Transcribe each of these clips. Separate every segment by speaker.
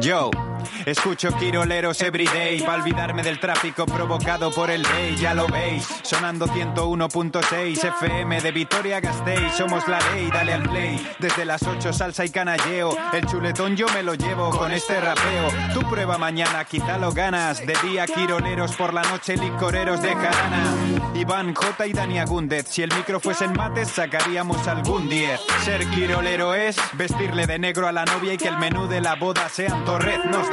Speaker 1: Yo escucho quiroleros everyday para olvidarme del tráfico provocado por el rey, ya lo veis. Sonando 101.6 FM de Vitoria Gasteiz, somos la ley, dale al play. Desde las 8 salsa y canalleo, el chuletón yo me lo llevo con este rapeo. Tu prueba mañana, quizá lo ganas. De día quiroleros, por la noche licoreros de jarana. Iván J y Dani Agúndez, si el micro fuese en mates sacaríamos algún 10. Ser quirolero es vestirle de negro a la novia y que el menú de la boda sean torreznos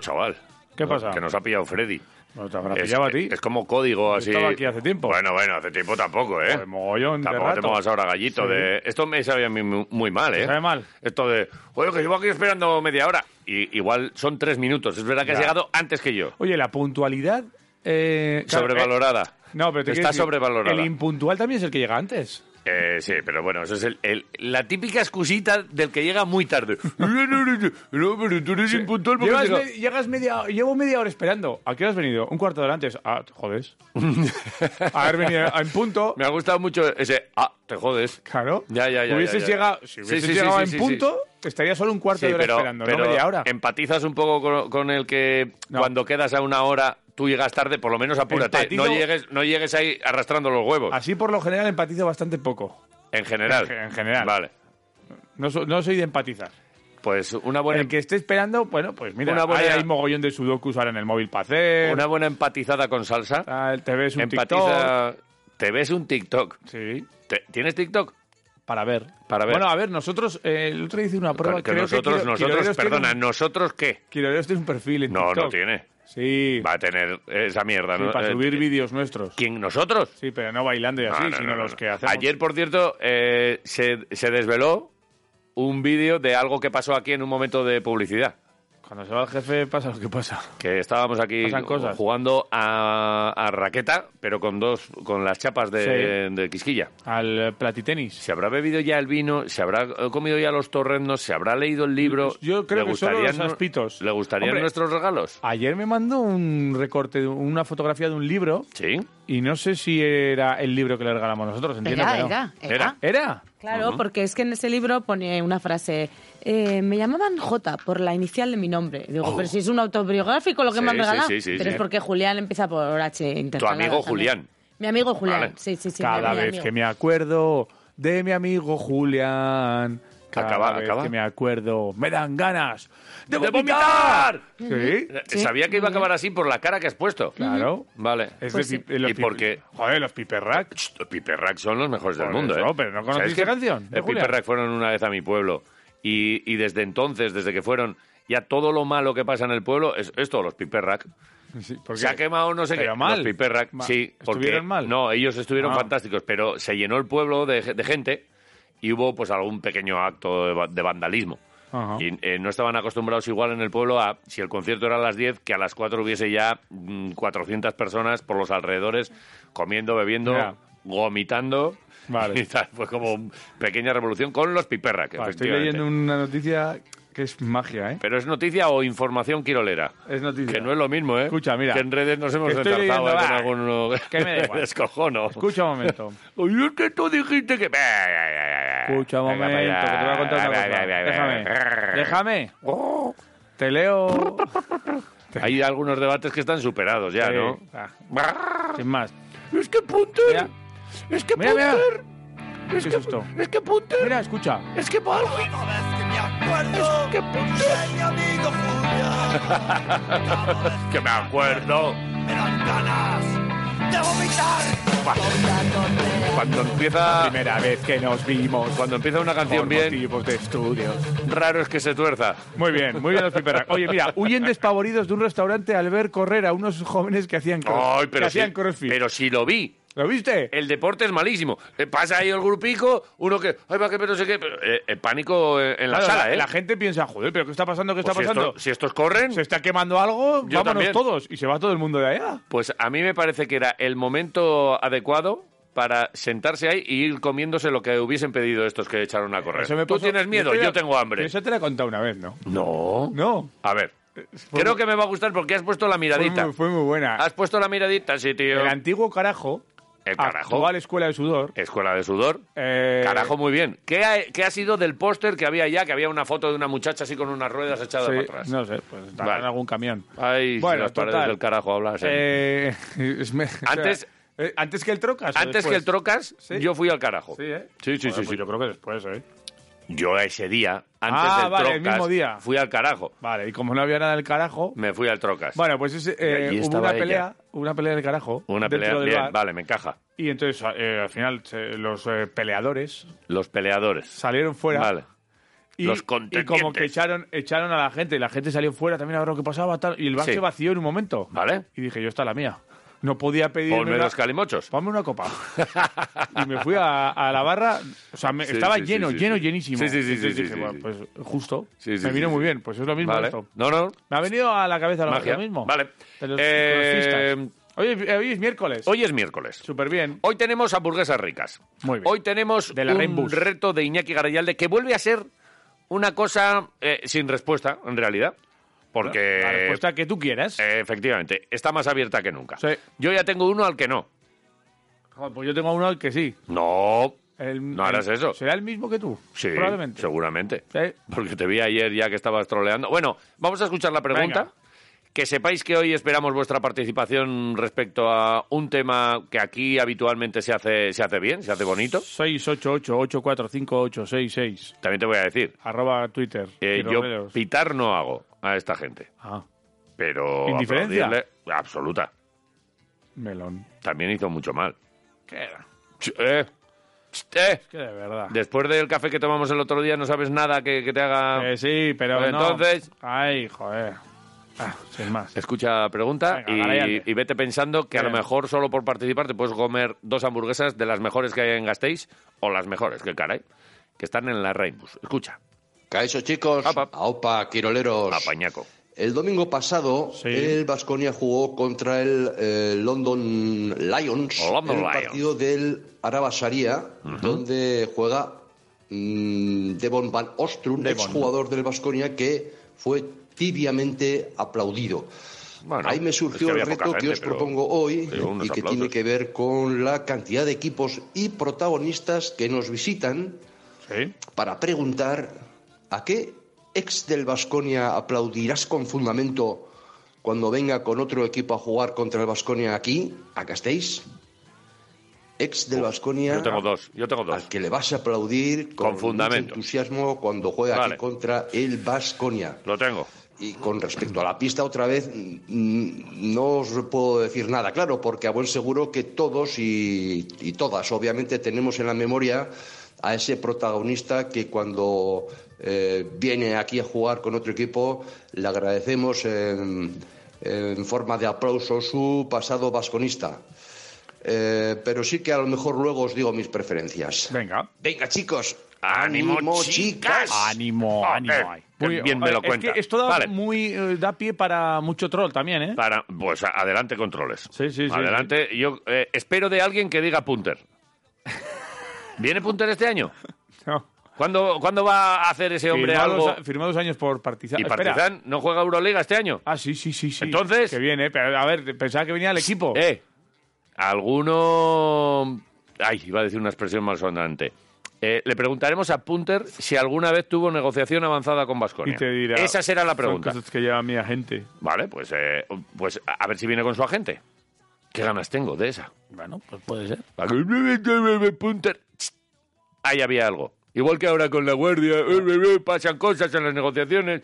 Speaker 2: chaval.
Speaker 3: ¿Qué pasa?
Speaker 2: Que nos ha pillado Freddy.
Speaker 3: Bueno, te habrá pillado a
Speaker 2: es,
Speaker 3: ti.
Speaker 2: es como código así.
Speaker 3: estaba aquí hace tiempo.
Speaker 2: Bueno, bueno, hace tiempo tampoco, ¿eh?
Speaker 3: Joder, mogollón de
Speaker 2: tampoco te
Speaker 3: rato.
Speaker 2: pongas ahora gallito
Speaker 3: Sí.
Speaker 2: de. Esto me sabe a mí mu- muy mal, ¿eh?
Speaker 3: sabe mal.
Speaker 2: Esto de. Oye, que llevo aquí esperando media hora. Y, igual son tres minutos. Es verdad que has
Speaker 3: Ya.
Speaker 2: llegado antes que yo.
Speaker 3: Oye, la puntualidad. eh, claro,
Speaker 2: Sobrevalorada.
Speaker 3: eh, no, pero te quiero
Speaker 2: Está
Speaker 3: decir,
Speaker 2: sobrevalorada.
Speaker 3: El impuntual también es el que llega antes.
Speaker 2: Eh, sí, pero bueno, eso es el- el- la típica excusita del que llega muy tarde. no, pero tú eres impuntual porque has
Speaker 3: Llevas
Speaker 2: llegado-
Speaker 3: me- llegas media, llevo media hora esperando. ¿A qué hora has venido? Un cuarto de hora antes. Ah, te jodes. Haber venido en punto.
Speaker 2: Me ha gustado mucho ese. Ah, te jodes.
Speaker 3: Claro.
Speaker 2: Ya, ya, ya,
Speaker 3: Hubieses
Speaker 2: ya, ya.
Speaker 3: llegado, si
Speaker 2: Sí,
Speaker 3: hubieses
Speaker 2: sí, sí,
Speaker 3: llegado
Speaker 2: sí,
Speaker 3: en
Speaker 2: sí, sí.
Speaker 3: punto, estaría solo un cuarto
Speaker 2: Sí,
Speaker 3: de hora esperando, no media hora.
Speaker 2: Empatizas un poco con, con el que
Speaker 3: No.
Speaker 2: cuando quedas a una hora, tú llegas tarde, por lo menos apúrate.
Speaker 3: Empatizo-
Speaker 2: No, llegues, no llegues ahí arrastrando los huevos.
Speaker 3: Así por lo general empatizo bastante poco.
Speaker 2: En general.
Speaker 3: En general.
Speaker 2: Vale.
Speaker 3: No, so- no soy de empatizar.
Speaker 2: Pues una buena, em-
Speaker 3: El que esté esperando, bueno, pues mira,
Speaker 2: Una buena-
Speaker 3: hay, hay mogollón de sudokus ahora en el móvil para hacer.
Speaker 2: una buena empatizada con salsa.
Speaker 3: tal, te ves un TikTok.
Speaker 2: empatiza. Te ves un TikTok.
Speaker 3: Sí,
Speaker 2: Te- ¿Tienes TikTok?
Speaker 3: para ver.
Speaker 2: Para ver.
Speaker 3: Bueno, a ver, nosotros, eh, el otro día hice una prueba.
Speaker 2: que
Speaker 3: creo
Speaker 2: nosotros,
Speaker 3: Quiro-
Speaker 2: nosotros,
Speaker 3: Quiroleros tiene
Speaker 2: perdona,
Speaker 3: un-
Speaker 2: ¿nosotros qué?
Speaker 3: Quiroleros tiene un perfil en
Speaker 2: No,
Speaker 3: TikTok.
Speaker 2: no tiene.
Speaker 3: Sí,
Speaker 2: Va a tener esa mierda,
Speaker 3: sí,
Speaker 2: ¿no?
Speaker 3: para
Speaker 2: Eh,
Speaker 3: subir vídeos nuestros.
Speaker 2: ¿Quién? ¿Nosotros?
Speaker 3: Sí, pero no bailando y
Speaker 2: No,
Speaker 3: así,
Speaker 2: no,
Speaker 3: sino
Speaker 2: no, no,
Speaker 3: los
Speaker 2: no.
Speaker 3: que hacemos.
Speaker 2: Ayer, por cierto, eh, se, se desveló un vídeo de algo que pasó aquí en un momento de publicidad.
Speaker 3: Cuando se va el jefe pasa lo que pasa.
Speaker 2: Que estábamos aquí
Speaker 3: Pasan cosas.
Speaker 2: jugando a, a raqueta, pero con dos, con las chapas de, de Quisquilla.
Speaker 3: Al eh, platitenis.
Speaker 2: ¿Se habrá bebido ya el vino? ¿Se habrá eh, comido ya los torrendos? ¿Se habrá leído el libro?
Speaker 3: Yo creo que solo
Speaker 2: gustarían
Speaker 3: los
Speaker 2: nu-
Speaker 3: aspitos.
Speaker 2: ¿Le gustarían
Speaker 3: Hombre.
Speaker 2: nuestros regalos?
Speaker 3: Ayer me mandó un recorte, de una fotografía de un libro
Speaker 2: Sí.
Speaker 3: y no sé si era el libro que le regalamos nosotros, entiendo
Speaker 4: Era,
Speaker 3: que no.
Speaker 4: era, era.
Speaker 2: Era.
Speaker 3: ¿Era?
Speaker 4: Claro, porque es que en ese libro pone una frase, eh, me llamaban J por la inicial de mi nombre. Digo, pero si es un autobiográfico lo que
Speaker 2: Sí,
Speaker 4: me han
Speaker 2: Oh. sí,
Speaker 4: regalado.
Speaker 2: sí, sí,
Speaker 4: pero
Speaker 2: sí.
Speaker 4: es porque Julián empieza por H intercalada.
Speaker 2: amigo
Speaker 4: también.
Speaker 2: Julián.
Speaker 4: Mi amigo Julián,
Speaker 2: Vale.
Speaker 4: sí, sí, sí.
Speaker 3: Cada
Speaker 4: mi
Speaker 3: vez
Speaker 4: amigo.
Speaker 3: que me acuerdo de mi amigo Julián. Cada
Speaker 2: Acaba,
Speaker 3: vez
Speaker 2: acaba.
Speaker 3: que me acuerdo, me dan ganas de,
Speaker 2: ¡De
Speaker 3: vomitar.
Speaker 2: vomitar! Eh,
Speaker 3: Sí,
Speaker 4: Sí.
Speaker 2: Sabía que iba a acabar así por la cara que has puesto.
Speaker 3: claro.
Speaker 2: Vale.
Speaker 3: Es
Speaker 4: Pues
Speaker 3: de
Speaker 4: sí.
Speaker 3: pi- los
Speaker 2: ¿Y
Speaker 3: pi-
Speaker 2: por qué?
Speaker 3: Joder, los piperrack.
Speaker 2: Psst, Piperrack son los mejores del
Speaker 3: Por
Speaker 2: mundo,
Speaker 3: eso,
Speaker 2: ¿eh?
Speaker 3: pero ¿no
Speaker 2: ¿Sabes
Speaker 3: conociste
Speaker 2: que
Speaker 3: canción de
Speaker 2: eh,
Speaker 3: Julia?
Speaker 2: Piperrack fueron una vez a mi pueblo. Y, y desde entonces, desde que fueron, ya todo lo malo que pasa en el pueblo es esto, los Piperrack.
Speaker 3: Sí, porque-
Speaker 2: Se ha quemado no sé
Speaker 3: Pero
Speaker 2: qué.
Speaker 3: mal.
Speaker 2: Los Piperrack,
Speaker 3: Ma-
Speaker 2: sí. porque-
Speaker 3: ¿Estuvieron mal?
Speaker 2: No, ellos estuvieron
Speaker 3: Ah.
Speaker 2: fantásticos, pero se llenó el pueblo de, ge- de gente y hubo pues algún pequeño acto de, va- de vandalismo.
Speaker 3: Ajá.
Speaker 2: Y eh, no estaban acostumbrados igual en el pueblo a, si el concierto era a las 10, que a las 4 hubiese ya mm, 400 personas por los alrededores comiendo, bebiendo,
Speaker 3: Ya.
Speaker 2: vomitando.
Speaker 3: Vale.
Speaker 2: Y tal, fue como una pequeña revolución con los piperrack,
Speaker 3: Vale, estoy
Speaker 2: efectivamente.
Speaker 3: leyendo una noticia que es magia, ¿eh?
Speaker 2: Pero es noticia o información quirolera.
Speaker 3: Es noticia.
Speaker 2: Que no es lo mismo, ¿eh?
Speaker 3: Escucha, mira.
Speaker 2: Que en redes nos hemos
Speaker 3: Que estoy
Speaker 2: enzarzado
Speaker 3: leyendo,
Speaker 2: ahí
Speaker 3: va.
Speaker 2: con alguno
Speaker 3: Que me da igual.
Speaker 2: descojono.
Speaker 3: Escucha un momento.
Speaker 2: Oye, es que tú dijiste que... eh. Escucha
Speaker 3: Escucha un momento, que te voy a contar una cosa. Déjame. Déjame. Te leo.
Speaker 2: Hay algunos debates que están superados ya,
Speaker 3: Sí.
Speaker 2: ¿no?
Speaker 3: Ah, sin más.
Speaker 2: Es que Punter...
Speaker 3: Mira.
Speaker 2: Es que
Speaker 3: Mira, mira.
Speaker 2: Punter... Es
Speaker 3: Qué
Speaker 2: que,
Speaker 3: susto.
Speaker 2: es que Punter...
Speaker 3: Mira, escucha.
Speaker 2: Es que Baldwin...
Speaker 5: Cada vez que me acuerdo
Speaker 2: ¡Qué puto! que me acuerdo. Cuando empieza,
Speaker 3: Primera vez que nos vimos.
Speaker 2: cuando empieza una canción
Speaker 3: Por
Speaker 2: bien,
Speaker 3: motivos de estudios.
Speaker 2: raro es que se tuerza.
Speaker 3: Muy bien, muy bien los piperán. Oye, mira, huyen despavoridos de un restaurante al ver correr a unos jóvenes que hacían, cross-
Speaker 2: Ay,
Speaker 3: que
Speaker 2: pero, sí,
Speaker 3: hacían crossfit.
Speaker 2: pero si lo vi.
Speaker 3: ¿Lo viste?
Speaker 2: El deporte es malísimo. Eh, Pasa ahí el grupico, uno que, ay, va que no sé qué, pero, eh, eh, pánico eh, en la
Speaker 3: Claro,
Speaker 2: sala, ¿eh?
Speaker 3: gente piensa, joder, pero ¿qué está pasando? ¿Qué
Speaker 2: Pues
Speaker 3: está
Speaker 2: si,
Speaker 3: pasando?
Speaker 2: estos, si estos corren,
Speaker 3: ¿Se está quemando algo?
Speaker 2: Yo
Speaker 3: Vámonos
Speaker 2: también.
Speaker 3: todos. Y se va todo el mundo de allá.
Speaker 2: pues a mí me parece que era el momento adecuado para sentarse ahí y ir comiéndose lo que hubiesen pedido estos que echaron a correr.
Speaker 3: Eh, Eso me
Speaker 2: Tú
Speaker 3: pasó-
Speaker 2: tienes miedo,
Speaker 3: te
Speaker 2: yo
Speaker 3: la-
Speaker 2: tengo hambre.
Speaker 3: Eso te lo he contado una vez, ¿no?
Speaker 2: No.
Speaker 3: No.
Speaker 2: A ver. Creo que me va a gustar porque has puesto la
Speaker 3: Fue
Speaker 2: miradita.
Speaker 3: muy, fue muy buena.
Speaker 2: Has puesto la miradita, sí, tío.
Speaker 3: Ah. El antiguo carajo.
Speaker 2: El carajo.
Speaker 3: Actual escuela de sudor.
Speaker 2: Escuela de sudor.
Speaker 3: eh,
Speaker 2: Carajo, muy bien. ¿Qué ha, qué ha sido del póster que había allá? Que había una foto de una muchacha así con unas ruedas echadas
Speaker 3: sí,
Speaker 2: para atrás.
Speaker 3: No sé, pues está
Speaker 2: Vale.
Speaker 3: en algún camión.
Speaker 2: Ay,
Speaker 3: Bueno,
Speaker 2: las paredes
Speaker 3: total.
Speaker 2: del carajo hablas. ¿eh?
Speaker 3: Eh, es me- o sea,
Speaker 2: Antes-
Speaker 3: eh, antes que el trocas. o
Speaker 2: Antes
Speaker 3: después?
Speaker 2: que el trocas,
Speaker 3: Sí.
Speaker 2: yo fui al carajo.
Speaker 3: Sí, ¿eh?
Speaker 2: Sí, sí,
Speaker 3: Joder,
Speaker 2: sí,
Speaker 3: pues
Speaker 2: sí.
Speaker 3: Yo creo que después, ¿eh?
Speaker 2: Yo ese día, antes
Speaker 3: Ah,
Speaker 2: del
Speaker 3: vale, el
Speaker 2: trocas,
Speaker 3: mismo día.
Speaker 2: fui al carajo.
Speaker 3: Vale, y como no había nada del carajo.
Speaker 2: Me fui al trocas.
Speaker 3: Bueno, pues ese,
Speaker 2: Y
Speaker 3: eh,
Speaker 2: allí
Speaker 3: hubo
Speaker 2: estaba
Speaker 3: una
Speaker 2: ella.
Speaker 3: pelea, una pelea del carajo.
Speaker 2: Una
Speaker 3: dentro
Speaker 2: pelea,
Speaker 3: del
Speaker 2: bien,
Speaker 3: bar,
Speaker 2: vale, me encaja.
Speaker 3: Y entonces, eh, al final, se- los eh, peleadores
Speaker 2: Los peleadores.
Speaker 3: salieron fuera.
Speaker 2: Vale.
Speaker 3: Y,
Speaker 2: Los
Speaker 3: y como
Speaker 2: contendientes.
Speaker 3: que echaron, echaron a la gente, y la gente salió fuera también a ver lo que pasaba, tal, y el bar
Speaker 2: Sí.
Speaker 3: se vació en un momento.
Speaker 2: Vale.
Speaker 3: Y dije, yo está la mía. No podía pedir
Speaker 2: Ponme
Speaker 3: una,
Speaker 2: los calimochos.
Speaker 3: ponme una copa. y me fui a, a la barra, o sea, me-
Speaker 2: Sí,
Speaker 3: estaba
Speaker 2: sí, sí,
Speaker 3: lleno,
Speaker 2: sí,
Speaker 3: lleno,
Speaker 2: sí.
Speaker 3: llenísimo.
Speaker 2: Sí, sí, sí,
Speaker 3: Entonces
Speaker 2: sí,
Speaker 3: dije,
Speaker 2: sí,
Speaker 3: bueno,
Speaker 2: sí.
Speaker 3: pues justo,
Speaker 2: Sí, sí,
Speaker 3: me vino
Speaker 2: sí,
Speaker 3: muy
Speaker 2: sí.
Speaker 3: bien, pues es lo mismo
Speaker 2: Vale.
Speaker 3: esto.
Speaker 2: No, no.
Speaker 3: Me ha venido a la cabeza lo-
Speaker 2: Magia.
Speaker 3: lo mismo.
Speaker 2: Vale.
Speaker 3: De los
Speaker 2: Eh,
Speaker 3: crossfistas. hoy, hoy es miércoles.
Speaker 2: Hoy es miércoles.
Speaker 3: Súper bien.
Speaker 2: Hoy tenemos hamburguesas ricas.
Speaker 3: Muy bien.
Speaker 2: Hoy tenemos
Speaker 3: De la
Speaker 2: un
Speaker 3: Rainbows.
Speaker 2: reto de Iñaki Garayalde que vuelve a ser una cosa eh, sin respuesta, en realidad. Porque
Speaker 3: La respuesta que tú quieras.
Speaker 2: eh, efectivamente está más abierta que nunca.
Speaker 3: Sí.
Speaker 2: Yo ya tengo uno al que no.
Speaker 3: Joder, Pues yo tengo uno que sí.
Speaker 2: No.
Speaker 3: El-
Speaker 2: No
Speaker 3: el-
Speaker 2: harás eso.
Speaker 3: Será el mismo que tú.
Speaker 2: Sí,
Speaker 3: Probablemente.
Speaker 2: seguramente.
Speaker 3: Sí.
Speaker 2: Porque te vi ayer ya que estabas troleando. Bueno, vamos a escuchar la pregunta.
Speaker 3: Venga.
Speaker 2: Que sepáis que hoy esperamos vuestra participación respecto a un tema que aquí habitualmente se hace, se hace bien, se hace bonito.
Speaker 3: 688-845-866.
Speaker 2: También te voy a decir,
Speaker 3: Arroba Twitter.
Speaker 2: eh, yo
Speaker 3: Quiroleros.
Speaker 2: pitar no hago a esta gente,
Speaker 3: Ah,
Speaker 2: pero...
Speaker 3: ¿Indiferencia?
Speaker 2: aplaudirle- Absoluta.
Speaker 3: melón.
Speaker 2: También hizo mucho mal.
Speaker 3: ¿Qué era?
Speaker 2: Ch- eh, ch- eh.
Speaker 3: Que de verdad.
Speaker 2: Después del café que tomamos el otro día no sabes nada que, que te haga...
Speaker 3: Eh, sí, pero
Speaker 2: Pues
Speaker 3: no.
Speaker 2: entonces-
Speaker 3: Ay, joder. Ah, sin más.
Speaker 2: Escucha la pregunta
Speaker 3: Venga, dale,
Speaker 2: y,
Speaker 3: dale.
Speaker 2: y vete pensando que a lo
Speaker 3: Bien.
Speaker 2: mejor solo por participar te puedes comer dos hamburguesas de las mejores que hay en Gasteiz o las mejores, que caray, que están en la Rainbows. Escucha,
Speaker 6: Caeso chicos,
Speaker 2: Apa. Ah,
Speaker 6: aopa, quiroleros.
Speaker 2: apañaco.
Speaker 6: El domingo pasado,
Speaker 3: Sí.
Speaker 6: el Vasconia jugó contra el eh, London Lions en
Speaker 2: London
Speaker 6: el
Speaker 2: Lions.
Speaker 6: partido del Araba Saria, donde juega mm, Devon Van Ostrum,
Speaker 3: Devon.
Speaker 6: exjugador del Vasconia que fue tibiamente aplaudido.
Speaker 2: Bueno,
Speaker 6: Ahí me
Speaker 2: es que
Speaker 6: surgió
Speaker 2: había
Speaker 6: el reto
Speaker 2: poca
Speaker 6: que
Speaker 2: gente,
Speaker 6: os
Speaker 2: pero-
Speaker 6: propongo hoy
Speaker 2: pero unos
Speaker 6: y que
Speaker 2: aplausos.
Speaker 6: tiene que ver con la cantidad de equipos y protagonistas que nos visitan
Speaker 3: Sí.
Speaker 6: para preguntar a qué ex del Vasconia aplaudirás con fundamento cuando venga con otro equipo a jugar contra el Vasconia aquí, a Castéis. Ex del Vasconia
Speaker 2: Yo tengo dos, yo tengo dos.
Speaker 6: al que le vas a aplaudir con,
Speaker 2: Con fundamento.
Speaker 6: mucho entusiasmo cuando juega
Speaker 2: Vale.
Speaker 6: aquí contra el Vasconia.
Speaker 2: Lo tengo.
Speaker 6: Y con respecto a la pista, otra vez, mm, mm, no os puedo decir nada, claro, porque a buen seguro que todos y, y todas, obviamente, tenemos en la memoria a ese protagonista que cuando eh, viene aquí a jugar con otro equipo, le agradecemos en, en forma de aplauso su pasado vasconista. Eh, pero sí que a lo mejor luego os digo mis preferencias.
Speaker 3: Venga.
Speaker 6: Venga, chicos.
Speaker 2: ¡Ánimo, chicas!
Speaker 3: Ánimo,
Speaker 2: Joder,
Speaker 3: ánimo. ahí.
Speaker 2: qué bien me lo
Speaker 3: Eh, es
Speaker 2: cuenta.
Speaker 3: que esto da,
Speaker 2: Vale.
Speaker 3: muy, eh, da pie para mucho troll también, ¿eh?
Speaker 2: Para, pues a- adelante controles.
Speaker 3: Sí, sí, sí,
Speaker 2: Adelante. Yo eh, espero de alguien que diga Punter. ¿Viene Punter este año?
Speaker 3: No.
Speaker 2: ¿Cuándo, ¿cuándo va a hacer Este ese hombre
Speaker 3: firmó,
Speaker 2: algo?
Speaker 3: dos, firmó dos años por Partizan.
Speaker 2: ¿Y
Speaker 3: Espera.
Speaker 2: Partizan no juega Euroliga este año?
Speaker 3: Ah, sí, sí, sí, sí.
Speaker 2: Entonces-
Speaker 3: Que bien, ¿eh? Pero, a ver, pensaba que venía el equipo.
Speaker 2: Eh, alguno... Ay, iba a decir una expresión malsonante. Eh, le preguntaremos a Punter si alguna vez tuvo negociación avanzada con Vasconia.
Speaker 3: y te dirá.
Speaker 2: Esa será la pregunta.
Speaker 3: Son cosas que lleva mi agente.
Speaker 2: Vale, pues, eh, pues a a ver si viene con su agente. ¿Qué ganas tengo de esa?
Speaker 3: Bueno, pues puede ser.
Speaker 2: Punter. Ahí había algo. Igual que ahora con la guardia, eh, eh, eh, pasan cosas en las negociaciones.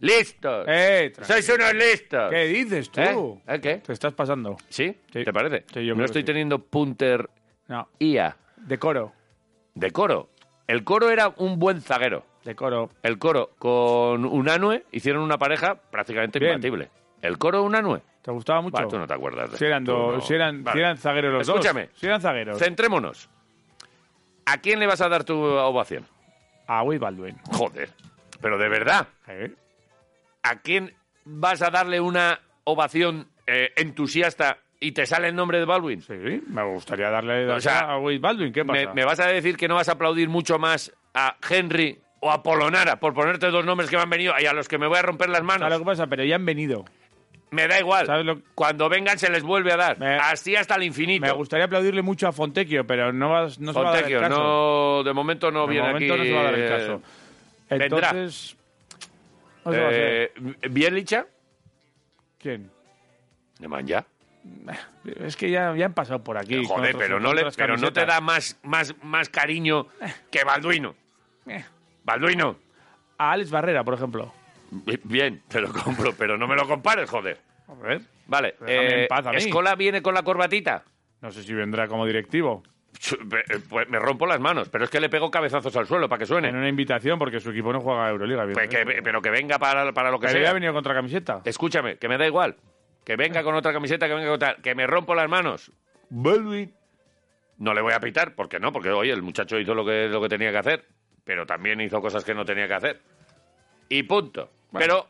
Speaker 2: ¡Listos!
Speaker 3: Eh, tranquilo.
Speaker 2: ¡Sois unos listos!
Speaker 3: ¿Qué dices tú?
Speaker 2: ¿Eh? ¿Eh, qué?
Speaker 3: Te estás pasando.
Speaker 2: ¿Sí?
Speaker 3: Sí.
Speaker 2: ¿Te parece?
Speaker 3: Sí, yo creo
Speaker 2: no
Speaker 3: que
Speaker 2: estoy
Speaker 3: sí.
Speaker 2: teniendo punter
Speaker 3: No,
Speaker 2: IA
Speaker 3: de coro,
Speaker 2: de coro. El coro era un buen zaguero.
Speaker 3: de coro.
Speaker 2: El coro con Unanue hicieron una pareja prácticamente
Speaker 3: Bien.
Speaker 2: imbatible. El coro Unanue.
Speaker 3: ¿Te gustaba mucho?
Speaker 2: Bah, tú no te acuerdas. de-
Speaker 3: Si eran,
Speaker 2: tú
Speaker 3: dos-
Speaker 2: no.
Speaker 3: si eran,
Speaker 2: Vale.
Speaker 3: si eran zagueros los
Speaker 2: Escúchame.
Speaker 3: dos. Si eran zagueros.
Speaker 2: Centrémonos. ¿A quién le vas a dar tu ovación?
Speaker 3: A Will Baldwin.
Speaker 2: Joder. Pero de verdad,
Speaker 3: ¿Eh?
Speaker 2: ¿a quién vas a darle una ovación eh, entusiasta y te sale el nombre de Baldwin?
Speaker 3: Sí, me gustaría darle
Speaker 2: O sea,
Speaker 3: a Will Baldwin. ¿Qué
Speaker 2: ¿Me,
Speaker 3: pasa?
Speaker 2: me vas a decir que no vas a aplaudir mucho más a Henry o a Polonara por ponerte dos nombres que me han venido y a los que me voy a romper las manos?
Speaker 3: ¿Sabes lo que pasa? Pero ya han venido.
Speaker 2: Me da igual.
Speaker 3: ¿Sabes lo-
Speaker 2: Cuando vengan se les vuelve a dar.
Speaker 3: Me-
Speaker 2: Así hasta el infinito.
Speaker 3: Me gustaría aplaudirle mucho a Fontecchio, pero no, vas, no se va a dar el
Speaker 2: Fontecchio,
Speaker 3: caso.
Speaker 2: no, de momento no
Speaker 3: De
Speaker 2: viene
Speaker 3: momento
Speaker 2: aquí. eh,
Speaker 3: no se va a dar el caso.
Speaker 2: vendrá.
Speaker 3: Entonces, no se va a hacer.
Speaker 2: Eh, Bielicha,
Speaker 3: ¿Quién?
Speaker 2: de Manja.
Speaker 3: Es que ya, ya han pasado por aquí. con
Speaker 2: Eh, Joder,
Speaker 3: otros-
Speaker 2: pero
Speaker 3: con
Speaker 2: no, le,
Speaker 3: otras
Speaker 2: pero no te da
Speaker 3: camisetas.
Speaker 2: más, más, más cariño que Balduino.
Speaker 3: Eh.
Speaker 2: Balduino.
Speaker 3: A Alex Barrera, por ejemplo.
Speaker 2: Bien, te lo compro, pero no me lo compares, joder.
Speaker 3: A ver.
Speaker 2: Vale. eh,
Speaker 3: Déjame en paz a mí.
Speaker 2: ¿Escola viene con la corbatita? Ch-
Speaker 3: No sé si vendrá como directivo.
Speaker 2: eh, Pues me rompo las manos, pero es que le pego cabezazos al suelo para que
Speaker 3: En
Speaker 2: suene.
Speaker 3: una invitación, porque su equipo no juega a Euroliga.
Speaker 2: Pues que-
Speaker 3: evidentemente.
Speaker 2: pero que venga para, para lo que
Speaker 3: Pero ya
Speaker 2: sea.
Speaker 3: ha venido contra camiseta.
Speaker 2: Escúchame, que me da igual. Que
Speaker 3: Ah.
Speaker 2: venga con otra camiseta, que venga con tal. Que me rompo las manos. Baldwin. No le voy a pitar, porque no, porque oye, el muchacho hizo lo que, lo que tenía que hacer, pero también hizo cosas que no tenía que hacer. Y punto. Pero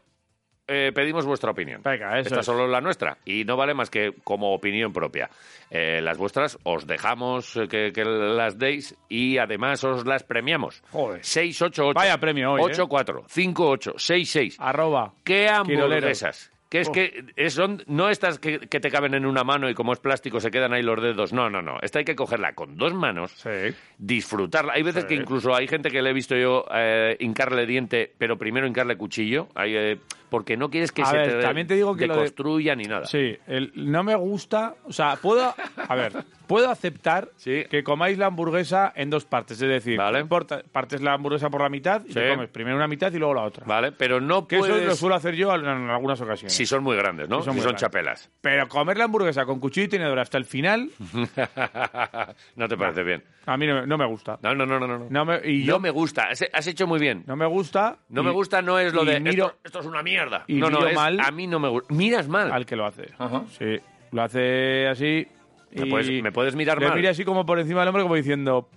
Speaker 2: eh, pedimos vuestra opinión.
Speaker 3: Venga, eso
Speaker 2: Esta
Speaker 3: es.
Speaker 2: solo es la nuestra. Y no vale más que como opinión propia. Eh, las vuestras os dejamos eh, que, que las deis y además os las premiamos.
Speaker 3: Joder.
Speaker 2: 688.
Speaker 3: Vaya premio hoy, ¿eh?
Speaker 2: 84 58 66
Speaker 3: Arroba.
Speaker 2: ¿Qué
Speaker 3: Quiroleros.
Speaker 2: hamburguesas? Que es
Speaker 3: Oh.
Speaker 2: que es- son, no estas que, que te caben en una mano y como es plástico se quedan ahí los dedos. No, no, no. Esta hay que cogerla con dos manos,
Speaker 3: Sí.
Speaker 2: disfrutarla. Hay veces que incluso hay gente que le he visto yo eh, hincarle diente, pero primero hincarle cuchillo, ahí, eh, porque no quieres que
Speaker 3: A
Speaker 2: se
Speaker 3: ver,
Speaker 2: te
Speaker 3: también te digo que lo de-
Speaker 2: deconstruya ni nada.
Speaker 3: Sí, el- no me gusta. O sea, puedo. A ver, puedo aceptar
Speaker 2: Sí.
Speaker 3: que comáis la hamburguesa en dos partes. Es decir,
Speaker 2: Vale.
Speaker 3: no importa, partes la hamburguesa por la mitad y
Speaker 2: Sí.
Speaker 3: te comes primero una mitad y luego la otra.
Speaker 2: ¿Vale? Pero no
Speaker 3: Que eso lo
Speaker 2: puedes...
Speaker 3: suelo hacer yo en en algunas ocasiones.
Speaker 2: Si son muy grandes, ¿no?
Speaker 3: Si son
Speaker 2: si
Speaker 3: muy
Speaker 2: son
Speaker 3: grandes.
Speaker 2: chapelas.
Speaker 3: Pero comer la hamburguesa con cuchillo y tenedor hasta el final,
Speaker 2: no te parece bien.
Speaker 3: a mí no, no me gusta.
Speaker 2: No, no, no, no. No,
Speaker 3: No me, y yo
Speaker 2: No me gusta. Has, has hecho muy bien.
Speaker 3: no me gusta.
Speaker 2: No
Speaker 3: y-
Speaker 2: me gusta no es lo
Speaker 3: y
Speaker 2: de
Speaker 3: miro
Speaker 2: esto, esto es una mierda.
Speaker 3: y
Speaker 2: no, no,
Speaker 3: miro
Speaker 2: es, "Ah,
Speaker 3: mal-
Speaker 2: a mí no me gusta. Miras mal.
Speaker 3: al que lo hace. Sí, lo hace así.
Speaker 2: ¿Me
Speaker 3: y
Speaker 2: puedes- me puedes mirar
Speaker 3: le
Speaker 2: mal?
Speaker 3: mira así como por encima del hombro, como diciendo,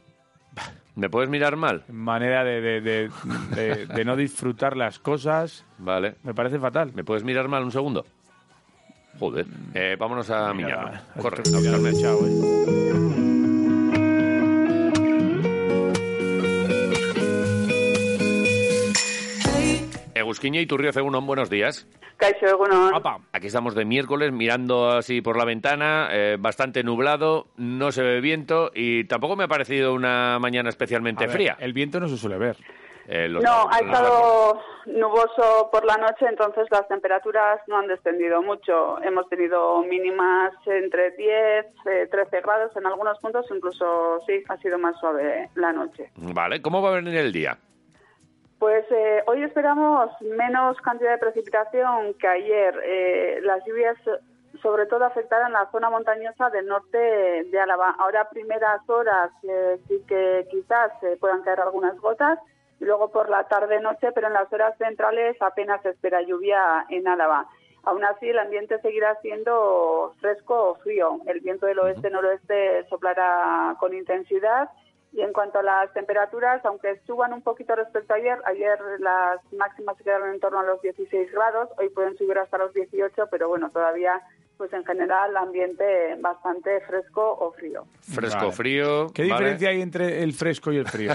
Speaker 2: ¿Me puedes mirar mal?
Speaker 3: manera de, de- de- de- de no disfrutar las cosas.
Speaker 2: Vale.
Speaker 3: Me parece fatal.
Speaker 2: ¿Me puedes mirar mal un segundo? Joder. Eh, vámonos a
Speaker 3: Mira,
Speaker 2: miñarme.
Speaker 3: va.
Speaker 2: Corre,
Speaker 3: Esto-
Speaker 2: a buscarme.
Speaker 3: Chao, eh.
Speaker 2: Egusquiña y Turrio Cegunón, buenos días.
Speaker 7: Caixo, egunon.
Speaker 3: Apa.
Speaker 2: Aquí estamos de miércoles mirando así por la ventana, eh, bastante nublado, no se ve viento y tampoco me ha parecido una mañana
Speaker 3: A
Speaker 2: especialmente
Speaker 3: ver,
Speaker 2: fría.
Speaker 3: el viento no se suele ver.
Speaker 2: Eh, los-
Speaker 7: No, ha
Speaker 2: los-
Speaker 7: estado nuboso por la noche, entonces las temperaturas no han descendido mucho. Hemos tenido mínimas entre 10, eh, 13 grados en algunos puntos, incluso sí, ha sido más suave la noche.
Speaker 2: Vale, ¿cómo va a venir el día?
Speaker 7: Pues eh, hoy esperamos menos cantidad de precipitación que ayer. Eh, las lluvias eh, sobre todo afectarán la zona montañosa del norte de Álava. Ahora a primeras horas eh, sí que quizás eh, puedan caer algunas gotas y luego por la tarde-noche, pero en las horas centrales apenas se espera lluvia en Álava. Aún así, el ambiente seguirá siendo fresco o frío. El viento del oeste-noroeste soplará con intensidad y en cuanto a las temperaturas, aunque suban un poquito respecto a ayer, ayer las máximas se quedaron en torno a los 16 grados, hoy pueden subir hasta los 18, pero bueno, todavía pues en general ambiente bastante fresco o frío.
Speaker 2: Fresco,
Speaker 3: "Mm, Vale.
Speaker 2: frío.
Speaker 3: ¿Qué
Speaker 2: ¿vale?
Speaker 3: diferencia hay entre el fresco y el frío?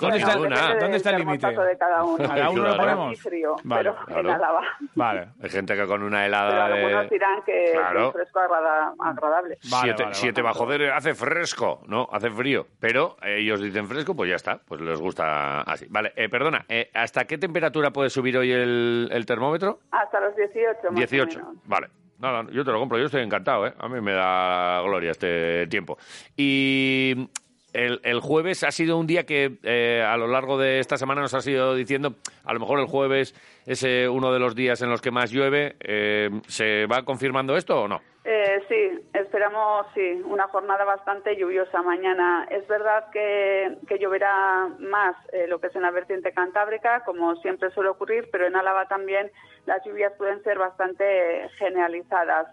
Speaker 2: Joder,
Speaker 3: está-
Speaker 2: ninguna.
Speaker 7: Depende
Speaker 3: ¿Dónde está el
Speaker 7: del
Speaker 3: límite?
Speaker 7: termostato de cada uno.
Speaker 3: ¿Cada
Speaker 2: uno
Speaker 7: Para
Speaker 2: lo
Speaker 7: mí
Speaker 3: ponemos?
Speaker 7: frío,
Speaker 3: Vale,
Speaker 7: pero
Speaker 2: claro.
Speaker 7: en Álava.
Speaker 3: Vale.
Speaker 2: Hay gente que con una
Speaker 7: Pero
Speaker 2: helada
Speaker 7: algunos
Speaker 2: de
Speaker 7: dirán que
Speaker 2: Claro.
Speaker 7: es un fresco agrada- agradable.
Speaker 3: Vale,
Speaker 2: siete,
Speaker 3: vale,
Speaker 2: siete
Speaker 3: vale.
Speaker 2: bajo cero hace fresco, no, hace frío. Pero ellos dicen fresco, pues ya está, pues les gusta así. Vale, eh, perdona, eh, ¿hasta qué temperatura puede subir hoy el, el termómetro?
Speaker 7: Hasta los 18 más
Speaker 2: 18.
Speaker 7: o menos.
Speaker 2: Vale. Nada, yo te lo compro, yo estoy encantado, ¿eh? A mí me da gloria este tiempo. Y el, el jueves ha sido un día que eh, a lo largo de esta semana nos has ido diciendo, a lo mejor el jueves es eh, uno de los días en los que más llueve. Eh, ¿Se va confirmando esto o no?
Speaker 7: Eh, sí, esperamos sí, una jornada bastante lluviosa mañana. Es verdad que, que lloverá más eh, lo que es en la vertiente cantábrica, como siempre suele ocurrir, pero en Álava también las lluvias pueden ser bastante generalizadas.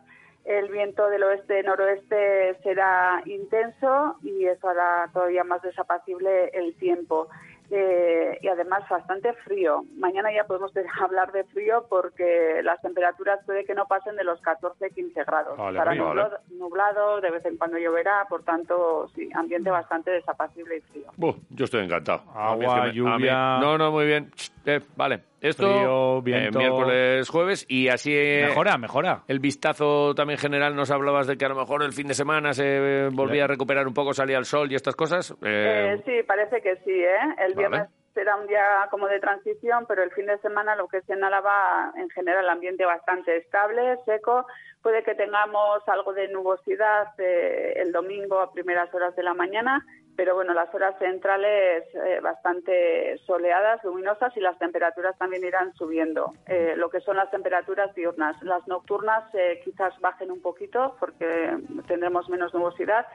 Speaker 7: El viento del oeste-noroeste será intenso y eso hará todavía más desapacible el tiempo. Eh, y además bastante frío. Mañana ya podemos te- hablar de frío porque las temperaturas puede que no pasen de los 14-15 grados.
Speaker 3: Vale,
Speaker 7: Estará
Speaker 3: frío,
Speaker 7: nublado, nublado, de vez en cuando lloverá, por tanto, sí, ambiente bastante desapacible y frío.
Speaker 2: Buh, yo estoy encantado.
Speaker 3: Agua,
Speaker 2: A mí es a mí-
Speaker 3: lluvia.
Speaker 2: No, no, muy bien. Ch, eh, vale. Esto
Speaker 3: Frío,
Speaker 2: eh,
Speaker 3: viento.
Speaker 2: miércoles, jueves y así eh,
Speaker 3: Mejora, mejora.
Speaker 2: el vistazo también general. Nos hablabas de que a lo mejor el fin de semana se eh, volvía a recuperar un poco, salía el sol y estas cosas. Eh,
Speaker 7: Eh, sí, parece que sí, ¿eh? El viernes
Speaker 2: Vale.
Speaker 7: será un día como de transición, pero el fin de semana lo que es en Álava, en general, ambiente bastante estable, seco. Puede que tengamos algo de nubosidad eh, el domingo a primeras horas de la mañana, pero bueno, las horas centrales eh, bastante soleadas, luminosas y las temperaturas también irán subiendo. Eh, lo que son las temperaturas diurnas. Las nocturnas eh, quizás bajen un poquito porque tendremos menos nubosidad,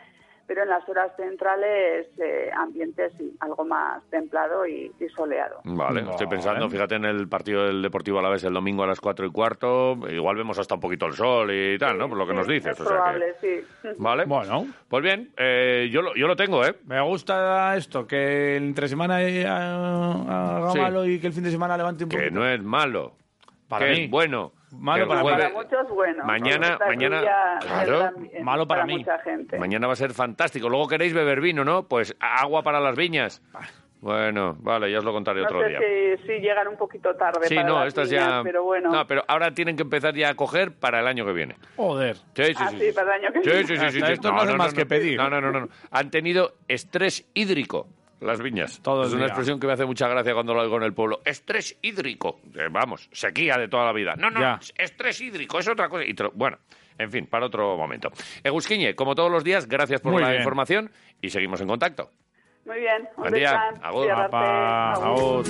Speaker 7: pero en las horas centrales eh, ambiente sí, algo más templado y, y soleado.
Speaker 2: Vale,
Speaker 3: Mm,
Speaker 2: estoy pensando, fíjate en el partido del Deportivo Alavés el domingo a las cuatro y cuarto, igual vemos hasta un poquito el sol y tal, ¿no? Por lo que
Speaker 7: Sí,
Speaker 2: nos dices.
Speaker 7: Es
Speaker 2: o sea que-
Speaker 7: probable, sí.
Speaker 2: Vale.
Speaker 3: Bueno.
Speaker 2: Pues bien, eh, yo, lo, yo lo tengo, ¿eh?
Speaker 3: Me gusta esto, que entre semana eh, haga
Speaker 2: Sí.
Speaker 3: malo y que el fin de semana levante un poco.
Speaker 2: Que no es malo.
Speaker 3: Para
Speaker 2: que
Speaker 3: mí.
Speaker 2: es bueno.
Speaker 3: Malo
Speaker 2: Que el
Speaker 3: para mí.
Speaker 7: Para
Speaker 2: jueves-
Speaker 7: muchos, bueno.
Speaker 2: Mañana-
Speaker 7: Esta
Speaker 2: mañana-
Speaker 7: lluvia es
Speaker 2: claro,
Speaker 7: también
Speaker 3: malo para mí.
Speaker 7: mucha gente.
Speaker 2: Mañana va a ser fantástico. Luego queréis beber vino, ¿no? Pues agua para las viñas. Bueno, vale, ya os lo contaré
Speaker 7: No
Speaker 2: otro día.
Speaker 7: sé si, si llegan un poquito tarde
Speaker 2: Sí,
Speaker 7: para
Speaker 2: no,
Speaker 7: las
Speaker 2: estas
Speaker 7: niñas,
Speaker 2: ya. Ah,
Speaker 7: pero bueno.
Speaker 2: No, pero ahora tienen que empezar ya a coger para el año que viene.
Speaker 3: Joder.
Speaker 2: Sí, sí,
Speaker 7: Ah,
Speaker 2: sí.
Speaker 7: sí, para el año que
Speaker 2: Sí,
Speaker 7: viene.
Speaker 2: sí, sí, sí,
Speaker 3: Hasta
Speaker 2: sí.
Speaker 3: esto no hacen más que pedir.
Speaker 2: No, no, no, no, no. Han tenido estrés hídrico las viñas.
Speaker 3: Todo el
Speaker 2: es una
Speaker 3: día.
Speaker 2: expresión que me hace mucha gracia cuando lo oigo en el pueblo. Estrés hídrico. Eh, vamos, sequía de toda la vida. No, no,
Speaker 3: Ya.
Speaker 2: estrés hídrico es otra cosa. Y te lo- bueno, en fin, para otro momento. Egusquiñe, como todos los días, gracias por
Speaker 3: Muy
Speaker 2: la
Speaker 3: bien.
Speaker 2: información y seguimos en contacto.
Speaker 7: Muy bien.
Speaker 2: Buen día.
Speaker 7: besan.
Speaker 2: Agur.
Speaker 7: Cuídate.
Speaker 3: Pa,
Speaker 7: Agur.
Speaker 3: Raúl.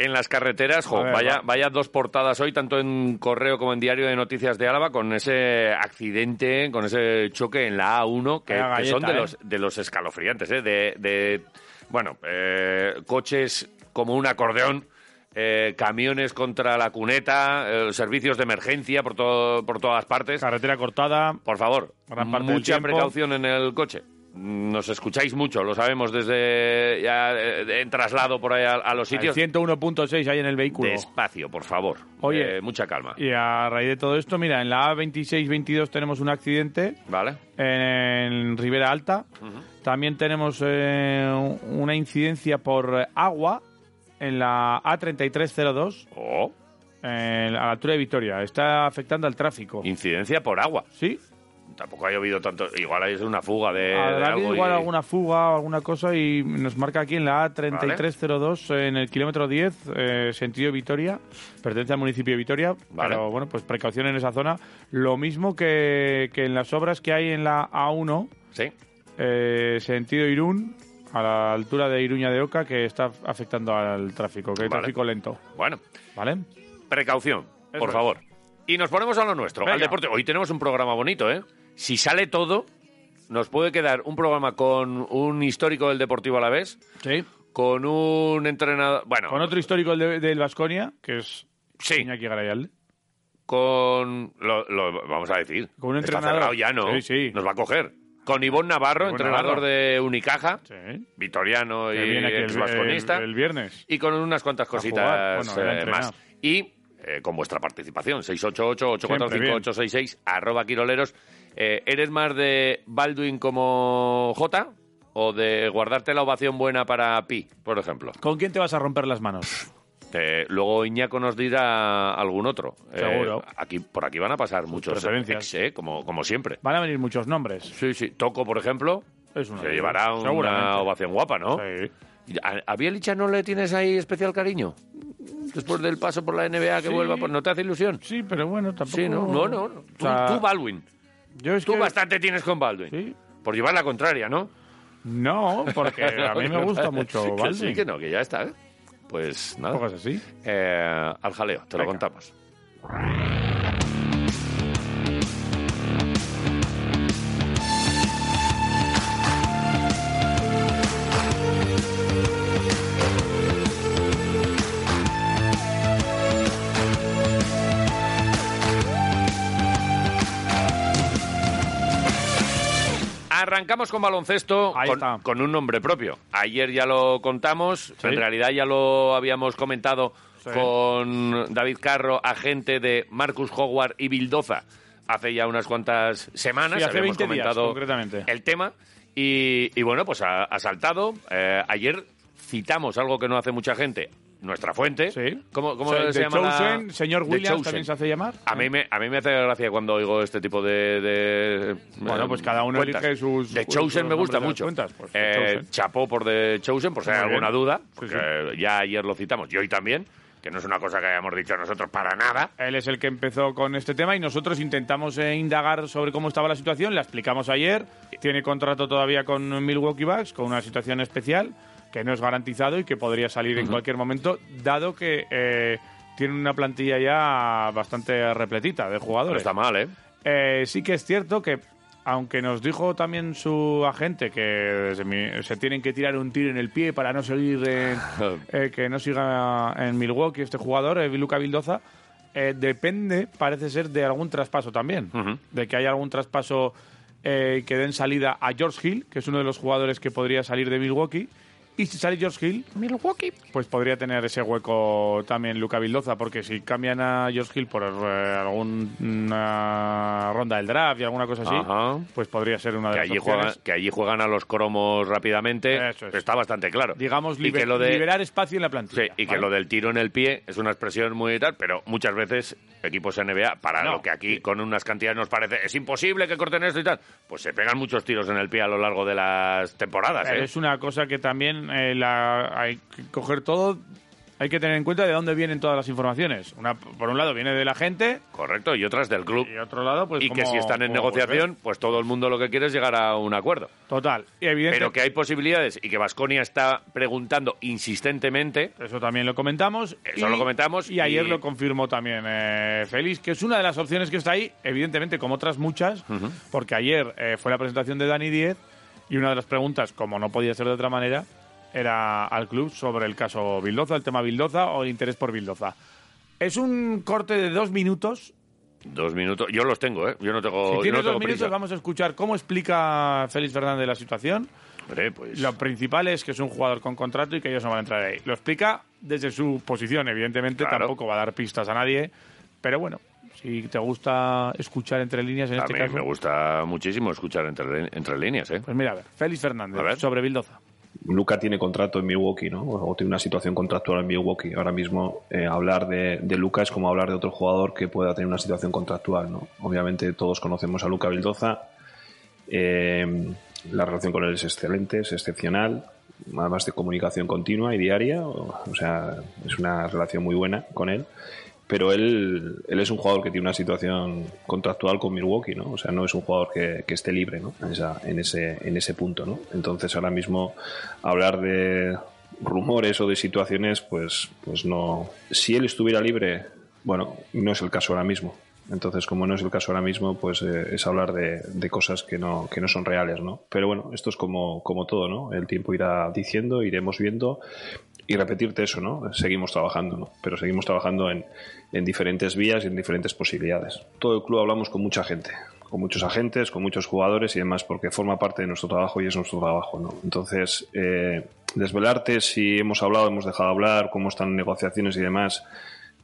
Speaker 2: En las carreteras, jo,
Speaker 3: A ver,
Speaker 2: vaya,
Speaker 3: va.
Speaker 2: vaya dos portadas hoy, tanto en Correo como en Diario de Noticias de Álava, con ese accidente, con ese choque en la A1, que,
Speaker 3: Vaya
Speaker 2: que son
Speaker 3: galleta,
Speaker 2: de,
Speaker 3: ¿eh?
Speaker 2: los, de los escalofriantes, ¿eh? de, de, bueno, eh, coches como un acordeón, eh, camiones contra la cuneta, eh, servicios de emergencia por, todo, por todas partes.
Speaker 3: Carretera cortada.
Speaker 2: Por favor,
Speaker 3: Gran parte del
Speaker 2: mucha
Speaker 3: tiempo.
Speaker 2: precaución en el coche. Nos escucháis mucho, lo sabemos desde ya, eh, en traslado por ahí a, a los
Speaker 3: Hay
Speaker 2: sitios.
Speaker 3: 101.6 hay en el vehículo.
Speaker 2: Despacio, por favor.
Speaker 3: Oye.
Speaker 2: Eh, mucha calma.
Speaker 3: Y a raíz de todo esto, mira, en la A2622 tenemos un accidente
Speaker 2: ¿Vale?
Speaker 3: en Ribera Alta. También tenemos eh, una incidencia por agua en la A3302
Speaker 2: Oh,
Speaker 3: en- a la altura de Vitoria. Está afectando al tráfico.
Speaker 2: incidencia por agua.
Speaker 3: Sí,
Speaker 2: Tampoco ha llovido tanto. Igual hay una fuga de, Eh, de
Speaker 3: habrá
Speaker 2: algo
Speaker 3: habido
Speaker 2: y-
Speaker 3: igual alguna fuga o alguna cosa y nos marca aquí en la A3302 en el kilómetro 10, eh, sentido Vitoria, pertenece al municipio de Vitoria,
Speaker 2: Vale.
Speaker 3: pero bueno, pues precaución en esa zona. Lo mismo que, que en las obras que hay en la A1,
Speaker 2: Sí.
Speaker 3: eh, sentido Irún, a la altura de Iruña de Oca, que está afectando al tráfico, que hay
Speaker 2: Vale.
Speaker 3: tráfico lento,
Speaker 2: Bueno,
Speaker 3: ¿vale?
Speaker 2: precaución,
Speaker 3: Eso
Speaker 2: por
Speaker 3: es.
Speaker 2: favor. Y nos ponemos a lo nuestro, al
Speaker 3: Venga.
Speaker 2: deporte. Hoy tenemos un programa bonito, ¿eh? Si sale todo, nos puede quedar un programa con un histórico del Deportivo a la vez,
Speaker 3: Sí.
Speaker 2: con un entrenador. Bueno,
Speaker 3: Con otro histórico del- del Vasconia, que es
Speaker 2: sí,
Speaker 3: Iñaki Garayalde.
Speaker 2: con. Lo, lo vamos a decir.
Speaker 3: Con un
Speaker 2: Está cerrado
Speaker 3: entrenador.
Speaker 2: ya, ¿no?
Speaker 3: Sí, sí.
Speaker 2: Nos va a coger. Con Ivón Navarro,
Speaker 3: Ivón
Speaker 2: entrenador
Speaker 3: Navarro.
Speaker 2: de Unicaja.
Speaker 3: Sí.
Speaker 2: Vitoriano y
Speaker 3: Que viene aquí el-
Speaker 2: ex vasconista.
Speaker 3: el- el viernes.
Speaker 2: Y con unas cuantas cositas
Speaker 3: jugar. Bueno, era
Speaker 2: eh,
Speaker 3: entrenar.
Speaker 2: más. Y eh, con vuestra participación, 688-845-866, arroba Quiroleros. Eh, ¿Eres más de Baldwin como J o de guardarte la ovación buena para Pi, por ejemplo?
Speaker 3: ¿Con quién te vas a romper las manos?
Speaker 2: Eh, luego Iñaco nos dirá algún otro. Eh,
Speaker 3: Seguro.
Speaker 2: aquí, por aquí van a pasar muchos ex,
Speaker 3: preferencias.
Speaker 2: eh, como, como siempre.
Speaker 3: Van a venir muchos nombres.
Speaker 2: Sí, sí. Toco, por ejemplo,
Speaker 3: Es uno
Speaker 2: se
Speaker 3: de ellos.
Speaker 2: llevará una
Speaker 3: Seguramente.
Speaker 2: ovación guapa, ¿no?
Speaker 3: Sí.
Speaker 2: ¿A, a Bielicha no le tienes ahí especial cariño? Después del paso por la NBA que
Speaker 3: Sí.
Speaker 2: vuelva, pues no te hace ilusión.
Speaker 3: Sí, pero bueno, tampoco.
Speaker 2: Sí, no, no, no. Tú,
Speaker 3: O sea,
Speaker 2: tú, Baldwin.
Speaker 3: Yo es
Speaker 2: Tú
Speaker 3: que-
Speaker 2: bastante tienes con Baldwin.
Speaker 3: Sí.
Speaker 2: Por llevar la contraria, ¿no?
Speaker 3: No, porque a mí me gusta mucho
Speaker 2: Que sí,
Speaker 3: Balvin.
Speaker 2: que no, que ya está. ¿eh? Pues nada.
Speaker 3: Tampoco es así.
Speaker 2: Eh, al jaleo, te lo
Speaker 3: Venga.
Speaker 2: contamos. Arrancamos con baloncesto
Speaker 3: Ahí
Speaker 2: con,
Speaker 3: está.
Speaker 2: con un nombre propio. Ayer ya lo contamos,
Speaker 3: Sí.
Speaker 2: en realidad ya lo habíamos comentado
Speaker 3: Sí.
Speaker 2: con David Carro, agente de Marcus Howard y Bildoza, hace ya unas cuantas semanas.
Speaker 3: Sí, hace
Speaker 2: habíamos
Speaker 3: 20 días,
Speaker 2: comentado
Speaker 3: concretamente.
Speaker 2: el tema. Y, y bueno, pues ha, ha saltado. Eh, ayer citamos algo que no hace mucha gente, nuestra fuente.
Speaker 3: Sí.
Speaker 2: ¿Cómo, cómo
Speaker 3: O sea,
Speaker 2: se
Speaker 3: The
Speaker 2: llama? la-
Speaker 3: Chosen, señor
Speaker 2: The
Speaker 3: Williams
Speaker 2: Chosen.
Speaker 3: también se hace llamar.
Speaker 2: A mí, me, a mí me hace gracia cuando oigo este tipo de. de,
Speaker 3: Bueno,
Speaker 2: eh,
Speaker 3: pues cada uno elige sus-
Speaker 2: The
Speaker 3: sus
Speaker 2: Chosen me
Speaker 3: nombres
Speaker 2: gusta
Speaker 3: de las
Speaker 2: mucho.
Speaker 3: cuentas, pues, The
Speaker 2: Eh,
Speaker 3: Chosen.
Speaker 2: chapó por The Chosen, por si hay
Speaker 3: Muy
Speaker 2: alguna
Speaker 3: bien.
Speaker 2: duda,
Speaker 3: Sí,
Speaker 2: porque ya ayer lo citamos, y hoy también, que no es una cosa que hayamos dicho nosotros para nada.
Speaker 3: Él es el que empezó con este tema y nosotros intentamos eh, indagar sobre cómo estaba la situación. La explicamos ayer. Tiene contrato todavía con Milwaukee Bucks, con una situación especial que no es garantizado y que podría salir en cualquier momento, dado que eh, tiene una plantilla ya bastante repletita de
Speaker 2: No
Speaker 3: jugadores.
Speaker 2: está mal, ¿eh?
Speaker 3: Eh, sí que es cierto que, aunque nos dijo también su agente que se, mi- se tienen que tirar un tiro en el pie para no seguir, eh, eh, que no siga en Milwaukee este jugador, eh, Luca Vildoza, eh, depende, parece ser, de algún traspaso también.
Speaker 2: Ujú.
Speaker 3: De que haya algún traspaso eh, que den salida a George Hill, que es uno de los jugadores que podría salir de Milwaukee. Y si sale George Hill,
Speaker 2: Milwaukee.
Speaker 3: pues podría tener ese hueco también Luca Vildoza, porque si cambian a George Hill por eh, alguna ronda del draft y alguna cosa así,
Speaker 2: Ajá.
Speaker 3: pues podría ser una de
Speaker 2: Que
Speaker 3: las
Speaker 2: allí, juegan,
Speaker 3: opciones.
Speaker 2: que allí juegan a los cromos rápidamente.
Speaker 3: Eso es.
Speaker 2: Está bastante claro.
Speaker 3: Digamos,
Speaker 2: Y que
Speaker 3: liber-
Speaker 2: lo de-
Speaker 3: liberar espacio en la
Speaker 2: Sí,
Speaker 3: plantilla.
Speaker 2: y que
Speaker 3: ¿vale?
Speaker 2: lo del tiro en el pie es una expresión muy tal, pero muchas veces equipos NBA, para
Speaker 3: No.
Speaker 2: lo que aquí con unas cantidades nos parece, es imposible que corten esto y tal, pues se pegan muchos tiros en el pie a lo largo de las temporadas.
Speaker 3: Pero
Speaker 2: ¿eh?
Speaker 3: es una cosa que también eh, la- hay que coger todo, hay que tener en cuenta de dónde vienen todas las informaciones. Una, por un lado viene de la gente
Speaker 2: Correcto, y otras del club.
Speaker 3: y otro lado pues
Speaker 2: y que
Speaker 3: como-
Speaker 2: si están en
Speaker 3: como vuelve.
Speaker 2: negociación, pues todo el mundo lo que quiere es llegar a un acuerdo.
Speaker 3: Total, y evidente,
Speaker 2: Pero que hay posibilidades y que Vasconia está preguntando insistentemente.
Speaker 3: Eso también lo comentamos.
Speaker 2: Eso Eh, lo comentamos
Speaker 3: Y ayer
Speaker 2: y-
Speaker 3: lo confirmó también eh, Félix, que es una de las opciones que está ahí, evidentemente, como otras muchas, porque ayer eh, fue la presentación de Dani Diez y una de las preguntas, como no podía ser de otra manera, era al club sobre el caso Bildoza, el tema Bildoza o el interés por Bildoza. Es un corte de dos minutos.
Speaker 2: Dos minutos, yo los tengo, ¿eh? Yo no tengo.
Speaker 3: Si
Speaker 2: yo no
Speaker 3: tienes
Speaker 2: tengo
Speaker 3: dos minutos,
Speaker 2: prisa.
Speaker 3: vamos a escuchar cómo explica Félix Fernández la situación.
Speaker 2: Hombre, pues,
Speaker 3: Lo principal es que es un jugador con contrato y que ellos no van a entrar ahí. Lo explica desde su posición, evidentemente,
Speaker 2: Claro.
Speaker 3: tampoco va a dar pistas a nadie, pero bueno, si te gusta escuchar entre líneas en
Speaker 2: a
Speaker 3: este
Speaker 2: mí
Speaker 3: caso,
Speaker 2: me gusta muchísimo escuchar entre, entre líneas, ¿eh?
Speaker 3: pues mira, a ver, Félix Fernández
Speaker 2: A ver.
Speaker 3: sobre Bildoza.
Speaker 8: Luca tiene contrato en Milwaukee, ¿no? O tiene una situación contractual en Milwaukee. Ahora mismo eh, hablar de, de Luca es como hablar de otro jugador que pueda tener una situación contractual, ¿no? Obviamente todos conocemos a Luca Vildoza. Eh, la relación con él es excelente, es excepcional. Además de comunicación continua y diaria, o, o sea, es una relación muy buena con él. Pero él, él es un jugador que tiene una situación contractual con Milwaukee, ¿no? O sea, no es un jugador que, que esté libre, ¿no? En, esa- en ese, en ese punto, ¿no? Entonces, ahora mismo, hablar de rumores o de situaciones, pues, pues no. Si él estuviera libre, bueno, no es el caso ahora mismo. Entonces, como no es el caso ahora mismo, pues eh, es hablar de, de cosas que no, que no son reales, ¿no? Pero bueno, esto es como, como todo, ¿no? El tiempo irá diciendo, iremos viendo y repetirte eso, ¿no? Seguimos trabajando, ¿no? Pero seguimos trabajando en, en diferentes vías y en diferentes posibilidades. Todo el club hablamos con mucha gente, con muchos agentes, con muchos jugadores y demás, porque forma parte de nuestro trabajo y es nuestro trabajo, ¿no? Entonces, eh, desvelarte si hemos hablado, hemos dejado hablar, cómo están negociaciones y demás,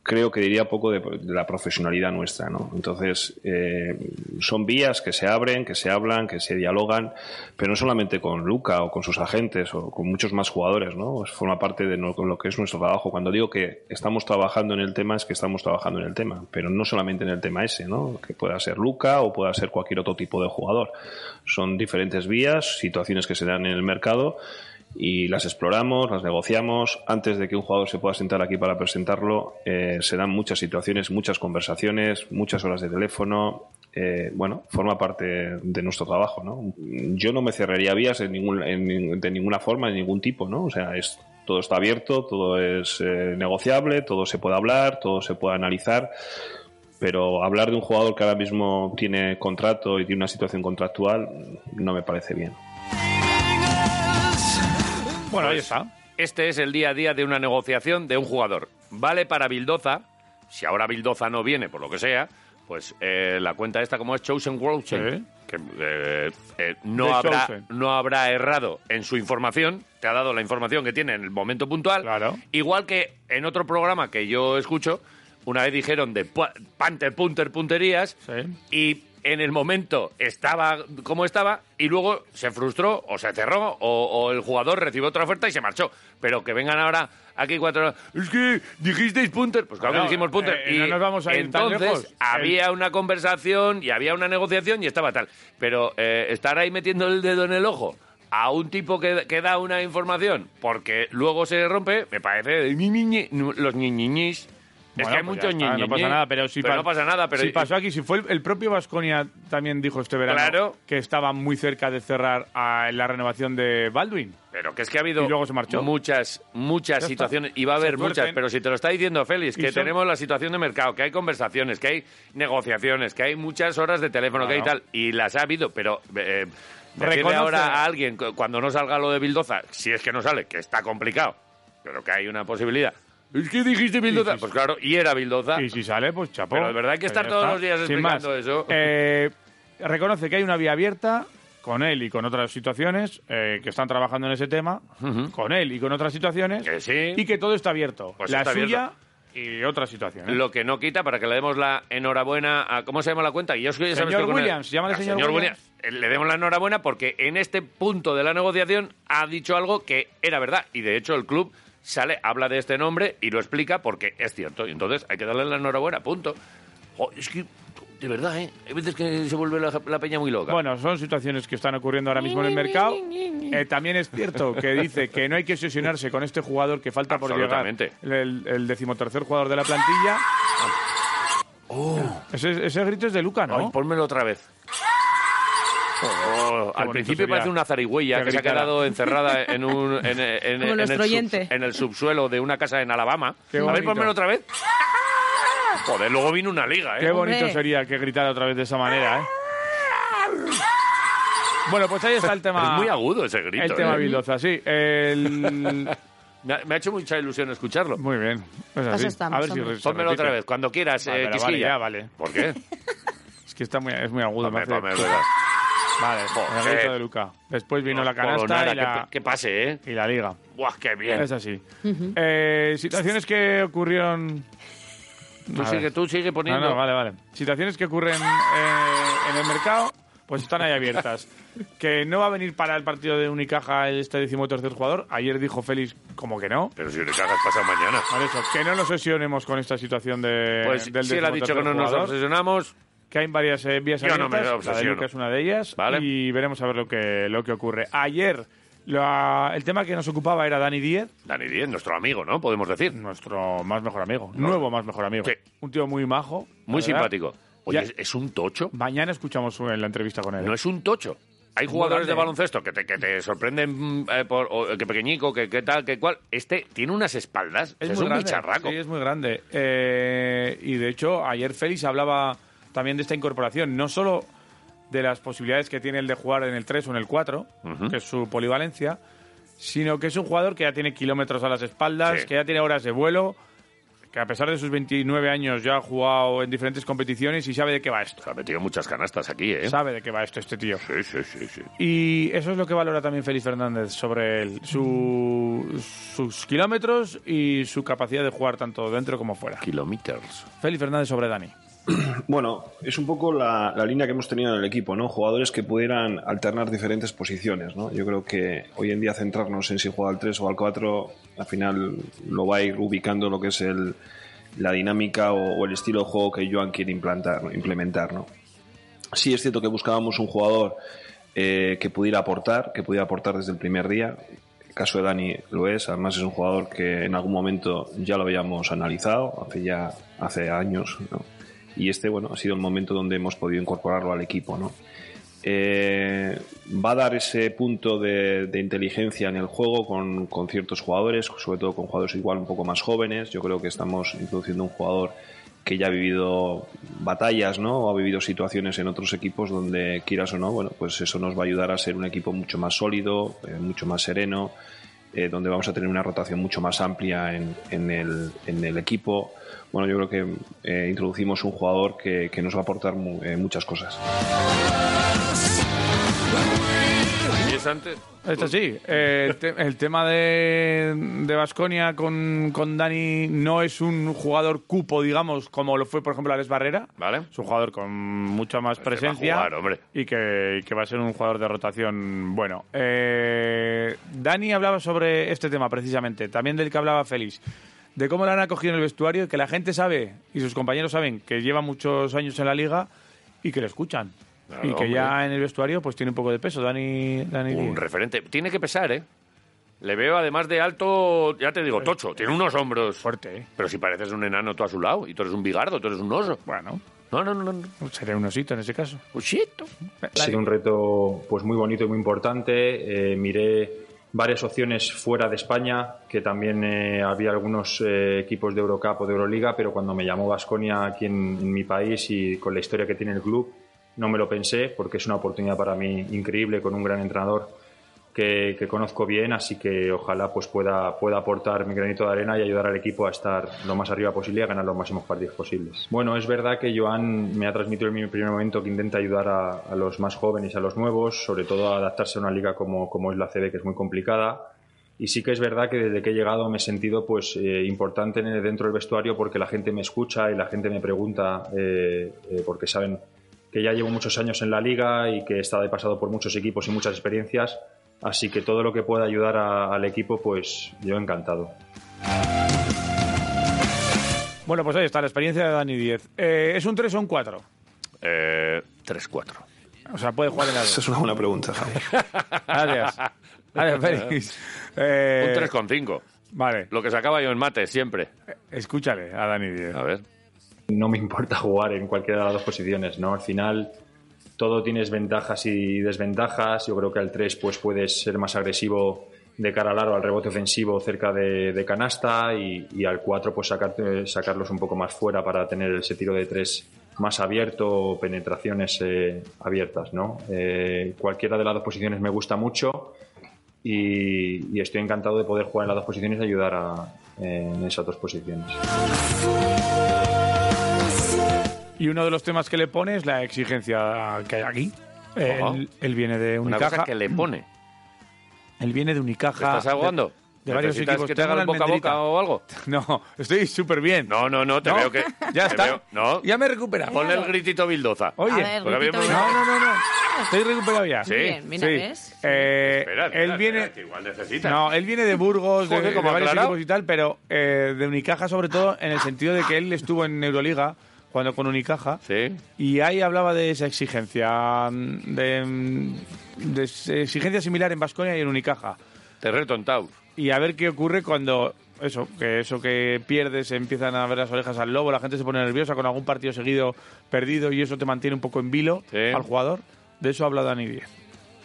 Speaker 8: creo que diría poco de, de la profesionalidad nuestra, ¿no? Entonces, eh, son vías que se abren, que se hablan, que se dialogan, pero no solamente con Luca o con sus agentes o con muchos más jugadores, ¿no? Pues forma parte de no- con lo que es nuestro trabajo. Cuando digo que estamos trabajando en el tema, es que estamos trabajando en el tema, pero no solamente en el tema ese, ¿no? Que pueda ser Luca o pueda ser cualquier otro tipo de jugador. Son diferentes vías, situaciones que se dan en el mercado y las exploramos, las negociamos. Antes de que un jugador se pueda sentar aquí para presentarlo, eh, se dan muchas situaciones, muchas conversaciones, muchas horas de teléfono, eh, bueno, forma parte de nuestro trabajo, ¿no? Yo no me cerraría vías en ningún, en- de ninguna forma, de ningún tipo, ¿no? O sea, es, todo está abierto, todo es eh, negociable, todo se puede hablar, todo se puede analizar, pero hablar de un jugador que ahora mismo tiene contrato y tiene una situación contractual no me parece bien.
Speaker 3: Bueno, ahí
Speaker 2: Pues,
Speaker 3: está.
Speaker 2: Este es el día a día de una negociación de un jugador. Vale para Bildoza. Si ahora Bildoza no viene, por lo que sea, pues eh, la cuenta esta, como es Chosen World Chain,
Speaker 3: Sí.
Speaker 2: que eh, eh, no,
Speaker 3: The
Speaker 2: habrá,
Speaker 3: Chosen.
Speaker 2: no habrá errado en su información. Te ha dado la información que tiene en el momento puntual.
Speaker 3: Claro.
Speaker 2: Igual que en otro programa que yo escucho, una vez dijeron de pu- Pante Punter Punterías
Speaker 3: Sí.
Speaker 2: y en el momento estaba como estaba y luego se frustró o se cerró o, o el jugador recibió otra oferta y se marchó. Pero que vengan ahora aquí cuatro horas, es que dijisteis Punter. Pues claro
Speaker 3: Claro,
Speaker 2: que dijimos Punter.
Speaker 3: eh,
Speaker 2: y
Speaker 3: no nos vamos a ir tan
Speaker 2: entonces
Speaker 3: lejos.
Speaker 2: había una conversación y había una negociación y estaba tal. Pero eh, estar ahí metiendo el dedo en el ojo a un tipo que, que da una información porque luego se rompe, me parece de ni, ni, ni, los niñiñis. es
Speaker 3: Bueno,
Speaker 2: que hay
Speaker 3: pues
Speaker 2: muchos
Speaker 3: ya está,
Speaker 2: niñiñis.
Speaker 3: No pasa nada, pero si pa-
Speaker 2: no pasa nada, pero
Speaker 3: si pasó aquí, si fue el, el propio Vasconia también dijo este verano
Speaker 2: Claro.
Speaker 3: que estaba muy cerca de cerrar a la renovación de Baldwin.
Speaker 2: Pero que es que ha habido
Speaker 3: Y luego se marchó.
Speaker 2: muchas,
Speaker 3: Ya
Speaker 2: muchas
Speaker 3: está.
Speaker 2: situaciones, y va a haber
Speaker 3: Se
Speaker 2: muchas,
Speaker 3: tuercen.
Speaker 2: pero si te lo está diciendo Félix,
Speaker 3: Y
Speaker 2: que
Speaker 3: son-
Speaker 2: tenemos la situación de mercado, que hay conversaciones, que hay negociaciones, que hay muchas horas de teléfono, que hay
Speaker 3: Claro.
Speaker 2: tal, y las ha habido, pero eh, decirle
Speaker 3: Reconoce.
Speaker 2: ahora a alguien cu- cuando no salga lo de Bildoza, si es que no sale, que está complicado, pero que hay una posibilidad. Es que dijiste Bildoza.
Speaker 3: sí, sí.
Speaker 2: Pues claro, y era Bildoza.
Speaker 3: Y si sale, pues chapó.
Speaker 2: Pero de verdad hay que estar
Speaker 3: ya
Speaker 2: todos los días
Speaker 3: Sin
Speaker 2: explicando
Speaker 3: más.
Speaker 2: eso.
Speaker 3: Eh, reconoce que hay una vía abierta con él y con otras situaciones eh, que están trabajando en ese tema, con él y con otras situaciones,
Speaker 2: Que sí.
Speaker 3: y que todo está abierto.
Speaker 2: Pues
Speaker 3: la
Speaker 2: está
Speaker 3: suya y ¿eh? otras situaciones.
Speaker 2: Lo que no quita para que le demos la enhorabuena a. ¿Cómo se llama la cuenta? Y yo soy- ya sabes
Speaker 3: Señor
Speaker 2: que con el-
Speaker 3: Williams, llámale
Speaker 2: al
Speaker 3: señor Williams.
Speaker 2: eh, Le demos la enhorabuena porque en este punto de la negociación ha dicho algo que era verdad. Y de hecho el club sale, habla de este nombre y lo explica porque es cierto. Y entonces hay que darle la enhorabuena, punto. Jo, es que, de verdad, ¿eh? Hay veces que se vuelve la, la peña muy loca.
Speaker 3: Bueno, son situaciones que están ocurriendo ahora mismo en el mercado. Eh, también es cierto que dice que no hay que obsesionarse con este jugador que falta por llegar.
Speaker 2: Absolutamente.
Speaker 3: El, el decimotercer jugador de la plantilla. Ese, ese grito es de Luca, ¿no?
Speaker 2: Ah. Ay, pónmelo otra vez. Oh, al
Speaker 3: bonito
Speaker 2: principio
Speaker 3: sería
Speaker 2: parece una zarigüeya
Speaker 3: que
Speaker 2: que, se ha
Speaker 3: gritara.
Speaker 2: quedado encerrada en un en, en- en-
Speaker 4: Como
Speaker 2: en
Speaker 4: nuestro
Speaker 2: el
Speaker 4: oyente.
Speaker 2: en el subsuelo de una casa en Alabama.
Speaker 3: Qué
Speaker 2: a ver,
Speaker 3: bonito.
Speaker 2: ponmelo otra vez. Joder, luego vino una liga,
Speaker 3: Qué
Speaker 2: ¿eh?
Speaker 4: Hombre.
Speaker 3: bonito sería que gritara otra vez de esa manera, ¿eh? Bueno, pues ahí está el tema.
Speaker 2: Es muy agudo ese grito.
Speaker 3: El tema
Speaker 2: ¿eh?
Speaker 3: Bildoza, sí. El-
Speaker 2: Me ha, me ha hecho mucha ilusión escucharlo.
Speaker 3: Muy bien. Es así.
Speaker 4: Eso Pues estamos,
Speaker 3: A ver si
Speaker 4: hombre.
Speaker 3: se
Speaker 2: Pónmelo
Speaker 3: repite.
Speaker 2: otra vez, cuando quieras,
Speaker 3: Vale,
Speaker 2: eh,
Speaker 3: vale, vale,
Speaker 2: Quisquilla.
Speaker 3: ya, vale.
Speaker 2: ¿Por qué?
Speaker 3: Es que está muy, es muy agudo. me
Speaker 2: Dame,
Speaker 3: hace-
Speaker 2: dame, verdad.
Speaker 3: Vale,
Speaker 2: Joder.
Speaker 3: el grito de Luca. Después vino la canasta
Speaker 2: Polonara,
Speaker 3: y la,
Speaker 2: que, que pase, ¿eh?
Speaker 3: y la liga.
Speaker 2: Buah, qué bien.
Speaker 3: Es así. Eh, situaciones que ocurrieron.
Speaker 2: Tú
Speaker 3: A
Speaker 2: sigue,
Speaker 3: ver.
Speaker 2: tú sigue
Speaker 3: No,
Speaker 2: poniendo.
Speaker 3: no, vale, vale. Situaciones que ocurren eh, en el mercado, pues están ahí abiertas. que no va a venir para el partido de Unicaja este decimotercer jugador. Ayer dijo Félix como que no.
Speaker 2: Pero si le cagas, pasa mañana.
Speaker 3: Por eso, que no nos obsesionemos con esta situación de,
Speaker 2: Pues
Speaker 3: del
Speaker 2: si él ha dicho que no
Speaker 3: decimotercer
Speaker 2: nos
Speaker 3: jugador,
Speaker 2: obsesionamos,
Speaker 3: que hay varias eh, vías
Speaker 2: Yo no me
Speaker 3: abiertas, la de
Speaker 2: obsesiono.
Speaker 3: Luca es una de ellas,
Speaker 2: Vale.
Speaker 3: y veremos a ver lo que, lo que ocurre. Ayer, la- el tema que nos ocupaba era Dani Díez,
Speaker 2: Dani Díez, nuestro amigo, ¿no? Podemos decir.
Speaker 3: nuestro más mejor amigo, nuevo más mejor amigo.
Speaker 2: Sí.
Speaker 3: Un tío muy majo. la
Speaker 2: Muy
Speaker 3: verdad.
Speaker 2: simpático. Oye,
Speaker 3: Ya-
Speaker 2: ¿es- ¿es un tocho?
Speaker 3: Mañana escuchamos su- la entrevista con él. ¿eh?
Speaker 2: No es un tocho. Hay jugadores
Speaker 3: grande,
Speaker 2: de
Speaker 3: ¿eh?
Speaker 2: baloncesto que te, que te sorprenden mm, eh, por o, que pequeñico, que, que tal, que cual. Este tiene unas espaldas. o sea, Es,
Speaker 3: muy
Speaker 2: un
Speaker 3: grande.
Speaker 2: bicharraco.
Speaker 3: Sí, es muy grande. Eh, y de hecho, ayer Félix hablaba también de esta incorporación, no solo de las posibilidades que tiene el de jugar en el 3 o en el 4, que es su polivalencia, sino que es un jugador que ya tiene kilómetros a las espaldas,
Speaker 2: Sí.
Speaker 3: que ya tiene horas de vuelo, que a pesar de sus 29 años ya ha jugado en diferentes competiciones y sabe de qué va esto.
Speaker 2: Se ha metido muchas canastas aquí, ¿eh?
Speaker 3: Sabe de qué va esto este tío.
Speaker 2: Sí, sí, sí, sí.
Speaker 3: Y eso es lo que valora también Félix Fernández sobre él, su- sus kilómetros y su capacidad de jugar tanto dentro como fuera.
Speaker 2: Kilometers.
Speaker 3: Félix Fernández sobre Dani.
Speaker 8: Bueno, es un poco la, la línea que hemos tenido en el equipo, ¿no? Jugadores que pudieran alternar diferentes posiciones, ¿no? Yo creo que hoy en día centrarnos en si juega al 3 o al 4, al final lo va a ir ubicando lo que es el, la dinámica o, o el estilo de juego que Joan quiere implantar, implementar, ¿no? Sí es cierto que buscábamos un jugador eh, que pudiera aportar, que pudiera aportar desde el primer día. El caso de Dani lo es, además es un jugador que en algún momento ya lo habíamos analizado, hace ya hace años, ¿no? y este, bueno, ha sido el momento donde hemos podido incorporarlo al equipo, ¿no? Eh, va a dar ese punto de, de inteligencia en el juego con, con ciertos jugadores, sobre todo con jugadores igual un poco más jóvenes. Yo creo que estamos introduciendo un jugador que ya ha vivido batallas, ¿no? O ha vivido situaciones en otros equipos donde quieras o no, bueno, pues eso nos va a ayudar a ser un equipo mucho más sólido, eh, mucho más sereno, eh, donde vamos a tener una rotación mucho más amplia en, en el, en el equipo. Bueno, yo creo que eh, introducimos un jugador que, que nos va a aportar mu- eh, muchas cosas.
Speaker 2: ¿Y es antes?
Speaker 3: Esto sí, eh, el, te- el tema de, de Basconia con, con Dani no es un jugador cupo, digamos, como lo fue, por ejemplo, Alex Barrera.
Speaker 2: Vale.
Speaker 3: Es un jugador con mucha
Speaker 2: Pues
Speaker 3: más
Speaker 2: que va a
Speaker 3: presencia
Speaker 2: jugar, hombre.
Speaker 3: y que, y que va a ser un jugador de rotación bueno. Eh, Dani hablaba sobre este tema precisamente, también del que hablaba Félix, de cómo lo han acogido en el vestuario y que la gente sabe y sus compañeros saben que lleva muchos años en la liga y que le escuchan.
Speaker 2: Claro,
Speaker 3: y que
Speaker 2: hombre.
Speaker 3: ya en el vestuario pues tiene un poco de peso, Dani. Dani
Speaker 2: Un
Speaker 3: Díez.
Speaker 2: referente. Tiene que pesar, ¿eh? Le veo además de alto, ya te digo, tocho. Tiene unos hombros.
Speaker 3: Fuerte, ¿eh?
Speaker 2: Pero si pareces un enano tú a su lado y tú eres un bigardo, tú eres un oso.
Speaker 3: Bueno,
Speaker 2: No, no, no, no.
Speaker 3: sería un osito en ese caso.
Speaker 2: Osito.
Speaker 9: Ha sido un reto pues muy bonito y muy importante. Eh, miré varias opciones fuera de España, que también eh, había algunos eh, equipos de Eurocup o de Euroliga, pero cuando me llamó Vasconia aquí en, en mi país y con la historia que tiene el club, no me lo pensé porque es una oportunidad para mí increíble con un gran entrenador que, que conozco bien, así que ojalá pues pueda, pueda aportar mi granito de arena y ayudar al equipo a estar lo más arriba posible y a ganar los máximos partidos posibles. Bueno, es verdad que Joan me ha transmitido en mi primer momento que intenta ayudar a, a los más jóvenes y a los nuevos, sobre todo a adaptarse a una liga como, como es la CB, que es muy complicada. Y sí que es verdad que desde que he llegado me he sentido pues eh, importante en el- dentro del vestuario porque la gente me escucha y la gente me pregunta eh, eh, porque saben que ya llevo muchos años en la liga y que he estado he pasado por muchos equipos y muchas experiencias. Así que todo lo que pueda ayudar a- al equipo, pues yo encantado.
Speaker 3: Bueno, pues ahí está la experiencia de Dani 10. ¿Es un 3 o un 4?
Speaker 2: Eh, 3-4.
Speaker 3: O sea, puede jugar en la
Speaker 8: Esa
Speaker 3: 2.
Speaker 8: es una buena pregunta, Javier.
Speaker 3: Gracias. Gracias, Félix. Eh,
Speaker 2: Un 3,5.
Speaker 3: Vale,
Speaker 2: Lo que sacaba yo en mate, siempre.
Speaker 3: escúchale a Dani 10.
Speaker 2: A ver.
Speaker 9: No me importa jugar en cualquiera de las dos posiciones, ¿no? Al final todo tienes ventajas y desventajas. Yo creo que al 3 pues puedes ser más agresivo de cara al aro, al rebote ofensivo cerca de, de canasta y, y al 4 pues sacarte- sacarlos un poco más fuera para tener ese tiro de 3 más abierto o penetraciones eh, abiertas, ¿no? Eh, cualquiera de las dos posiciones me gusta mucho y, y estoy encantado de poder jugar en las dos posiciones y ayudar a- en esas dos posiciones.
Speaker 3: Y uno de los temas que le pone es la exigencia que hay aquí. Eh, Él, él viene de
Speaker 2: Una
Speaker 3: Unicaja.
Speaker 2: cosa que le pone.
Speaker 3: Él viene de Unicaja.
Speaker 2: ¿Estás ahogando?
Speaker 3: De, de varios
Speaker 2: ¿Necesitas
Speaker 3: equipos.
Speaker 2: que te
Speaker 3: Tengo
Speaker 2: haga
Speaker 3: una
Speaker 2: el boca a boca
Speaker 3: almendrita.
Speaker 2: o algo?
Speaker 3: No, estoy súper bien.
Speaker 2: No, no, no, te
Speaker 3: ¿No?
Speaker 2: veo que. te
Speaker 3: Ya está.
Speaker 2: veo- no.
Speaker 3: Ya me he recuperado.
Speaker 2: Ponle el gritito Bildoza.
Speaker 3: Oye.
Speaker 4: A ver,
Speaker 2: Porque había
Speaker 4: repito,
Speaker 2: problema.
Speaker 3: No, no, no, no. Estoy recuperado ya.
Speaker 2: Sí.
Speaker 4: Bien, mira,
Speaker 3: Sí.
Speaker 4: ¿ves?
Speaker 3: Eh,
Speaker 2: Espera, espera,
Speaker 3: él viene.
Speaker 2: espera, que igual necesitas.
Speaker 3: No, él viene de Burgos, de,
Speaker 2: Joder, ¿cómo
Speaker 3: de varios
Speaker 2: aclarado?
Speaker 3: equipos y tal, pero eh, de Unicaja sobre todo en el sentido de que él estuvo en Euroliga cuando con Unicaja
Speaker 2: Sí.
Speaker 3: y ahí hablaba de esa exigencia, mm, de, mm, de esa exigencia similar en Vasconia y en Unicaja
Speaker 2: Te retontau.
Speaker 3: y a ver qué ocurre cuando eso que eso que pierdes empiezan a ver las orejas al lobo la gente se pone nerviosa con algún partido seguido perdido y eso te mantiene un poco en vilo
Speaker 2: Sí.
Speaker 3: al jugador de eso habla Dani Díez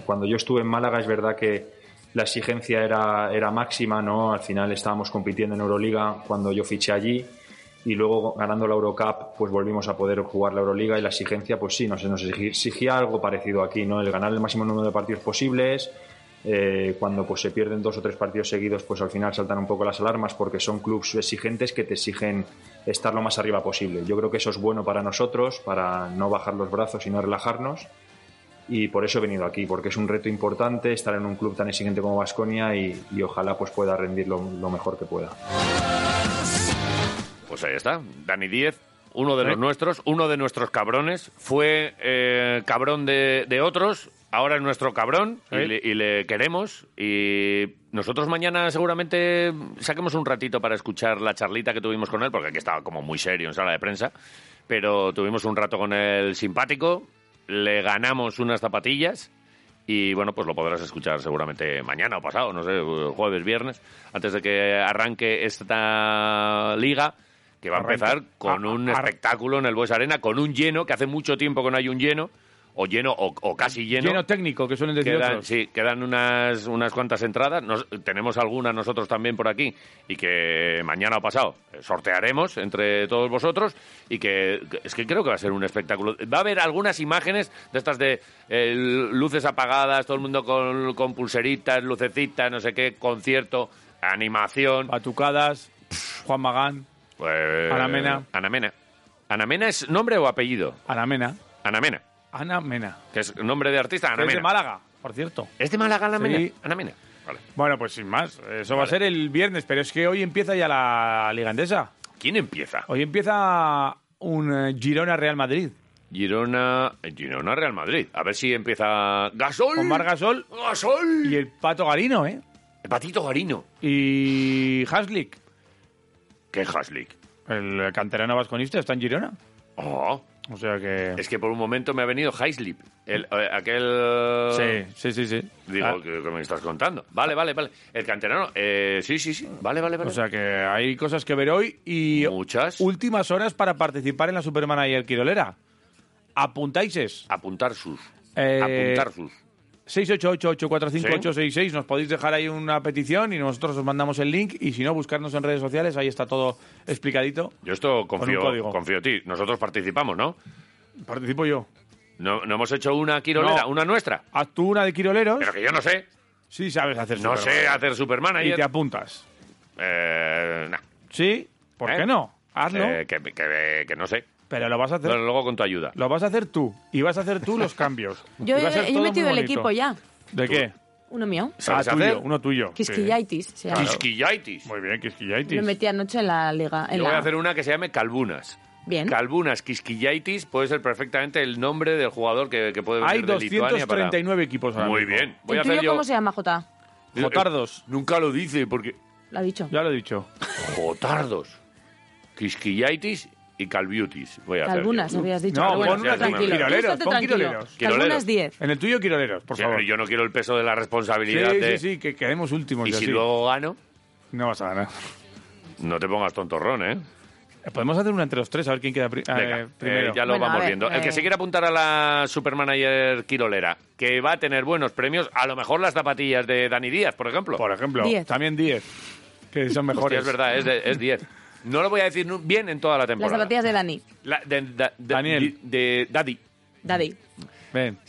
Speaker 9: cuando yo estuve en Málaga es verdad que la exigencia era, era máxima, ¿no? Al final estábamos compitiendo en Euroliga cuando yo fiché allí y luego ganando la Eurocup pues volvimos a poder jugar la Euroliga y la exigencia pues sí, nos, nos exigi- exigía algo parecido aquí, ¿no? El ganar el máximo número de partidos posibles, eh, cuando pues se pierden dos o tres partidos seguidos pues al final saltan un poco las alarmas porque son clubes exigentes que te exigen estar lo más arriba posible. Yo creo que eso es bueno para nosotros, para no bajar los brazos y no relajarnos y por eso he venido aquí, porque es un reto importante estar en un club tan exigente como Vasconia y, y ojalá pues pueda rendir lo, lo mejor que pueda.
Speaker 2: Pues ahí está. Dani 10, uno de los nuestros, uno de nuestros cabrones. Fue eh, cabrón de, de otros, ahora es nuestro cabrón y,
Speaker 3: Sí.
Speaker 2: le, y le queremos. Y nosotros mañana seguramente saquemos un ratito para escuchar la charlita que tuvimos con él, porque aquí estaba como muy serio en sala de prensa. Pero tuvimos un rato con el simpático, le ganamos unas zapatillas. Y bueno, pues lo podrás escuchar seguramente mañana o pasado, no sé, jueves, viernes, antes de que arranque Ah, esta liga que va a
Speaker 3: Correcto.
Speaker 2: empezar con
Speaker 3: A- a-
Speaker 2: un
Speaker 3: a-
Speaker 2: espectáculo en el Bues Arena, con un lleno, que hace mucho tiempo que no hay un lleno, o lleno, o, o casi lleno.
Speaker 3: Lleno técnico, que suelen decir
Speaker 2: Quedan,
Speaker 3: otros.
Speaker 2: sí, quedan unas, unas cuantas entradas. Nos- tenemos algunas nosotros también por aquí y que mañana o pasado sortearemos entre todos vosotros y que que- es que creo que va a ser un espectáculo. Va a haber algunas imágenes de estas de eh, luces apagadas, todo el mundo con, con pulseritas, lucecitas, no sé qué, concierto, animación.
Speaker 3: Batucadas, Juan Magán,
Speaker 2: Pues-
Speaker 3: Ana Mena.
Speaker 2: Ana Mena. ¿Ana Mena es nombre o apellido?
Speaker 3: Ana Mena.
Speaker 2: Ana Mena,
Speaker 3: Ana Mena.
Speaker 2: que es nombre de artista. Ana
Speaker 3: Que es de
Speaker 2: Mena.
Speaker 3: Málaga, por cierto.
Speaker 2: ¿Es de Málaga Ana
Speaker 3: Sí.
Speaker 2: Mena? Ana Mena. Vale.
Speaker 3: Bueno, pues sin más. Eso va a
Speaker 2: Vale.
Speaker 3: ser el viernes, pero es que hoy empieza ya la Liga Endesa.
Speaker 2: ¿Quién empieza?
Speaker 3: Hoy empieza un eh, Girona-Real Madrid.
Speaker 2: Girona, Girona Real Madrid. A ver si empieza Gasol.
Speaker 3: Omar Gasol
Speaker 2: Gasol.
Speaker 3: y el Pato Garino, ¿eh?
Speaker 2: El patito Garino.
Speaker 3: Y Haslik,
Speaker 2: Qué Haslick.
Speaker 3: el canterano vasconista, está en Girona.
Speaker 2: Oh,
Speaker 3: O sea que...
Speaker 2: es que por un momento me ha venido Heislip. El, eh, aquel.
Speaker 3: Sí, sí, sí, sí.
Speaker 2: Digo,
Speaker 3: Ah,
Speaker 2: ¿qué, qué me estás contando? Vale, vale, vale. El canterano. eh, sí, sí, sí. Vale, vale, vale.
Speaker 3: O sea que hay cosas que ver hoy y
Speaker 2: Muchas.
Speaker 3: últimas horas para participar en la Supermanager Quirolera. Apuntáis es.
Speaker 2: Apuntar sus.
Speaker 3: Eh,
Speaker 2: Apuntar sus.
Speaker 3: 688-845-866. Nos podéis dejar ahí una petición y nosotros os mandamos el link. Y si no, buscarnos en redes sociales. Ahí está todo explicadito.
Speaker 2: Yo esto
Speaker 3: un
Speaker 2: confío,
Speaker 3: código.
Speaker 2: confío en ti. Nosotros participamos, ¿no?
Speaker 3: Participo yo.
Speaker 2: ¿No, no hemos hecho una quirolera?
Speaker 3: No.
Speaker 2: ¿Una nuestra?
Speaker 3: Haz tú una de Quiroleros.
Speaker 2: Pero que yo no sé.
Speaker 3: Sí, sabes hacer
Speaker 2: No sé
Speaker 3: Supermanager.
Speaker 2: hacer
Speaker 3: Y
Speaker 2: supermanager.
Speaker 3: te apuntas.
Speaker 2: Eh, nah.
Speaker 3: Sí, ¿por
Speaker 2: ¿Eh?
Speaker 3: qué no? Hazlo.
Speaker 2: Eh, que, que- que no sé.
Speaker 3: pero lo vas a hacer.
Speaker 2: Bueno, luego con tu ayuda.
Speaker 3: Lo vas a hacer tú. Y vas a hacer tú los cambios.
Speaker 4: Yo
Speaker 3: Y va a ser
Speaker 4: he, he
Speaker 3: todo
Speaker 4: metido
Speaker 3: muy
Speaker 4: el
Speaker 3: bonito.
Speaker 4: equipo ya.
Speaker 3: ¿De qué?
Speaker 4: Uno mío.
Speaker 2: ¿Sabes
Speaker 3: Ah,
Speaker 2: hacer?
Speaker 3: tuyo, uno tuyo.
Speaker 4: Quisquillaitis. se llama.
Speaker 2: Quisquillaitis.
Speaker 3: Muy bien,
Speaker 4: Lo
Speaker 3: Quisquillaitis.
Speaker 4: metí anoche en la liga. en
Speaker 2: Yo voy
Speaker 4: la-
Speaker 2: a hacer una que se llame Calbunas.
Speaker 4: Bien.
Speaker 2: Calbunas Quisquillaitis puede ser perfectamente el nombre del jugador que, que puede venir
Speaker 3: Hay
Speaker 2: de Lituania para-
Speaker 3: 239 equipos ahora
Speaker 2: Muy
Speaker 3: mismo.
Speaker 2: bien. Voy a
Speaker 4: ¿El
Speaker 2: hacer
Speaker 4: tuyo
Speaker 2: yo...
Speaker 4: cómo se llama, Jota?
Speaker 2: Eh,
Speaker 3: Jotardos.
Speaker 2: Nunca lo dice porque...
Speaker 4: Lo ha dicho.
Speaker 3: Ya lo he dicho.
Speaker 2: Jotardos. Quisquillaitis y Calbiutis. Voy a hacer
Speaker 4: Algunas
Speaker 2: yo.
Speaker 4: habías dicho.
Speaker 3: No,
Speaker 4: pero bueno,
Speaker 2: pon una-
Speaker 4: tranquilo.
Speaker 3: Quiroleros,
Speaker 4: Tú estate
Speaker 3: pon
Speaker 4: tranquilo.
Speaker 3: Quiroleros.
Speaker 2: Quiroleros.
Speaker 4: Algunas 10.
Speaker 3: En el tuyo, Quiroleros, por
Speaker 2: Sí,
Speaker 3: favor.
Speaker 2: pero yo no quiero el peso de la
Speaker 3: sí,
Speaker 2: responsabilidad
Speaker 3: sí,
Speaker 2: de...
Speaker 3: sí, que quedemos últimos.
Speaker 2: Y
Speaker 3: y
Speaker 2: si
Speaker 3: así.
Speaker 2: luego gano,
Speaker 3: No vas a ganar.
Speaker 2: no te pongas tontorrón, ¿eh?
Speaker 3: Podemos hacer una entre los tres, a ver quién queda pri- eh,
Speaker 2: Venga,
Speaker 3: primero.
Speaker 2: eh, ya lo
Speaker 4: Bueno, a
Speaker 2: vamos
Speaker 4: ver,
Speaker 2: viendo. El que
Speaker 4: eh.
Speaker 2: se quiera apuntar a la Supermanager Quirolera, que va a tener buenos premios, a lo mejor las zapatillas de Dani Díaz, por ejemplo.
Speaker 3: Por ejemplo,
Speaker 4: Diez.
Speaker 3: también 10. Que
Speaker 2: Hostia,
Speaker 3: son mejores.
Speaker 2: es verdad, es de- es 10. No lo voy a decir nu- bien en toda la
Speaker 4: Las
Speaker 2: temporada.
Speaker 4: zapatillas de Dani.
Speaker 2: La- de, da- de-
Speaker 3: Daniel.
Speaker 2: di- de Daddy.
Speaker 4: Daddy.
Speaker 3: Ven.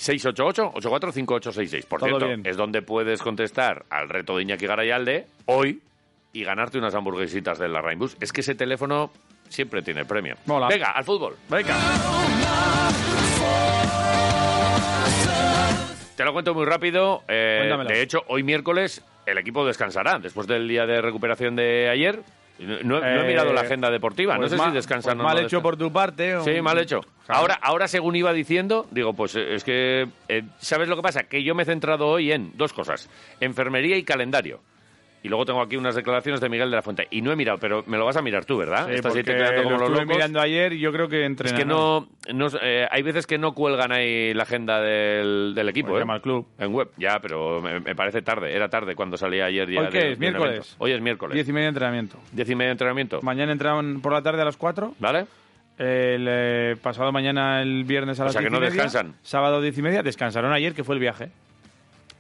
Speaker 2: 688-845866. Por
Speaker 3: Todo
Speaker 2: cierto,
Speaker 3: bien.
Speaker 2: es donde puedes contestar al reto de Iñaki Garayalde hoy y ganarte unas hamburguesitas de la Rainbus. Es que ese teléfono siempre tiene premio.
Speaker 3: Mola.
Speaker 2: Venga, al fútbol.
Speaker 3: Venga.
Speaker 2: Te lo cuento muy rápido. eh,
Speaker 3: Cuéntamelo.
Speaker 2: de hecho, hoy miércoles el equipo descansará después del día de recuperación de ayer. No, no- no he
Speaker 3: Eh,
Speaker 2: mirado la agenda deportiva.
Speaker 3: Pues
Speaker 2: no sé
Speaker 3: ma-
Speaker 2: si descansan
Speaker 3: pues
Speaker 2: o no.
Speaker 3: Mal hecho por tu parte. o-
Speaker 2: Sí, mal hecho.
Speaker 3: Claro.
Speaker 2: Ahora, ahora, según iba diciendo, digo, pues eh, es que. eh, ¿Sabes lo que pasa? Que yo me he centrado hoy en dos cosas: enfermería y calendario. Y luego tengo aquí unas declaraciones de Miguel de la Fuente. Y no he mirado, pero me lo vas a mirar tú, ¿verdad?
Speaker 3: Sí,
Speaker 2: Ah, Estás ahí
Speaker 3: porque
Speaker 2: tecleando como
Speaker 3: lo
Speaker 2: los
Speaker 3: estuve
Speaker 2: locos.
Speaker 3: mirando ayer y yo creo que
Speaker 2: Es
Speaker 3: entrenarán.
Speaker 2: que no, no es- eh, hay veces que no cuelgan ahí la agenda del, del equipo.
Speaker 3: Pues
Speaker 2: ¿eh?
Speaker 3: llama al club.
Speaker 2: En web, ya, pero me, me parece tarde. Era tarde cuando salía ayer. día
Speaker 3: ¿Hoy
Speaker 2: de-
Speaker 3: qué es?
Speaker 2: de un
Speaker 3: ¿Miércoles?
Speaker 2: evento. Hoy es miércoles.
Speaker 3: Diez
Speaker 2: Diez
Speaker 3: y media de entrenamiento.
Speaker 2: y, media de entrenamiento.
Speaker 3: Mañana entran por la tarde a las 4.
Speaker 2: ¿Vale?
Speaker 3: El eh, pasado mañana, el viernes
Speaker 2: O
Speaker 3: a las
Speaker 2: sea que
Speaker 3: 10 y
Speaker 2: no
Speaker 3: media,
Speaker 2: descansan.
Speaker 3: Sábado 10 y media. Descansaron ayer, que fue el viaje.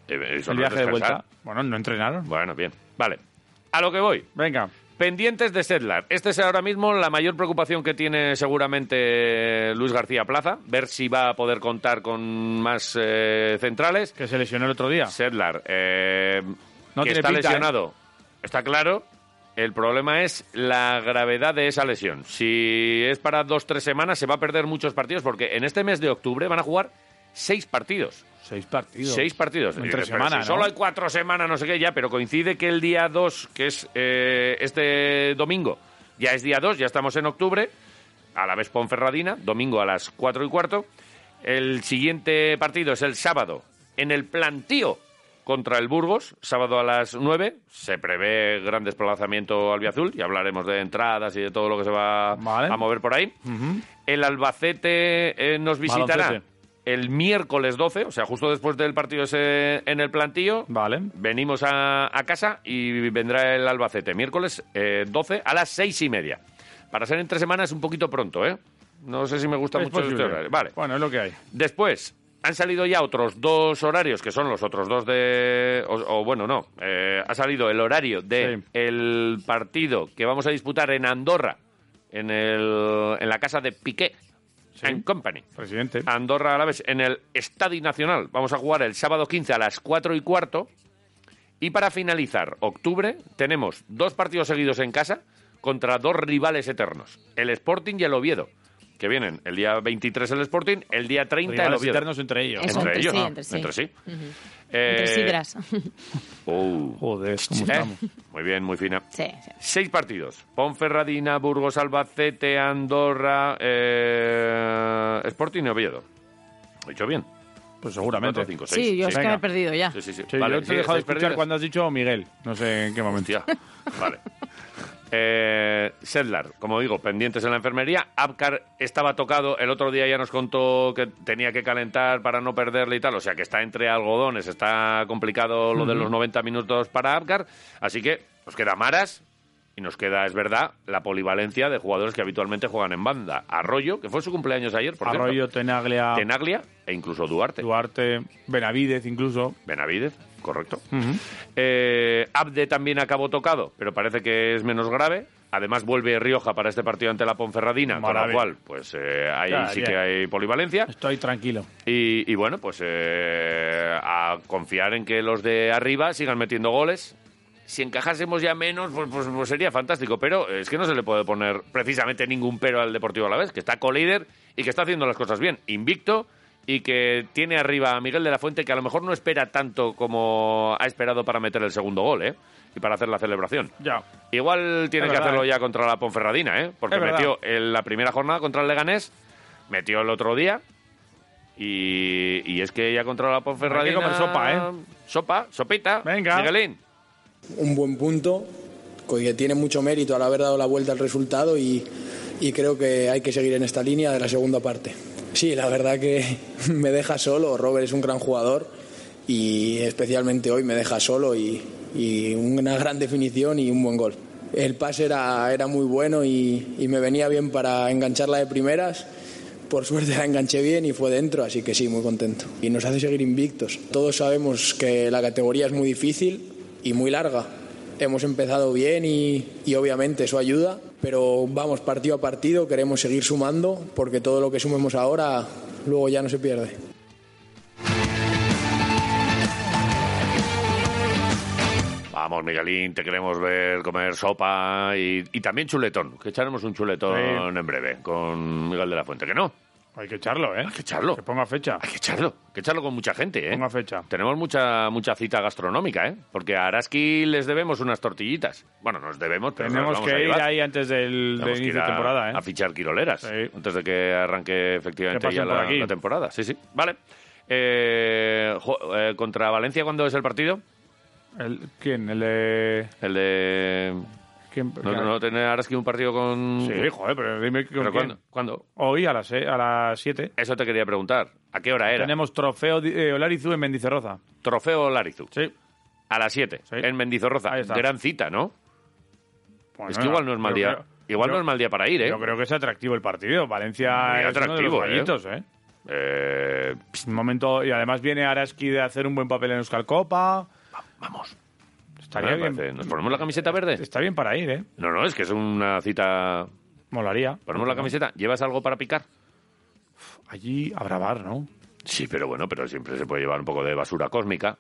Speaker 2: Eh, eso
Speaker 3: el
Speaker 2: no es
Speaker 3: viaje de
Speaker 2: descansar.
Speaker 3: vuelta. Bueno, no entrenaron.
Speaker 2: Bueno, bien. Vale. A lo que voy.
Speaker 3: Venga.
Speaker 2: Pendientes de Sedlar. Esta es ahora mismo la mayor preocupación que tiene seguramente Luis García Plaza. Ver si va a poder contar con más eh, centrales.
Speaker 3: Que se lesionó el otro día.
Speaker 2: Sedlar, eh,
Speaker 3: No
Speaker 2: que
Speaker 3: tiene
Speaker 2: está
Speaker 3: pinta, ¿eh?
Speaker 2: lesionado. Está claro. El problema es la gravedad de esa lesión. Si es para dos tres semanas, se va a perder muchos partidos porque en este mes de octubre van a jugar seis partidos.
Speaker 3: Seis partidos.
Speaker 2: Seis partidos.
Speaker 3: En
Speaker 2: Y
Speaker 3: tres
Speaker 2: dices, pero
Speaker 3: semanas,
Speaker 2: si
Speaker 3: ¿no?
Speaker 2: Solo hay cuatro semanas, no sé qué, ya, pero coincide que el día 2, que es eh, este domingo, ya es día 2, ya estamos en octubre, a la vez Ponferradina, domingo a las cuatro y cuarto. El siguiente partido es el sábado, en el plantío contra el Burgos, sábado a las 9. Se prevé gran desplazamiento al Biazul, y hablaremos de entradas y de todo lo que se va
Speaker 3: Vale.
Speaker 2: a mover por ahí. El Albacete eh, nos visitará
Speaker 3: Baloncete.
Speaker 2: el miércoles 12, o sea, justo después del partido ese en el plantillo.
Speaker 3: Vale.
Speaker 2: Venimos a, a casa y vendrá el Albacete. Miércoles eh, 12 a las seis y media. Para ser en tres semanas es un poquito pronto, ¿eh? No sé si me gusta
Speaker 3: Es
Speaker 2: mucho este
Speaker 3: posible.
Speaker 2: horario. Vale.
Speaker 3: Bueno, es lo que hay.
Speaker 2: Después han salido ya otros dos horarios, que son los otros dos de... O, o bueno, no. eh, ha salido el horario de
Speaker 3: Sí.
Speaker 2: el partido que vamos a disputar en Andorra, en, el, en la casa de Piqué and Company.
Speaker 3: Presidente.
Speaker 2: Andorra a la vez en el Estadi Nacional. Vamos a jugar el sábado 15 a las 4 y cuarto. Y para finalizar octubre tenemos dos partidos seguidos en casa contra dos rivales eternos, el Sporting y el Oviedo, que vienen el día 23 el Sporting, el día 30 el
Speaker 3: Rivales
Speaker 2: Oviedo.
Speaker 3: internos entre ellos.
Speaker 4: Eso,
Speaker 3: ¿no?
Speaker 2: entre
Speaker 4: entre
Speaker 2: ellos,
Speaker 4: sí,
Speaker 2: ¿no?
Speaker 4: entre sí.
Speaker 2: Entre sí.
Speaker 4: Ujú.
Speaker 2: Eh,
Speaker 4: Entre sidras.
Speaker 2: oh,
Speaker 3: Joder, ¿cómo
Speaker 2: ¿eh?
Speaker 3: estamos?
Speaker 2: Muy bien, muy fina.
Speaker 4: sí, sí.
Speaker 2: Seis partidos. Ponferradina, Burgos, Albacete, Andorra, eh, Sporting y Oviedo. Lo he dicho bien.
Speaker 3: Pues
Speaker 2: Cuatro,
Speaker 3: seguramente.
Speaker 2: cinco, seis.
Speaker 4: Sí, yo es que
Speaker 3: Venga.
Speaker 4: me he perdido ya.
Speaker 2: Sí, sí, sí.
Speaker 3: Sí,
Speaker 2: Vale,
Speaker 3: yo te
Speaker 2: sí,
Speaker 3: he dejado
Speaker 2: estáis
Speaker 3: de escuchar
Speaker 2: perdidas.
Speaker 3: cuando has dicho Miguel. No sé en qué momento.
Speaker 2: Hostia. Oh, Vale. Eh, Sedlar, como digo, pendientes en la enfermería. Abkar estaba tocado, el otro día ya nos contó que tenía que calentar para no perderle y tal. O sea que está entre algodones, está complicado lo de los 90 minutos para Abkar. Así que nos queda Maras y nos queda, es verdad, la polivalencia de jugadores que habitualmente juegan en banda. Arroyo, que fue su cumpleaños ayer, por cierto.
Speaker 3: Arroyo, Tenaglia,
Speaker 2: Tenaglia e incluso Duarte.
Speaker 3: Duarte, Benavidez incluso.
Speaker 2: Benavidez, correcto. Eh, Abde también acabó tocado, pero parece que es menos grave. Además vuelve Rioja para este partido ante la Ponferradina, con lo
Speaker 3: Maravilla.
Speaker 2: cual, pues eh, ahí
Speaker 3: Claro,
Speaker 2: sí
Speaker 3: ya.
Speaker 2: que hay polivalencia.
Speaker 3: Estoy tranquilo.
Speaker 2: Y, y bueno, pues eh, a confiar en que los de arriba sigan metiendo goles. Si encajásemos ya menos, pues, pues- pues sería fantástico. Pero es que no se le puede poner precisamente ningún pero al Deportivo a la vez, que está colíder y que está haciendo las cosas bien, invicto y que tiene arriba a Miguel de la Fuente, que a lo mejor no espera tanto como ha esperado para meter el segundo gol, ¿eh? Y para hacer la celebración.
Speaker 3: Ya.
Speaker 2: Igual tiene
Speaker 3: Es
Speaker 2: que
Speaker 3: verdad,
Speaker 2: hacerlo
Speaker 3: ¿eh?
Speaker 2: ya contra la Ponferradina, ¿eh? Porque
Speaker 3: Es verdad.
Speaker 2: metió en la primera jornada contra el Leganés, metió el otro día y, y es que ya contra la Ponferradina...
Speaker 3: Hay que comer sopa, ¿eh?
Speaker 2: Sopa, sopita.
Speaker 3: Venga.
Speaker 2: Miguelín.
Speaker 10: un buen punto, que tiene mucho mérito al haber dado la vuelta al resultado y, y creo que hay que seguir en esta línea de la segunda parte. Sí, la verdad que me deja solo, Robert es un gran jugador y especialmente hoy me deja solo y, y una gran definición y un buen gol. El pase era, era muy bueno y, y me venía bien para engancharla de primeras. Por suerte la enganché bien y fue dentro, así que sí, muy contento. Y nos hace seguir invictos. Todos sabemos que la categoría es muy difícil y muy larga. Hemos empezado bien y, y obviamente eso ayuda, pero vamos partido a partido, queremos seguir sumando porque todo lo que sumemos ahora luego ya no se pierde.
Speaker 2: Vamos, Miguelín, te queremos ver comer sopa y, y también chuletón, que echaremos un chuletón
Speaker 3: Sí.
Speaker 2: en breve con Miguel de la Fuente, que no,
Speaker 3: Hay que echarlo, ¿eh? Hay
Speaker 2: que echarlo.
Speaker 3: Que ponga fecha.
Speaker 2: hay que echarlo, hay que echarlo con mucha gente, ¿eh?
Speaker 3: Ponga fecha.
Speaker 2: Tenemos mucha mucha cita gastronómica, ¿eh? Porque a Araski les debemos unas tortillitas. Bueno, nos debemos, pero nos las
Speaker 3: Tenemos
Speaker 2: vamos a
Speaker 3: que ir
Speaker 2: llevar.
Speaker 3: ahí antes del, del
Speaker 2: Tenemos que
Speaker 3: inicio
Speaker 2: ir
Speaker 3: de
Speaker 2: a-
Speaker 3: temporada, ¿eh?
Speaker 2: A fichar quiroleras
Speaker 3: Sí.
Speaker 2: antes de que arranque efectivamente
Speaker 3: Que pasen
Speaker 2: ya
Speaker 3: por
Speaker 2: la,
Speaker 3: aquí.
Speaker 2: la temporada. Sí, sí. Vale. Eh, jo- eh, ¿Contra Valencia cuándo es el partido?
Speaker 3: El- ¿Quién? El de...
Speaker 2: El de...
Speaker 3: ¿quién?
Speaker 2: ¿No, no, no tener Araski un partido con...?
Speaker 3: Pues Sí, joder, pero dime con
Speaker 2: ¿Pero
Speaker 3: quién.
Speaker 2: cuándo? ¿Cuándo?
Speaker 3: Hoy a las, se- a las 7
Speaker 2: Eso te quería preguntar. ¿A qué hora era?
Speaker 3: tenemos trofeo di- eh, Olarizu en Mendizorroza.
Speaker 2: Trofeo Larizu.
Speaker 3: Sí.
Speaker 2: A las 7,
Speaker 3: Sí.
Speaker 2: en Mendizorroza.
Speaker 3: Ahí está.
Speaker 2: Gran cita, ¿no?
Speaker 3: Bueno,
Speaker 2: es que igual no es mal
Speaker 3: yo
Speaker 2: día.
Speaker 3: creo-
Speaker 2: igual
Speaker 3: yo-
Speaker 2: no es mal día para ir, ¿eh?
Speaker 3: Yo creo que es atractivo el partido. Valencia
Speaker 2: Muy
Speaker 3: es
Speaker 2: atractivo,
Speaker 3: uno de los gallitos, ¿eh?
Speaker 2: Eh,
Speaker 3: Psst, Un momento, y además viene Araski de hacer un buen papel en Euskal Copa.
Speaker 2: vamos.
Speaker 3: Estaría
Speaker 2: Me
Speaker 3: bien.
Speaker 2: parece. ¿Nos ponemos la camiseta verde?
Speaker 3: Está bien para ir, ¿eh?
Speaker 2: No, no, es que es una cita...
Speaker 3: Molaría.
Speaker 2: Ponemos la camiseta. ¿Llevas algo para picar?
Speaker 3: Allí habrá bar, ¿no?
Speaker 2: Sí, pero bueno, pero siempre se puede llevar un poco de basura cósmica,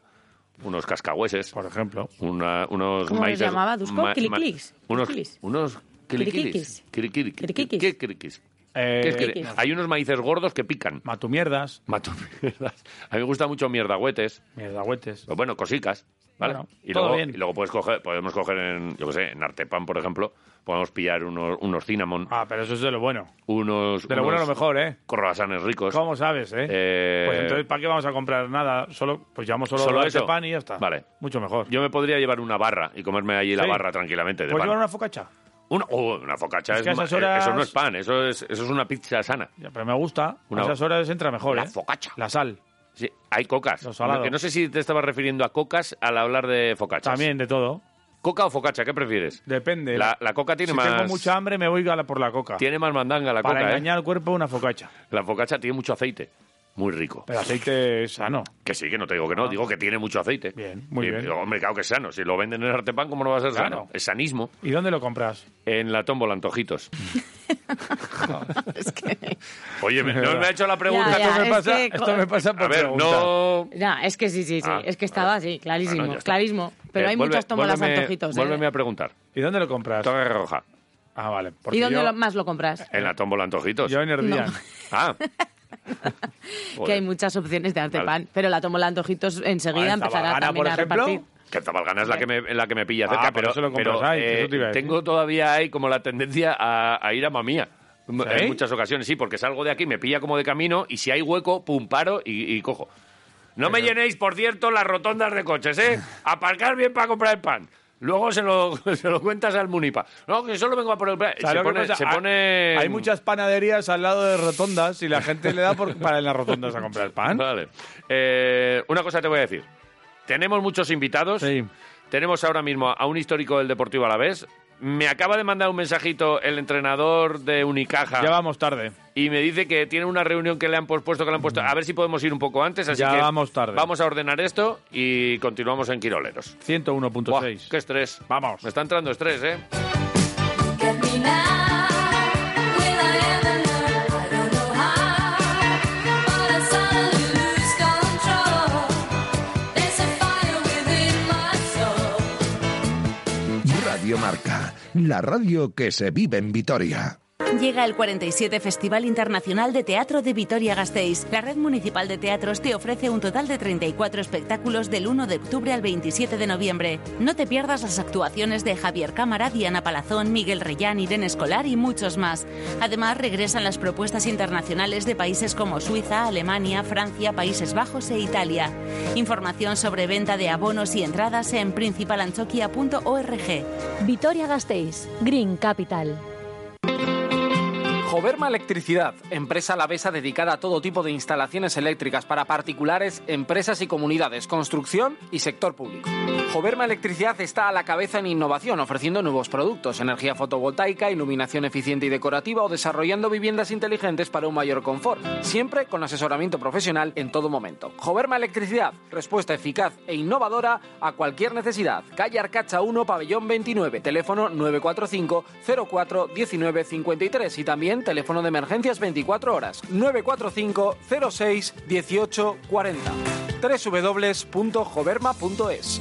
Speaker 2: unos cascahueses,
Speaker 3: Por ejemplo.
Speaker 2: una- unos
Speaker 4: ¿Cómo los
Speaker 2: maíces...
Speaker 4: llamaba, Dusko? Quiliquilis.
Speaker 2: Unos,
Speaker 4: Quiliquilis.
Speaker 2: unos quiliquilis.
Speaker 4: Quiriquiquis.
Speaker 2: Quiriquiri-
Speaker 4: Quiriquiquis.
Speaker 2: ¿Qué quiriquis?
Speaker 3: Eh,
Speaker 2: ¿Qué es quiri-
Speaker 4: Quiriquis.
Speaker 2: Hay unos maíces gordos que pican.
Speaker 3: Matumierdas,
Speaker 2: Mato mierdas. A mí me gusta mucho mierdagüetes,
Speaker 3: mierdagüetes.
Speaker 2: o bueno, cosicas, ¿vale?
Speaker 3: Bueno,
Speaker 2: y,
Speaker 3: todo
Speaker 2: luego,
Speaker 3: bien.
Speaker 2: y luego puedes coger, podemos coger en, yo qué sé, en Artepan, por ejemplo, podemos pillar unos, unos cinnamon,
Speaker 3: Ah, pero eso es de lo bueno.
Speaker 2: unos,
Speaker 3: De lo bueno a lo mejor, ¿eh?
Speaker 2: croissants ricos.
Speaker 3: ¿Cómo sabes, eh?
Speaker 2: Eh,
Speaker 3: Pues entonces, ¿para qué vamos a comprar nada? Solo, pues llevamos solo,
Speaker 2: ¿Solo
Speaker 3: de
Speaker 2: eso?
Speaker 3: pan y ya está.
Speaker 2: Vale.
Speaker 3: Mucho mejor.
Speaker 2: Yo me podría llevar una barra y comerme allí la
Speaker 3: Sí.
Speaker 2: barra tranquilamente. De
Speaker 3: ¿Puedes
Speaker 2: pan.
Speaker 3: Pues llevar una focacha?
Speaker 2: Una, oh, una focacha
Speaker 3: Es
Speaker 2: es
Speaker 3: que a
Speaker 2: ma-
Speaker 3: esas horas-
Speaker 2: Eso no es pan, eso es, eso es una pizza sana.
Speaker 3: Ya, pero me gusta.
Speaker 2: Una-
Speaker 3: A esas horas entra mejor,
Speaker 2: La
Speaker 3: ¿eh?
Speaker 2: focacha.
Speaker 3: La sal.
Speaker 2: Sí, hay cocas.
Speaker 3: Lo salado.
Speaker 2: Que no sé si te estabas refiriendo a cocas al hablar de focachas.
Speaker 3: También, de todo.
Speaker 2: ¿Coca o focacha? ¿Qué prefieres?
Speaker 3: Depende.
Speaker 2: La, la coca tiene
Speaker 3: si
Speaker 2: más.
Speaker 3: tengo mucha hambre, me voy a la- por la coca.
Speaker 2: Tiene más mandanga la
Speaker 3: Para
Speaker 2: coca. ¿eh?
Speaker 3: engañar al cuerpo, una focacha.
Speaker 2: La focacha tiene mucho aceite. Muy rico.
Speaker 3: Pero aceite sano. Ah.
Speaker 2: Que sí, que no te digo que no, digo que tiene mucho aceite.
Speaker 3: Bien, muy
Speaker 2: Y-
Speaker 3: bien.
Speaker 2: digo, Hombre, claro que es sano. Si lo venden en el Artepan, ¿cómo no va a ser
Speaker 3: Claro.
Speaker 2: sano? Es sanismo.
Speaker 3: ¿Y dónde lo compras?
Speaker 2: En la tómbola, antojitos.
Speaker 4: Es que...
Speaker 2: Oye, me- no me ha hecho la
Speaker 4: Ya,
Speaker 2: pregunta.
Speaker 4: ya,
Speaker 3: esto, me
Speaker 4: es
Speaker 3: pasa,
Speaker 4: que-
Speaker 3: esto me pasa por
Speaker 2: A ver,
Speaker 3: preguntar.
Speaker 2: no.
Speaker 4: No, es que sí, sí, sí.
Speaker 2: Ah,
Speaker 4: es que
Speaker 2: a
Speaker 4: estaba
Speaker 2: ver.
Speaker 4: así, clarísimo,
Speaker 2: Ah, no, ya está.
Speaker 4: clarísimo. Pero
Speaker 2: Eh,
Speaker 4: hay
Speaker 2: vuelve-
Speaker 4: muchas tómbolas
Speaker 2: vuélveme-
Speaker 4: antojitos. ¿eh?
Speaker 2: Vuélveme a preguntar.
Speaker 3: ¿Y dónde lo compras?
Speaker 2: Torre Roja.
Speaker 3: Ah, vale.
Speaker 4: ¿Y
Speaker 3: porque
Speaker 4: dónde
Speaker 3: yo,
Speaker 4: lo- más lo compras?
Speaker 2: En la tómbola, antojitos.
Speaker 3: Yo en Herbian.
Speaker 2: Ah.
Speaker 4: Que hay
Speaker 2: Joder.
Speaker 4: muchas opciones de arte
Speaker 2: Vale.
Speaker 4: pan, pero la tómbola antojitos enseguida
Speaker 3: Ah, en
Speaker 4: empezará
Speaker 3: Zabagana,
Speaker 4: también
Speaker 3: por
Speaker 4: a
Speaker 3: ejemplo.
Speaker 4: repartir.
Speaker 2: Que Zabalgana es la que me, la que me pilla
Speaker 3: Ah,
Speaker 2: cerca,
Speaker 3: por
Speaker 2: pero,
Speaker 3: eso lo compras
Speaker 2: pero, eh,
Speaker 3: ahí, eso te iba a decir.
Speaker 2: tengo todavía ahí como la tendencia a, a ir a mamía.
Speaker 3: ¿Sí?
Speaker 2: En muchas ocasiones, sí, porque salgo de aquí, me pilla como de camino y si hay hueco, pum, paro y, y cojo. No me llenéis, por cierto, las rotondas de coches, ¿eh? Aparcar bien para comprar el pan. Luego se lo, se lo cuentas al Munipa. No, que solo vengo a por el pan.
Speaker 3: ¿Sabes
Speaker 2: Eh, Se
Speaker 3: lo que
Speaker 2: pone,
Speaker 3: pasa?
Speaker 2: se
Speaker 3: Ah,
Speaker 2: pone-
Speaker 3: Hay muchas panaderías al lado de rotondas y la gente le da por, para en las rotondas a comprar pan.
Speaker 2: Vale. Eh, una cosa te voy a decir. Tenemos muchos invitados.
Speaker 3: Sí.
Speaker 2: Tenemos ahora mismo a un histórico del Deportivo Alavés. Me acaba de mandar un mensajito el entrenador de Unicaja
Speaker 3: Ya vamos tarde.
Speaker 2: y me dice que tiene una reunión que le han pospuesto, que le han puesto. A ver si podemos ir un poco antes. Así
Speaker 3: Ya
Speaker 2: que
Speaker 3: vamos tarde.
Speaker 2: Vamos a ordenar esto y continuamos en Quiroleros. Buah,
Speaker 3: 101.6.
Speaker 2: ¡Qué estrés!
Speaker 3: Vamos.
Speaker 2: Me está entrando estrés, ¿eh?
Speaker 11: Radio Marca, la radio que se vive en Vitoria.
Speaker 12: Llega el 47 Festival Internacional de Teatro de Vitoria-Gasteiz. La Red Municipal de Teatros te ofrece un total de 34 espectáculos del 1 de octubre al 27 de noviembre. No te pierdas las actuaciones de Javier Cámara, Diana Palazón, Miguel Reyán, Irene Escolar y muchos más. Además, regresan las propuestas internacionales de países como Suiza, Alemania, Francia, Países Bajos e Italia. Información sobre venta de abonos y entradas en principalanchoquia.org.
Speaker 13: Vitoria Gasteiz, Green Capital.
Speaker 14: Joverma Electricidad, empresa alavesa dedicada a todo tipo de instalaciones eléctricas para particulares, empresas y comunidades, construcción y sector público. Joverma Electricidad está a la cabeza en innovación, ofreciendo nuevos productos, energía fotovoltaica, iluminación eficiente y decorativa o desarrollando viviendas inteligentes para un mayor confort, siempre con asesoramiento profesional en todo momento. Joverma Electricidad, respuesta eficaz e innovadora a cualquier necesidad. Calle Arcacha 1, pabellón 29, teléfono 945 04 19 53 y también teléfono de emergencias 24 horas 945 06 18 40 www.joverma.es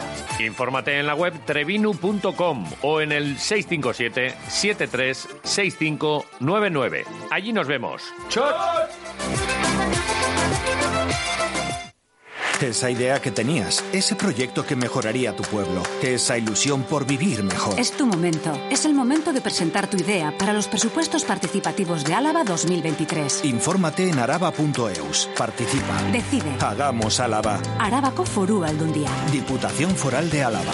Speaker 2: Infórmate en la web trevinu.com o en el 657-736599. Allí nos vemos.
Speaker 11: Esa idea que tenías, ese proyecto que mejoraría tu pueblo, esa ilusión por vivir mejor.
Speaker 12: Es tu momento. Es el momento de presentar tu idea para los presupuestos participativos de Álava 2023.
Speaker 11: Infórmate en araba.eus. Participa.
Speaker 12: Decide.
Speaker 11: Hagamos Álava.
Speaker 12: Arábaco Forú Aldundia.
Speaker 11: Diputación Foral de Álava.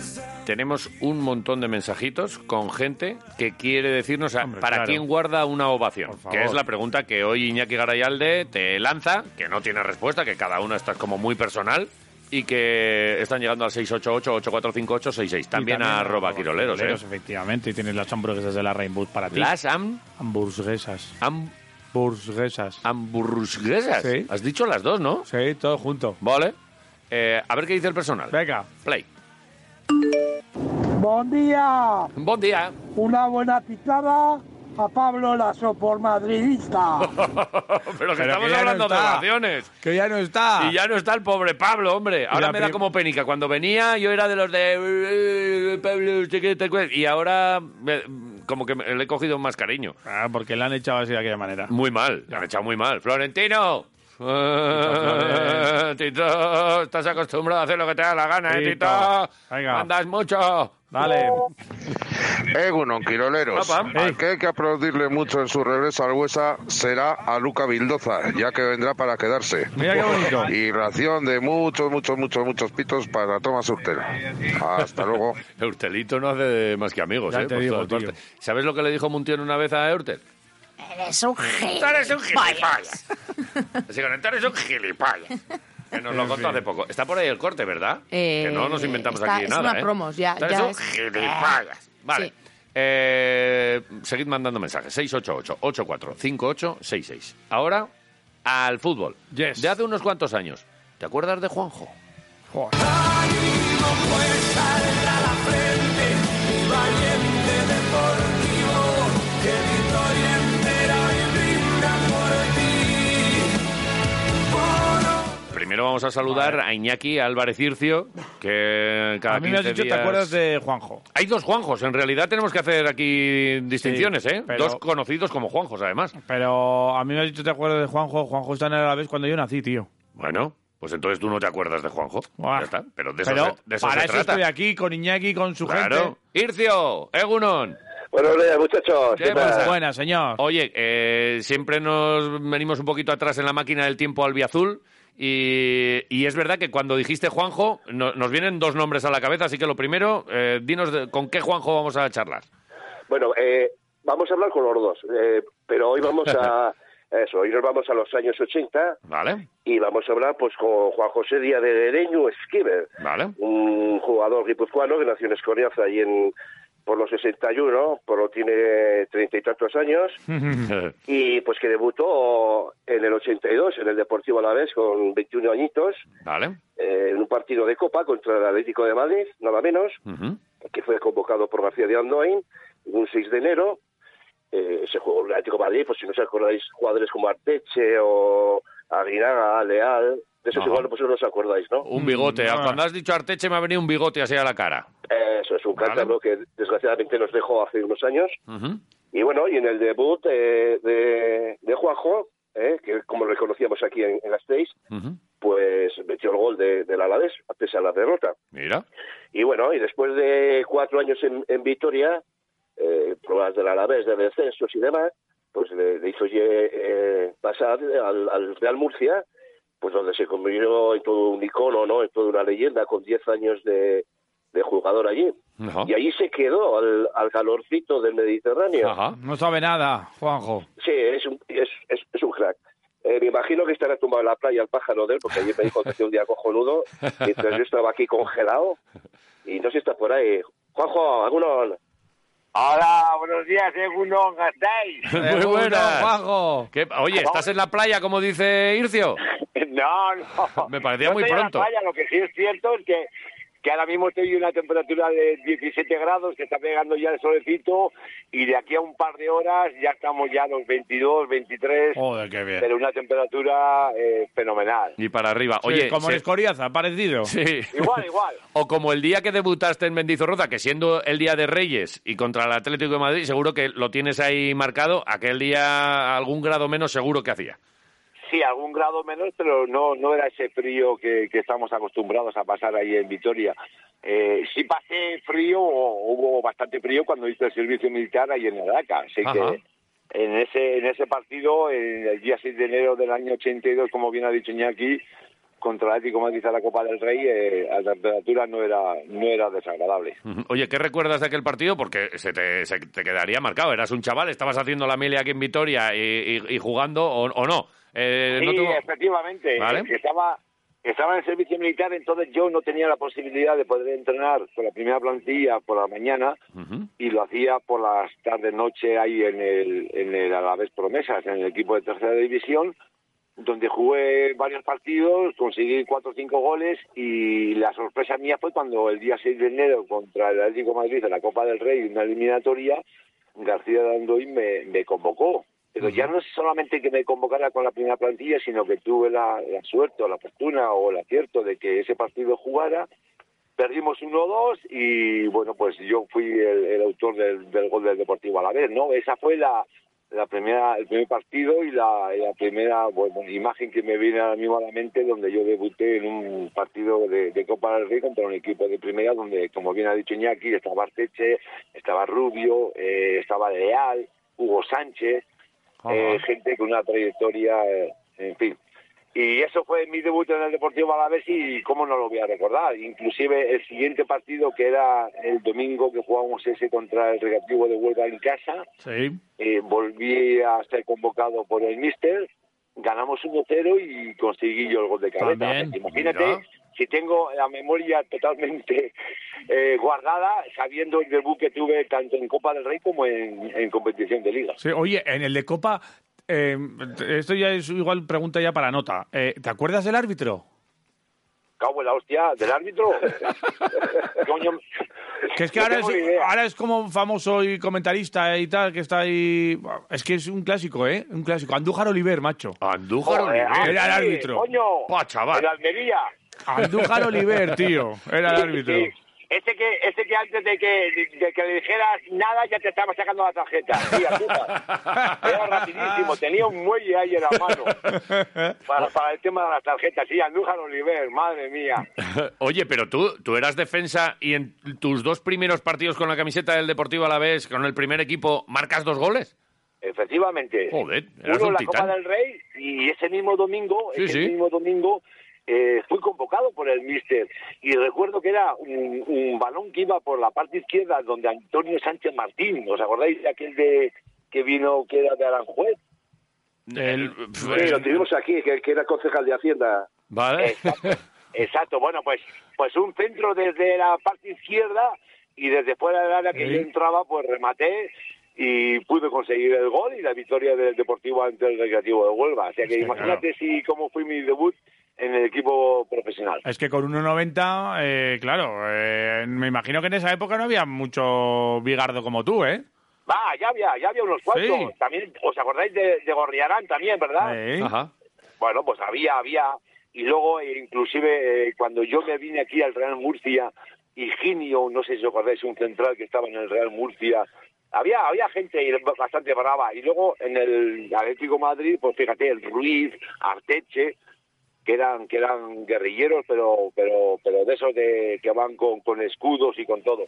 Speaker 15: how
Speaker 2: Tenemos un montón de mensajitos con gente que quiere decirnos a- para
Speaker 3: claro.
Speaker 2: quién guarda una ovación, que
Speaker 3: favor.
Speaker 2: es la pregunta que hoy Iñaki Garayalde te lanza, que no tiene respuesta, que cada una está como muy personal y que están llegando al 688-8458-66, también, a arroba quiroleros. ¿eh?
Speaker 3: Quiroleros, Efectivamente, y tienes las hamburguesas de la Rainbow para ti.
Speaker 2: Las am-
Speaker 3: hamburguesas.
Speaker 2: Hamburguesas. Hamburguesas.
Speaker 3: Sí.
Speaker 2: Has dicho las dos, ¿no?
Speaker 3: Sí, todo junto.
Speaker 2: Vale. Eh, a ver qué dice el personal.
Speaker 3: Venga.
Speaker 2: Play.
Speaker 5: Buen día.
Speaker 2: Buen día.
Speaker 5: Una buena picada a Pablo Lasso por madridista.
Speaker 2: Pero que
Speaker 3: Pero
Speaker 2: estamos
Speaker 3: que ya no
Speaker 2: hablando de
Speaker 3: está.
Speaker 2: oraciones.
Speaker 3: Que ya no está.
Speaker 2: Y ya no está el pobre Pablo, hombre. Ahora
Speaker 3: la
Speaker 2: me da
Speaker 3: prim-
Speaker 2: como penica. Cuando venía yo era de los de... "Eh, Pablo, usted qué te cuesta". Y ahora me- como que me- le he cogido más cariño.
Speaker 3: Ah, porque la han echado así de aquella manera.
Speaker 2: Muy mal, la han echado muy mal. Florentino.
Speaker 3: Flores.
Speaker 2: Tito, estás acostumbrado a hacer lo que te da la gana, ¿eh,
Speaker 3: Tito.
Speaker 2: Tito?
Speaker 3: Venga.
Speaker 2: Andas mucho.
Speaker 3: Vale.
Speaker 16: Egunon, Quiroleros.
Speaker 2: Apa.
Speaker 16: Al que hay que aplaudirle mucho en su regreso al Huesa será a Luca Vildoza, ya que vendrá para quedarse.
Speaker 3: Mira qué bonito.
Speaker 16: Y ración de muchos, muchos, muchos, muchos pitos para Tomás Hurtel. Hasta luego.
Speaker 2: Hurtelito no hace de- más que amigos,
Speaker 16: Ya
Speaker 2: ¿eh?
Speaker 16: te
Speaker 2: Por
Speaker 16: digo,
Speaker 2: todas
Speaker 16: tío.
Speaker 2: partes. ¿Sabes lo que le dijo Muntión una vez a Hurtel?
Speaker 17: Eres un
Speaker 2: Tú eres un gilipollas. Así que tú eres un gilipollas. Que nos lo contó hace poco. Está por ahí el corte, ¿verdad?
Speaker 4: Eh,
Speaker 2: que no nos inventamos
Speaker 4: está-
Speaker 2: aquí
Speaker 4: es
Speaker 2: nada.
Speaker 4: una
Speaker 2: ¿eh?
Speaker 4: promos, ya-
Speaker 2: Tú eres
Speaker 4: ya
Speaker 2: un
Speaker 4: es-
Speaker 2: gilipollas. Vale. Eh, seguid mandando mensajes. 688-845866. Ahora, al fútbol. De hace unos cuantos años. ¿Te acuerdas de Juanjo? Primero vamos a saludar a Iñaki Álvarez Ircio, que cada
Speaker 3: A mí me has
Speaker 2: 15
Speaker 3: dicho,
Speaker 2: días-
Speaker 3: ¿te acuerdas de Juanjo?
Speaker 2: Hay dos Juanjos, en realidad tenemos que hacer aquí distinciones, ¿eh?
Speaker 3: pero-
Speaker 2: Dos conocidos como Juanjos, además.
Speaker 3: Pero a mí me has dicho, ¿te acuerdas de Juanjo? Juanjo está en la vez cuando yo nací, tío.
Speaker 2: Bueno, pues entonces tú no te acuerdas de Juanjo. Ya está, pero de eso
Speaker 3: Pero
Speaker 2: se, de eso
Speaker 3: para
Speaker 2: se
Speaker 3: eso
Speaker 2: trata.
Speaker 3: estoy aquí, con Iñaki, con su
Speaker 2: Claro.
Speaker 3: gente.
Speaker 2: Ircio, Egunon.
Speaker 18: Buenos días, eh, muchachos.
Speaker 2: ¿Qué pasa?
Speaker 3: Buenas, señor.
Speaker 2: Oye, eh, siempre nos venimos un poquito atrás en la máquina del tiempo albiazul. Y, y es verdad que cuando dijiste Juanjo, no- nos vienen dos nombres a la cabeza. Así que lo primero, eh, dinos de- con qué Juanjo vamos a charlar.
Speaker 18: Bueno, eh, vamos a hablar con los dos, eh, pero hoy vamos a eso, hoy nos vamos a los años 80
Speaker 2: Vale.
Speaker 18: y vamos a hablar pues con Juan José Díaz de Dereño Esquivel,
Speaker 2: Vale.
Speaker 18: un jugador guipuzcoano que nació en Escoriaza y en por los 61, pero tiene treinta y tantos años y pues que debutó en el 82 en el Deportivo Alavés con 21 añitos
Speaker 2: vale.
Speaker 18: eh, en un partido de Copa contra el Atlético de Madrid, nada menos
Speaker 2: Ujú.
Speaker 18: que fue convocado por García de Andoin un 6 de enero. Eh, se jugó el Atlético de Madrid, pues si no os acordáis, jugadores como Arteche o Aguinaga, Leal, de esos
Speaker 2: Ajá.
Speaker 18: igual pues no os acordáis, ¿no?
Speaker 2: Un bigote.
Speaker 3: Mm,
Speaker 2: Cuando has dicho Arteche me ha venido un bigote así a la cara.
Speaker 18: Eso es un cántabro que desgraciadamente nos dejó hace unos años.
Speaker 2: Ujú.
Speaker 18: Y bueno, y en el debut eh, de, de Juanjo, eh, que como lo reconocíamos aquí en, en Gasteiz,
Speaker 2: Ujú.
Speaker 18: pues metió el gol de- del Alavés, pese a la derrota.
Speaker 2: Mira.
Speaker 18: Y bueno, y después de cuatro años en, en Vitoria, eh, pruebas del Alavés, de descensos y demás, pues le, le hizo ye- eh, pasar al, al Real Murcia, pues donde se convirtió en todo un icono, ¿no? En toda una leyenda, con 10 años de, de jugador allí.
Speaker 3: Ah.
Speaker 2: Ajá.
Speaker 18: Y allí se quedó al, al calorcito del Mediterráneo.
Speaker 3: No sabe nada, Juanjo.
Speaker 18: Sí, es un, es, es, es un crack. Eh, me imagino que estará tumbado en la playa el pájaro de él, porque ayer me dijo que hacía un día cojonudo, mientras yo estaba aquí congelado, y no sé si está por ahí. Juanjo, alguno...
Speaker 19: Hola, buenos días, Egunon Gastáis.
Speaker 2: Muy buenas. ¿Qué- oye, ¿estás en la playa como dice Ircio?
Speaker 19: No, no.
Speaker 2: Me parecía
Speaker 19: No
Speaker 2: muy
Speaker 19: estoy en la
Speaker 2: pronto.
Speaker 19: playa, lo que sí es cierto es que, que ahora mismo estoy en una temperatura de 17 grados, que está pegando ya el solecito, y de aquí a un par de horas ya estamos ya a los 22, 23,
Speaker 3: Joder, qué bien.
Speaker 19: pero una temperatura eh, fenomenal.
Speaker 2: Y para arriba.
Speaker 3: Sí,
Speaker 2: Oye,
Speaker 3: como
Speaker 2: se-
Speaker 3: en Escoriaza, parecido.
Speaker 2: Sí.
Speaker 19: Igual, igual.
Speaker 2: O como el día que debutaste en Mendizorroza, que siendo el día de Reyes y contra el Atlético de Madrid, seguro que lo tienes ahí marcado, aquel día algún grado menos seguro que hacía.
Speaker 19: Sí, algún grado menos, pero no, no era ese frío que, que estamos acostumbrados a pasar ahí en Vitoria. Eh, sí pasé frío, o hubo bastante frío cuando hice el servicio militar ahí en Araca. Así
Speaker 2: Ajá.
Speaker 19: que en ese, en ese partido, en el día 6 de enero del año 82, como bien ha dicho Iñaki, contra el Atlético de Madrid a la Copa del Rey, eh, a la temperatura no era, no era desagradable.
Speaker 2: Ujú. Oye, ¿qué recuerdas de aquel partido? Porque se te, se te quedaría marcado. Eras un chaval, estabas haciendo la melia aquí en Vitoria y, y- y jugando, o, o no. Eh,
Speaker 19: Sí,
Speaker 2: no tuvo-
Speaker 19: efectivamente.
Speaker 2: Vale.
Speaker 19: que Estaba, estaba en el servicio militar, entonces yo no tenía la posibilidad de poder entrenar con la primera plantilla por la mañana
Speaker 20: Eh,
Speaker 19: y lo hacía por las tardes noche ahí en el, en el Alavés Promesas, en el equipo de tercera división, donde jugué varios partidos, conseguí cuatro o cinco goles y la sorpresa mía fue cuando el día 6 de enero contra el Atlético de Madrid en la Copa del Rey, una eliminatoria, García Dandoy me, me convocó. Pero ya no es solamente que me convocara con la primera plantilla, sino que tuve la, la suerte o la fortuna o el acierto de que ese partido jugara. Perdimos 1-2 y bueno, pues yo fui el, el autor del, del gol del Deportivo a la vez, ¿no? Esa fue la, la primera, el primer partido y la, y la primera bueno, imagen que me viene ahora mismo a la mente donde yo debuté en un partido de, de Copa del Rey contra un equipo de primera donde, como bien ha dicho Iñaki, estaba Arteche, estaba Rubio, eh, estaba Leal, Hugo Sánchez, eh,
Speaker 18: Ajá.
Speaker 19: gente con una trayectoria, eh, en fin. Y eso fue mi debut en el Deportivo Alavés y cómo no lo voy a recordar. Inclusive el siguiente partido, que era el domingo que jugábamos ese contra el Recreativo de Huelva en casa,
Speaker 3: Sí.
Speaker 19: eh, volví a ser convocado por el míster, ganamos 1-0 y conseguí yo el gol de cabeza.
Speaker 3: También.
Speaker 19: Imagínate,
Speaker 3: Mira.
Speaker 19: si tengo la memoria totalmente eh, guardada, sabiendo el debut que tuve tanto en Copa del Rey como en, en competición de liga.
Speaker 3: Sí, oye, en el de Copa, eh, esto ya es igual pregunta ya para nota. Eh, ¿Te acuerdas del árbitro?
Speaker 19: Cago en la hostia del árbitro. Coño,
Speaker 3: Que es que
Speaker 19: no
Speaker 3: ahora es,
Speaker 19: tengo ni idea.
Speaker 3: ahora es como famoso y comentarista y tal, que está ahí... Es que es un clásico, ¿eh? Un clásico. Andújar Oliver, macho.
Speaker 2: Andújar
Speaker 19: Joder, ah,
Speaker 3: Era el
Speaker 19: sí,
Speaker 3: árbitro.
Speaker 19: Coño,
Speaker 2: Pa, Ah, chaval.
Speaker 19: el Almería.
Speaker 3: Andújar Oliver, tío. Era el árbitro.
Speaker 19: Sí, Ese que, ese que antes de que, de que le dijeras nada ya te estaba sacando la tarjeta. Sí, azúcar. Era rapidísimo, tenía un muelle ahí en la mano para, para el tema de las tarjetas. Sí, Andújar Oliver, madre mía.
Speaker 2: Oye, pero tú, tú eras defensa y en tus dos primeros partidos con la camiseta del Deportivo Alavés, con el primer equipo, marcas dos goles.
Speaker 19: Efectivamente.
Speaker 2: Joder, eras
Speaker 19: Uno
Speaker 2: un
Speaker 19: la
Speaker 2: titán.
Speaker 19: Copa del Rey y ese mismo domingo,
Speaker 2: Sí,
Speaker 19: ese
Speaker 2: sí.
Speaker 19: mismo domingo eh, fui convocado por el míster y recuerdo que era un, un balón que iba por la parte izquierda donde Antonio Sánchez Martín, ¿os acordáis de aquel de que vino que era de Aranjuez?
Speaker 2: Sí,
Speaker 19: lo tuvimos aquí, que, era concejal de Hacienda.
Speaker 2: Pues,
Speaker 19: Eh,
Speaker 2: Vale.
Speaker 19: Exacto, bueno, pues, pues un centro desde la parte izquierda y desde fuera del área que
Speaker 2: Sí.
Speaker 19: yo entraba, pues rematé y pude conseguir el gol y la victoria del Deportivo ante el Recreativo de Huelva. O sea que
Speaker 3: Sí,
Speaker 19: imagínate si cómo fue mi debut en el equipo profesional.
Speaker 3: Es que con 1,90, eh, claro, eh, me imagino que en esa época no había mucho bigardo como tú, ¿eh?
Speaker 19: Va, ya había, ya había unos cuantos.
Speaker 3: Sí.
Speaker 19: También, ¿os acordáis de, de Gorriarán también, verdad?
Speaker 2: Ajá.
Speaker 19: Bueno, pues había, había. Y luego, eh, inclusive, eh, cuando yo me vine aquí al Real Murcia, Higinio, no sé si os acordáis, un central que estaba en el Real Murcia. Había, había gente y bastante brava. Y luego en el Atlético de Madrid, pues fíjate, el Ruiz, Arteche, que eran, que eran guerrilleros, pero, pero, pero de esos de, que van con, con escudos y con todo.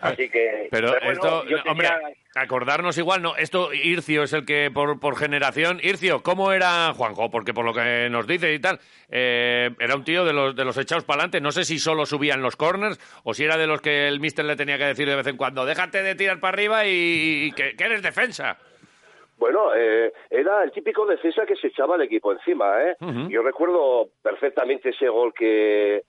Speaker 19: Así que.
Speaker 2: Pero
Speaker 19: bueno,
Speaker 2: esto,
Speaker 19: yo tenía-
Speaker 2: hombre, acordarnos igual, no, esto Ircio es el que por, por generación, Ircio, ¿cómo era Juanjo? Porque por lo que nos dice y tal, eh, era un tío de los, de los echados para adelante, no sé si solo subía en los corners o si era de los que el mister le tenía que decir de vez en cuando, déjate de tirar para arriba y, y que, que eres defensa.
Speaker 18: Bueno, eh, era el típico defensa que se echaba el equipo encima, ¿eh?
Speaker 2: Ujú.
Speaker 18: Yo recuerdo perfectamente ese gol que,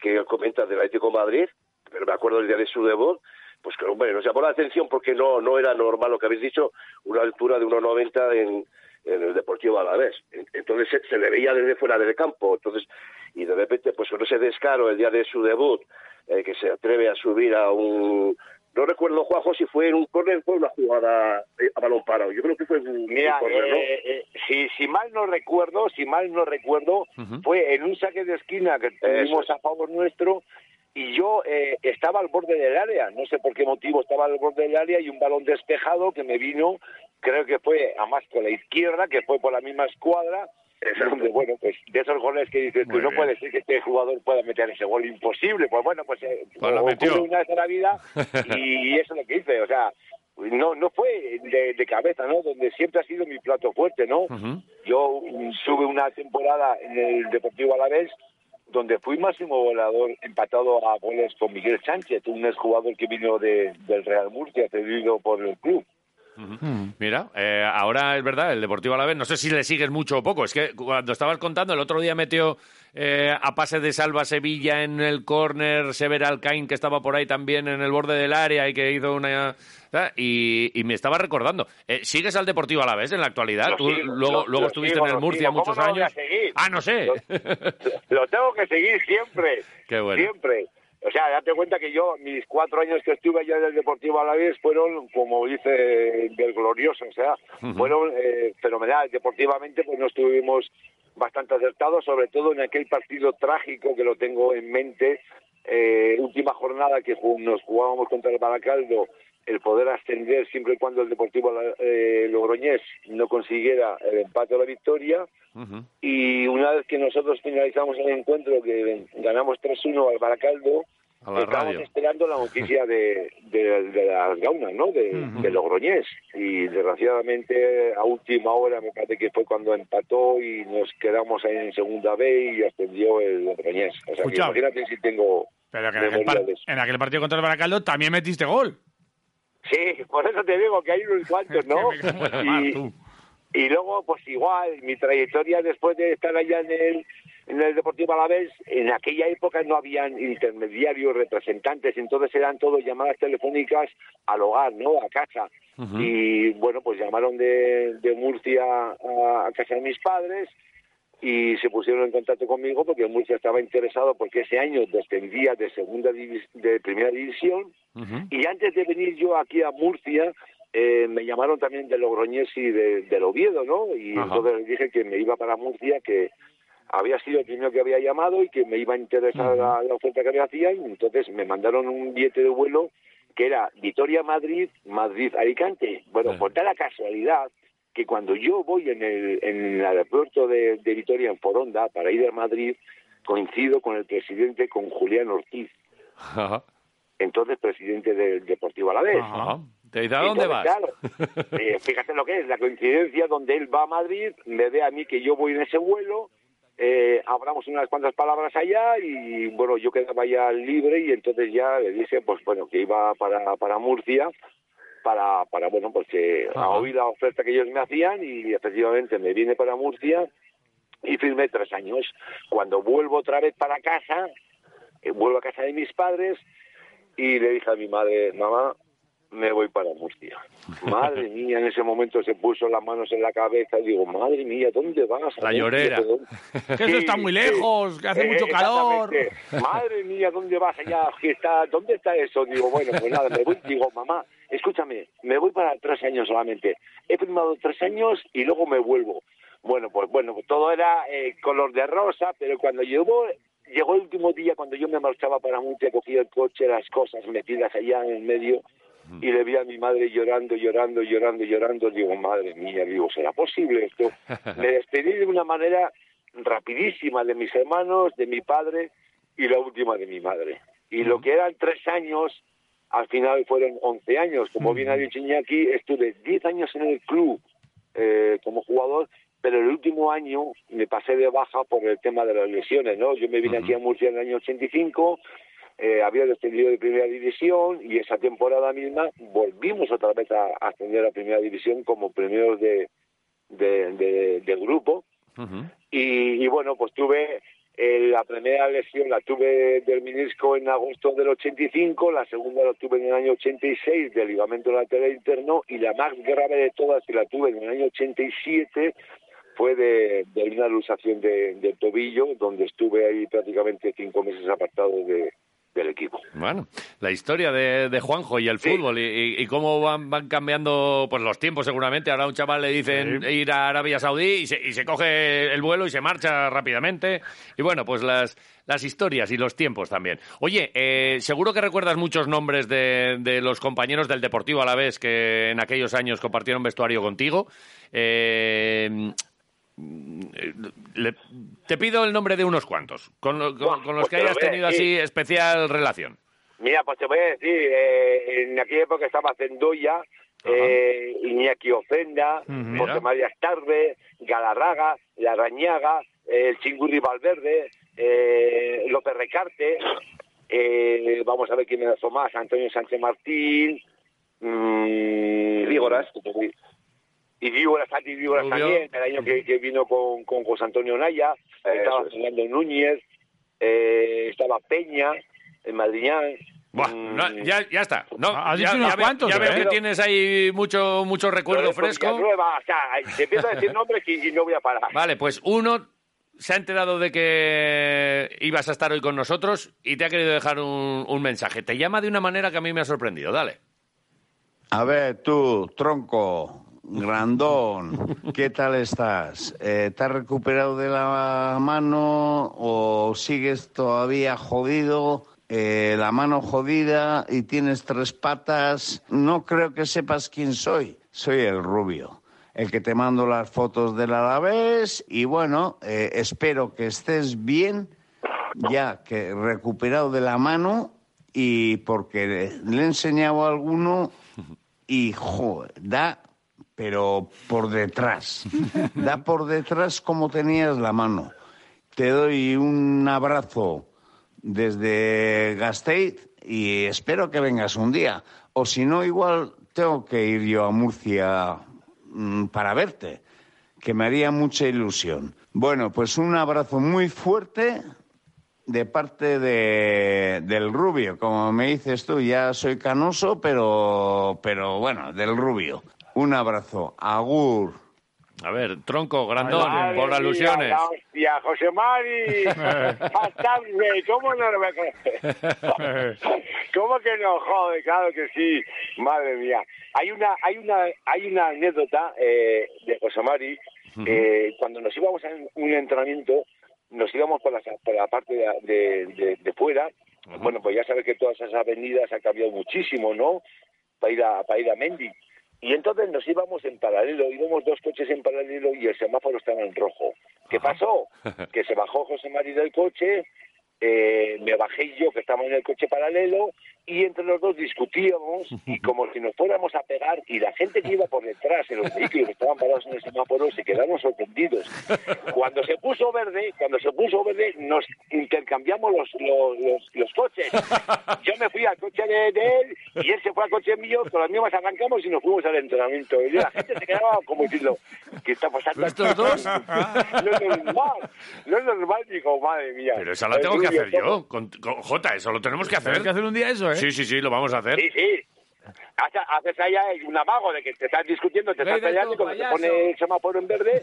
Speaker 18: que comentas del Atlético de Madrid, pero me acuerdo el día de su debut, pues que, hombre, nos llamó la atención porque no, no era normal lo que habéis dicho, una altura de 1,90 en, en el Deportivo Alavés. Entonces se, se le veía desde fuera del campo, entonces y de repente, pues con ese descaro el día de su debut, eh, que se atreve a subir a un... No recuerdo, Juanjo, si fue en un córner o una jugada eh, a balón parado. Yo creo que fue en un
Speaker 19: Mira,
Speaker 18: un córner, ¿no?
Speaker 19: eh, eh, si, si mal no recuerdo, si mal no recuerdo, fue en un saque de esquina que tuvimos a favor nuestro y yo eh, estaba al borde del área, no sé por qué motivo estaba al borde del área y un balón despejado que me vino, creo que fue además con la izquierda, que fue por la misma escuadra. donde, bueno, pues de esos goles que dices, tú,
Speaker 2: Muy
Speaker 19: no
Speaker 2: bien.
Speaker 19: puede ser que este jugador pueda meter ese gol imposible. Pues bueno, pues, eh,
Speaker 2: Pues la
Speaker 19: ocurre
Speaker 2: metió.
Speaker 19: una vez en la vida y eso es lo que hice. O sea, no no fue de, de cabeza, ¿no? Donde siempre ha sido mi plato fuerte, ¿no? Yo sube una temporada en el Deportivo Alavés donde fui máximo volador empatado a goles con Miguel Sánchez, un exjugador que vino de, del Real Murcia, cedido por el club.
Speaker 2: Mira, eh, ahora es verdad, el Deportivo Alavés, no sé si le sigues mucho o poco, es que cuando estabas contando, el otro día metió eh, a pase de salva Sevilla en el córner, Sever Alcaín, que estaba por ahí también en el borde del área y que hizo una... ¿sabes? Y, y me estaba recordando, Eh, ¿sigues al Deportivo Alavés en la actualidad?
Speaker 19: Lo
Speaker 2: Tú
Speaker 19: sigo,
Speaker 2: luego,
Speaker 19: lo-
Speaker 2: luego
Speaker 19: lo
Speaker 2: estuviste
Speaker 19: sigo,
Speaker 2: en el
Speaker 19: lo
Speaker 2: Murcia
Speaker 19: sigo. ¿Cómo
Speaker 2: muchos
Speaker 19: no lo voy a
Speaker 2: años.
Speaker 19: seguir?
Speaker 2: Ah, no sé.
Speaker 19: Lo- Lo tengo que seguir siempre.
Speaker 2: Qué bueno.
Speaker 19: Siempre. O sea, date cuenta que yo, mis cuatro años que estuve allá en el Deportivo Alavés fueron, como dice el glorioso, o sea,
Speaker 21: Ujú.
Speaker 19: fueron eh, fenomenales. Deportivamente, pues no estuvimos bastante acertados, sobre todo en aquel partido trágico que lo tengo en mente, eh, última jornada que ju- nos jugábamos contra el Baracaldo, el poder ascender siempre y cuando el Deportivo eh, Logroñés no consiguiera el empate o la victoria, y una vez que nosotros finalizamos el encuentro, que ganamos 3-1 al Baracaldo,
Speaker 2: A la
Speaker 19: estábamos
Speaker 2: radio.
Speaker 19: esperando la noticia de, de, de las gaunas, ¿no? De, de Logroñés. Y desgraciadamente, a última hora, me parece que fue cuando empató y nos quedamos ahí en segunda B y ascendió el Logroñés. O sea, que
Speaker 3: Escucha.
Speaker 19: imagínate si tengo.
Speaker 3: Pero que en
Speaker 19: memoria
Speaker 3: aquel, par-
Speaker 19: de eso.
Speaker 3: en aquel partido contra el Baracaldo también metiste gol.
Speaker 19: Sí, por eso te digo que hay unos cuantos, ¿no?
Speaker 3: Es que me cago en la mar,
Speaker 19: Y-
Speaker 3: tú.
Speaker 19: Y luego, pues igual, mi trayectoria después de estar allá en el, en el Deportivo Alavés, en aquella época no habían intermediarios, representantes, entonces eran todo llamadas telefónicas al hogar, ¿no? A casa.
Speaker 21: Ujú.
Speaker 19: Y bueno, pues llamaron de, de Murcia a, a casa de mis padres y se pusieron en contacto conmigo porque Murcia estaba interesado porque ese año descendía de segunda divis- de primera división y antes de venir yo aquí a Murcia, eh, me llamaron también de Logroñés y de, del Oviedo, ¿no? Y
Speaker 21: Ajá.
Speaker 19: entonces les dije que me iba para Murcia, que había sido el primero que había llamado y que me iba a interesar la, la oferta que me hacían. Y entonces me mandaron un billete de vuelo que era Vitoria-Madrid, Madrid-Alicante. Bueno, por tal casualidad que cuando yo voy en el, en el aeropuerto de, de Vitoria, en Foronda, para ir a Madrid, coincido con el presidente, con Julián Ortiz,
Speaker 2: Ajá,
Speaker 19: entonces presidente del Deportivo Alavés.
Speaker 2: ajá. Te dice, ¿a dónde vas?
Speaker 19: Entonces, claro, eh, fíjate lo que es, la coincidencia donde él va a Madrid, me ve a mí que yo voy en ese vuelo, eh, hablamos unas cuantas palabras allá y bueno, yo quedaba ya libre y entonces ya le dije, pues bueno, que iba para, para Murcia, para, para bueno, pues que
Speaker 21: Ajá.
Speaker 19: oí la oferta que ellos me hacían y efectivamente me vine para Murcia y firmé tres años. Cuando vuelvo otra vez para casa, eh, vuelvo a casa de mis padres y le dije a mi madre, mamá, me voy para Murcia. Madre mía, en ese momento se puso las manos en la cabeza y digo, madre mía, ¿dónde vas?
Speaker 2: La llorera.
Speaker 3: Que eso está muy lejos, que hace
Speaker 2: Eh,
Speaker 3: mucho calor.
Speaker 19: Eh, Exactamente. Madre mía, ¿dónde vas allá? ¿Qué está? ¿Dónde está eso? Digo, bueno, pues nada, me voy. Digo, mamá, escúchame, me voy para tres años solamente. He firmado tres años y luego me vuelvo. Bueno, pues bueno, pues todo era eh, color de rosa, pero cuando llegó, llegó el último día, cuando yo me marchaba para Murcia, cogí el coche, las cosas metidas allá en el medio,
Speaker 3: Mm.
Speaker 19: y le vi a mi madre llorando, llorando, llorando, llorando. Digo, madre mía, digo, ¿será posible esto? Me despedí de una manera rapidísima de mis hermanos, de mi padre y la última de mi madre. Y lo que eran tres años, al final fueron once años. Como bien ha dicho Iñaki, estuve diez años en el club eh, como jugador, pero el último año me pasé de baja por el tema de las lesiones, ¿no? Yo me vine aquí a Murcia en el año 85, eh, había descendido de primera división y esa temporada misma volvimos otra vez a a ascender a primera división como primeros de, de, de- de grupo. Y, y bueno, pues tuve eh, la primera lesión, la tuve del menisco en agosto del 85, la segunda la tuve en el año 86 del ligamento lateral interno y la más grave de todas que la tuve en el año 87 fue de, de una luxación de, del tobillo, donde estuve ahí prácticamente cinco meses apartado de- del equipo.
Speaker 2: Bueno, la historia de, de Juanjo y el fútbol y, y- y cómo van, van cambiando pues los tiempos seguramente. Ahora a un chaval le dicen ir a Arabia Saudí y se, y se coge el vuelo y se marcha rápidamente. Y bueno, pues las, las historias y los tiempos también. Oye, eh, seguro que recuerdas muchos nombres de, de los compañeros del Deportivo a la vez que en aquellos años compartieron vestuario contigo. Eh, mm, le- te pido el nombre de unos cuantos, con, lo- con- con los
Speaker 19: pues
Speaker 2: que
Speaker 19: te lo
Speaker 2: hayas
Speaker 19: voy a
Speaker 2: tenido así
Speaker 19: decir.
Speaker 2: especial relación.
Speaker 19: Mira, pues te voy a decir, eh, en aquella época estaba Zendoya, eh, Iñaki Ofenda,
Speaker 21: Ujú.
Speaker 19: José
Speaker 21: Mira.
Speaker 19: María Starbe, Galarraga, Larañaga, eh, el Chingurri Valverde, eh, López Recarte, eh, vamos a ver quién me lanzó más, Antonio Sánchez Martín, mm, Vígoras, y Vígoras, Santi Vígoras
Speaker 22: Rubio.
Speaker 19: también, el año que, que vino con, con José Antonio Naya, estaba
Speaker 22: es.
Speaker 19: Fernando Núñez, eh, estaba Peña, el Madriñán,
Speaker 2: Buah, no, ya, ya está. No,
Speaker 19: Has
Speaker 2: ya,
Speaker 19: dicho unos
Speaker 2: ya veo-
Speaker 19: cuantos,
Speaker 2: ya veo
Speaker 19: ¿eh?
Speaker 2: que tienes ahí mucho, mucho recuerdo
Speaker 19: Lorenzo
Speaker 2: fresco.
Speaker 19: Villanueva, o sea, te empiezo a decir nombres y, y no voy a parar.
Speaker 2: Vale, pues uno se ha enterado de que ibas a estar hoy con nosotros y te ha querido dejar un, un mensaje. Te llama de una manera que a mí me ha sorprendido. Dale.
Speaker 23: A ver, tú, tronco, grandón, ¿qué tal estás? Eh, ¿Te has recuperado de la mano o sigues todavía jodido? Eh, la mano jodida y tienes tres patas. No creo que sepas quién soy. Soy el rubio, el que te mando las fotos del Alavés y bueno, eh, espero que estés bien ya que recuperado de la mano y porque le he enseñado a alguno y joder, da pero por detrás. Da por detrás como tenías la mano. Te doy un abrazo desde Gasteiz y espero que vengas un día. O si no, igual tengo que ir yo a Murcia mm, para verte, que me haría mucha ilusión. Bueno, pues un abrazo muy fuerte de parte de, del rubio, como me dices tú, ya soy canoso, pero, pero bueno, del rubio. Un abrazo, agur.
Speaker 2: A ver, tronco, grandón,
Speaker 19: Madre
Speaker 2: por
Speaker 19: mía,
Speaker 2: alusiones.
Speaker 19: la hostia, José Mari, bastante, ¿cómo no lo voy a conocer? ¿Cómo que no? Joder, claro que sí, madre mía. Hay una, hay una, hay una anécdota eh, de José Mari, eh, cuando nos íbamos a un entrenamiento, nos íbamos por la, por la parte de, de- de- de fuera, bueno, pues ya sabes que todas esas avenidas han cambiado muchísimo, ¿no? Para ir a, para ir a Mendy. Y entonces nos íbamos en paralelo, íbamos dos coches en paralelo y el semáforo estaba en rojo. ¿Qué pasó? Que se bajó José María del coche, eh, me bajé yo que estaba en el coche paralelo y entre los dos discutíamos y como si nos fuéramos a pegar y la gente que iba por detrás en los vehículos que estaban parados en el semáforo se quedaron sorprendidos. Cuando se puso verde, cuando se puso verde nos intercambiamos los, los, los- los coches. Yo me fui al coche de, de él y él se fue al coche mío, con las mismas arrancamos y nos fuimos al entrenamiento. Y la gente se quedaba como diciendo, ¿qué está pasando?
Speaker 2: ¿Estos dos?
Speaker 19: No es normal, no es normal, digo, madre mía.
Speaker 2: Pero esa la tengo que
Speaker 19: Rubio,
Speaker 2: hacer
Speaker 19: ¿cómo-
Speaker 2: Pues yo. Con, con- Jota, eso lo tenemos que hacer.
Speaker 19: Pues Tenemos que hacer
Speaker 3: un día eso, ¿eh?
Speaker 2: Sí, sí, sí, lo vamos a hacer.
Speaker 19: Sí, sí. Haces, haces ahí un amago de que te estás discutiendo, te estás
Speaker 2: Vete tú,
Speaker 19: tallando, y cuando te
Speaker 2: payaso.
Speaker 19: pone el semáforo en verde,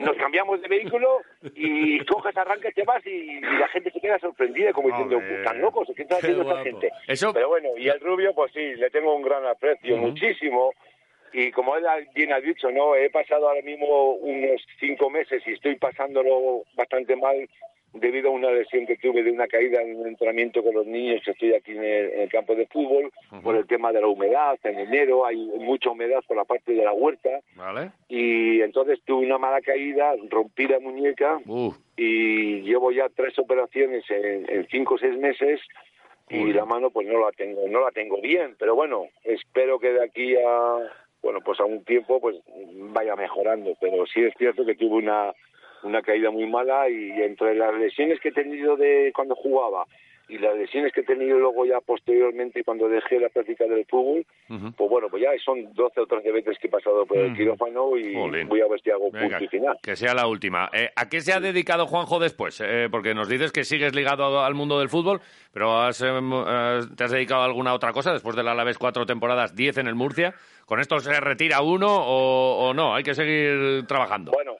Speaker 19: nos cambiamos de este vehículo y coges, arrancas, te vas y, y la gente se queda sorprendida, como diciendo,
Speaker 2: Hombre.
Speaker 19: tan locos, ¿qué está
Speaker 2: Qué
Speaker 19: haciendo esta
Speaker 2: guapo.
Speaker 19: gente?
Speaker 2: Eso-
Speaker 19: Pero bueno, y el rubio, pues sí, le tengo un gran aprecio, muchísimo. Y como él bien ha dicho, no, he pasado ahora mismo unos cinco meses y estoy pasándolo bastante mal debido a una lesión que tuve de una caída en un entrenamiento con los niños que estoy aquí en el, en el campo de fútbol, por el tema de la humedad, en enero hay mucha humedad por la parte de la huerta
Speaker 2: Vale.
Speaker 19: y entonces tuve una mala caída, rompí la muñeca y llevo ya tres operaciones en, en cinco o seis meses y la mano pues no la tengo no la tengo bien pero bueno espero que de aquí a bueno pues a un tiempo pues vaya mejorando pero sí es cierto que tuve una una caída muy mala y entre las lesiones que he tenido de cuando jugaba y las lesiones que he tenido luego ya posteriormente cuando dejé la práctica del fútbol pues bueno pues ya son 12 o 13 veces que he pasado por el
Speaker 2: Mm.
Speaker 19: quirófano y
Speaker 2: Jolín.
Speaker 19: voy a ver si hago
Speaker 2: Venga,
Speaker 19: punto y final
Speaker 2: que sea la última. Eh, ¿A qué se ha dedicado Juanjo después? Eh, porque nos dices que sigues ligado al mundo del fútbol, pero has, eh, mo- eh, ¿te has dedicado a alguna otra cosa? Después del Alavés cuatro temporadas, diez en el Murcia. ¿Con esto se retira uno o, o no? Hay que seguir trabajando.
Speaker 19: Bueno,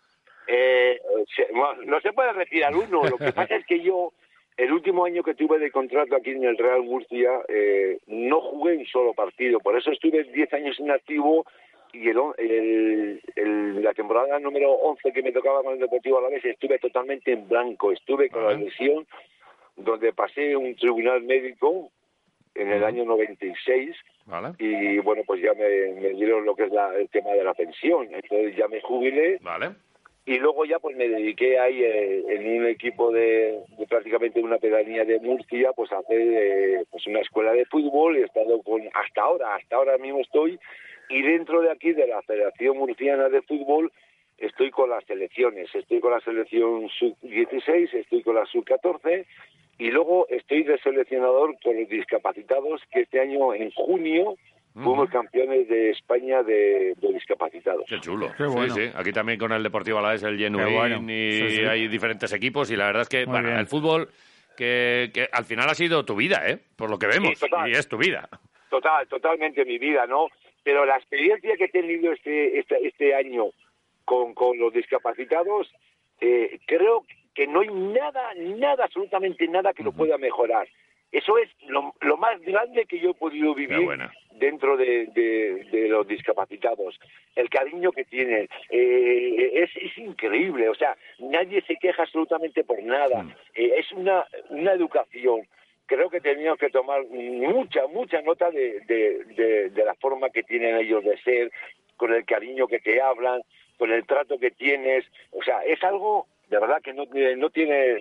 Speaker 19: Eh, se- bueno, no se puede retirar uno. Lo que pasa es que yo, el último año que tuve de contrato aquí en el Real Murcia, eh, no jugué un solo partido. Por eso estuve 10 años inactivo y el, on- el- el- la temporada número 11 que me tocaba con el Deportivo Alavés estuve totalmente en blanco. Estuve con la lesión donde pasé un tribunal médico en el año 96
Speaker 2: Vale.
Speaker 19: y bueno pues ya me, me dieron lo que es la- el tema de la pensión entonces ya me jubilé y luego ya pues me dediqué ahí eh, en un equipo de, de prácticamente una pedanía de Murcia pues a hacer eh, pues una escuela de fútbol y he estado con hasta ahora hasta ahora mismo estoy y dentro de aquí, de la Federación Murciana de Fútbol, estoy con las selecciones. Estoy con la selección sub-16, estoy con la sub-14 y luego estoy de seleccionador con los discapacitados que este año, en junio, fuimos campeones de España de, de discapacitados.
Speaker 2: Qué chulo.
Speaker 19: Qué bueno.
Speaker 2: Sí, sí. Aquí también con el Deportivo Alavés, el Genuín,
Speaker 19: Qué bueno.
Speaker 2: y
Speaker 19: Sí, sí.
Speaker 2: hay diferentes equipos. Y la verdad es que
Speaker 19: Muy
Speaker 2: bueno,
Speaker 19: bien.
Speaker 2: el fútbol, que, que al final ha sido tu vida, ¿eh? Por lo que vemos.
Speaker 19: Sí, total.
Speaker 2: y es tu vida.
Speaker 19: Total, totalmente mi vida, ¿no? Pero la experiencia que he tenido este, este, este año con, con los discapacitados, eh, creo que no hay nada, nada, absolutamente nada que lo pueda mejorar. Eso es lo, lo más grande que yo he podido vivir dentro de, de- de los discapacitados. El cariño que tienen eh, es, es increíble. O sea, nadie se queja absolutamente por nada. Eh, es una, una educación creo que teníamos que tomar mucha, mucha nota de, de- de- de la forma que tienen ellos de ser, con el cariño que te hablan, con el trato que tienes. O sea, es algo de verdad que no, tiene- no tiene,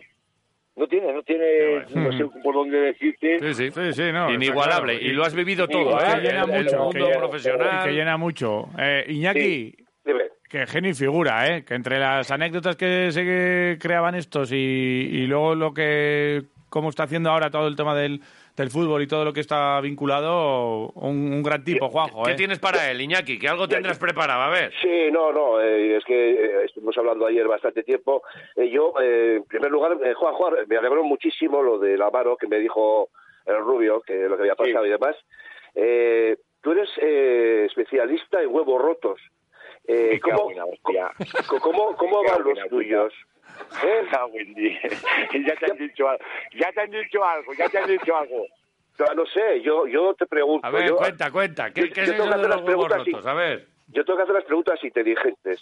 Speaker 19: no tiene, no tiene, no sé por dónde decirte.
Speaker 2: Sí, sí.
Speaker 3: no, está
Speaker 2: Inigualable.
Speaker 3: claro.
Speaker 2: Y lo has vivido todo,
Speaker 3: Igual,
Speaker 2: ¿eh?
Speaker 3: que llena
Speaker 2: El- el
Speaker 3: mucho,
Speaker 2: mundo
Speaker 3: que llena-
Speaker 2: profesional.
Speaker 3: y Que llena mucho. Eh, Iñaki, que genio y figura, ¿eh? Que entre las anécdotas que se que creaban estos y, y luego lo que. cómo está haciendo ahora todo el tema del, del fútbol y todo lo que está vinculado, un, un gran tipo, Juanjo,
Speaker 2: ¿Qué
Speaker 3: ¿eh?
Speaker 2: tienes para él, Iñaki? Que algo tendrás preparado, a ver.
Speaker 18: Sí, no, no, eh, es que eh, estuvimos hablando ayer bastante tiempo. Eh, yo, eh, en primer lugar, eh, Juan Juan, me alegró muchísimo lo de la mano que me dijo el Rubio, que lo que había pasado y demás. Eh, tú eres eh, especialista en huevos rotos. Eh, ¿cómo, co- ¿Cómo, cómo
Speaker 19: Me
Speaker 18: van
Speaker 19: cago en
Speaker 18: los
Speaker 19: la puta.
Speaker 18: tuyos? ¿Eh?
Speaker 19: Ah, ya te han dicho algo, ya te han dicho algo, ya te han dicho algo.
Speaker 18: No, no sé, yo, yo te pregunto.
Speaker 2: A ver,
Speaker 18: yo-
Speaker 2: cuenta, cuenta. ¿Qué,
Speaker 18: yo-
Speaker 2: qué es
Speaker 18: yo
Speaker 2: eso
Speaker 18: tengo que
Speaker 2: de
Speaker 18: hacer
Speaker 2: los
Speaker 18: las
Speaker 2: huevos
Speaker 18: preguntas, sí.
Speaker 2: rotos? A ver.
Speaker 18: Yo tengo que hacer las preguntas inteligentes.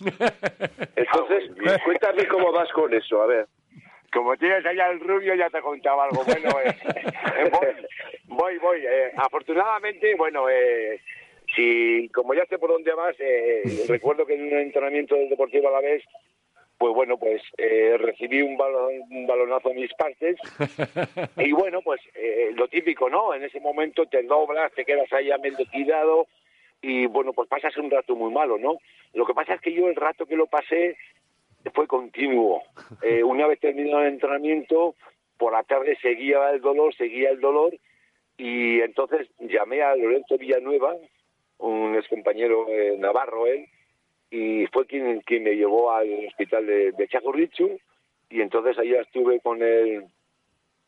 Speaker 18: Entonces, cuéntame cómo vas con eso, a ver.
Speaker 19: Como tienes allá el rubio, ya te contaba algo. Bueno, eh, voy, voy. voy eh. Afortunadamente, bueno, eh, si, como ya sé por dónde vas, eh, recuerdo que en un entrenamiento del Deportivo a la vez, pues bueno, pues eh, recibí un, balón, un balonazo en mis partes. Y bueno, pues eh, lo típico, ¿no? En ese momento te doblas, te quedas ahí a medio tirado y bueno, pues pasas un rato muy malo, ¿no? Lo que pasa es que yo el rato que lo pasé fue continuo. Eh, una vez terminado el entrenamiento, por la tarde seguía el dolor, seguía el dolor, y entonces llamé a Lorenzo Villanueva, un ex compañero navarro, él, y fue quien, quien me llevó al hospital de, de Chacurrichu, y entonces allá estuve con el,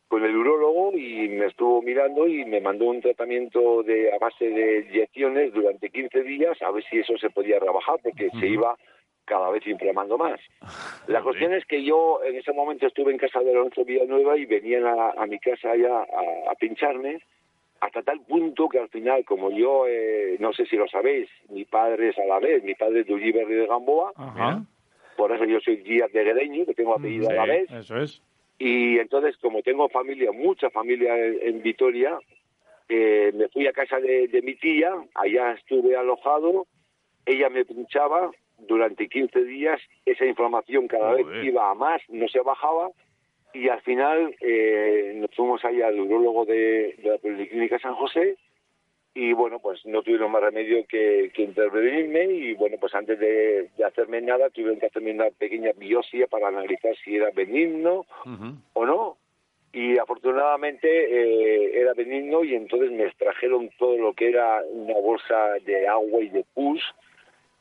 Speaker 19: con el urólogo y me estuvo mirando y me mandó un tratamiento de, a base de inyecciones durante 15 días, a ver si eso se podía rebajar, porque se iba cada vez inflamando más. La cuestión es que yo en ese momento estuve en casa de Alonso Villanueva y venían a, a mi casa ya a, a pincharme, hasta tal punto que al final, como yo, eh, no sé si lo sabéis, mi padre es a la vez, mi padre es de Uliberri de Gamboa, por eso yo soy Díaz de Guedeño, que tengo apellido a la vez,
Speaker 3: Eso es.
Speaker 19: y entonces, como tengo familia, mucha familia en, en Vitoria, eh, me fui a casa de, de mi tía, allá estuve alojado, ella me pinchaba durante 15 días, esa inflamación cada vez iba a más, no se bajaba, y al final eh, nos fuimos ahí al urólogo de, de la Policlínica San José, y bueno, pues no tuvieron más remedio que, que intervenirme, y bueno, pues antes de, de hacerme nada, tuvieron que hacerme una pequeña biopsia para analizar si era benigno o no. Y afortunadamente eh, era benigno y entonces me extrajeron todo lo que era una bolsa de agua y de pus.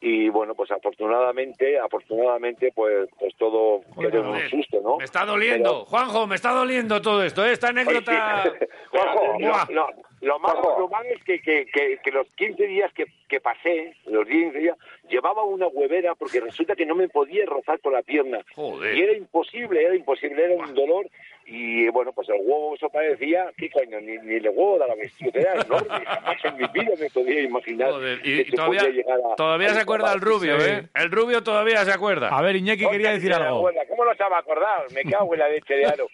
Speaker 19: Y bueno, pues afortunadamente, afortunadamente, pues, pues todo quedó en un susto, ¿no?
Speaker 2: Me está doliendo. Juanjo, me está doliendo todo esto, ¿eh? Esta anécdota...
Speaker 19: Juanjo,
Speaker 2: Buah.
Speaker 19: lo, lo- lo malo, lo malo es que, que, que- que los 15 días que, que pasé, los 15 días, llevaba una huevera porque resulta que no me podía rozar por la pierna. Y era imposible, era imposible, era un dolor. Y bueno, pues el huevo eso parecía, ¿qué coño? Ni, ni el huevo de la bestia, era enorme. Jamás en mi vida me podía imaginar.
Speaker 2: Y
Speaker 19: que se
Speaker 2: todavía,
Speaker 19: podía llegar a-
Speaker 2: todavía
Speaker 19: a
Speaker 2: se acuerda el rubio,
Speaker 19: Sí.
Speaker 2: ¿eh? El rubio todavía se acuerda.
Speaker 3: A ver, Iñaki quería decir
Speaker 19: La
Speaker 3: algo.
Speaker 19: abuela, ¿Cómo no se va a acordar? Me cago en la leche de Aro.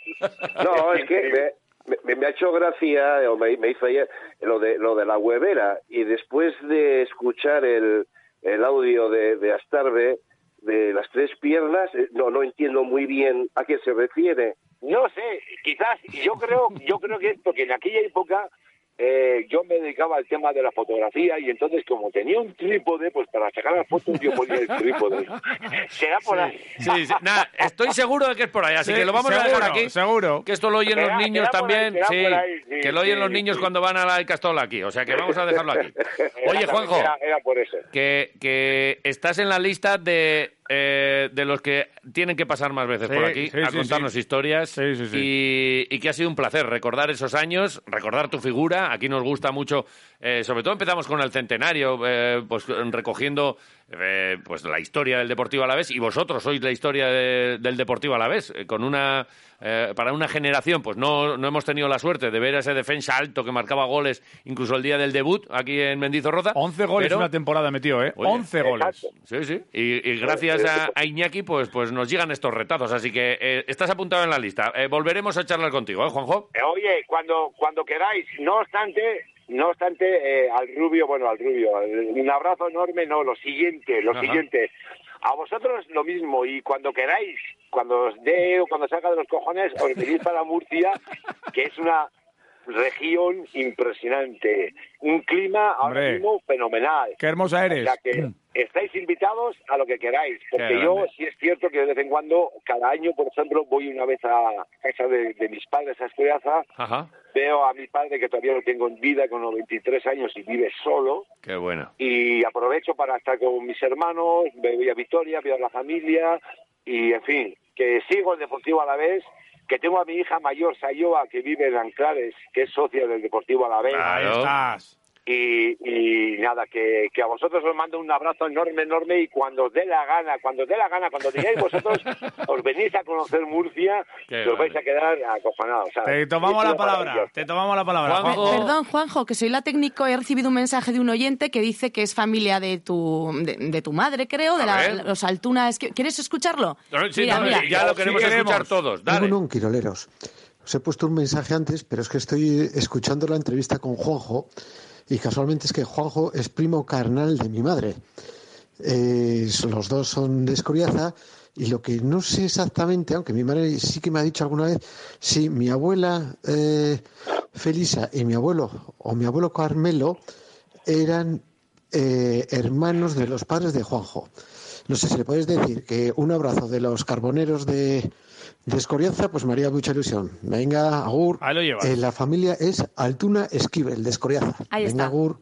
Speaker 18: No, es que me- me, me ha hecho gracia, o me, me hizo ayer, lo de, lo de la huevera. Y después de escuchar el, el audio de, de Astarbe, de las tres piernas, eh, no, no entiendo muy bien a qué se refiere.
Speaker 19: No sé, quizás, yo creo, yo creo que es porque en aquella época eh, yo me dedicaba al tema de la fotografía y entonces como tenía un trípode, pues para sacar las fotos yo ponía el trípode. Será por ahí.
Speaker 2: Sí, sí, nada, estoy seguro de que es por ahí, así
Speaker 3: Sí,
Speaker 2: que lo vamos a
Speaker 3: seguro,
Speaker 2: dejar aquí.
Speaker 3: seguro.
Speaker 2: Que esto lo oyen
Speaker 3: Será-
Speaker 2: los niños
Speaker 3: será por ahí,
Speaker 2: también.
Speaker 3: será
Speaker 2: sí,
Speaker 3: por ahí, sí,
Speaker 2: que lo oyen
Speaker 3: sí,
Speaker 2: los niños cuando van a la Castola aquí. O sea que vamos a dejarlo aquí. Oye, Juanjo.
Speaker 19: Era, era por eso.
Speaker 2: Que, que estás en la lista de, eh, de los que tienen que pasar más veces
Speaker 3: Sí,
Speaker 2: por aquí
Speaker 3: sí,
Speaker 2: a
Speaker 3: sí,
Speaker 2: contarnos
Speaker 3: sí.
Speaker 2: historias
Speaker 3: sí.
Speaker 2: Y, y que ha sido un placer recordar esos años, recordar tu figura. Aquí nos gusta mucho, eh, sobre todo empezamos con el centenario, eh, pues recogiendo eh, pues la historia del Deportivo Alavés y vosotros sois la historia de- del Deportivo Alavés eh, con una eh, para una generación, pues no, no hemos tenido la suerte de ver a ese defensa alto que marcaba goles incluso el día del debut aquí en Mendizorroza.
Speaker 3: 11 goles
Speaker 2: pero-
Speaker 3: en una temporada metió, ¿eh?
Speaker 2: Oye,
Speaker 3: 11 goles.
Speaker 2: Sí, sí.
Speaker 19: Eh,
Speaker 2: Y, y gracias a, a Iñaki, pues, pues nos llegan estos retazos. Así que eh, estás apuntado en la lista. Eh, volveremos a charlar contigo, ¿eh, Juanjo?
Speaker 19: Eh, Oye, cuando, cuando queráis, no obstante, no obstante, eh, al rubio, bueno, al rubio, eh, un abrazo enorme, no, lo siguiente, lo
Speaker 2: Ajá.
Speaker 19: siguiente. A vosotros lo mismo, y cuando queráis, cuando os dé o cuando salga de los cojones, os venís para Murcia, que es una región impresionante, un clima ahora
Speaker 3: Hombre.
Speaker 19: mismo fenomenal.
Speaker 3: Qué hermosa eres.
Speaker 19: O sea que estáis invitados a lo que queráis, porque
Speaker 3: grande.
Speaker 19: yo sí es cierto que de vez en cuando, cada año, por ejemplo, voy una vez a casa de, de mis padres a Escuelaza,
Speaker 2: Ajá.
Speaker 19: veo a mi padre que todavía lo tengo en vida con 93 años y vive solo,
Speaker 2: Qué bueno.
Speaker 19: y aprovecho para estar con mis hermanos, me voy a Vitoria, veo a la familia, y en fin, que sigo el Deportivo a la vez, que tengo a mi hija mayor, Sayoa, que vive en Anclares, que es socia del Deportivo a la vez.
Speaker 3: Ahí estás.
Speaker 19: Y, y nada, que, que a vosotros os mando un abrazo enorme, enorme y cuando os dé la gana, cuando os dé la gana, cuando digáis vosotros, os venís a conocer Murcia,
Speaker 3: Qué
Speaker 19: que os vais a quedar acojonados. ¿sabes?
Speaker 3: Te tomamos
Speaker 19: Es
Speaker 3: la
Speaker 19: una maravilla.
Speaker 3: palabra. Te tomamos la palabra.
Speaker 4: Pe- Eh, Perdón, Juanjo, que soy la técnico. He recibido un mensaje de un oyente que dice que es familia de tu, de, de tu madre, creo, de
Speaker 2: A
Speaker 4: la-
Speaker 2: ver.
Speaker 4: los Altuna. Es que- ¿Quieres escucharlo?
Speaker 2: Sí,
Speaker 4: Mira,
Speaker 2: no,
Speaker 4: mira.
Speaker 2: Ya lo queremos escuchar todos. Dale.
Speaker 21: No, no, quiroleros. Os he puesto un mensaje antes, pero es que estoy escuchando la entrevista con Juanjo y casualmente es que Juanjo es primo carnal de mi madre. Eh, los dos son de Escoriaza y lo que no sé exactamente, aunque mi madre sí que me ha dicho alguna vez, si mi abuela eh, Felisa y mi abuelo o mi abuelo Carmelo eran eh, hermanos de los padres de Juanjo. No sé si le podéis decir que un abrazo de los carboneros de, de Escoriaza, pues me haría mucha ilusión. Venga, Agur. Eh, la familia es Altuna Esquivel de Escoriaza.
Speaker 19: Ahí
Speaker 21: Venga,
Speaker 19: está.
Speaker 21: Agur.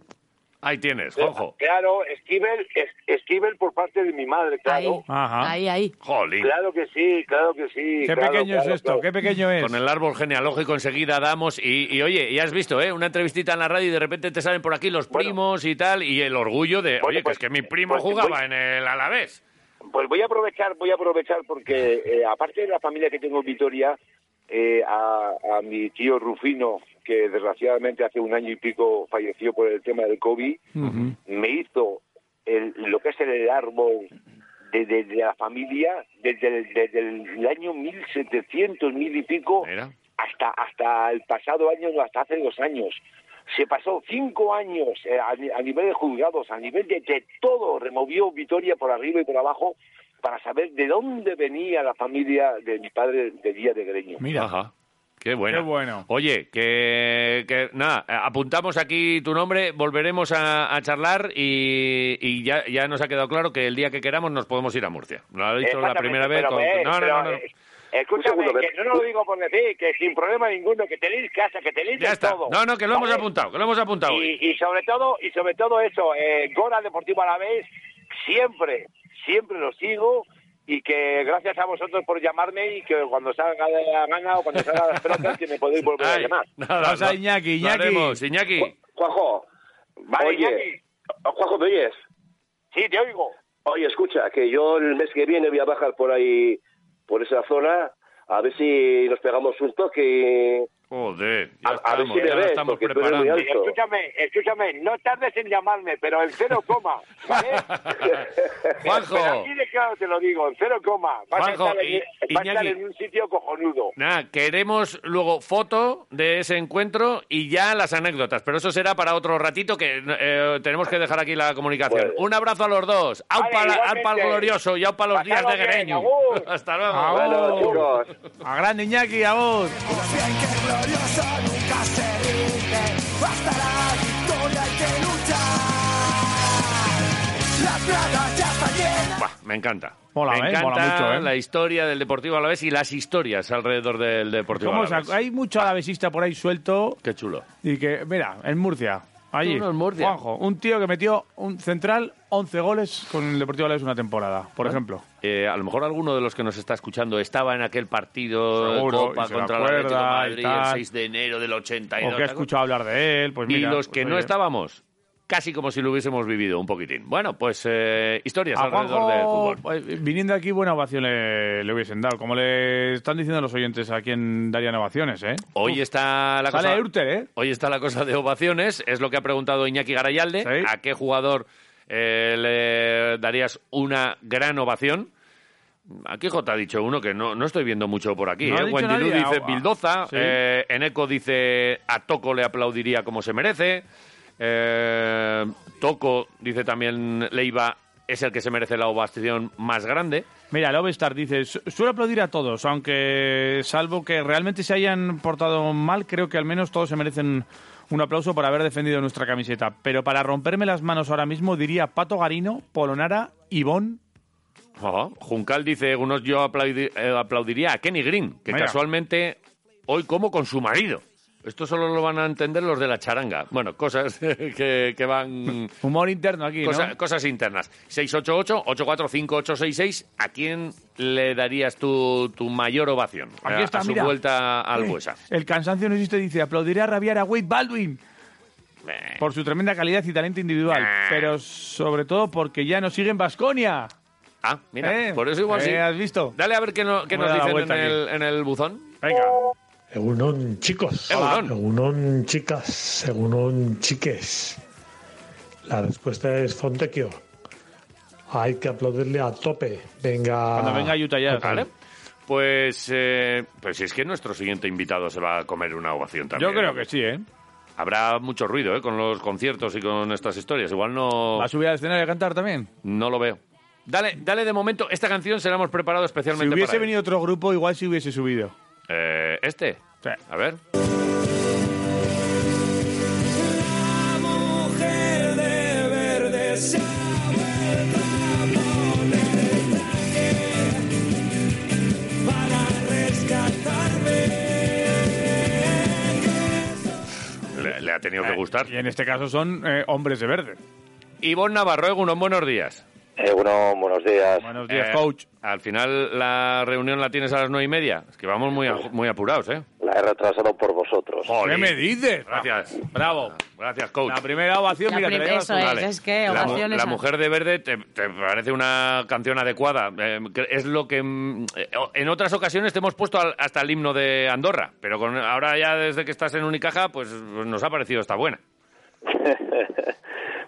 Speaker 2: Ahí tienes, Juanjo.
Speaker 19: Eh, Claro, Esquivel, es- Esquivel por parte de mi madre, claro.
Speaker 4: Ahí, ahí.
Speaker 2: Jolín.
Speaker 19: Claro que sí, claro que sí. claro, claro, claro.
Speaker 3: pequeño es.
Speaker 2: Con el árbol genealógico enseguida damos. Y, y oye, ya has visto, ¿eh? Una entrevistita en la radio y de repente te salen por aquí los primos y tal. Y el orgullo de, oye, que es que mi primo
Speaker 19: pues,
Speaker 2: jugaba
Speaker 19: voy-
Speaker 2: en el Alavés.
Speaker 19: Pues voy a aprovechar, voy a aprovechar porque eh, aparte de la familia que tengo en Vitoria, eh, a, a mi tío Rufino, que desgraciadamente hace un año y pico falleció por el tema del COVID, me hizo el- lo que es el árbol de, de- de la familia desde el, desde el año 1700, mil y pico, hasta, hasta el pasado año, no, hasta hace dos años. Se pasó cinco años eh, a, ni- a nivel de juzgados, a nivel de, de todo, removió Vitoria por arriba y por abajo para saber de dónde venía la familia de mi padre de Día de Greño.
Speaker 2: Mira. Ajá. Qué bueno.
Speaker 19: Qué bueno.
Speaker 2: Oye, que, que nada, eh, apuntamos aquí tu nombre, volveremos a, a charlar y, y ya, ya nos ha quedado claro que el día que queramos nos podemos ir a Murcia. Lo ha dicho la
Speaker 19: Exactamente,
Speaker 2: primera vez.
Speaker 19: pero,
Speaker 2: con-
Speaker 19: eh,
Speaker 2: no, no,
Speaker 19: pero,
Speaker 2: no, no.
Speaker 19: eh, Escúchame, que yo no lo digo por decir, que sin problema ninguno, que tenéis casa, que tenéis
Speaker 2: Ya
Speaker 19: de
Speaker 2: está.
Speaker 19: todo.
Speaker 2: No, no, que lo hemos
Speaker 19: ¿Vale?
Speaker 2: apuntado, que lo hemos apuntado. hoy.
Speaker 19: Y, y sobre todo, y sobre todo eso, eh, Gora Deportivo a la vez, siempre, siempre lo sigo y que gracias a vosotros por llamarme y que cuando salga de la gana o cuando salga de las pelotas que me podéis volver a
Speaker 2: Ay,
Speaker 19: llamar.
Speaker 2: nada,
Speaker 19: Vamos
Speaker 2: no-
Speaker 19: a Iñaki,
Speaker 2: lo
Speaker 19: Iñaki.
Speaker 2: haremos, Iñaki.
Speaker 18: Juanjo,
Speaker 19: Vale,
Speaker 18: oye, Oh,
Speaker 19: Iñaki.
Speaker 18: Juanjo, ¿me oyes?
Speaker 19: Sí, te oigo.
Speaker 18: Oye, escucha, que yo el mes que viene voy a bajar por ahí, por esa zona, a ver si nos pegamos un toque. y-
Speaker 2: Joder,
Speaker 18: a, a ver si me ves, porque tú eres muy alto.
Speaker 19: Escúchame, escúchame, no tardes en llamarme, pero en cero coma, ¿vale?
Speaker 2: Juanjo.
Speaker 19: Pero así de claro te lo digo, en cero coma. Vas
Speaker 2: Juanjo,
Speaker 19: a estar, en,
Speaker 2: I-
Speaker 19: vas a estar
Speaker 2: Iñaki.
Speaker 19: en un sitio cojonudo.
Speaker 2: Nada, queremos luego foto de ese encuentro y ya las anécdotas, pero eso será para otro ratito que eh, tenemos que dejar aquí la comunicación. Un abrazo a los dos. Au
Speaker 3: Pues- Vale,
Speaker 2: para al
Speaker 3: igualmente.
Speaker 2: pal glorioso y au para los días
Speaker 3: Pasadlo
Speaker 2: de
Speaker 3: bien,
Speaker 2: Greño.
Speaker 3: agur.
Speaker 2: Hasta luego.
Speaker 3: Agur. A grande Iñaki, a vos.
Speaker 24: glorioso nunca se rinde.
Speaker 6: Hasta la victoria hay que luchar. Las gradas ya están llenas.
Speaker 2: Buah, me encanta.
Speaker 3: Mola,
Speaker 2: me
Speaker 3: ¿eh?
Speaker 2: encanta
Speaker 3: Mola mucho, ¿eh?
Speaker 2: la historia del Deportivo Alavés y las historias alrededor del Deportivo
Speaker 3: ¿Cómo
Speaker 2: Alavés.
Speaker 3: se- hay mucho alavesista por ahí suelto
Speaker 2: Qué chulo.
Speaker 3: y que, mira, en Murcia. Allí,
Speaker 2: Uno en Murcia.
Speaker 3: Juanjo, un tío que metió un central 11 goles con el Deportivo Alavés una temporada, por
Speaker 2: ¿Eh?
Speaker 3: ejemplo.
Speaker 2: Eh, a lo mejor alguno de los que nos está escuchando estaba en aquel partido de
Speaker 3: Seguro, y
Speaker 2: Copa
Speaker 3: se lo
Speaker 2: contra el
Speaker 3: acuerda
Speaker 2: Atlético de
Speaker 3: y
Speaker 2: Madrid el
Speaker 3: tal.
Speaker 2: 6 de enero del 82.
Speaker 3: O que ha
Speaker 2: ¿te acuerdas?
Speaker 3: escuchado hablar de él, pues
Speaker 2: y
Speaker 3: mira.
Speaker 2: los que
Speaker 3: pues
Speaker 2: no
Speaker 3: oye.
Speaker 2: estábamos, casi como si lo hubiésemos vivido un poquitín. Bueno, pues eh, historias
Speaker 3: A
Speaker 2: alrededor
Speaker 3: Juanjo,
Speaker 2: del fútbol.
Speaker 3: pues, viniendo aquí, buena ovación le, le hubiesen dado. Como le están diciendo los oyentes a quién darían ovaciones, ¿eh?
Speaker 2: Hoy
Speaker 3: Uf,
Speaker 2: está la
Speaker 3: sale
Speaker 2: cosa.
Speaker 3: Urter, ¿eh?
Speaker 2: Hoy está la cosa de ovaciones. Es lo que ha preguntado Iñaki Garayalde. ¿A qué jugador eh, le darías una gran ovación? Aquí J ha dicho uno que no, no estoy viendo mucho por aquí.
Speaker 3: No ha
Speaker 2: ¿eh?
Speaker 3: dicho
Speaker 2: Wendy Lu
Speaker 3: nadie,
Speaker 2: dice
Speaker 3: ah,
Speaker 2: Bildoza.
Speaker 3: sí.
Speaker 2: eh, Eneco dice a Toco le aplaudiría como se merece. eh, Toco dice también Leiva es el que se merece la ovación más grande.
Speaker 3: Mira, Lobestar dice, "Su- suelo aplaudir a todos, aunque salvo que realmente se hayan portado mal, creo que al menos todos se merecen un aplauso por haber defendido nuestra camiseta. Pero para romperme las manos ahora mismo diría Pato Garino, Polonara, Ivón.
Speaker 2: Ajá. Juncal dice, unos yo aplaudi- eh, aplaudiría a Kenny Green, que
Speaker 3: Mira.
Speaker 2: casualmente hoy como con su marido. Esto solo lo van a entender los de la charanga. Bueno, cosas que, que van...
Speaker 3: Humor interno aquí, ¿no?
Speaker 2: cosa- Cosas internas. 688-845-866, ¿a quién le darías tu, tu mayor ovación?
Speaker 3: Aquí
Speaker 2: A-
Speaker 3: está,
Speaker 2: a su
Speaker 3: mira.
Speaker 2: vuelta al
Speaker 3: Eh,
Speaker 2: Buesa.
Speaker 3: El cansancio no existe, dice, aplaudiré a rabiar a Wade Baldwin por su tremenda calidad y talento individual, pero sobre todo porque ya nos sigue en Basconia. Eh,
Speaker 2: Ah, mira, por eso igual sí.
Speaker 3: ¿Has visto?
Speaker 2: Dale a ver qué, no- qué
Speaker 3: Voy
Speaker 2: nos
Speaker 3: a dar la
Speaker 2: dicen en
Speaker 3: vuelta aquí.
Speaker 2: el, en el buzón.
Speaker 3: Venga.
Speaker 25: Egunon, chicos.
Speaker 2: Egunon.
Speaker 25: Egunon, chicas. Egunon, chiques. La respuesta es Fontecchio. Hay que aplaudirle a tope. Venga.
Speaker 22: Ah,
Speaker 3: Cuando venga Utah Jazz.
Speaker 2: Vale. Pues, eh, pues es que nuestro siguiente invitado se va a comer una ovación también.
Speaker 3: Yo creo que sí, ¿eh?
Speaker 2: Habrá mucho ruido ¿eh? con los conciertos y con estas historias. Igual no,
Speaker 3: ¿Va a subir al escenario a cantar también?
Speaker 2: no lo veo. Oh. Dale, dale de momento. Esta canción se la hemos preparado
Speaker 3: Si
Speaker 2: especialmente
Speaker 3: hubiese
Speaker 2: para él.
Speaker 3: venido otro grupo, igual si hubiese subido.
Speaker 2: Eh, ¿Este? A ver.
Speaker 6: mujer de verde se ha vuelto a poner el traje para rescatarme.
Speaker 2: Le, le ha tenido que gustar.
Speaker 3: Y en este caso son eh, hombres de verde.
Speaker 2: Ivonne Navarro, unos buenos días.
Speaker 22: Eh, buenos días.
Speaker 3: Buenos
Speaker 2: Eh.
Speaker 3: días, coach.
Speaker 2: Al final la reunión la tienes a las nueve y media. Es que vamos muy, a- muy apurados, ¿eh?
Speaker 22: La he retrasado por vosotros.
Speaker 2: Jolín.
Speaker 3: ¿Qué me dices?
Speaker 2: Gracias.
Speaker 3: Bravo.
Speaker 2: Gracias, coach.
Speaker 3: La primera ovación,
Speaker 4: La
Speaker 3: mira, te la
Speaker 4: prim-
Speaker 3: llevas
Speaker 4: eso
Speaker 3: tú.
Speaker 4: es,
Speaker 2: Vale.
Speaker 4: es que
Speaker 2: La mu-
Speaker 4: ovaciones
Speaker 2: La,
Speaker 4: a-
Speaker 2: mujer de verde te, te parece una canción adecuada. Eh, cre- es lo que mm, eh, o- en otras ocasiones te hemos puesto al- hasta el himno de Andorra, pero con, ahora ya desde que estás en Unicaja, pues pues nos ha parecido esta buena.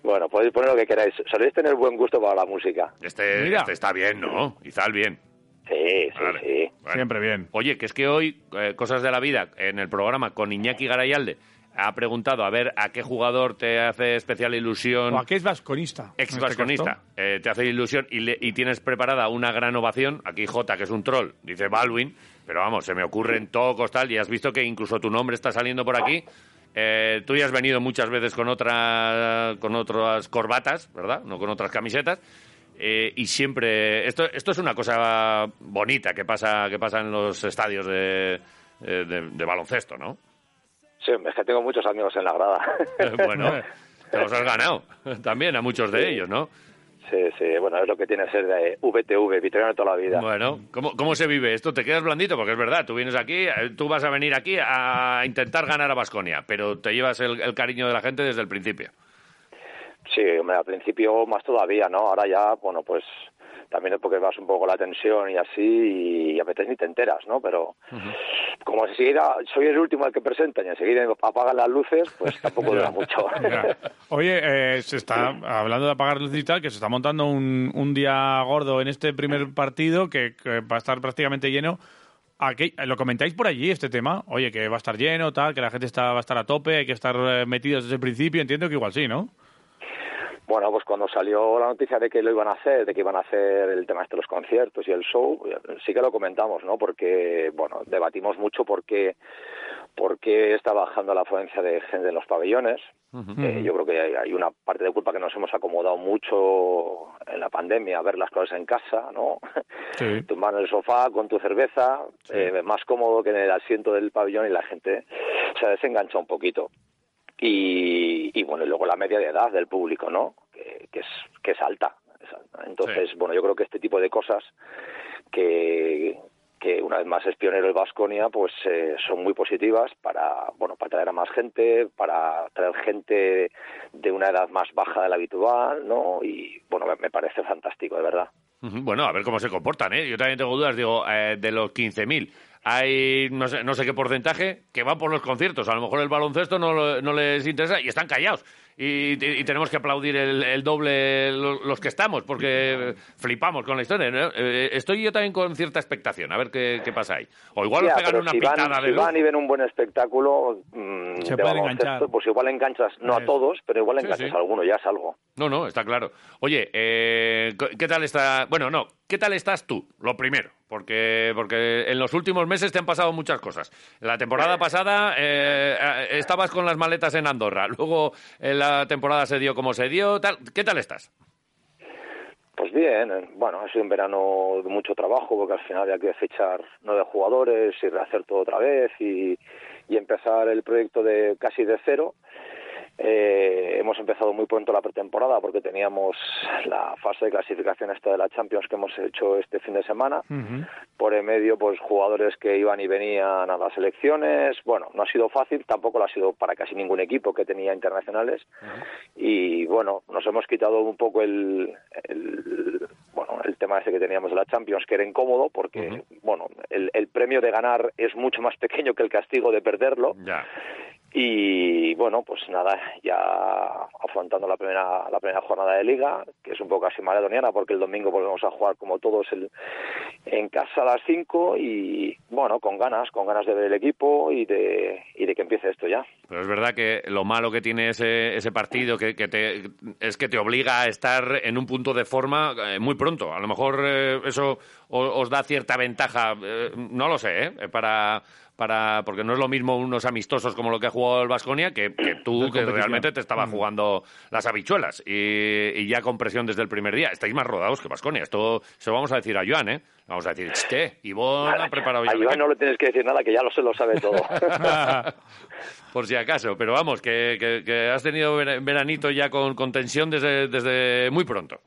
Speaker 22: bueno, podéis poner lo que queráis. Soléis tener buen gusto para la música.
Speaker 2: Este,
Speaker 22: Mira.
Speaker 2: este está bien, ¿no? Izal bien.
Speaker 22: Sí, sí,
Speaker 2: Vale.
Speaker 22: sí.
Speaker 3: Siempre bien.
Speaker 2: Oye, que es que hoy eh, cosas de la vida en el programa con Iñaki Garayalde ha preguntado a ver a qué jugador te hace especial ilusión.
Speaker 3: O aquí es vasconista.
Speaker 2: Ex
Speaker 3: En este
Speaker 2: vasconista, eh, te hace ilusión y, le- y tienes preparada una gran ovación. Aquí J, que es un troll, dice Baldwin, pero vamos, se me ocurren tocos, tal, y has visto que incluso tu nombre está saliendo por aquí. Eh, tú ya has venido muchas veces con, otra, con otras corbatas, ¿verdad? No con otras camisetas. Eh, y siempre. Esto, esto es una cosa bonita que pasa, que pasa en los estadios de, eh, de- de baloncesto, ¿no?
Speaker 22: Sí, es que tengo muchos amigos en la grada.
Speaker 2: Eh, bueno, te los has ganado también a muchos de ellos, ¿no?
Speaker 22: Sí, sí, bueno, es lo que tiene ser de VTV, vitoriano toda la vida.
Speaker 2: Bueno, ¿cómo, ¿cómo se vive esto? Te quedas blandito, porque es verdad, tú vienes aquí, eh, tú vas a venir aquí a intentar ganar a Basconia, pero te llevas el, el cariño de la gente desde el principio.
Speaker 22: Sí, hombre, al principio más todavía, ¿no? Ahora ya, bueno, pues también es porque vas un poco la tensión y así, y a veces ni te enteras, ¿no? Pero como enseguida soy el último al que presentan y enseguida apagan las luces, pues tampoco dura mucho.
Speaker 3: Oye, eh, se está hablando de apagar luces y tal, que se está montando un, un día gordo en este primer partido que, que va a estar prácticamente lleno. Aquí, eh, lo comentáis por allí este tema, oye, que va a estar lleno, tal, que la gente está, va a estar a tope, hay que estar eh, metidos desde el principio, entiendo que igual sí, ¿no?
Speaker 26: Bueno, pues cuando salió la noticia de que lo iban a hacer, de que iban a hacer el tema este de los conciertos y el show, sí que lo comentamos, ¿no? Porque, bueno, debatimos mucho por qué, por qué está bajando la afluencia de gente en los pabellones. Eh, yo creo que hay, hay una parte de culpa que nos hemos acomodado mucho en la pandemia a ver las cosas en casa, ¿no?
Speaker 6: Sí.
Speaker 26: Tumbar en el sofá con tu cerveza, eh, más cómodo que en el asiento del pabellón y la gente se ha desenganchado un poquito. Y, y bueno, y luego la media de edad del público, ¿no? Que, que es, que es alta. es alta. Entonces, bueno, yo creo que este tipo de cosas que, que una vez más es pionero el Vasconia, pues eh, son muy positivas para, bueno, para traer a más gente, para traer gente de una edad más baja de la habitual, ¿no? Y bueno, me- me parece fantástico, de verdad.
Speaker 2: Ujú, Bueno, a ver cómo se comportan, ¿eh? Yo también tengo dudas, digo, eh, de los 15.000, hay no sé, no sé qué porcentaje que van por los conciertos. A lo mejor el baloncesto no, lo- no les interesa y están callados. Y, y tenemos que aplaudir el, el doble lo- los que estamos, porque flipamos con la historia. ¿no? Eh, estoy yo también con cierta expectación, a ver qué, qué pasa ahí. O igual
Speaker 26: Ya,
Speaker 2: nos pegan
Speaker 26: pero
Speaker 2: una
Speaker 26: si van,
Speaker 2: pitada de
Speaker 26: si
Speaker 2: luz.
Speaker 26: van y ven un buen espectáculo mm,
Speaker 2: Se
Speaker 26: de
Speaker 2: pueden
Speaker 26: baloncesto,
Speaker 2: enganchar.
Speaker 26: pues igual enganchas, no a todos, pero igual
Speaker 2: Sí,
Speaker 26: enganchas
Speaker 2: sí.
Speaker 26: a alguno, ya es algo.
Speaker 2: No, no, está claro. Oye, eh, co- ¿qué tal está? Bueno, no, ¿qué tal estás tú? Lo primero, porque porque en los últimos meses te han pasado muchas cosas. La temporada pasada eh, eh, estabas con las maletas en Andorra, luego eh, la temporada se dio como se dio, tal. ¿Qué tal estás?
Speaker 26: Pues bien, eh, bueno, ha sido un verano de mucho trabajo porque al final había que fichar nueve jugadores y rehacer todo otra vez y, y empezar el proyecto de casi de cero. Eh, hemos empezado muy pronto la pretemporada porque teníamos la fase de clasificación esta de la Champions que hemos hecho este fin de semana.
Speaker 23: Mm-hmm.
Speaker 26: por en medio pues jugadores que iban y venían a las elecciones bueno no ha sido fácil tampoco lo ha sido para casi ningún equipo que tenía internacionales y bueno nos hemos quitado un poco el, el- bueno el tema ese que teníamos de la Champions que era incómodo porque bueno el, el premio de ganar es mucho más pequeño que el castigo de perderlo y bueno pues nada ya afrontando la primera la primera jornada de liga que es un poco así maradoniana porque el domingo volvemos a jugar como todos el, en casa a las 5 y bueno, con ganas, con ganas de ver el equipo y de, y de que empiece esto ya.
Speaker 2: Pero es verdad que lo malo que tiene ese, ese partido que, que te, es que te obliga a estar en un punto de forma eh, muy pronto. A lo mejor eh, eso o- os, da cierta ventaja, eh, no lo sé, ¿eh? para, para, porque no es lo mismo unos amistosos como lo que ha jugado el Vasconia que, que tú, que
Speaker 8: competición.
Speaker 2: realmente te estaba jugando las habichuelas y, y ya con presión desde el primer día. Estáis más rodados que Vasconia. Esto se lo vamos a decir a Joan, ¿eh? Vamos a decir, ¿qué? Ivonne ha preparado ya ¿eh?
Speaker 26: A
Speaker 2: el
Speaker 26: Iván
Speaker 2: equipo"
Speaker 26: no le tienes que decir nada, que ya lo se lo sabe todo.
Speaker 2: por si acaso, pero vamos, que, que- que has tenido ver- veranito ya con, con tensión desde, desde muy pronto.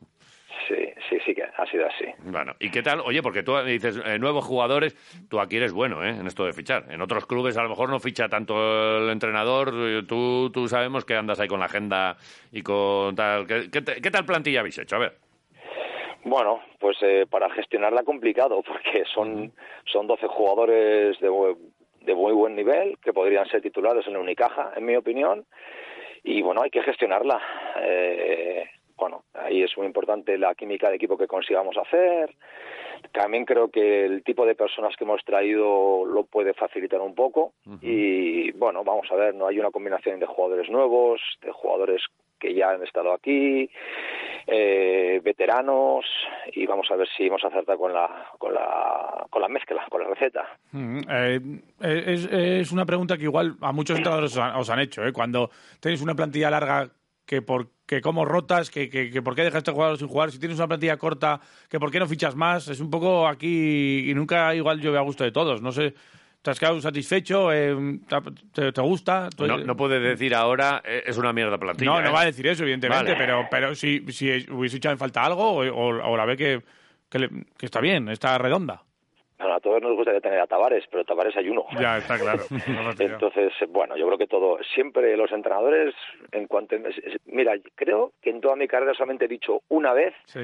Speaker 26: Sí, sí, sí que ha sido así.
Speaker 2: Bueno, ¿y qué tal? Oye, porque tú dices eh, nuevos jugadores, tú aquí eres bueno ¿eh? en esto de fichar. En otros clubes a lo mejor no ficha tanto el entrenador, eh, tú, tú sabemos que andas ahí con la agenda y con tal. ¿Qué, qué te- qué tal plantilla habéis hecho? A ver.
Speaker 26: Bueno, pues eh, para gestionarla complicado, porque son, son 12 jugadores de, bu- de muy buen nivel, que podrían ser titulares en la Unicaja, en mi opinión, y bueno, hay que gestionarla. Eh, bueno, ahí es muy importante la química de equipo que consigamos hacer. También creo que el tipo de personas que hemos traído lo puede facilitar un poco. Y bueno, vamos a ver, no hay una combinación de jugadores nuevos, de jugadores que ya han estado aquí, eh, veteranos y vamos a ver si hemos acertado con la, con la, con la mezcla, con la receta.
Speaker 3: Mm, eh, es, es una pregunta que igual a muchos entrenadores os han, os han hecho. ¿eh? Cuando tenéis una plantilla larga, que por que cómo rotas, que, que, que por qué dejas de jugador sin jugar. Si tienes una plantilla corta, que por qué no fichas más. Es un poco aquí y nunca igual yo a gusto de todos. No sé, ¿te has quedado satisfecho? Eh, ¿te, te- te gusta? ¿Tú-
Speaker 2: No, no puedes decir ahora eh, es una mierda plantilla.
Speaker 3: Pues, no, no
Speaker 2: ¿eh?
Speaker 3: va a decir eso, evidentemente,
Speaker 2: Vale.
Speaker 3: pero, pero si, si hubiese echado en falta algo o, o- o la ve que, que le- que está bien, está redonda.
Speaker 26: Bueno, a todos nos gustaría tener a Tavares, pero Tavares hay uno.
Speaker 3: Ya, está claro.
Speaker 26: Entonces, bueno, yo creo que todo, siempre los entrenadores, en cuanto... Mira, creo que en toda mi carrera solamente he dicho una vez
Speaker 3: Sí.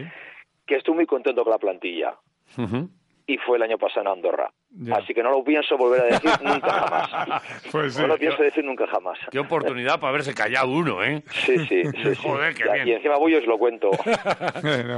Speaker 26: que estoy muy contento con la plantilla y fue el año pasado en Andorra.
Speaker 2: Ya.
Speaker 26: Así que no lo pienso volver a decir nunca jamás.
Speaker 2: Pues sí.
Speaker 26: no lo pienso decir nunca jamás.
Speaker 2: Qué oportunidad para haberse callado uno, ¿eh?
Speaker 26: Sí, sí. sí, sí.
Speaker 2: Joder, qué
Speaker 26: Ya,
Speaker 2: bien.
Speaker 26: Y encima voy y os lo cuento.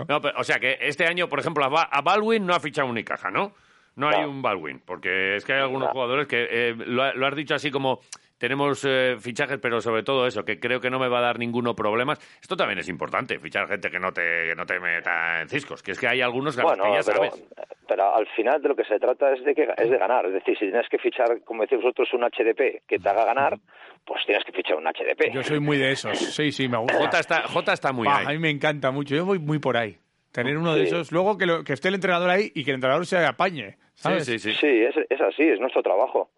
Speaker 2: No, pero, o sea que este año, por ejemplo, a, Ba- a Baldwin no ha fichado Unicaja, ¿no? No hay un Baldwin, porque es que hay algunos jugadores que eh, lo, ha- lo has dicho así como tenemos eh, fichajes, pero sobre todo eso, que creo que no me va a dar ninguno problemas. Esto también es importante, fichar gente que no te, que no te meta en ciscos, que es que hay algunos que, a los
Speaker 26: Bueno,
Speaker 2: que ya
Speaker 26: pero,
Speaker 2: sabes.
Speaker 26: pero al final de lo que se trata es de que es de ganar. Es decir, si tienes que fichar, como decís vosotros, un HDP que te haga ganar, pues tienes que fichar un HDP.
Speaker 3: Yo soy muy de esos. Sí, sí, me gusta.
Speaker 26: Jota
Speaker 2: está, muy
Speaker 26: ahí.
Speaker 3: A mí me encanta mucho. Yo voy muy por ahí. Tener uno de
Speaker 26: Sí.
Speaker 3: esos. Luego que, lo- que esté el entrenador ahí y que el entrenador se apañe. ¿sabes?
Speaker 26: es, es así, es nuestro trabago.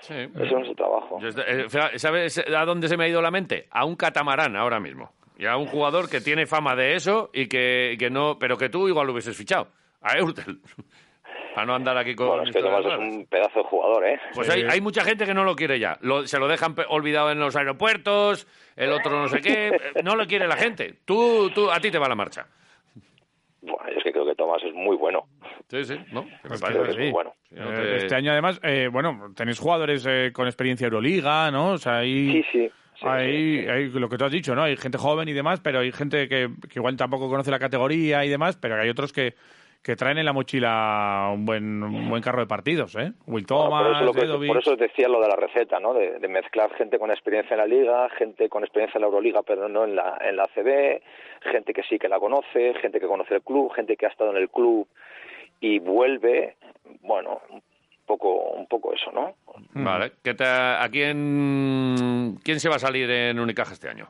Speaker 2: Sí.
Speaker 26: Es nuestro trabajo.
Speaker 2: Yo estoy- eh, fija- ¿Sabes a dónde se me ha ido la mente? A un catamarán ahora mismo. Y a un jugador que tiene fama de eso y que, y que no. Pero que tú igual lo hubieses fichado. A Eurtel. Para no andar aquí con.
Speaker 26: Bueno, es que
Speaker 2: historias
Speaker 26: Tomás es
Speaker 2: raras.
Speaker 26: un pedazo de jugador, ¿eh?
Speaker 2: Pues hay, hay mucha gente que no lo quiere ya. Lo- se lo dejan pe- olvidado en los aeropuertos, el otro no sé qué. Eh, No lo quiere la gente. Tú, tú, a ti te va la marcha.
Speaker 26: Bueno, yo es que creo que Tomás es muy bueno.
Speaker 2: Sí, sí, ¿no?
Speaker 3: Pues
Speaker 2: parece
Speaker 3: creo
Speaker 2: que
Speaker 3: que
Speaker 2: sí.
Speaker 3: sí.
Speaker 2: Bueno.
Speaker 3: Eh,
Speaker 2: No te-
Speaker 3: Este año, además, eh, bueno, tenéis jugadores eh, con experiencia Euroliga, ¿no? O sea, hay,
Speaker 26: Sí, sí.
Speaker 3: hay, hay lo que tú has dicho, ¿no? Hay gente joven y demás, pero hay gente que, que igual tampoco conoce la categoría y demás, pero hay otros que, que traen en la mochila un buen, un buen carro de partidos, ¿eh? Will Thomas,
Speaker 26: Ah, por, eso lo que-
Speaker 3: Dedovic.
Speaker 26: por eso os decía lo de la receta, ¿no? De, de mezclar gente con experiencia en la liga, gente con experiencia en la Euroliga, pero no en la, en la CB, gente que sí que la conoce, gente que conoce el club, gente que ha estado en el club y vuelve. Bueno, un poco, un poco eso, ¿no?
Speaker 3: Mm.
Speaker 2: Vale. ¿Qué te- ¿A quién, quién se va a salir en Unicaja este año?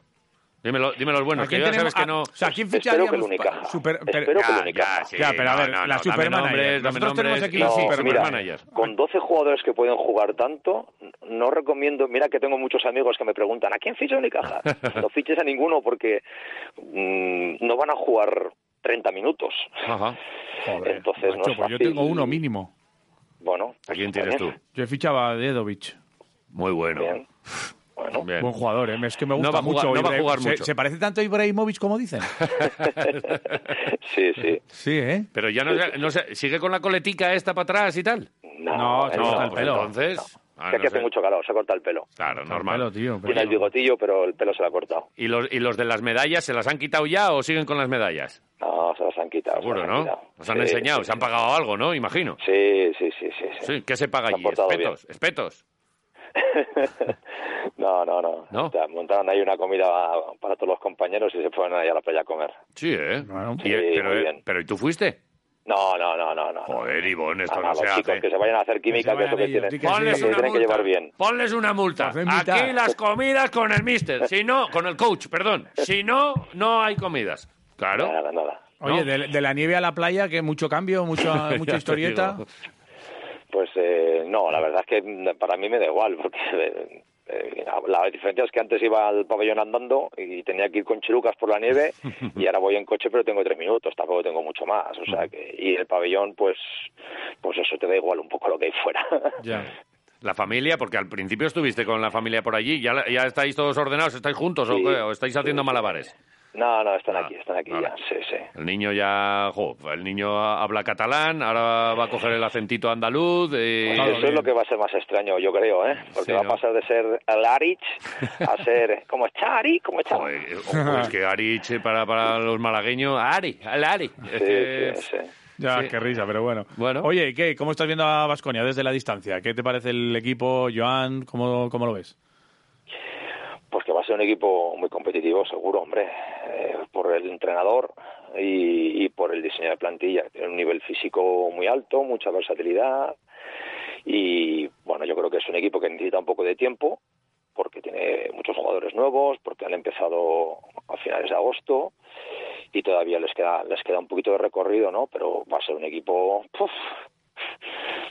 Speaker 2: Dímelo, dime los buenos,
Speaker 3: ¿A
Speaker 2: que
Speaker 3: quién
Speaker 2: yo ya
Speaker 3: tenemos- Ah.
Speaker 2: sabes que
Speaker 3: a-
Speaker 2: no.
Speaker 3: o sea, ¿a quién ficharíamos pa- super- pero-
Speaker 2: Espero que lo Unicaja.
Speaker 3: Ya, pero a
Speaker 2: no,
Speaker 3: ver,
Speaker 2: no,
Speaker 3: la
Speaker 2: no,
Speaker 3: super
Speaker 2: dame nombres, dame
Speaker 3: Nosotros tenemos
Speaker 2: nombres
Speaker 3: aquí
Speaker 2: y
Speaker 3: la
Speaker 2: sí,
Speaker 3: super
Speaker 2: mira,
Speaker 26: Con 12 jugadores que pueden jugar tanto, no recomiendo. Mira que tengo muchos amigos que me preguntan: ¿a quién ficha Unicaja? No fiches a ninguno porque mm, no van a jugar 30 minutos.
Speaker 2: Ajá.
Speaker 26: Entonces, no es
Speaker 3: Macho, pues yo
Speaker 26: fácil.
Speaker 3: tengo uno mínimo.
Speaker 26: Bueno,
Speaker 2: ¿A quién
Speaker 26: tienes tú?
Speaker 3: Yo fichaba a Dedovic.
Speaker 2: Muy bueno. Bien.
Speaker 3: Buen jugador, ¿eh? es que me
Speaker 2: No
Speaker 3: gusta
Speaker 2: va a jugar-
Speaker 3: mucho.
Speaker 2: no va a
Speaker 3: Ibra-
Speaker 2: jugar
Speaker 3: se,
Speaker 2: mucho.
Speaker 3: se parece tanto a Ibrahimovic como dicen.
Speaker 26: sí, sí.
Speaker 3: Sí, ¿eh?
Speaker 2: Pero ya no, se- no se- sigue con la coletica esta para atrás y tal.
Speaker 26: No, se corta el
Speaker 2: pues
Speaker 26: pelo.
Speaker 2: Entonces, ah,
Speaker 26: Ya
Speaker 2: no
Speaker 26: que hace
Speaker 2: sé.
Speaker 26: mucho calor, se corta el pelo.
Speaker 2: Claro, normal.
Speaker 26: Tiene el bigotillo, pero el pelo se lo ha cortado.
Speaker 2: ¿Y los, ¿Y los de las medallas se las han quitado ya o siguen con las medallas?
Speaker 26: No, se las han quitado.
Speaker 2: Seguro,
Speaker 26: se las
Speaker 2: ¿no?
Speaker 26: han quitado.
Speaker 2: Nos han
Speaker 26: Sí,
Speaker 2: enseñado,
Speaker 26: sí,
Speaker 2: se han pagado algo, ¿no? Imagino.
Speaker 26: Sí, sí, sí, sí. sí.
Speaker 2: ¿Qué se paga
Speaker 26: Se han
Speaker 2: allí?
Speaker 26: portado
Speaker 2: Espetos, espetos.
Speaker 26: No, no, no. O sea, montaron ahí una comida para todos los compañeros y se fueron ahí a la playa a comer.
Speaker 2: Sí, ¿eh? Y-
Speaker 26: Sí,
Speaker 2: pero,
Speaker 26: muy bien.
Speaker 2: pero ¿y tú fuiste?
Speaker 26: No, no, no, no. no.
Speaker 2: Joder, Ivonne, esto
Speaker 26: Ah,
Speaker 2: no,
Speaker 26: los
Speaker 2: se hace.
Speaker 26: chicos que se vayan a hacer química, que, es lo que tienen,
Speaker 2: Ponles
Speaker 26: se
Speaker 2: una
Speaker 26: tienen
Speaker 2: multa.
Speaker 26: que llevar bien.
Speaker 2: Ponles una multa. Aquí las comidas con el mister. Si no, con el coach, perdón. Si no, no hay comidas. Claro.
Speaker 26: Nada, nada.
Speaker 3: Oye, de, de la nieve a la playa, que mucho cambio, mucha,
Speaker 2: Ya te
Speaker 3: Ah, mucha historieta.
Speaker 2: digo.
Speaker 26: Pues eh, no, la verdad es que mm, para mí me da igual, porque eh, eh, la diferencia es que antes iba al pabellón andando y tenía que ir con chirucas por la nieve y ahora voy en coche pero tengo tres minutos, tampoco tengo mucho más. O sea que, y el pabellón, pues, pues eso te da igual un poco lo que hay fuera.
Speaker 2: La familia, porque al principio estuviste con la familia por allí. ¿Ya, la- ya estáis todos ordenados? ¿Estáis juntos o,
Speaker 26: Sí.
Speaker 2: qué? ¿O estáis haciendo malabares?
Speaker 26: No, no,
Speaker 2: Ah,
Speaker 26: están aquí, están aquí ya, sí, sí.
Speaker 2: El niño ya... jo, el niño habla catalán, ahora va a coger el acentito andaluz. eh,
Speaker 26: Eso es lo que va a ser más extraño, yo creo, ¿eh? Porque
Speaker 2: Sí,
Speaker 26: va a
Speaker 2: ¿no?
Speaker 26: pasar de ser Larich a ser como está Ari, como está.
Speaker 2: Ojo, es pues que Ari, che, para, para los malagueños, Ari, al Ari. Es que-
Speaker 3: Ya,
Speaker 2: Sí.
Speaker 3: qué risa, pero bueno.
Speaker 2: Bueno.
Speaker 3: Oye, ¿y ¿qué? ¿Cómo estás viendo a Vasconia desde la distancia? ¿Qué te parece el equipo, Joan? ¿Cómo, cómo lo ves?
Speaker 26: Pues que va a ser un equipo muy competitivo, seguro, hombre, eh, por el entrenador y, y por el diseño de plantilla. Tiene un nivel físico muy alto, mucha versatilidad y, bueno, yo creo que es un equipo que necesita un poco de tiempo porque tiene muchos jugadores nuevos, porque han empezado a finales de agosto y todavía les queda les queda un poquito de recorrido, ¿no? Pero va a ser un equipo, ¡puf!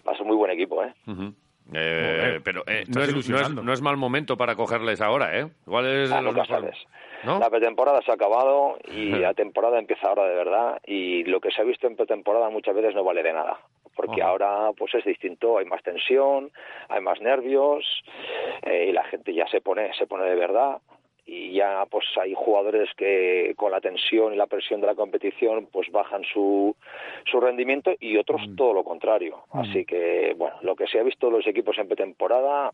Speaker 26: va a ser muy buen equipo, ¿eh?
Speaker 2: Ujú. Eh,
Speaker 26: Joder,
Speaker 2: pero eh,
Speaker 26: me estás
Speaker 2: no, es, no, es,
Speaker 26: ilusionando.
Speaker 2: no es mal momento para cogerles ahora, ¿eh? Igual es de
Speaker 26: Ah,
Speaker 2: los
Speaker 26: nunca
Speaker 2: mejores.
Speaker 26: sabes. La pretemporada se ha acabado y la temporada empieza ahora de verdad y lo que se ha visto en pretemporada muchas veces no vale de nada porque ahora pues es distinto hay más tensión hay más nervios eh, y la gente ya se pone se pone de verdad y ya pues hay jugadores que con la tensión y la presión de la competición pues bajan su, su rendimiento y otros todo lo contrario así que bueno lo que se ha visto de los equipos en pretemporada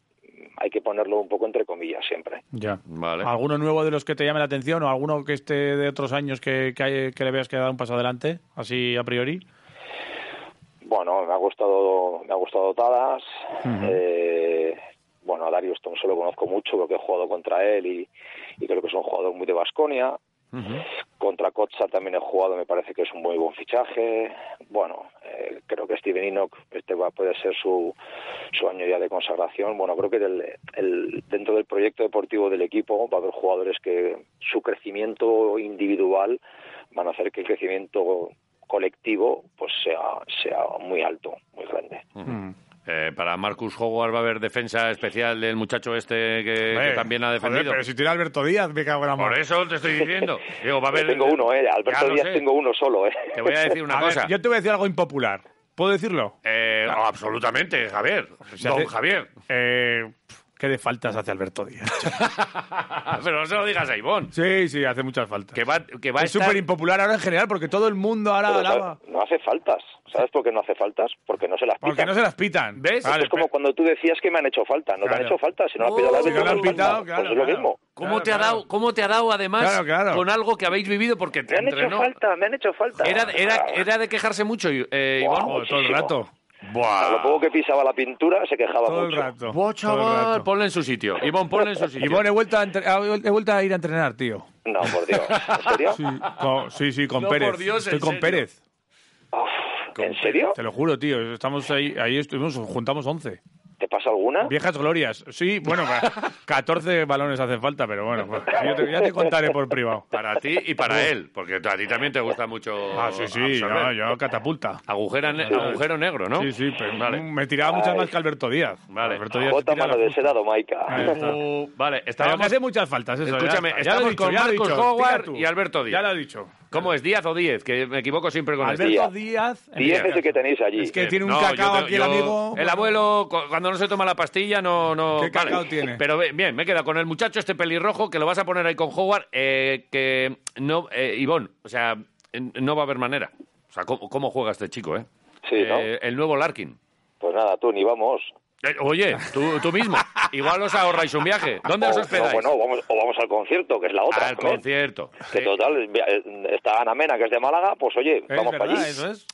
Speaker 26: hay que ponerlo un poco entre comillas siempre
Speaker 3: Ya.
Speaker 2: Vale.
Speaker 3: ¿Alguno nuevo de los que te llame la atención o alguno que esté de otros años que, que, hay- que le veas que da un paso adelante, así a priori?
Speaker 26: Bueno, me ha gustado, me ha gustado Tadas. eh, bueno, a Dario Stonso lo conozco mucho porque he jugado contra él y, y creo que es un jugador muy de Basconia. Contra Kotza también he jugado, me parece que es un muy buen fichaje. Bueno, eh, creo que Steven Enoch, este va a poder ser su, su año ya de consagración. Bueno, creo que del- el- dentro del proyecto deportivo del equipo va a haber jugadores que su crecimiento individual van a hacer que el crecimiento colectivo pues sea, sea muy alto, muy grande.
Speaker 3: Mm.
Speaker 2: Eh, para Marcus Howard va a haber defensa especial del muchacho este que, que
Speaker 3: Hombre,
Speaker 2: también ha
Speaker 3: joder,
Speaker 2: defendido.
Speaker 3: pero si tiene Alberto Díaz, me cago en la mar.
Speaker 2: Por eso te estoy diciendo. Digo, va a
Speaker 3: Yo
Speaker 2: haber...
Speaker 3: tengo uno, eh,
Speaker 2: Alberto
Speaker 26: Díaz tengo uno solo, ¿eh?
Speaker 2: Te voy a decir una
Speaker 3: A ver,
Speaker 2: cosa.
Speaker 3: yo te voy a decir algo impopular. ¿Puedo decirlo?
Speaker 2: Eh, absolutamente, Javier.
Speaker 3: Se
Speaker 2: Don
Speaker 3: hace-
Speaker 2: Javier.
Speaker 3: Eh, pf, ¿Qué de faltas hace Alberto Díaz?
Speaker 2: Pero no se lo digas a Ivón.
Speaker 3: Sí, sí, hace muchas faltas.
Speaker 2: Que va, que va a
Speaker 3: es
Speaker 2: estar-
Speaker 3: súper impopular ahora en general porque todo el mundo ahora
Speaker 26: Pero,
Speaker 3: alaba.
Speaker 26: ¿sabes? No hace faltas. ¿Sabes por qué no hace faltas? Porque no se las
Speaker 3: Porque
Speaker 26: pitan.
Speaker 3: no se las pitan. ¿Ves?
Speaker 26: Esto es como cuando tú decías que me han hecho falta. No te
Speaker 3: Claro.
Speaker 26: han hecho falta. Si no la has pitado,
Speaker 2: Oh,
Speaker 26: la
Speaker 2: si no la
Speaker 26: has
Speaker 2: han pitado,
Speaker 26: pues es
Speaker 2: claro,
Speaker 26: lo
Speaker 2: claro.
Speaker 26: mismo.
Speaker 2: ¿Cómo, te ha dado, ¿Cómo te ha dado además
Speaker 26: Claro, claro.
Speaker 2: con algo que habéis vivido? Porque te
Speaker 26: Me han hecho
Speaker 2: entrenó.
Speaker 26: falta, me han hecho falta.
Speaker 2: Era, era, era de quejarse mucho, eh,
Speaker 26: Buah,
Speaker 2: Ivón.
Speaker 26: muchísimo.
Speaker 2: Buah.
Speaker 26: A lo poco que pisaba la pintura se quejaba
Speaker 3: Todo el
Speaker 26: mucho.
Speaker 3: rato.
Speaker 2: Buah,
Speaker 3: Todo el
Speaker 2: chaval,
Speaker 3: rato.
Speaker 2: ponle en su sitio. Ivón, ponle en su sitio.
Speaker 3: Ivonne, he vuelto, a entre- a- he vuelto a ir a entrenar, tío.
Speaker 26: No, por Dios. ¿En serio?
Speaker 3: Sí, con, sí, sí, con
Speaker 2: No, por
Speaker 3: Pérez.
Speaker 2: Dios,
Speaker 3: Estoy
Speaker 2: ¿en
Speaker 3: con
Speaker 2: serio?
Speaker 3: Pérez.
Speaker 26: ¿En serio?
Speaker 3: Te lo juro, tío. Estamos ahí, ahí estuvimos, juntamos 11.
Speaker 26: ¿Te pasa alguna?
Speaker 3: Viejas glorias. Sí, bueno, ca- 14 balones hacen falta, pero bueno, pues, yo te, ya te contaré por privado.
Speaker 2: Para ti y para él, porque a ti también te gusta mucho.
Speaker 3: Ah, sí, sí,
Speaker 2: absorber.
Speaker 3: no, yo catapulta.
Speaker 2: Agujera ne- agujero negro, ¿no?
Speaker 3: Sí, sí, pero
Speaker 2: Vale.
Speaker 3: me tiraba muchas
Speaker 2: Ay.
Speaker 3: más que Alberto Díaz.
Speaker 2: Vale.
Speaker 3: Alberto Díaz
Speaker 26: Jota
Speaker 3: tira
Speaker 26: mano
Speaker 3: la
Speaker 26: de seda, Domaica.
Speaker 2: Uh, vale,
Speaker 3: Pero que
Speaker 2: estábamos.
Speaker 3: hace muchas faltas eso. ya
Speaker 2: Escúchame,
Speaker 3: está. Ya lo
Speaker 2: estamos
Speaker 3: he dicho,
Speaker 2: con
Speaker 3: ya lo he
Speaker 2: Marcos
Speaker 3: dicho. Tira
Speaker 2: Howard
Speaker 3: tú.
Speaker 2: y Alberto Díaz.
Speaker 3: Ya lo he dicho.
Speaker 2: ¿Cómo es? ¿Díaz o Diez? Que me equivoco siempre con
Speaker 3: Alberto
Speaker 2: esto.
Speaker 3: Díaz. en
Speaker 26: Diez
Speaker 3: este
Speaker 26: es el que tenéis allí.
Speaker 3: Es que tiene un
Speaker 2: Eh, No, yo
Speaker 3: cacao
Speaker 2: te-
Speaker 3: aquí el
Speaker 2: yo-
Speaker 3: amigo.
Speaker 2: El abuelo, cu- cuando no se toma la pastilla, no. no
Speaker 3: ¿Qué cacao tiene?
Speaker 2: Pero ve- bien, me he quedado con el muchacho este pelirrojo que lo vas a poner ahí con Howard. eh, que no. Eh, Ivón, o sea, en- no va a haber manera. O sea, ¿cómo, cómo juega este chico, eh?
Speaker 26: Sí, ¿no?
Speaker 2: Eh, El nuevo Larkin.
Speaker 26: Pues nada, tú ni vamos.
Speaker 2: Eh, oye, tú, tú mismo. Igual os ahorráis un viaje. ¿Dónde os
Speaker 26: O-
Speaker 2: hospedáis?
Speaker 26: No, Oh, bueno, vamos, o vamos al concierto, que es la otra.
Speaker 2: Al
Speaker 26: también.
Speaker 2: concierto.
Speaker 26: Que total, eh, está Ana Mena, que es de Málaga, pues oye,
Speaker 3: Eh,
Speaker 26: vamos para allí.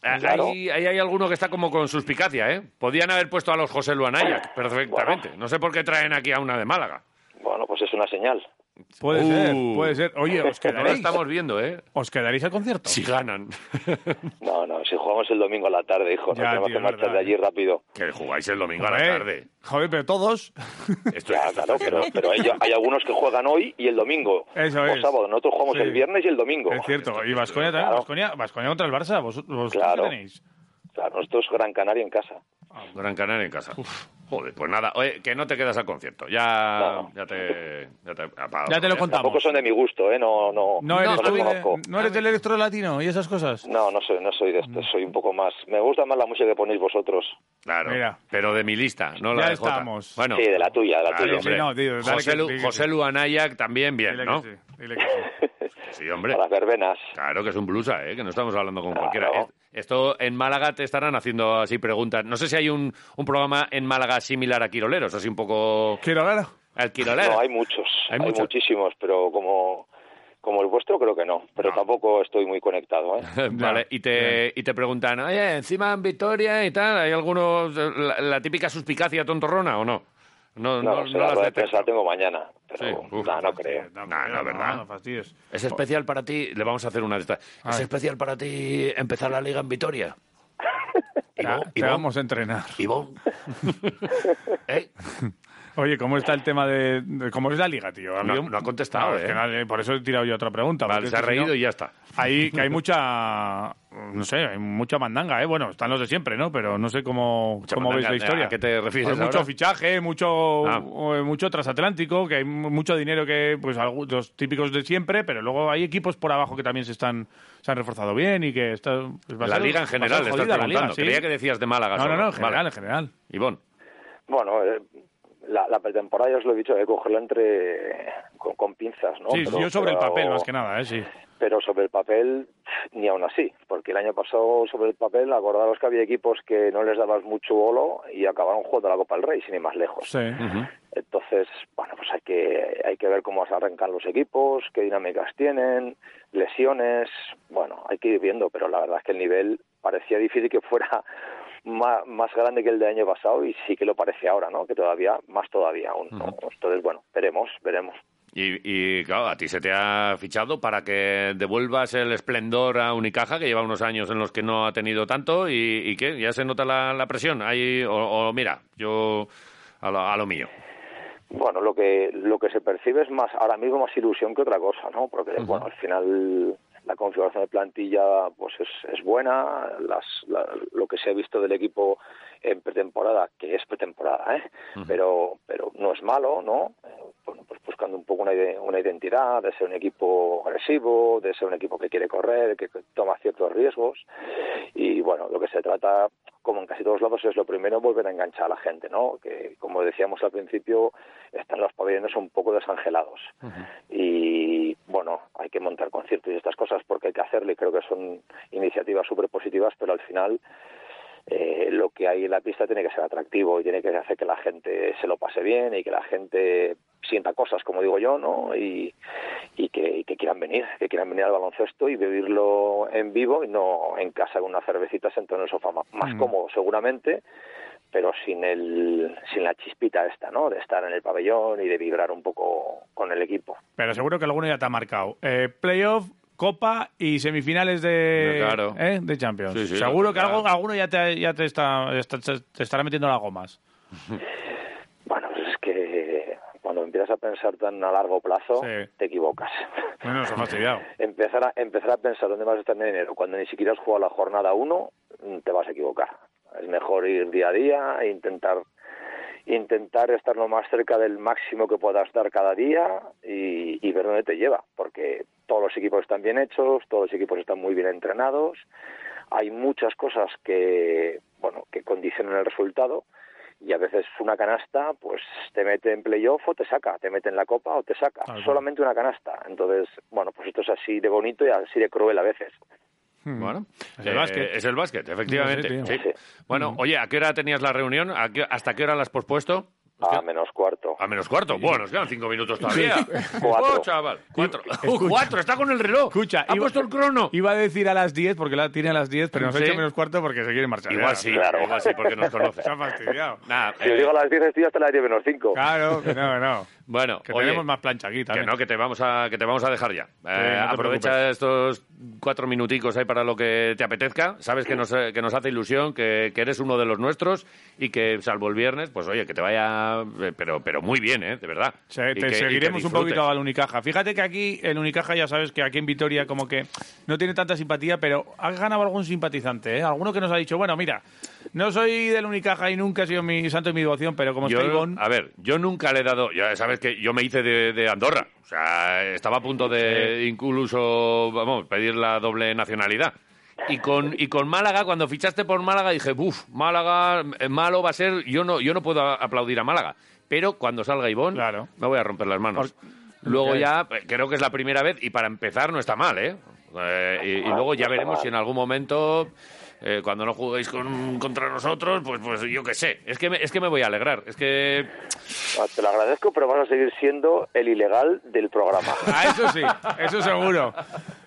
Speaker 2: Ah,
Speaker 26: Claro.
Speaker 2: Ahí, ahí hay alguno que está como con suspicacia, ¿eh? Podían haber puesto a los José Luan Ayac perfectamente. No sé por qué traen aquí a una de Málaga.
Speaker 26: Bueno, pues es una señal.
Speaker 3: Puede
Speaker 2: Uh.
Speaker 3: ser, puede ser. Oye, os
Speaker 2: No la
Speaker 3: quedaréis.
Speaker 2: estamos viendo, ¿eh?
Speaker 3: ¿Os quedaréis al concierto?
Speaker 2: Si ganan.
Speaker 26: No, no, si jugamos el domingo a la tarde, hijo,
Speaker 3: Ya,
Speaker 26: no tenemos
Speaker 3: tío,
Speaker 26: que marchar
Speaker 3: verdad, ¿eh?
Speaker 26: de allí rápido.
Speaker 2: Que jugáis el domingo a la
Speaker 3: Joder,
Speaker 2: tarde.
Speaker 3: Joder, pero todos.
Speaker 2: Esto
Speaker 26: Ya, claro, pero, pero hay, hay algunos que juegan hoy y el domingo.
Speaker 3: Eso
Speaker 26: o
Speaker 3: es.
Speaker 26: sábado, nosotros jugamos
Speaker 3: Sí.
Speaker 26: el viernes y el domingo.
Speaker 3: Es cierto. Y Vasconia también. Vasconia, Vasconia contra el Barça. ¿Vos, vosotros qué
Speaker 26: Claro.
Speaker 3: tenéis?
Speaker 26: Claro, nosotros Gran Canaria en casa.
Speaker 2: Gran Canaria en casa. Joder, pues nada. Oye, que no te quedas al concierto. Ya, ya te... Eh, Ya te, apago.
Speaker 3: Ya te lo contamos.
Speaker 26: Tampoco son de mi gusto, ¿eh? No, no,
Speaker 3: No eres,
Speaker 26: los
Speaker 3: tú de-
Speaker 26: conozco.
Speaker 3: no eres Mm. del electro latino y esas cosas.
Speaker 26: No, no soy, no soy de esto, soy un poco más. Me gusta más la música que ponéis vosotros.
Speaker 2: Claro,
Speaker 3: Mira.
Speaker 2: pero de mi lista, no la
Speaker 3: Ya
Speaker 2: de Jota.
Speaker 3: estamos.
Speaker 2: Bueno,
Speaker 26: Sí, de la tuya, de la
Speaker 2: claro,
Speaker 26: tuya.
Speaker 2: hombre.
Speaker 3: Sí, no, tío, dale
Speaker 2: José,
Speaker 3: que-
Speaker 2: Lu,
Speaker 3: dile que
Speaker 2: José
Speaker 3: sí.
Speaker 2: Luan Ayac también bien,
Speaker 3: Dile
Speaker 2: ¿no?
Speaker 3: que sí. Dile que sí.
Speaker 2: Sí, hombre.
Speaker 26: A las verbenas.
Speaker 2: Claro que es un blusa, ¿eh? que no estamos hablando con cualquiera.
Speaker 26: Claro.
Speaker 2: Es- Esto en Málaga te estarán haciendo así preguntas. No sé si hay un, un programa en Málaga similar a Quiroleros, así un poco
Speaker 3: Quiero hablar.
Speaker 2: al Quirolero.
Speaker 26: No, hay muchos,
Speaker 2: Hay
Speaker 26: hay,
Speaker 2: muchos.
Speaker 26: muchísimos, pero como, como el vuestro creo que no. Pero tampoco estoy muy conectado, ¿eh?
Speaker 2: vale, y te, y te preguntan, oye, encima en Vitoria y tal, ¿hay algunos la, la típica suspicacia tontorrona o no? No, no,
Speaker 26: No,
Speaker 2: no
Speaker 26: será
Speaker 2: las
Speaker 26: rueda de
Speaker 2: detectas.
Speaker 26: prensa tengo mañana, pero
Speaker 2: Sí, uf,
Speaker 26: no, no creo.
Speaker 2: No, no, ¿verdad?
Speaker 3: No, fastidies.
Speaker 2: Es especial para ti, le vamos a hacer una de estas. Es
Speaker 3: Ay.
Speaker 2: especial para ti empezar la liga en Vitoria.
Speaker 3: Ya,
Speaker 2: Ivón,
Speaker 3: te
Speaker 2: Ivón,
Speaker 3: vamos a entrenar.
Speaker 2: Ivón. ¿Eh?
Speaker 3: Oye, ¿cómo está el tema de, de- cómo es la liga, tío? Ha
Speaker 2: No-
Speaker 3: habido-
Speaker 2: no ha contestado,
Speaker 3: es
Speaker 2: ¿eh?
Speaker 3: que nadie- por eso he tirado yo otra pregunta.
Speaker 2: Vale,
Speaker 3: porque
Speaker 2: se ha
Speaker 3: es que si no-
Speaker 2: reído y ya está.
Speaker 3: Hay, que hay mucha, no sé, hay mucha mandanga, ¿eh? Bueno, están los de siempre, ¿no? Pero no sé cómo, cómo
Speaker 2: mandanga,
Speaker 3: veis la
Speaker 2: pues
Speaker 3: historia.
Speaker 2: ¿a qué te refieres
Speaker 3: Hay mucho
Speaker 2: ahora?
Speaker 3: fichaje, mucho,
Speaker 2: Ah.
Speaker 3: eh, mucho transatlántico, que hay mu- mucho dinero que, pues, algu- los típicos de siempre, pero luego hay equipos por abajo que también se están se han reforzado bien y que está, pues, va a
Speaker 2: la
Speaker 3: ser-
Speaker 2: liga
Speaker 3: va
Speaker 2: en
Speaker 3: a ser
Speaker 2: general, le estás
Speaker 3: jodida la liga,
Speaker 2: preguntando.
Speaker 3: sí.
Speaker 2: Creía que decías de Málaga.
Speaker 3: No, no,
Speaker 2: solo.
Speaker 3: no, en general,
Speaker 2: Vale.
Speaker 3: en general.
Speaker 2: Ivón,
Speaker 26: Bueno, eh, la, la pretemporada, ya os lo he dicho, de cogerla entre con, con pinzas, ¿no?
Speaker 3: sí,
Speaker 26: Pero-
Speaker 3: yo sobre el
Speaker 26: pero-
Speaker 3: papel, más que nada, ¿eh? Sí.
Speaker 26: pero sobre el papel ni aún así, porque el año pasado sobre el papel acordaros que había equipos que no les dabas mucho bolo y acabaron jugando la Copa del Rey sin ir más lejos.
Speaker 3: Sí.
Speaker 26: Entonces, bueno, pues hay que hay que ver cómo se arrancan los equipos, qué dinámicas tienen, lesiones, bueno, hay que ir viendo, pero la verdad es que el nivel parecía difícil que fuera más, más grande que el del año pasado y sí que lo parece ahora, ¿no? Que todavía, más todavía aún, ¿no? Entonces, bueno, veremos, veremos.
Speaker 2: Y, y, claro, a ti se te ha fichado para que devuelvas el esplendor a Unicaja, que lleva unos años en los que no ha tenido tanto, y, y que ya se nota la, la presión. Ahí, o, o mira, yo a lo, a lo mío.
Speaker 26: Bueno, lo que, lo que se percibe es más, ahora mismo más ilusión que otra cosa, ¿no? Porque, bueno, al final la configuración de plantilla pues es, es buena, las, la- lo que se ha visto del equipo en pretemporada, que es pretemporada, ¿eh? pero, pero no es malo, ¿no? Eh, Bueno, pues buscando un poco una, ide- una identidad, de ser un equipo agresivo, de ser un equipo que quiere correr, que que toma ciertos riesgos y bueno, lo que se trata, como en casi todos lados, es lo primero volver a enganchar a la gente, ¿no? Que como decíamos al principio, están los pabellones un poco desangelados y bueno, hay que montar conciertos y estas cosas porque hay que hacerlo y creo que son iniciativas súper positivas, pero al final eh, lo que hay en la pista tiene que ser atractivo y tiene que hacer que la gente se lo pase bien y que la gente sienta cosas, como digo yo, ¿no? Y, y que, y que quieran venir, que quieran venir al baloncesto y vivirlo en vivo y no en casa con una cervecita sentado en el sofá, más, más cómodo seguramente, pero sin el sin la chispita esta, ¿no? De estar en el pabellón y de vibrar un poco con el equipo.
Speaker 3: Pero seguro que alguno ya te ha marcado. Eh, playoff, Copa y semifinales de,
Speaker 2: Claro.
Speaker 3: ¿eh? de Champions.
Speaker 2: Sí, sí,
Speaker 3: seguro que
Speaker 2: claro.
Speaker 3: algo- alguno ya te, ya te, está, está- te estará metiendo las gomas.
Speaker 26: Bueno, pues es que cuando empiezas a pensar tan a largo plazo, te equivocas.
Speaker 3: Bueno, nos ha fastidiado.
Speaker 26: empezar a, empezar a pensar dónde vas a estar en enero, cuando ni siquiera has jugado la jornada 1, te vas a equivocar. Es mejor ir día a día e intentar, intentar estar lo más cerca del máximo que puedas dar cada día y, y ver dónde te lleva, porque todos los equipos están bien hechos, todos los equipos están muy bien entrenados, hay muchas cosas que, bueno, que condicionan el resultado y a veces una canasta pues te mete en playoff o te saca, te mete en la copa o te saca, solamente una canasta. Entonces, bueno, pues esto es así de bonito y así de cruel a veces.
Speaker 2: Bueno, eh,
Speaker 3: Es el básquet.
Speaker 2: es el básquet, efectivamente.
Speaker 3: No sé,
Speaker 2: sí. Bueno, oye, ¿a qué hora tenías la reunión? ¿A qué- ¿Hasta qué hora la has pospuesto?
Speaker 26: A menos cuarto.
Speaker 2: A menos cuarto. Bueno, nos quedan cinco minutos todavía.
Speaker 3: Sí.
Speaker 2: Oh, chaval. Cuatro. Uh, cuatro. Está con el reloj.
Speaker 3: Escucha,
Speaker 2: Ha puesto el crono.
Speaker 3: Iba a decir a las 10 porque la tiene a las 10, pero nos ha
Speaker 2: Sí.
Speaker 3: hecho menos cuarto porque se quiere marchar.
Speaker 2: Igual
Speaker 3: ya.
Speaker 2: sí, Claro. igual sí, porque nos conoce.
Speaker 3: Se ha fastidiado.
Speaker 2: Nada,
Speaker 26: Si os digo a las 10 estoy hasta las 10 menos 5.
Speaker 3: Claro, que no, no.
Speaker 2: Bueno,
Speaker 3: Que
Speaker 2: oye,
Speaker 3: tenemos más plancha aquí
Speaker 2: que
Speaker 3: también.
Speaker 2: no, que te vamos a, que te vamos a dejar ya. Eh,
Speaker 3: no te
Speaker 2: aprovecha estos cuatro minuticos ahí para lo que te apetezca. Sabes que nos, eh, que nos hace ilusión, que, que eres uno de los nuestros y que, salvo el viernes, pues oye, que te vaya, eh, pero, pero muy bien, ¿eh? De verdad.
Speaker 3: O sea,
Speaker 2: Y que- y
Speaker 3: te
Speaker 2: que
Speaker 3: seguiremos un
Speaker 2: disfrutes.
Speaker 3: poquito al Unicaja. Fíjate que aquí, el Unicaja, ya sabes que aquí en Vitoria como que no tiene tanta simpatía, pero ha ganado algún simpatizante, ¿eh? Alguno que nos ha dicho, bueno, mira, no soy del Unicaja y nunca ha sido mi santo y mi devoción, pero como
Speaker 2: Yo-
Speaker 3: está Ivón...
Speaker 2: a ver, yo nunca le he dado. Ya sabes que yo me hice de, de Andorra. O sea, estaba a punto de incluso, vamos, pedir la doble nacionalidad. Y con, y con Málaga, cuando fichaste por Málaga, dije, buf, Málaga, eh, malo va a ser. Yo no, yo no puedo a- aplaudir a Málaga. Pero cuando salga Ivón, me voy a romper las manos. Luego
Speaker 3: Ok.
Speaker 2: ya, eh, creo que es la primera vez. Y para empezar, no está mal, ¿eh? Eh, y,
Speaker 26: Ah,
Speaker 2: y luego ya veremos si en algún momento eh, cuando no juguéis con- contra nosotros, pues, pues yo qué sé. Es que, me, es que me voy a alegrar. Es que.
Speaker 26: Ah, Te lo agradezco, pero vas a seguir siendo el ilegal del programa.
Speaker 3: Ah, eso sí, eso seguro.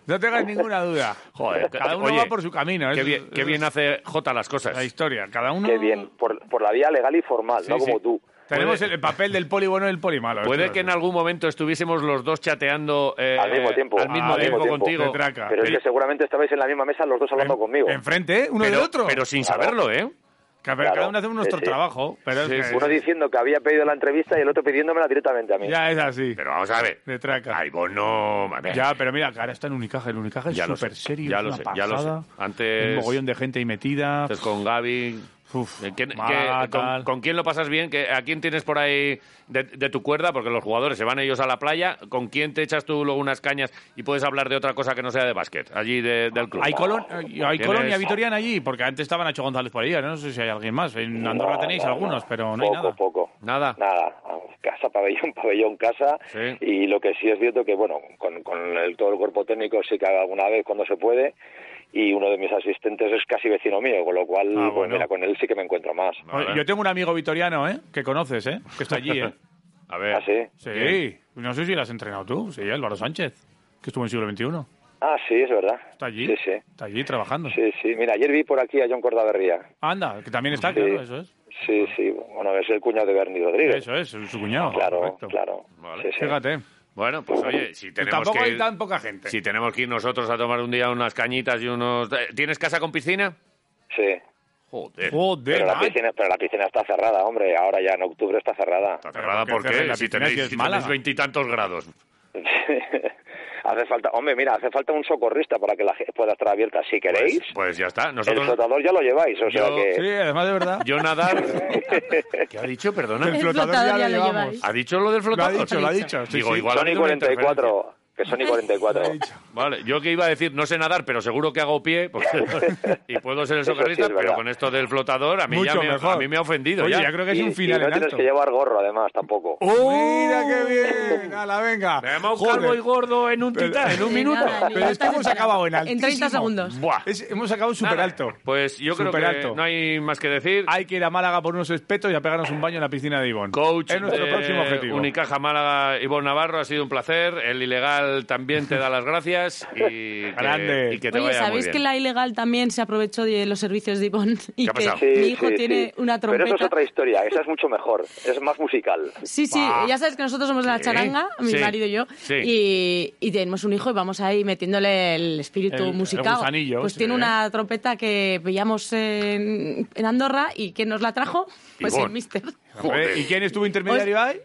Speaker 3: No tengas ninguna duda.
Speaker 2: Joder,
Speaker 3: cada uno
Speaker 2: oye,
Speaker 3: va por su camino.
Speaker 2: qué
Speaker 3: eso-
Speaker 2: bien- qué bien hace J las cosas.
Speaker 3: La historia, cada uno...
Speaker 26: Qué bien, por, por la vía legal y formal,
Speaker 3: Sí,
Speaker 26: no como
Speaker 3: sí.
Speaker 26: tú.
Speaker 3: Tenemos el papel del poli bueno y el poli malo. este,
Speaker 2: Puede que en algún momento estuviésemos los dos chateando eh,
Speaker 26: Al mismo tiempo.
Speaker 2: al mismo tiempo contigo.
Speaker 26: Pero es que seguramente estabais en la misma mesa los dos hablando conmigo.
Speaker 3: Enfrente, ¿eh? uno
Speaker 2: Pero-
Speaker 3: del otro.
Speaker 2: pero sin saberlo, ¿eh?
Speaker 3: Que, a ver, Cada uno hace nuestro trabajo. Pero es que-
Speaker 26: Uno diciendo que había pedido la entrevista y el otro pidiéndomela directamente a mí.
Speaker 3: Ya es así.
Speaker 2: Pero vamos a ver.
Speaker 3: De traca.
Speaker 2: Ay, vos no. a ver.
Speaker 3: Ya, pero mira, que ahora está en Unicaja. El Unicaja es
Speaker 2: Ya lo
Speaker 3: súper
Speaker 2: sé,
Speaker 3: serio.
Speaker 2: ya
Speaker 3: es
Speaker 2: lo
Speaker 3: una
Speaker 2: sé, ya lo sé.
Speaker 3: pasada.
Speaker 2: Antes-
Speaker 3: Un mogollón de gente ahí metida.
Speaker 2: Entonces, con Gaby. Eh, ¿quién-
Speaker 3: Málaga,
Speaker 2: qué- con,
Speaker 3: tal.
Speaker 2: con quién lo pasas bien? ¿Qué- ¿A quién tienes por ahí de, de tu cuerda? Porque los jugadores se van ellos a la playa. ¿Con quién te echas tú luego unas cañas y puedes hablar de otra cosa que no sea de básquet? Allí de- del club.
Speaker 3: Hay, colon, hay
Speaker 2: ¿Tienes-
Speaker 3: colonia vitoriana allí, porque antes estaba Nacho González por ahí. ahora No sé si hay alguien más. En Andorra tenéis algunos, pero no hay
Speaker 26: poco,
Speaker 3: nada.
Speaker 26: Poco,
Speaker 2: Nada.
Speaker 26: Nada. Casa, pabellón, pabellón, casa.
Speaker 2: Sí.
Speaker 26: Y lo que sí es cierto que, bueno, con, con el, todo el cuerpo técnico sí que hago alguna vez cuando se puede. Y uno de mis asistentes es casi vecino mío, con lo
Speaker 3: Ah,
Speaker 26: cual, pues mira, con él sí que me encuentro más.
Speaker 3: Oye, Yo tengo un amigo vitoriano, ¿eh? Que conoces, ¿eh? Que está allí, ¿eh?
Speaker 2: A ver.
Speaker 26: ¿Ah, sí?
Speaker 3: Sí. No sé si lo has entrenado tú. Sí, Álvaro Sánchez, que estuvo en siglo XXI.
Speaker 26: Ah, sí, es verdad.
Speaker 3: Está allí.
Speaker 26: Sí, sí.
Speaker 3: Está allí trabajando.
Speaker 26: Sí, sí. Mira, ayer vi por aquí a John Cordaberría.
Speaker 3: Anda, que también está,
Speaker 26: Sí.
Speaker 3: claro, eso es.
Speaker 26: Sí, sí. Bueno, es el cuñado de Bernie Rodríguez.
Speaker 3: Eso es, su cuñado.
Speaker 26: Claro, claro. Sí, sí.
Speaker 3: Fíjate.
Speaker 2: Bueno, pues oye, si tenemos
Speaker 3: Tampoco
Speaker 2: que
Speaker 3: hay
Speaker 2: ir-
Speaker 3: tan poca gente.
Speaker 2: Si tenemos que ir nosotros a tomar un día unas cañitas y unos... eh, ¿Tienes casa con piscina?
Speaker 26: Sí.
Speaker 2: Joder.
Speaker 26: pero, la piscina, pero la piscina está cerrada, hombre. Ahora ya en octubre está cerrada. ¿Está
Speaker 2: cerrada por qué? Si tenéis si tenéis veintitantos grados.
Speaker 26: hace falta, hombre, mira, hace falta un socorrista para que la ge- pueda estar abierta. Si queréis,
Speaker 2: Pues ya está.
Speaker 26: el
Speaker 2: Nosotros...
Speaker 26: flotador ya lo lleváis. O sea
Speaker 2: Yo-
Speaker 26: que...
Speaker 3: Sí, además de verdad.
Speaker 2: Yo nadar... ¿Qué ha dicho? Perdona.
Speaker 26: El El flotador flotador ya ya lo lo llevamos. lleváis.
Speaker 2: ¿Ha dicho lo del flotador?
Speaker 26: dicho, lo ha dicho, sí,
Speaker 2: Digo,
Speaker 26: sí.
Speaker 2: igual ha
Speaker 26: Sony
Speaker 2: habido una
Speaker 26: 44,
Speaker 2: interferencia.
Speaker 26: que Sony 44.
Speaker 2: Vale, yo que iba a decir, no sé nadar, pero seguro que hago pie porque- y puedo ser el
Speaker 26: Eso sí
Speaker 2: socorrista,
Speaker 26: es verdad.
Speaker 2: pero con esto del flotador a mí, ya
Speaker 26: Mucho
Speaker 2: me,
Speaker 26: mejor.
Speaker 2: a mí me ha ofendido. ya.
Speaker 26: Y- Y no tienes que llevar gorro, además, tampoco.
Speaker 3: ¡Mira qué bien! ¡Hala, venga! ¡Oh! Me
Speaker 2: hemos
Speaker 26: calvo
Speaker 2: y gordo en un
Speaker 26: titán, en un
Speaker 4: De minuto. nada, ni
Speaker 3: Pero es
Speaker 4: estás
Speaker 3: que hemos
Speaker 4: esperando.
Speaker 3: acabado en
Speaker 4: En
Speaker 3: altísimo.
Speaker 4: 30 segundos.
Speaker 2: Buah.
Speaker 3: Es- hemos acabado súper alto.
Speaker 2: Pues yo creo que
Speaker 3: Superalto.
Speaker 2: no hay más que decir.
Speaker 3: Hay que ir a Málaga por unos espetos y a pegarnos un baño en la piscina de Ivón.
Speaker 2: Coach
Speaker 3: Es nuestro
Speaker 2: de
Speaker 3: próximo objetivo.
Speaker 2: Unicaja Málaga, Ivonne Navarro, ha sido un placer. El ilegal también te da las gracias y que,
Speaker 3: Grande.
Speaker 2: y que te
Speaker 4: Oye,
Speaker 2: vaya muy
Speaker 4: ¿sabéis
Speaker 2: bien.
Speaker 4: que la ilegal también se aprovechó de los servicios de Ivonne? Y
Speaker 2: ¿Qué ha
Speaker 4: que
Speaker 2: pasado?
Speaker 4: mi hijo tiene una trompeta.
Speaker 26: Pero eso es otra historia, esa es mucho mejor, es más musical.
Speaker 4: Sí, sí, ya sabes que nosotros somos de la
Speaker 26: Sí,
Speaker 4: charanga, mi
Speaker 26: sí,
Speaker 4: marido y yo,
Speaker 26: sí.
Speaker 4: y, y tenemos un hijo y vamos ahí metiéndole el espíritu
Speaker 3: El- el
Speaker 4: musical.
Speaker 3: gusanillo,
Speaker 4: pues
Speaker 3: sí.
Speaker 4: tiene una trompeta que pillamos en, en Andorra y ¿quién nos la trajo? Pues
Speaker 3: Ivón.
Speaker 4: el mister.
Speaker 3: Joder. ¿Y quién estuvo intermediario ahí?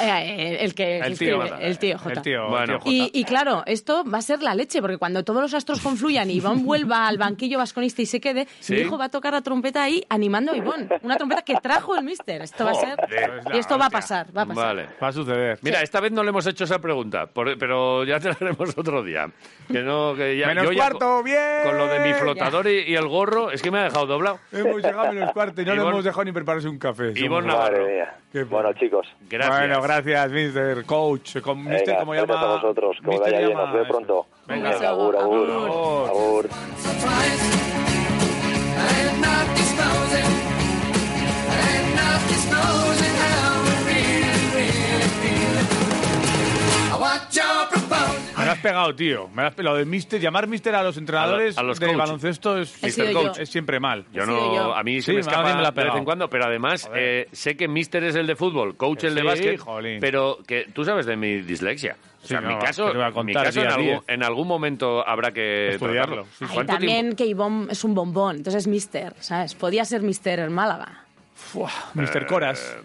Speaker 4: Eh, el que
Speaker 3: El
Speaker 4: el
Speaker 3: tío,
Speaker 4: tío, el tío Jota.
Speaker 3: El tío,
Speaker 2: Bueno.
Speaker 3: el tío
Speaker 4: Y, y claro, esto va a ser la leche, porque cuando todos los astros confluyan y Ivonne vuelva al banquillo vasconista y se quede,
Speaker 2: Sí.
Speaker 4: mi hijo va a tocar la trompeta ahí animando a Ivonne. Una trompeta que trajo el mister. Esto va a ser. Pues
Speaker 2: Joder.
Speaker 4: Y esto va a pasar, va a pasar.
Speaker 2: Vale.
Speaker 3: Va a suceder.
Speaker 2: Mira, esta vez no le hemos hecho esa pregunta, por- pero ya te la haremos otro día. Que no, que ya,
Speaker 3: Menos
Speaker 2: yo ya
Speaker 3: cuarto,
Speaker 2: con-
Speaker 3: bien.
Speaker 2: Con lo de mi flotador y, y el gorro, es que me ha dejado doblado.
Speaker 3: Hemos llegado a menos cuarto y no le
Speaker 2: Ivonne-
Speaker 3: hemos dejado ni prepararse un café.
Speaker 2: Ivonne
Speaker 3: Somos-
Speaker 2: Navarro.
Speaker 3: Qué
Speaker 26: Bueno, chicos.
Speaker 2: Gracias.
Speaker 3: Bueno, gracias, Mister Coach. Con
Speaker 26: Venga,
Speaker 3: Mister, como
Speaker 26: gracias
Speaker 3: llama.
Speaker 26: a vosotros, que os
Speaker 3: Mister
Speaker 26: vaya bien,
Speaker 3: llama-
Speaker 26: nos vemos pronto.
Speaker 3: Venga.
Speaker 26: agur, agur,
Speaker 3: Agur.
Speaker 26: agur.
Speaker 3: Me lo has pegado, tío. Me lo, has pe- lo de Mister, llamar Mister a los entrenadores
Speaker 2: A lo- a los
Speaker 3: de
Speaker 2: coach.
Speaker 3: baloncesto es,
Speaker 2: He sido
Speaker 3: Mr.
Speaker 2: yo.
Speaker 3: es siempre mal.
Speaker 2: Yo no, a mí se
Speaker 3: Sí,
Speaker 2: me
Speaker 3: alguien
Speaker 2: escapa
Speaker 3: me la ha
Speaker 2: de vez
Speaker 3: pegado.
Speaker 2: en cuando, pero además eh, sé que Mister es el de fútbol, coach
Speaker 3: Que
Speaker 2: el de
Speaker 3: Eh, sí,
Speaker 2: básquet,
Speaker 3: jolín.
Speaker 2: pero que tú sabes de mi dislexia. O sea,
Speaker 3: Sí,
Speaker 2: en mi
Speaker 3: no,
Speaker 2: caso,
Speaker 3: te lo voy a
Speaker 2: mi
Speaker 3: contar
Speaker 2: caso en,
Speaker 3: día a
Speaker 2: algún,
Speaker 3: día.
Speaker 2: en algún momento habrá que
Speaker 3: Estudiarlo.
Speaker 2: tratarlo.
Speaker 3: Sí, sí.
Speaker 4: Y
Speaker 2: ¿Cuánto
Speaker 4: también
Speaker 2: tiempo?
Speaker 4: que Ivonne es un bombón, entonces es mister, ¿sabes? Podía ser mister en Málaga.
Speaker 3: Mister Coras.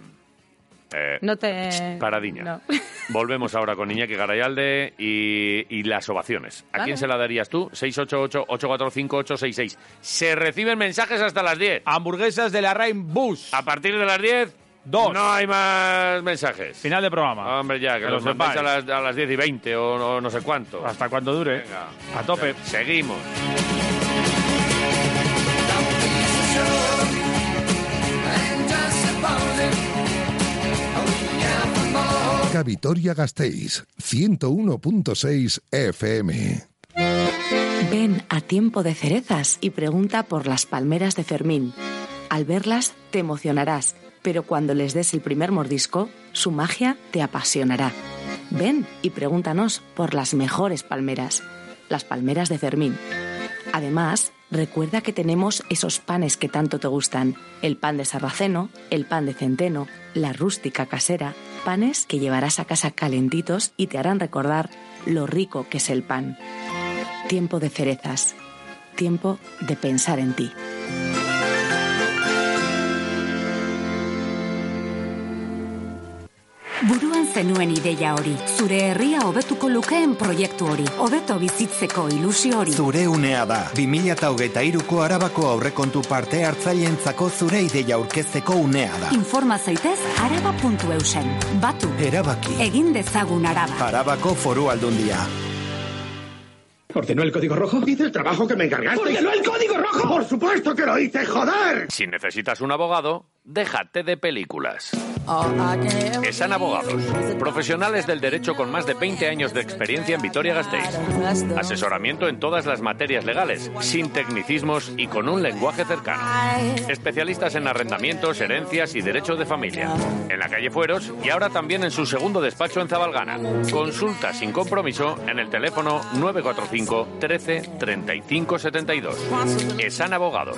Speaker 2: Eh,
Speaker 4: No te...
Speaker 2: Paradiña.
Speaker 4: No.
Speaker 2: Volvemos ahora con Iñaki Garayalde y, y las ovaciones. ¿A
Speaker 4: Vale.
Speaker 2: quién se la darías tú? 688-845-866. Se reciben mensajes hasta las 10.
Speaker 3: Hamburguesas de la Rain Bus.
Speaker 2: A partir de las 10,
Speaker 3: Dos.
Speaker 2: no hay más mensajes.
Speaker 3: Final de programa.
Speaker 2: Ah, Hombre, ya, que,
Speaker 3: Que
Speaker 2: los
Speaker 3: lo
Speaker 2: mandéis a
Speaker 3: sepáis.
Speaker 2: las, a las 10 y 20 o, o no sé cuánto.
Speaker 3: Hasta cuando dure.
Speaker 2: Venga.
Speaker 3: A tope.
Speaker 2: Seguimos.
Speaker 8: Vitoria Gasteiz, 101.6 FM.
Speaker 9: Ven a tiempo de cerezas y pregunta por las palmeras de Fermín. Al verlas te emocionarás, pero cuando les des el primer mordisco, su magia te apasionará. Ven y pregúntanos por las mejores palmeras, las palmeras de Fermín. Además, recuerda que tenemos esos panes que tanto te gustan, el pan de sarraceno, el pan de centeno, la rústica casera, panes que llevarás a casa calentitos y te harán recordar lo rico que es el pan. Tiempo de cerezas. Tiempo de pensar en ti.
Speaker 27: Buruan zenuen ideia hori, zure herria hobetuko lukeen proiektu hori, hobeto bizitzeko ilusio hori.
Speaker 11: Zure unea da. 2023ko Arabako aurrekontu parte hartzaileentzako zure ideia aurkezteko unea da.
Speaker 27: Informa zaitez araba.eusen. Batu,
Speaker 11: Erabaki.
Speaker 27: egin dezagun araba.
Speaker 11: Arabako Foru Aldundia.
Speaker 16: ¿Ordenó el código rojo? Hice el trabajo que me encargaste. ¡Ordenó el código rojo! ¡Por supuesto que lo hice, joder!
Speaker 2: Si necesitas un abogado, Déjate de películas. Esan Abogados, profesionales del derecho con más de 20 años de experiencia en Vitoria-Gasteiz. Asesoramiento en todas las materias legales, sin tecnicismos y con un lenguaje cercano. Especialistas en arrendamientos, herencias y derecho de familia. En la calle Fueros y ahora también en su segundo despacho en Zabalgana. Consulta sin compromiso en el teléfono 945 13 35 72. Esan Abogados.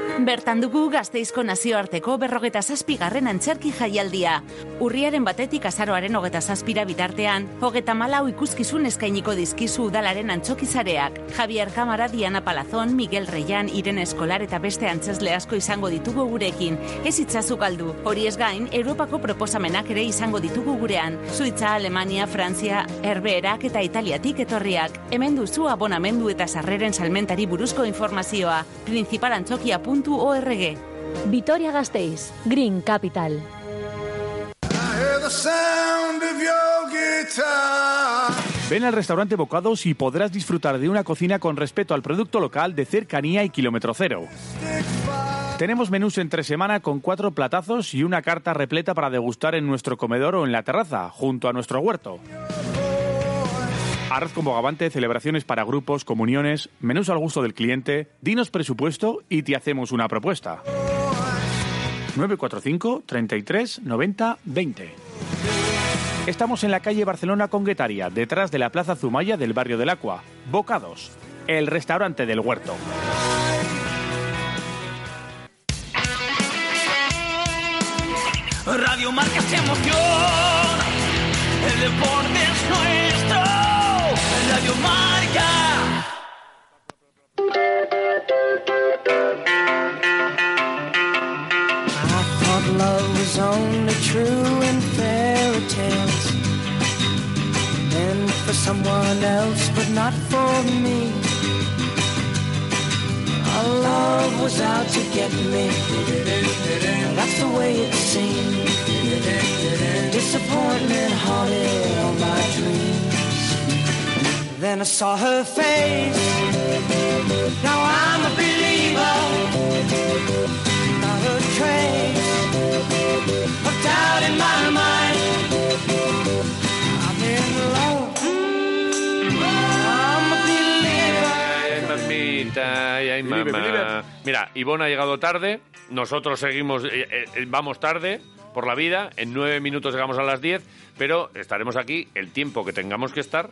Speaker 12: Bertan dugu gazteizko nazioarteko berrogeta zazpigarren antzerki jaialdia. Urriaren batetik azaroaren hogeta zazpira bitartean, hogeta malau ikuskizun eskainiko dizkizu udalaren antzokizareak. Javier Kamara, Diana Palazón, Miguel Reian, Irene Eskolar eta beste antzesle asko izango ditugu gurekin. Ez itzazu galdu, hori ez gain, Europako proposamenak ere izango ditugu gurean. Suitza, Alemania, Frantzia, Herbeerak eta Italiatik etorriak. Hemen duzu abonamendu eta sarreren salmentari buruzko informazioa. Principal antzokia org.
Speaker 28: Vitoria Gasteiz, Green Capital.
Speaker 3: Ven al restaurante Bocados y podrás disfrutar de una cocina con respeto al producto local de cercanía y kilómetro cero. Tenemos menús entre semana con cuatro platazos y una carta repleta para degustar en nuestro comedor o en la terraza, junto a nuestro huerto. Arroz con bogavante, celebraciones para grupos, comuniones, menús al gusto del cliente, dinos presupuesto y te hacemos una propuesta. 945 33 90 20. Estamos en la calle Barcelona con Guetaria, detrás de la Plaza Zumaya del barrio del Acua. Bocados, el restaurante del huerto.
Speaker 29: Radio Marca se emociona, el deporte es nuestro. Radio Marca.
Speaker 5: I thought love was only true in fairy tales. Meant for someone else, but not for me. Our love was out to get me. That's the way it seemed. Disappointment haunted all my dreams. Then I saw her face. Now I'm a believer. Not a trace of doubt in my mind. I'm in love. I'm a believer.
Speaker 2: Ay, mamita, ay, ay,
Speaker 3: Believer,
Speaker 2: mamá.
Speaker 3: believer.
Speaker 2: Mira, Ivonne ha llegado tarde, nosotros seguimos, eh, eh, vamos tarde por la vida, en nueve minutos llegamos a las diez, pero estaremos aquí el tiempo que tengamos que estar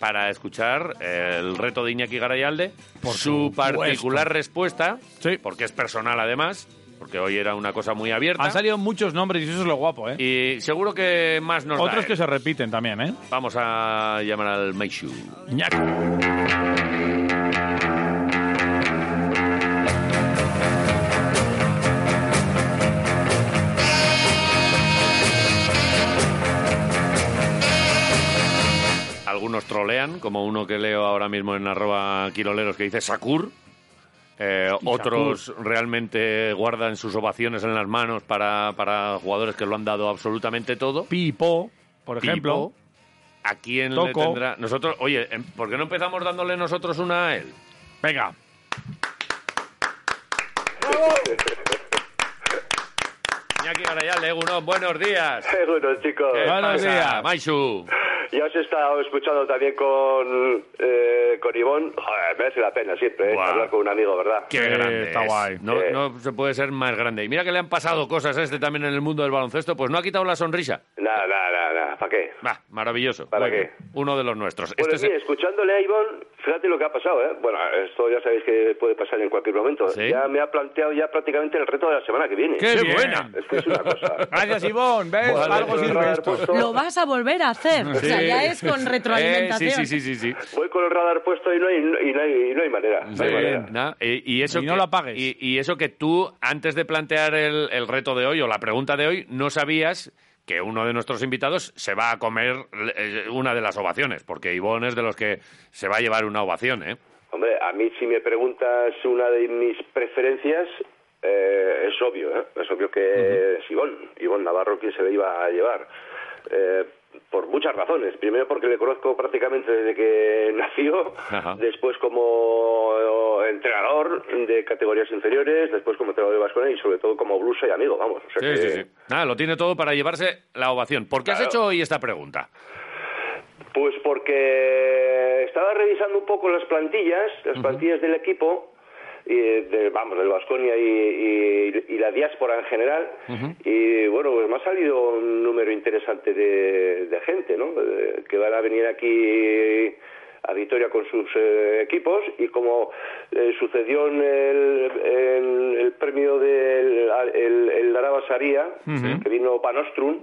Speaker 2: para escuchar eh, el reto de Iñaki Garayalde, por su particular respuesta, porque es personal además, porque hoy era una cosa muy abierta.
Speaker 3: Han salido muchos nombres y eso es lo guapo, ¿eh?
Speaker 2: Y seguro que más nos da
Speaker 3: Otros
Speaker 2: él.
Speaker 3: que se repiten también, ¿eh?
Speaker 2: Vamos a llamar al Meishu.
Speaker 3: Iñaki.
Speaker 2: Algunos trolean, como uno que leo ahora mismo en arroba quiroleros que dice Sakur. Eh, otros realmente guardan sus ovaciones en las manos para, para jugadores que lo han dado absolutamente todo.
Speaker 3: Pipo, por ejemplo.
Speaker 2: Pipo. ¿A quién le
Speaker 3: Toco.
Speaker 2: tendrá? Nosotros, oye, em, ¿por qué no empezamos dándole nosotros una a él?
Speaker 3: Venga.
Speaker 2: Iñaki Garayalde, Egunon, buenos días.
Speaker 20: Buenos chicos.
Speaker 2: ¿Qué
Speaker 20: Buenos
Speaker 2: Eh, pasa,
Speaker 20: días.
Speaker 2: Maisu?
Speaker 20: Ya os he estado escuchando también con, eh, con Ivonne. Joder, merece la pena siempre eh,
Speaker 2: Buah.
Speaker 20: hablar con un amigo, ¿verdad?
Speaker 2: Qué grande. es. No,
Speaker 20: Eh,
Speaker 2: no se puede ser más grande. Y mira que le han pasado cosas a este también en el mundo del baloncesto, pues no ha quitado la sonrisa.
Speaker 20: Nada, nada, nada. ¿Para qué?
Speaker 2: Va, maravilloso.
Speaker 20: ¿Para
Speaker 2: Bueno, Uno de los nuestros.
Speaker 20: Bueno,
Speaker 2: Este
Speaker 20: sí, escuchándole a Ivonne, fíjate lo que ha pasado, ¿eh? Bueno, esto ya sabéis que puede pasar en cualquier momento.
Speaker 2: ¿Ah, Sí.
Speaker 20: Ya me ha planteado ya prácticamente el reto de la semana que viene.
Speaker 2: ¡Qué ¡Qué bien! ¿eh? buena!
Speaker 20: Esto es una cosa.
Speaker 3: Gracias, Ivonne. ¿Ves?
Speaker 20: Bueno,
Speaker 3: Algo
Speaker 20: pues,
Speaker 3: sirve
Speaker 20: radar
Speaker 3: esto.
Speaker 20: puesto.
Speaker 4: Lo vas a volver a hacer. O sea,
Speaker 20: Sí.
Speaker 4: Eh,
Speaker 20: Eh,
Speaker 4: ya es con retroalimentación.
Speaker 20: Voy con el radar puesto y no hay, y no hay, no hay manera.
Speaker 2: Sí, Este, na- eh, y, y eso
Speaker 3: Y no
Speaker 2: que,
Speaker 3: lo apagues.
Speaker 2: Y, y eso que tú, antes de plantear el, el reto de hoy o la pregunta de hoy, no sabías que uno de nuestros invitados se va a comer eh, una de las ovaciones, porque Ivonne es de los que se va a llevar una ovación, ¿eh?
Speaker 20: Hombre, a mí si me preguntas una de mis preferencias, eh, es obvio, ¿eh? es obvio que es Ivonne, Ivonne Navarro quien se le iba a llevar. Eh, por muchas razones. Primero porque le conozco prácticamente desde que nació,
Speaker 5: Ah.
Speaker 20: después como entrenador de categorías inferiores, después como entrenador de Vasconia y sobre todo como blusa y amigo, vamos. O sea
Speaker 2: Sí,
Speaker 20: que-
Speaker 2: sí, sí. Nada, lo tiene todo para llevarse la ovación. ¿Por qué has
Speaker 20: Claro.
Speaker 2: hecho hoy esta pregunta?
Speaker 20: Pues porque estaba revisando un poco las plantillas, las plantillas del equipo, y de- vamos, del Vasconia y, y- y la diáspora en general, y bueno, pues me ha salido un número interesante de, de gente, ¿no? Eh, Que van a venir aquí a Vitoria con sus eh, equipos y como eh, sucedió en el, en el premio del el, el Araba Saría,
Speaker 6: Ujú.
Speaker 20: que vino Panostrum,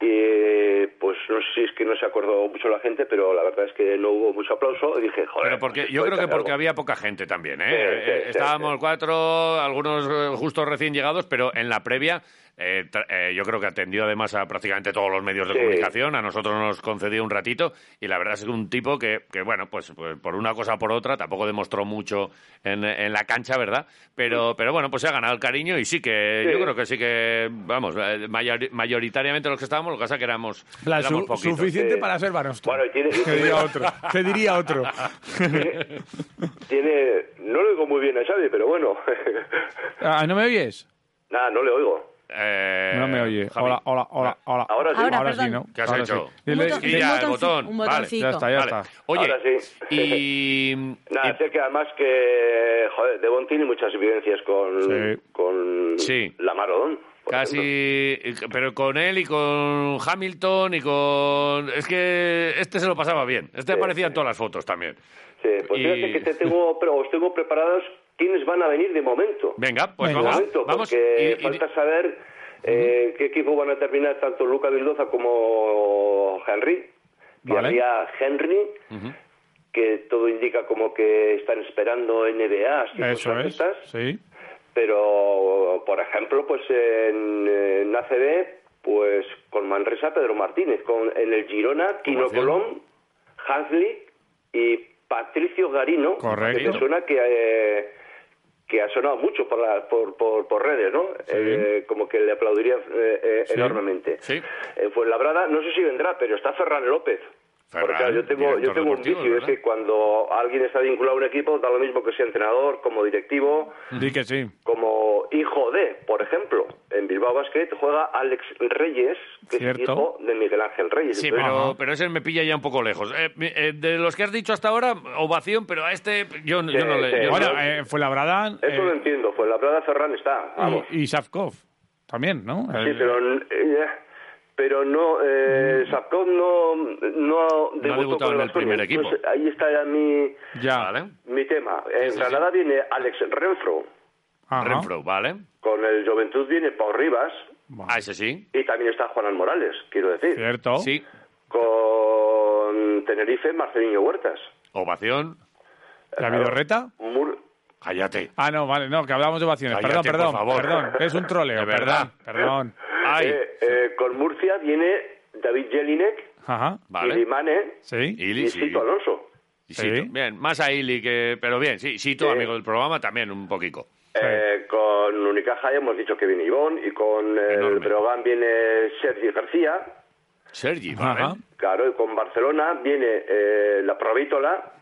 Speaker 20: y pues no sé si es que no se acordó mucho la gente, pero la verdad es que no hubo mucho aplauso. Y dije, joder.
Speaker 2: Pero porque,
Speaker 20: pues
Speaker 2: yo
Speaker 20: esto
Speaker 2: creo
Speaker 20: hay
Speaker 2: que porque
Speaker 20: hacer
Speaker 2: había poca gente también, ¿eh?
Speaker 20: Sí,
Speaker 2: Eh,
Speaker 20: sí,
Speaker 2: eh,
Speaker 20: sí,
Speaker 2: Estábamos cuatro, algunos eh, justo recién llegados, pero en la previa eh, tra- eh, yo creo que atendió además a prácticamente todos los medios de
Speaker 20: Sí.
Speaker 2: comunicación, a nosotros nos concedió un ratito y la verdad es que un tipo que, que, bueno, pues, pues por una cosa o por otra tampoco demostró mucho en, en la cancha, ¿verdad? Pero, pero bueno, pues se ha ganado el cariño y sí que
Speaker 20: Mm. Sí.
Speaker 2: yo creo que sí que, vamos, eh, mayori- mayoritariamente los que estábamos, lo que pasa que éramos,
Speaker 3: Plan,
Speaker 2: éramos
Speaker 3: su-
Speaker 2: poquitos.
Speaker 3: suficiente para ser Banostra. Te diría otro. Te diría otro.
Speaker 20: algo. Tiene, no lo oigo muy bien a Xavi, pero bueno.
Speaker 3: Ah, ¿No me oyes?
Speaker 20: Nada, no le oigo.
Speaker 3: no me oye. Hola, hola, hola, hola.
Speaker 20: Ah, Ahora sí. Ahora,
Speaker 3: sí,
Speaker 20: perdón.
Speaker 3: ¿no?
Speaker 2: Eh, ¿Qué has
Speaker 3: Ahora
Speaker 2: hecho?
Speaker 3: sí. Dile- dile-
Speaker 2: ya, el botón.
Speaker 20: un
Speaker 2: Vale.
Speaker 20: botoncito.
Speaker 3: Ya está, ya
Speaker 2: Vale.
Speaker 3: está.
Speaker 2: Oye,
Speaker 20: Ahora sí.
Speaker 2: y...
Speaker 20: Nada, sé que además que, joder, Devon tiene muchas vivencias con, con la Marodón.
Speaker 2: Casi, eh, pero con él y con Hamilton y con... Es que este se lo pasaba bien. Este aparecía en todas las fotos también.
Speaker 20: Sí, pues
Speaker 2: Y-
Speaker 20: fíjate que te tengo, pero os tengo preparados quiénes van a venir de momento.
Speaker 2: Venga, pues
Speaker 20: de
Speaker 2: vamos.
Speaker 20: momento,
Speaker 2: vamos
Speaker 20: porque
Speaker 2: y- y-
Speaker 20: falta saber eh, qué equipo van a terminar tanto Luca Vildoza como Henry. Y
Speaker 6: Vale.
Speaker 20: habría Henry, que todo indica como que están esperando NBA, así, pues,
Speaker 3: Eso
Speaker 20: cosas de
Speaker 3: es.
Speaker 20: estas.
Speaker 3: Sí.
Speaker 20: pero por ejemplo, pues en, en ACB, pues con Manresa Pedro Martínez, con en el Girona, Kino
Speaker 3: Ovación.
Speaker 20: Colón, Hanslick y Patricio Garino, que
Speaker 3: Correcto.
Speaker 20: me suena que, eh, que ha sonado mucho por, la- por, por, por redes, ¿no? Eh, como que le aplaudiría eh, eh,
Speaker 2: Sí.
Speaker 20: enormemente.
Speaker 2: Sí.
Speaker 20: Eh, pues Labrada, no sé si vendrá, pero está Ferran López. Porque,
Speaker 2: Ferran,
Speaker 20: claro, yo tengo, yo
Speaker 2: director
Speaker 20: tengo un
Speaker 2: deportivo,
Speaker 20: vicio, es
Speaker 2: ¿verdad?
Speaker 20: que cuando alguien está vinculado a un equipo, da lo mismo que sea entrenador, como directivo,
Speaker 3: Di que sí.
Speaker 20: como hijo de, por ejemplo, en Bilbao Basket juega Alex Reyes, que
Speaker 2: Cierto.
Speaker 20: es hijo de Miguel Ángel Reyes.
Speaker 2: Sí,
Speaker 20: Entonces,
Speaker 2: pero, pero ese me pilla ya un poco lejos. Eh, eh, de los que has dicho hasta ahora, ovación, pero a este yo, yo no le... yo
Speaker 3: bueno,
Speaker 2: no-
Speaker 3: eh, fue Labradán
Speaker 20: Eso lo entiendo, pues la Prada Ferran está, vamos.
Speaker 3: y, y Safkov también, ¿no?
Speaker 20: Sí,
Speaker 3: El-
Speaker 20: pero, eh, pero no, eh, Sapkov no, no debutó
Speaker 2: Mm. debutado
Speaker 20: con
Speaker 2: en el
Speaker 20: Vasconia.
Speaker 2: primer equipo.
Speaker 20: Entonces, ahí está mi,
Speaker 3: Ya.
Speaker 20: mi tema. En Granada viene Alex Renfro,
Speaker 2: Renfro, ¿vale?
Speaker 20: con el Juventud viene Pau Rivas,
Speaker 2: Ah, ese sí.
Speaker 20: y también está Juanan Morales, quiero decir.
Speaker 3: Cierto.
Speaker 2: Sí.
Speaker 20: Con Tenerife, Marcelinho Huertas.
Speaker 2: Ovación.
Speaker 3: ¿La
Speaker 20: Eh,
Speaker 3: vidorreta?
Speaker 20: Mur-
Speaker 2: Cállate.
Speaker 3: Ah, no, vale, no, que hablamos de ovaciones.
Speaker 2: Cállate,
Speaker 3: perdón,
Speaker 2: por favor.
Speaker 3: perdón, perdón. Es un troleo,
Speaker 2: De verdad.
Speaker 3: perdón, perdón.
Speaker 20: Eh, eh, con Murcia viene David Jelinek,
Speaker 3: Ajá.
Speaker 20: Ilimane
Speaker 3: Sí.
Speaker 20: y Sito Alonso.
Speaker 2: Y Sito. Bien, más a Ili que... Pero bien, sí, Sito, amigo del programa, también un poquito.
Speaker 20: Eh, con Unicaja ya hemos dicho que viene Ivonne y con el Breogán viene Sergi García.
Speaker 2: Sergi, vale.
Speaker 20: Claro, y con Barcelona viene eh, la Provítola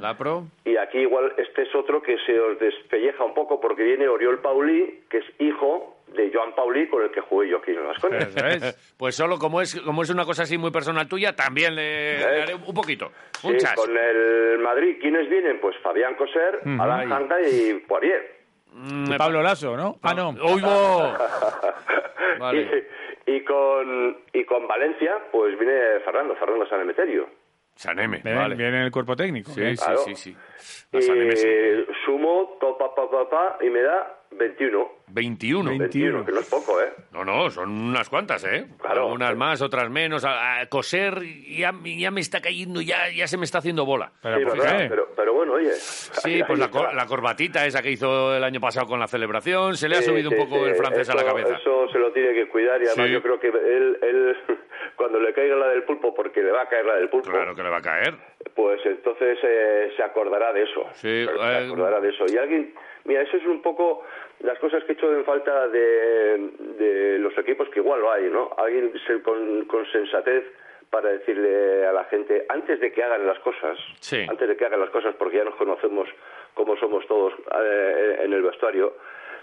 Speaker 2: La pro.
Speaker 20: y aquí igual este es otro que se os despelleja un poco porque viene Oriol Paulí, que es hijo de Joan Paulí con el que jugué yo aquí en las
Speaker 2: Pues solo como es, como es una cosa así muy personal tuya, también le, le haré un poquito. Un
Speaker 20: ¿Eh? Sí,
Speaker 2: chas.
Speaker 20: con el Madrid, ¿quiénes vienen? Pues Fabián Coser,
Speaker 3: Ujú.
Speaker 20: Alan Handa y Poirier.
Speaker 3: Y Pablo Lasso, ¿no? Ah, no.
Speaker 20: y, y con, y con Valencia, pues viene Fernando, Fernando San Emeterio.
Speaker 2: Saneme,
Speaker 3: Viene,
Speaker 2: vale.
Speaker 3: viene en el cuerpo técnico.
Speaker 2: Sí,
Speaker 3: ¿eh?
Speaker 2: sí, sí, sí. La Saneme, sí.
Speaker 20: Eh, sumo, topa, pa, pa, pa, y me da 21.
Speaker 2: 21.
Speaker 20: 21, que no es poco, ¿eh?
Speaker 2: No, no, son unas cuantas, ¿eh? Claro. Unas más, otras menos. A, a coser ya, ya me está cayendo, ya, ya se me está haciendo bola.
Speaker 20: Sí,
Speaker 2: pues,
Speaker 20: ¿verdad?
Speaker 2: ¿eh?
Speaker 20: Ah, pero, pero bueno, oye.
Speaker 2: Sí, pues la, cor- la corbatita esa que hizo el año pasado con la celebración, se le ha subido un poco el francés a la cabeza.
Speaker 20: Eso se lo tiene que cuidar y además
Speaker 2: Sí.
Speaker 20: yo creo que él, él, cuando le caiga la del pulpo, porque le va a caer la del pulpo.
Speaker 2: Claro que le va a caer.
Speaker 20: Pues entonces eh, se acordará de eso.
Speaker 2: Sí,
Speaker 20: Claro,
Speaker 2: eh,
Speaker 20: se acordará de eso. Y alguien, mira, eso es un poco las cosas que he hecho en falta de, de los equipos, que igual lo hay, ¿no? Alguien se- con, con sensatez para decirle a la gente, antes de que hagan las cosas,
Speaker 2: Sí.
Speaker 20: antes de que hagan las cosas, porque ya nos conocemos cómo somos todos eh, en el vestuario,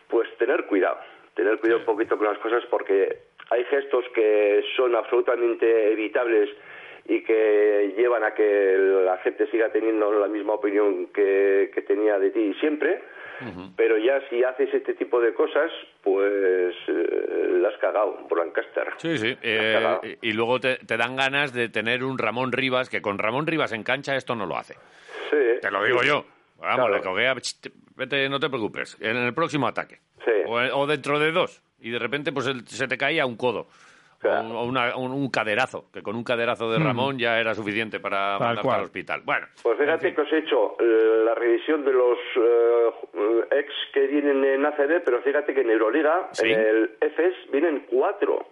Speaker 20: pues tener cuidado, tener cuidado un poquito con las cosas porque hay gestos que son absolutamente evitables y que llevan a que la gente siga teniendo la misma opinión que, que tenía de ti siempre, pero ya si haces este tipo de cosas, pues eh, la has cagado, Lancaster.
Speaker 2: Sí, sí. eh, y y luego te, te dan ganas de tener un Ramón Rivas, que con Ramón Rivas en cancha esto no lo hace.
Speaker 20: Sí.
Speaker 2: Te lo digo yo. Vamos,
Speaker 20: Claro.
Speaker 2: le coguea, ch, te- vete, no te preocupes, en el próximo ataque.
Speaker 20: Sí.
Speaker 2: O, o dentro de dos. Y de repente pues el- se te caía un codo. O un- o una- un, un caderazo, que con un caderazo de
Speaker 3: Hmm.
Speaker 20: Ujú.
Speaker 2: Ramón ya era suficiente para
Speaker 20: Tal
Speaker 2: mandarte
Speaker 20: cual.
Speaker 2: al hospital. Bueno,
Speaker 20: Pues fíjate que os he hecho eh, la revisión de los eh, ju- ex que vienen en ACB, pero fíjate que en Euroliga,
Speaker 2: Sí.
Speaker 20: en el EFES, vienen cuatro.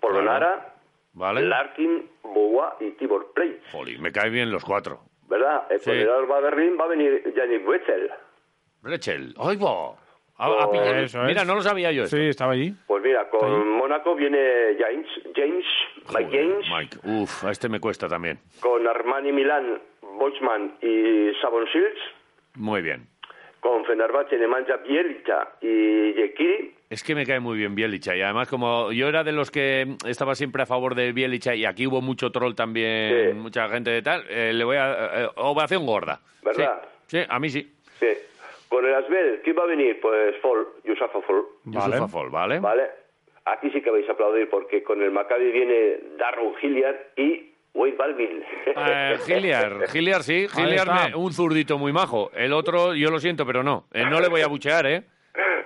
Speaker 20: Por
Speaker 2: Claro.
Speaker 20: Lara,
Speaker 2: ¿vale?
Speaker 20: Larkin, Boa y Tibor Plate,
Speaker 2: Jolín, me caen bien los cuatro.
Speaker 20: ¿verdad? Eh,
Speaker 2: Sí.
Speaker 20: Con el Alba Berlín va a venir Yannick Wetzel.
Speaker 2: Rechel, ¡ay, va! Ha-
Speaker 20: Pues-
Speaker 2: ha pillado-
Speaker 20: Eso es.
Speaker 2: Mira, no lo sabía yo esto.
Speaker 3: Sí, estaba allí.
Speaker 20: Pues mira, con Mónaco viene James, James, Mike James,
Speaker 2: Mike, uff, a este me cuesta también.
Speaker 20: con Armani Milán, Boltzmann y Savon Shields,
Speaker 2: Muy bien.
Speaker 20: con Fenerbahce, Nemanja Bielica y Yekiri,
Speaker 2: Es que me cae muy bien Bielicha y además como yo era de los que estaba siempre a favor de Bielicha y aquí hubo mucho troll también, mucha gente de tal, eh, le voy a... eh, ovación gorda.
Speaker 20: ¿Verdad?
Speaker 2: Sí, sí, a mí sí.
Speaker 20: Sí. Con el Asbel, ¿quién va a venir? Pues Fall, Yusafa Fall.
Speaker 2: Vale. Yusufa Fall, ¿vale?
Speaker 20: Vale. Aquí sí que vais a aplaudir porque con el Maccabi viene Darrow Hilliard y Wade Baldwin.
Speaker 2: Eh, Giliar, Giliar sí,
Speaker 20: Ahí
Speaker 2: Giliar
Speaker 20: está.
Speaker 2: me- un zurdito muy majo. El otro, yo lo siento, pero no. Eh, no le voy a buchear, ¿eh?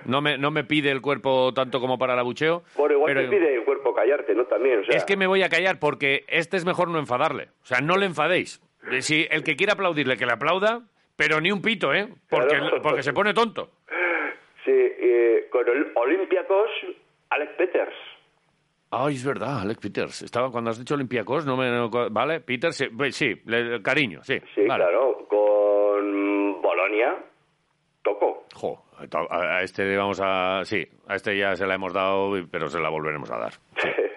Speaker 2: No me, no me pide el cuerpo tanto como para el abucheo.
Speaker 20: Bueno, igual
Speaker 2: pero-
Speaker 20: te pide el cuerpo callarte, ¿no? También, o sea...
Speaker 2: Es que me voy a callar porque este es mejor no enfadarle. O sea, no le enfadéis. Eh, Si el que quiera aplaudirle, que le aplauda, pero ni un pito, ¿eh? Porque,
Speaker 20: Claro.
Speaker 2: porque se pone tonto.
Speaker 20: Sí, eh, con el Olympiacos, Alex Peters.
Speaker 2: Ay, es verdad, Alex Peters. Estaba cuando has dicho Olympiacos, no me. no- vale, Peters, sí, pues sí, le- cariño, sí.
Speaker 20: Sí,
Speaker 2: vale.
Speaker 20: claro. Con Bolonia, Toco.
Speaker 2: Jo, a, a este le vamos a. Sí, a este ya se la hemos dado, pero se la volveremos a dar.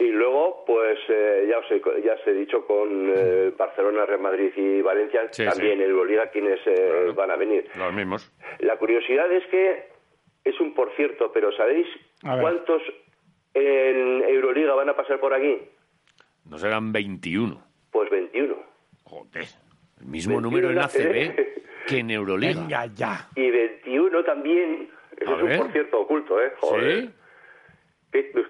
Speaker 20: Y luego, pues eh, ya os he, ya os he dicho con eh, Barcelona, Real Madrid y Valencia,
Speaker 2: Sí,
Speaker 20: también
Speaker 2: sí.
Speaker 20: el Euroliga, quienes eh, van a venir.
Speaker 2: Los mismos.
Speaker 20: La curiosidad es que es un por cierto, pero ¿sabéis
Speaker 2: A ver.
Speaker 20: cuántos en Euroliga van a pasar por aquí?
Speaker 2: No serán 21.
Speaker 20: Pues 21.
Speaker 2: Joder. El mismo
Speaker 20: 21
Speaker 2: número en
Speaker 20: en
Speaker 2: ACB que en Euroliga. Venga,
Speaker 3: ya.
Speaker 20: Y 21 también. Eso
Speaker 2: A
Speaker 20: es
Speaker 2: ver.
Speaker 20: un por cierto oculto, ¿eh? Joder.
Speaker 2: ¿Sí?
Speaker 20: Qué, qué-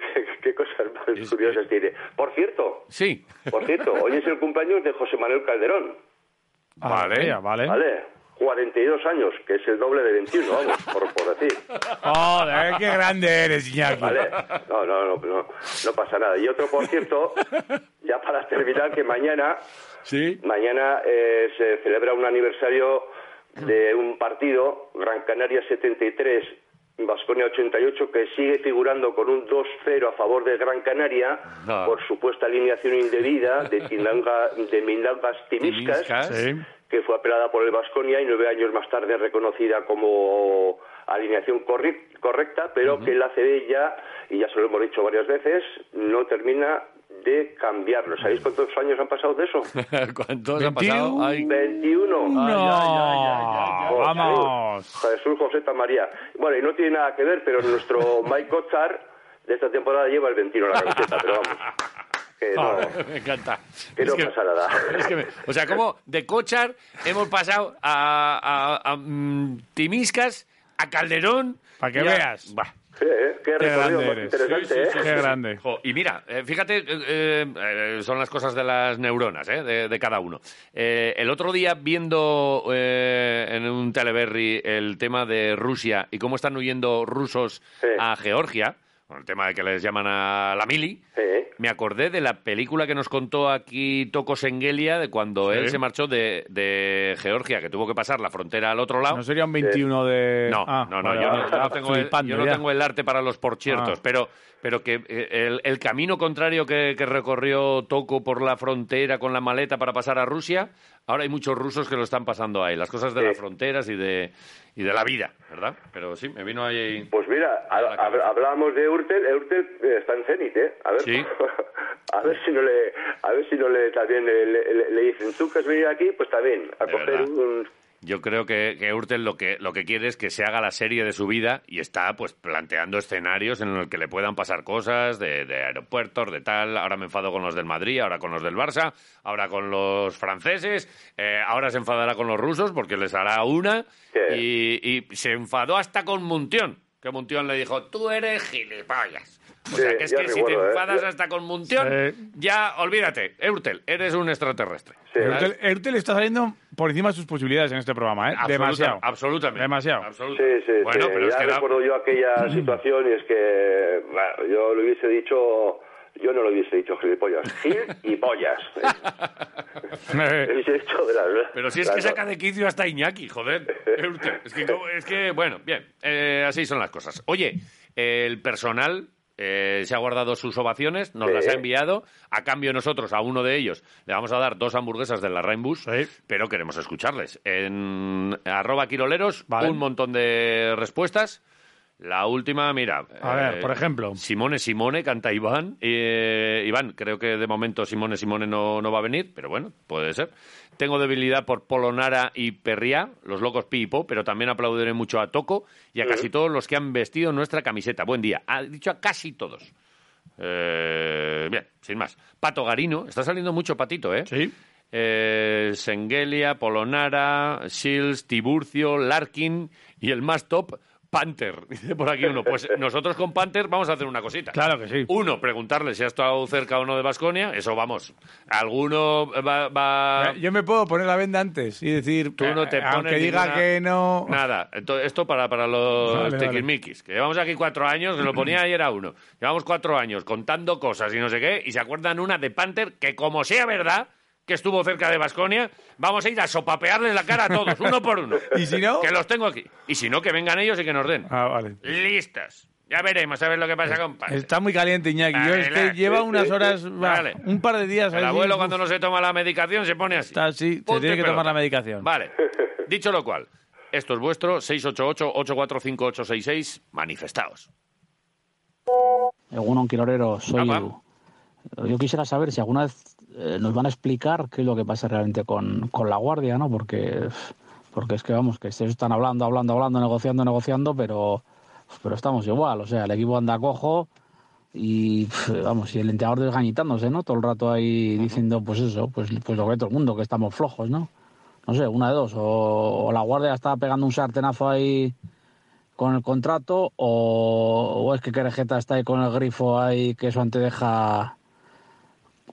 Speaker 20: qué cosas más curiosas tiene. Por cierto,
Speaker 2: Sí.
Speaker 20: por cierto, hoy es el cumpleaños de José Manuel Calderón.
Speaker 3: Vale. Ah, vale.
Speaker 20: Vale, 42 años, que es el doble de 21, vamos, por, por decir.
Speaker 3: Joder, qué grande eres, Iñaki.
Speaker 20: Vale, no, no, no, no, no pasa nada. Y otro, por cierto, ya para terminar, que mañana,
Speaker 2: ¿Sí?
Speaker 20: mañana eh, se celebra un aniversario de un partido, Gran Canaria 73, Vasconia 88, que sigue figurando con un 2-0 a favor de Gran Canaria
Speaker 2: No.
Speaker 20: por supuesta alineación indebida de, Tindanga, de Mindangas Timiscas
Speaker 2: Sí.
Speaker 20: que fue apelada por el Vasconia y nueve años más tarde reconocida como alineación corri- correcta, pero que la ACB ya, y ya se lo hemos dicho varias veces, no termina de cambiarlo. ¿Sabéis cuántos años han pasado de eso?
Speaker 2: ¿Cuántos han pasado? ah, Ay,
Speaker 20: 21. Joder,
Speaker 2: vamos.
Speaker 20: Jesús José María. Bueno, y no tiene nada que ver, pero nuestro Mike Kotzar de esta temporada lleva el 21 en la camiseta, pero vamos. Que no,
Speaker 2: Joder, Ah, me encanta.
Speaker 20: que no
Speaker 2: Es que-
Speaker 20: pasa nada.
Speaker 2: Es que me- o sea, como de Cochar hemos pasado a, a- a, mm, Timiscas, a Calderón.
Speaker 3: Para que
Speaker 2: y a-
Speaker 3: veas.
Speaker 2: Bah,
Speaker 20: Sí, eh, qué recorrido
Speaker 3: grande
Speaker 20: más
Speaker 3: eres.
Speaker 20: interesante,
Speaker 3: Sí, sí, sí,
Speaker 20: ¿eh?
Speaker 3: sí, Qué sí. grande.
Speaker 2: Jo, y mira, eh, fíjate, eh, eh, eh, son las cosas de las neuronas, ¿eh? de, de cada uno. Eh, el otro día viendo eh, en un teleberry el tema de Rusia y cómo están huyendo rusos a Georgia, con el tema de que les llaman a la mili, me acordé de la película que nos contó aquí Toko Sengelia de cuando
Speaker 3: Sí.
Speaker 2: él se marchó de, de Georgia, que tuvo que pasar la frontera al otro lado.
Speaker 3: No sería un 21 de...
Speaker 2: No,
Speaker 3: Ah,
Speaker 2: no, no,
Speaker 3: vale,
Speaker 2: yo,
Speaker 3: vale,
Speaker 2: no- yo
Speaker 3: estaba
Speaker 2: no, tengo el,
Speaker 3: flipando
Speaker 2: yo no
Speaker 3: ya.
Speaker 2: tengo el arte para los porciertos,
Speaker 3: Ah.
Speaker 2: pero, pero que eh, el, el camino contrario que, que recorrió Toco por la frontera con la maleta para pasar a Rusia, ahora hay muchos rusos que lo están pasando ahí, las cosas de las fronteras y de, y de la vida, ¿verdad? Pero sí, me vino ahí...
Speaker 20: Pues mira, hab- hab- hablábamos de Urtel, Urtel eh, está en Zenit, ¿eh? A ver,
Speaker 2: Sí.
Speaker 20: a ver si no le, a ver si no le también le, le- le- le dicen tú que has venido aquí, pues también a
Speaker 2: De
Speaker 20: coger
Speaker 2: verdad.
Speaker 20: un
Speaker 2: Yo creo que, que Urtel lo que, lo que quiere es que se haga la serie de su vida y está pues planteando escenarios en los que le puedan pasar cosas de, de aeropuertos, de tal. Ahora me enfado con los del Madrid, ahora con los del Barça, ahora con los franceses, eh, ahora se enfadará con los rusos porque les hará una. Y, y se enfadó hasta con Muntión, que Muntión le dijo, tú eres gilipollas. O
Speaker 20: Sí,
Speaker 2: sea, que es
Speaker 20: ya
Speaker 2: que si te
Speaker 20: recuerdo, ¿eh?
Speaker 2: enfadas
Speaker 20: Ya-
Speaker 2: hasta con Muntión, ya olvídate. Urtel, eres un extraterrestre. ¿Sabes?
Speaker 3: Ertel, Ertel está saliendo por encima de sus posibilidades en este programa, ¿eh?
Speaker 2: Absoluta-
Speaker 3: Demasiado.
Speaker 2: Absolutamente.
Speaker 3: Demasiado.
Speaker 2: Absolutamente.
Speaker 20: Sí, sí,
Speaker 2: bueno,
Speaker 20: sí.
Speaker 2: pero es
Speaker 20: ya
Speaker 2: que da-
Speaker 20: recuerdo yo aquella situación y es que bueno, yo lo hubiese dicho, yo no lo hubiese dicho gilipollas, gil y pollas. Lo hubiese dicho de la-
Speaker 2: Pero si es
Speaker 20: la-
Speaker 2: que saca de quicio hasta Iñaki, joder. Eurte. Es que, como- es que, bueno, bien, eh, así son las cosas. Oye, el personal eh, se ha guardado sus ovaciones, nos
Speaker 20: Sí.
Speaker 2: las ha enviado. A cambio nosotros, a uno de ellos, le vamos a dar dos hamburguesas de la Rainbus, pero queremos escucharles. En arroba quiroleros, un montón de respuestas. La última, mira. eh,
Speaker 3: A ver, por ejemplo.
Speaker 2: Simone Simone canta Iván. Eh, Iván, creo que de momento Simone Simone no, no va a venir, pero bueno, puede ser. Tengo debilidad por Polonara y Perriá, los locos Pipo, pero también aplaudiré mucho a Toco y a casi todos los que han vestido nuestra camiseta. Buen día. Ha dicho a casi todos. Eh, bien, sin más. Pato Garino, está saliendo mucho patito, ¿eh? Sí. Sengelia, Polonara, Shields, Tiburcio, Larkin y el más top, Panther. Dice por aquí uno. Pues nosotros con Panther vamos a hacer una cosita.
Speaker 3: Claro que sí.
Speaker 2: Uno, preguntarle si ha estado cerca o no de Basconia. Eso vamos. Alguno va. va-
Speaker 3: Eh, Yo me puedo poner la venda antes y decir,
Speaker 2: Ah. Tú no te
Speaker 3: eh,
Speaker 2: pones
Speaker 3: aunque diga
Speaker 2: ninguna-
Speaker 3: que no...
Speaker 2: Nada, Ento- esto para, para los
Speaker 3: Vale, vale.
Speaker 2: tequilmiquis, que llevamos aquí cuatro años, que lo ponía ayer a uno. Llevamos cuatro años contando cosas y no sé qué, y se acuerdan una de Panther que, como sea verdad, que estuvo cerca de Basconia, vamos a ir a sopapearle la cara a todos, uno por uno.
Speaker 3: ¿Y si no?
Speaker 2: Que los tengo aquí. Y si no, que vengan ellos y que nos den.
Speaker 3: Ah, vale.
Speaker 2: Listas. Ya veremos a ver lo que pasa con Panther.
Speaker 3: Está muy caliente, Iñaki. Yo es que
Speaker 2: Relax.
Speaker 3: lleva unas horas, va,
Speaker 2: Vale.
Speaker 3: un par de días.
Speaker 2: El
Speaker 3: así,
Speaker 2: abuelo
Speaker 3: uf,
Speaker 2: cuando no se toma la medicación se pone así.
Speaker 3: Está así, se
Speaker 2: Ponte
Speaker 3: tiene que tomar
Speaker 2: pelota.
Speaker 3: la medicación.
Speaker 2: Vale. Dicho lo cual, esto es vuestro, 688-845866, manifestaos.
Speaker 15: Egunon Quirolero, soy Edu. Yo quisiera saber si alguna vez eh, nos van a explicar qué es lo que pasa realmente con, con la guardia, ¿no? Porque, porque es que vamos, que se están hablando, hablando, hablando, negociando, negociando, pero, pero estamos igual. O sea, el equipo anda cojo y pf, vamos, y el entrenador desgañitándose, ¿no? Todo el rato ahí diciendo, pues eso, pues, pues lo que todo el mundo, que estamos flojos, ¿no? No sé, una de dos. O, o la guardia está pegando un sartenazo ahí con el contrato o, o es que Querejeta está ahí con el grifo ahí que eso antes deja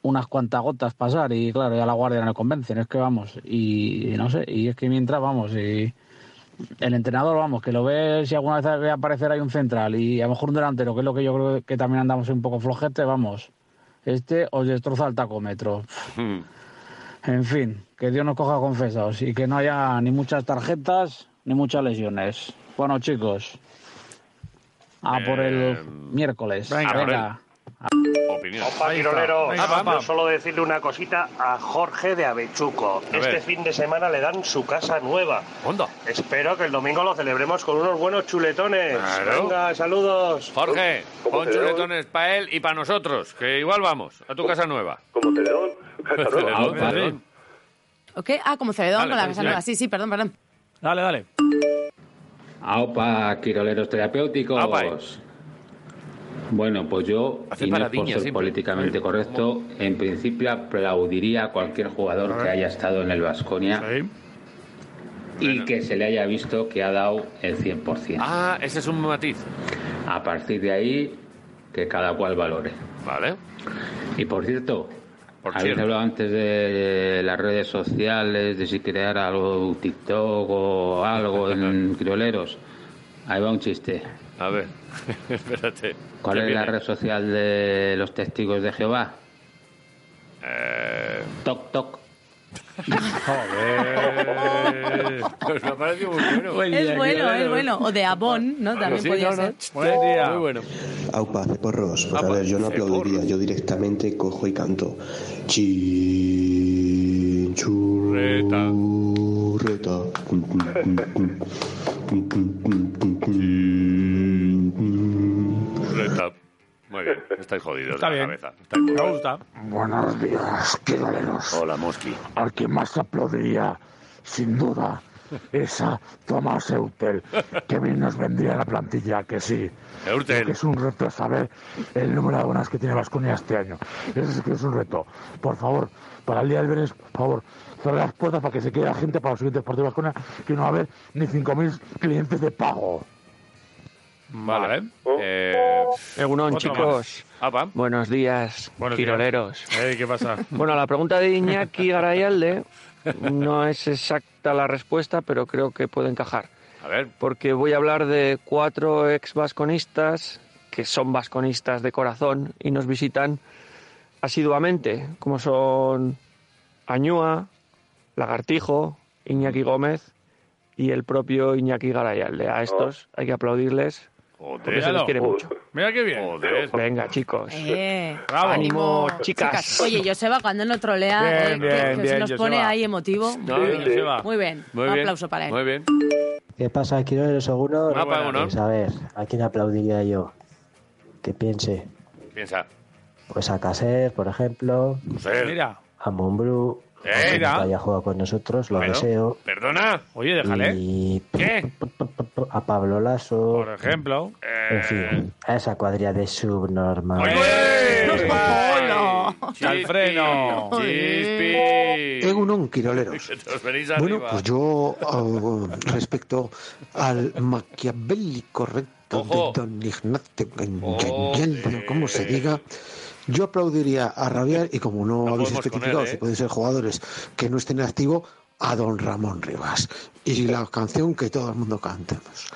Speaker 15: unas cuantas gotas pasar y claro, ya la guardia no le convencen, es que vamos, y, y no sé, y es que mientras vamos, y el entrenador, vamos, que lo ve, si alguna vez ve aparecer ahí un central y a lo mejor un delantero, que es lo que yo creo que también andamos un poco flojete, vamos, este os destroza el tacómetro. En fin, que Dios nos coja confesados y que no haya ni muchas tarjetas ni muchas lesiones. Bueno, chicos, a por el miércoles.
Speaker 2: venga.
Speaker 15: venga.
Speaker 2: Opinión.
Speaker 30: Opa, Quirolero, yo solo decirle una cosita a Jorge de Avechuco.
Speaker 2: A
Speaker 30: este
Speaker 2: ver.
Speaker 30: fin de semana le dan su casa nueva.
Speaker 2: ¿Onda?
Speaker 30: Espero que el domingo lo celebremos con unos buenos chuletones.
Speaker 2: Claro.
Speaker 30: Venga, saludos.
Speaker 2: Jorge,
Speaker 30: ¿Cómo
Speaker 2: pon
Speaker 30: te
Speaker 2: chuletones para él y para nosotros, que igual vamos, a tu casa nueva.
Speaker 30: Como
Speaker 2: Celedón.
Speaker 30: nueva.
Speaker 2: Celedón, Celedón.
Speaker 4: ¿O qué? Ah, como Celedón
Speaker 2: Vale,
Speaker 4: con la
Speaker 2: pues,
Speaker 4: casa
Speaker 2: bien.
Speaker 4: nueva. Sí, sí, perdón, perdón.
Speaker 15: Dale, dale.
Speaker 18: Aupa, quiroleros terapéuticos. Bueno, pues yo,
Speaker 2: Hace
Speaker 18: y no es por
Speaker 2: paradiñas
Speaker 18: ser
Speaker 2: siempre.
Speaker 18: políticamente correcto, en principio aplaudiría a cualquier
Speaker 2: A
Speaker 18: jugador
Speaker 2: ver.
Speaker 18: que haya estado en el Vasconia y que se le haya visto que ha dado el 100%.
Speaker 2: Ah, ese es un matiz.
Speaker 31: A partir de ahí, que cada cual valore.
Speaker 2: Vale.
Speaker 31: Y por cierto,
Speaker 2: Por
Speaker 31: habéis
Speaker 2: cierto.
Speaker 31: hablado antes de las redes sociales, de si crear algo TikTok o algo en Crioleros. Ahí va un chiste.
Speaker 2: A ver, espérate.
Speaker 31: ¿Cuál
Speaker 2: ¿Qué
Speaker 31: es la
Speaker 2: viene?
Speaker 31: red social de los testigos de Jehová?
Speaker 2: Eh,
Speaker 31: Toc, toc.
Speaker 2: Joder. Pues me ha parecido muy bueno.
Speaker 4: Es bueno, es bueno. O de Avon, ¿no? También
Speaker 2: Sí,
Speaker 4: podía
Speaker 2: no, no.
Speaker 4: ser.
Speaker 2: Buen día. Muy bueno.
Speaker 6: Aupa, porros. Pues a ver, yo no aplaudiría, yo directamente cojo y canto. Chinchurreta.
Speaker 2: Reta. Muy bien, estáis jodidos
Speaker 3: Está
Speaker 2: de la
Speaker 3: bien.
Speaker 2: cabeza.
Speaker 3: Me gusta.
Speaker 22: Buenos días, quiroleros.
Speaker 2: Hola, Mosqui.
Speaker 22: Al que más aplaudiría, sin duda, es a Tomás Eutel, que bien nos vendría la plantilla, que sí.
Speaker 2: Eurtel.
Speaker 22: Es un reto saber el número de abonas que tiene Vasconia este año. Eso sí que es un reto. Por favor, para el día del viernes, por favor, cerrar las puertas para que se quede la gente para los siguientes partidos de Vasconia, que no va a haber ni 5.000 clientes de pago.
Speaker 2: Vale. eh,
Speaker 21: Egunon,
Speaker 2: otro
Speaker 21: chicos. Buenos días,
Speaker 2: Buenos días.
Speaker 21: quiroleros.
Speaker 2: Eh, ¿Qué pasa?
Speaker 21: Bueno, la pregunta de Iñaki Garayalde no es exacta la respuesta, pero creo que puede encajar.
Speaker 2: A ver.
Speaker 21: Porque voy a hablar de cuatro ex vasconistas que son vasconistas de corazón y nos visitan asiduamente, como son Añúa, Lagartijo, Iñaki Gómez y el propio Iñaki Garayalde. A estos
Speaker 2: Oh.
Speaker 21: hay que aplaudirles porque se les
Speaker 3: Míralo.
Speaker 21: quiere mucho.
Speaker 3: Mira qué bien.
Speaker 21: Venga, chicos.
Speaker 4: Eh,
Speaker 21: Bravo. Ánimo, chicas.
Speaker 4: Oye, Joseba, cuando no trolea,
Speaker 21: Bien,
Speaker 4: eh, que- que,
Speaker 21: bien,
Speaker 4: se
Speaker 21: bien,
Speaker 4: nos
Speaker 21: Joseba.
Speaker 4: pone ahí emotivo.
Speaker 21: No, Sí, bien, sí. Joseba.
Speaker 4: Muy bien,
Speaker 2: Muy
Speaker 4: un
Speaker 2: bien.
Speaker 4: aplauso para él.
Speaker 2: Muy bien.
Speaker 32: ¿Qué pasa, Quiroleros Egunon?
Speaker 2: Mapa, Egunon.
Speaker 32: Pues a ver, ¿a quién aplaudiría yo? Que piense.
Speaker 2: Piensa.
Speaker 32: Pues a Caser, por ejemplo.
Speaker 2: Mira.
Speaker 32: A Monbru.
Speaker 2: Eh,
Speaker 32: aunque
Speaker 2: mira.
Speaker 32: nunca haya jugado con nosotros, lo
Speaker 2: Bueno,
Speaker 32: deseo.
Speaker 2: Perdona. Oye, déjale.
Speaker 32: Y
Speaker 2: ¿Qué?
Speaker 32: a Pablo Lasso.
Speaker 2: Por ejemplo.
Speaker 32: En fin, a esa cuadrilla de subnormal.
Speaker 3: Eh,
Speaker 2: ¡Al freno! ¡Chispi!
Speaker 25: Egunon, quiroleros.
Speaker 2: Os venís
Speaker 25: Bueno,
Speaker 2: arriba.
Speaker 25: pues yo, eh, respecto al maquiavélico recto
Speaker 2: Ojo.
Speaker 25: de don Ignacio Gallo, como se diga, yo aplaudiría a rabiar y como no, habéis
Speaker 33: podemos con
Speaker 25: especificado
Speaker 33: él, ¿eh?
Speaker 25: si pueden ser jugadores que no estén en activo, a don Ramón Rivas. Y la canción que todo el mundo cantemos.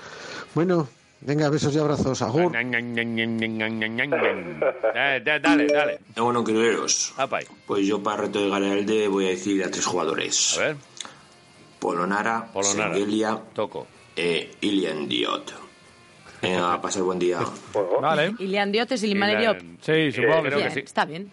Speaker 25: Bueno, venga, besos y abrazos. Agur.
Speaker 2: Eh, da- Dale, dale.
Speaker 25: Bueno, quiroleros. Pues yo para reto de Garalde voy a decir a tres jugadores. A
Speaker 2: ver.
Speaker 25: Polonara,
Speaker 2: Polonara.
Speaker 25: Senghelia
Speaker 2: Toco.
Speaker 25: e Ilian Diot. Venga, a pasar buen día.
Speaker 3: Vale.
Speaker 4: Ilian Diotes y Limane Diop.
Speaker 25: Sí, supongo que
Speaker 4: Bien,
Speaker 25: sí.
Speaker 4: Está bien.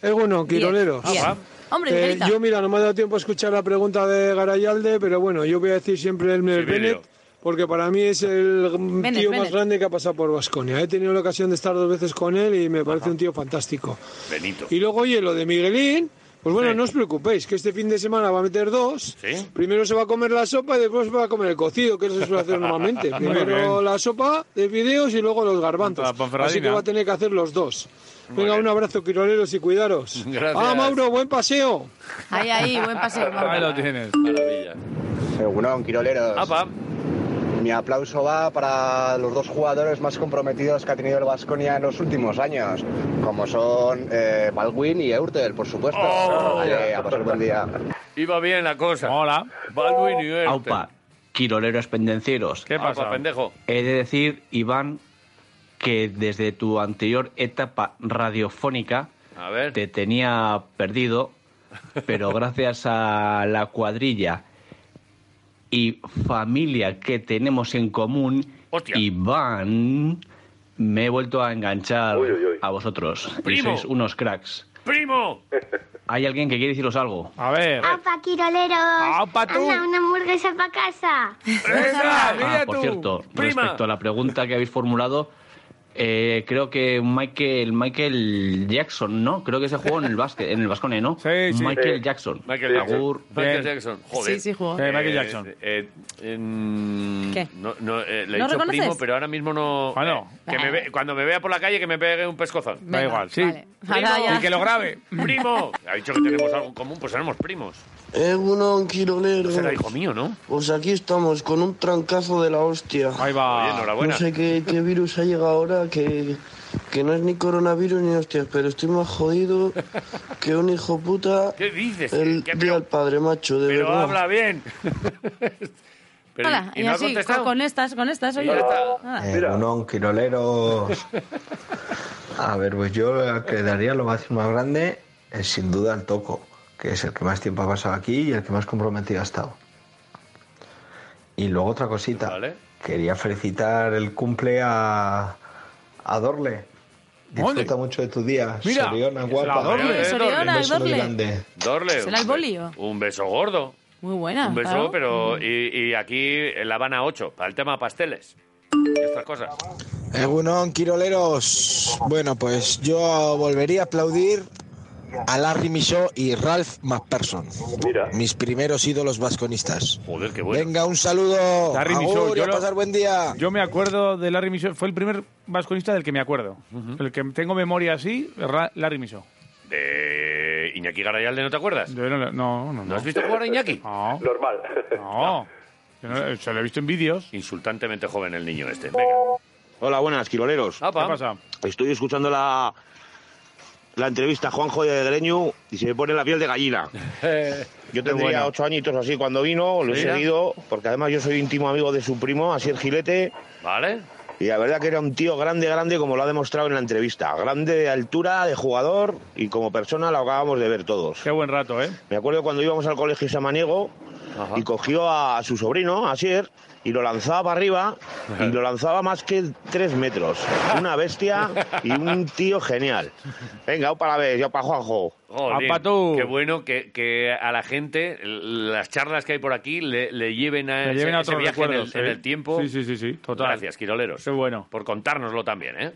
Speaker 33: Egunon, quiroleros.
Speaker 4: Bien, bien. Hombre,
Speaker 33: Eh,
Speaker 4: Miguelita.
Speaker 33: yo, mira, no me ha dado tiempo a escuchar la pregunta de Garayalde, pero bueno, yo voy a decir siempre el Mel
Speaker 2: Silverio.
Speaker 33: Bennett, porque para mí es el mm,
Speaker 4: Bennett,
Speaker 33: tío
Speaker 4: Bennett.
Speaker 33: más grande que ha pasado por Vasconia. He tenido la ocasión de estar dos veces con él y me parece un tío fantástico.
Speaker 2: Benito.
Speaker 33: Y luego, oye, lo de Miguelín, pues bueno, no os preocupéis, que este fin de semana va a meter dos.
Speaker 2: ¿Sí?
Speaker 33: Primero se va a comer la sopa y después va a comer el cocido, que eso se suele hacer normalmente.
Speaker 2: Muy
Speaker 33: Primero
Speaker 2: bien.
Speaker 33: la sopa de fideos y luego los garbanzos.
Speaker 2: La panferradina.
Speaker 33: Así que va a tener que hacer los dos. Venga, un abrazo, quiroleros, y cuidaros.
Speaker 2: Gracias.
Speaker 33: Ah, Mauro, buen paseo.
Speaker 4: Ahí, ahí, buen paseo. Mauro.
Speaker 3: Ahí lo tienes. Maravilla.
Speaker 34: Egunon, Quiroleros. Mi aplauso va para los dos jugadores más comprometidos que ha tenido el Vasconia en los últimos años, como son eh, Baldwin y Eurtel, por supuesto.
Speaker 3: Oh,
Speaker 34: Vale, a pasar buen día.
Speaker 2: Iba bien la cosa. Hola. Baldwin y Ertel.
Speaker 35: Aupa, quiroleros pendencieros. ¿Qué
Speaker 2: pasa? Aupa, Ah, pues, pendejo.
Speaker 35: He de decir, Iván, que desde tu anterior etapa radiofónica te tenía perdido, pero gracias a la cuadrilla y familia que tenemos en común, Iván, me he vuelto a enganchar a vosotros. Y
Speaker 2: Primo.
Speaker 35: sois unos cracks.
Speaker 2: ¡Primo!
Speaker 35: ¿Hay alguien que quiere deciros algo?
Speaker 3: A ver.
Speaker 5: ¡Apa, quiroleros! Ah, ¡Apa, tú! Anda, una hamburguesa para casa!
Speaker 35: Ah, por cierto,
Speaker 5: Prima.
Speaker 35: respecto a la pregunta que habéis formulado, Eh, creo que Michael, Michael Jackson, ¿no? Creo que se jugó en el básquet, en el Vascone, ¿no?
Speaker 2: sí.
Speaker 35: Michael
Speaker 2: Sí.
Speaker 35: Jackson.
Speaker 2: Michael Jackson.
Speaker 35: Agur.
Speaker 2: Michael
Speaker 35: Bien.
Speaker 2: Jackson. Joder.
Speaker 4: Sí, sí jugó.
Speaker 35: Sí, Michael Jackson.
Speaker 2: eh, eh, em,
Speaker 4: ¿Qué?
Speaker 2: No, no, eh, le he
Speaker 4: ¿No
Speaker 2: dicho
Speaker 4: reconoces?
Speaker 2: primo, pero ahora mismo no. Bueno, que me ve- cuando me vea por la calle, que me pegue un pescozo.
Speaker 3: Da igual, sí.
Speaker 2: Primo,
Speaker 3: Ahora ya. Y que lo grabe.
Speaker 2: Primo. Ha dicho que tenemos algo en común, pues seremos primos.
Speaker 36: Egunon, Quirolero.
Speaker 2: Será hijo mío, ¿no?
Speaker 36: Pues aquí estamos, con un trancazo de la hostia.
Speaker 2: Ahí va. Oye, enhorabuena.
Speaker 36: No sé qué, qué virus ha llegado ahora, que, que no es ni coronavirus ni hostias, pero estoy más jodido que un hijo puta.
Speaker 2: ¿Qué dices?
Speaker 36: El día al padre, macho, de
Speaker 2: Pero
Speaker 36: verdad.
Speaker 2: habla bien. Pero,
Speaker 4: Hala,
Speaker 2: y
Speaker 4: y
Speaker 2: no ha
Speaker 4: así,
Speaker 2: contestado.
Speaker 4: con, con estas, con estas, oye. Hala.
Speaker 36: Eh, Egunon, quiroleros. A ver, pues yo la que daría lo más, más grande es sin duda el Toco, que es el que más tiempo ha pasado aquí y el que más comprometido ha estado. Y luego otra cosita. Quería felicitar el cumple a, a Dorle. Disfruta mucho de tu día.
Speaker 2: Mira,
Speaker 36: Soriona,
Speaker 2: es
Speaker 36: guapa.
Speaker 2: la Dorle. Soriona,
Speaker 36: Un beso
Speaker 4: el
Speaker 36: muy
Speaker 4: Dorle.
Speaker 36: grande.
Speaker 2: Dorle.
Speaker 4: ¿Será el
Speaker 2: un-
Speaker 4: bolio?
Speaker 2: Un beso gordo.
Speaker 4: Muy buena.
Speaker 2: Un beso,
Speaker 4: claro.
Speaker 2: pero. Y, y aquí en La Habana 8, para el tema pasteles. Y estas cosas.
Speaker 25: Egunon, Quiroleros. Bueno, pues yo volvería a aplaudir a Larry Michaud y Ralph McPherson. Mis primeros ídolos vasconistas.
Speaker 2: Joder, qué
Speaker 3: bueno.
Speaker 25: Venga, un saludo.
Speaker 3: Larry Michaud,
Speaker 25: Agur, y
Speaker 3: yo
Speaker 25: a
Speaker 3: lo-
Speaker 25: pasar buen día.
Speaker 3: Yo me acuerdo de Larry Michaud. Fue el primer vasconista del que me acuerdo. El que tengo memoria así, Ra- Larry Michaud.
Speaker 2: De Iñaki Garayalde, ¿no te acuerdas?
Speaker 3: Yo no, le- no, no, no.
Speaker 2: has visto jugar a Iñaki?
Speaker 3: No.
Speaker 2: Normal.
Speaker 3: No. Yo no- Se lo he visto en vídeos.
Speaker 2: Insultantemente joven el niño este. Venga.
Speaker 16: Hola, buenas, quiroleros.
Speaker 3: ¿Qué pasa?
Speaker 16: Estoy escuchando la, la entrevista a Juanjo de Greñu y se me pone la piel de gallina. Yo
Speaker 2: Qué
Speaker 16: tendría
Speaker 2: bueno.
Speaker 16: ocho añitos así cuando vino, lo he
Speaker 2: Sí.
Speaker 16: seguido, porque además yo soy íntimo amigo de su primo, así el Gilete.
Speaker 2: Vale.
Speaker 16: Y la verdad que era un tío grande, grande, como lo ha demostrado en la entrevista. Grande de altura, de jugador y como persona lo acabamos de ver todos.
Speaker 3: Qué buen rato, ¿eh?
Speaker 16: Me acuerdo cuando íbamos al colegio Samaniego y cogió a su sobrino, a Sier, y lo lanzaba para arriba y lo lanzaba más que tres metros. Una bestia y un tío genial. Venga, para ver, yo para Juanjo.
Speaker 2: Jolín, Qué bueno que, que a la gente l- las charlas que hay por aquí le, le lleven a,
Speaker 3: Le lleven a
Speaker 2: ese- ese
Speaker 3: otros
Speaker 2: viaje en, el,
Speaker 3: recuerdos,
Speaker 2: en
Speaker 3: ¿eh?
Speaker 2: el tiempo.
Speaker 3: Sí, sí, sí, sí, total.
Speaker 2: Gracias, Quiroleros. Qué
Speaker 3: bueno.
Speaker 2: Por contárnoslo también, ¿eh?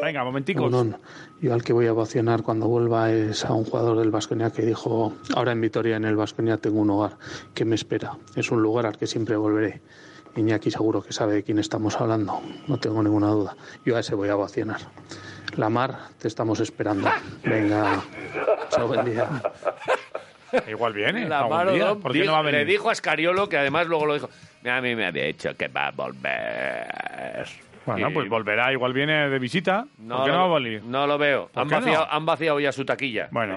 Speaker 3: Venga, momenticos.
Speaker 31: Egunon. yo al que voy a ovacionar cuando vuelva es a un jugador del Vasconia que dijo, ahora en Vitoria, en el Vasconia tengo un hogar que me espera. Es un lugar al que siempre volveré. Iñaki seguro que sabe de quién estamos hablando, no tengo ninguna duda. Yo a ese voy a ovacionar. La mar, te estamos esperando. Venga, chao, buen día.
Speaker 3: Igual viene.
Speaker 2: La
Speaker 3: algún
Speaker 2: mano,
Speaker 3: día.
Speaker 2: ¿no?
Speaker 3: ¿Por qué no va a venir?
Speaker 2: Le dijo a Escariolo, que además luego lo dijo, a mí me había dicho que va a volver.
Speaker 3: Bueno,
Speaker 2: Y-
Speaker 3: pues volverá, igual viene de visita. ¿Por qué no
Speaker 2: lo-
Speaker 3: va a volver?
Speaker 2: no lo veo.
Speaker 3: ¿Por
Speaker 2: Han
Speaker 3: qué no?
Speaker 2: vaciado, han vaciado ya su taquilla.
Speaker 3: Bueno,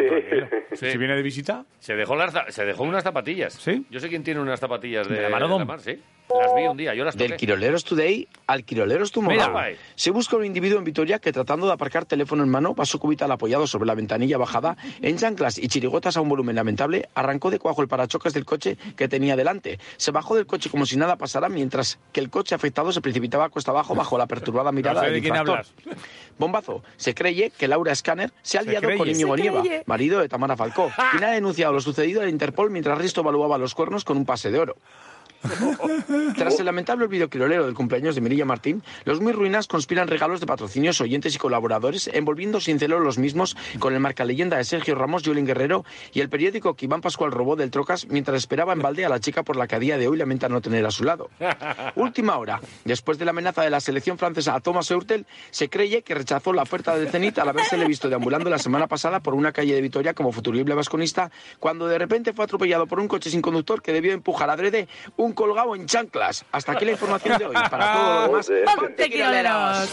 Speaker 2: ¿Si
Speaker 3: viene de visita?
Speaker 2: Se dejó, las za- se dejó unas zapatillas. ¿Sí? Yo sé quién tiene unas zapatillas de,
Speaker 11: ¿De la
Speaker 2: de
Speaker 11: Maradona?
Speaker 2: Mar, sí. Las vi un día, yo las toqué.
Speaker 11: Del Quiroleros Today al Quiroleros
Speaker 2: Mira,
Speaker 11: Tomorrow.
Speaker 2: guay.
Speaker 11: Se busca un individuo en Vitoria que tratando de aparcar teléfono en mano, pasó cubital apoyado sobre la ventanilla bajada, en chanclas y chirigotas a un volumen lamentable, arrancó de cuajo el parachoques del coche que tenía delante. Se bajó del coche como si nada pasara, mientras que el coche afectado se precipitaba cuesta abajo bajo la perturbada mirada
Speaker 3: sé de
Speaker 11: del
Speaker 3: quién
Speaker 11: infractor.
Speaker 3: hablas.
Speaker 11: Bombazo. Se creye que Laura Scanner se ha
Speaker 3: Se
Speaker 11: liado con
Speaker 3: creye.
Speaker 11: Íñigo
Speaker 3: Se
Speaker 11: Nieva,
Speaker 3: creye.
Speaker 11: marido de Tamara Falcó, quien ha denunciado lo sucedido a la Interpol mientras Risto evaluaba los cuernos con un pase de oro. Tras el lamentable olvido quirolero del cumpleaños de Mirilla Martín, los muy ruinas conspiran regalos de patrocinios, oyentes y colaboradores, envolviendo sin celo los mismos con el marca leyenda de Sergio Ramos, Yolín Guerrero y el periódico que Iván Pascual robó del Trocas mientras esperaba en balde a la chica por la que a día de hoy lamenta no tener a su lado. Última hora. Después de la amenaza de la selección francesa a Thomas Eurtel, se creye que rechazó la oferta del Zenit al habérsele visto deambulando la semana pasada por una calle de Vitoria como futurible vasconista, cuando de repente fue atropellado por un coche sin conductor que debió empujar adrede un colgado en chanclas. Hasta aquí la información de hoy. Para todo lo demás,
Speaker 4: ¡Ponte quiroleros!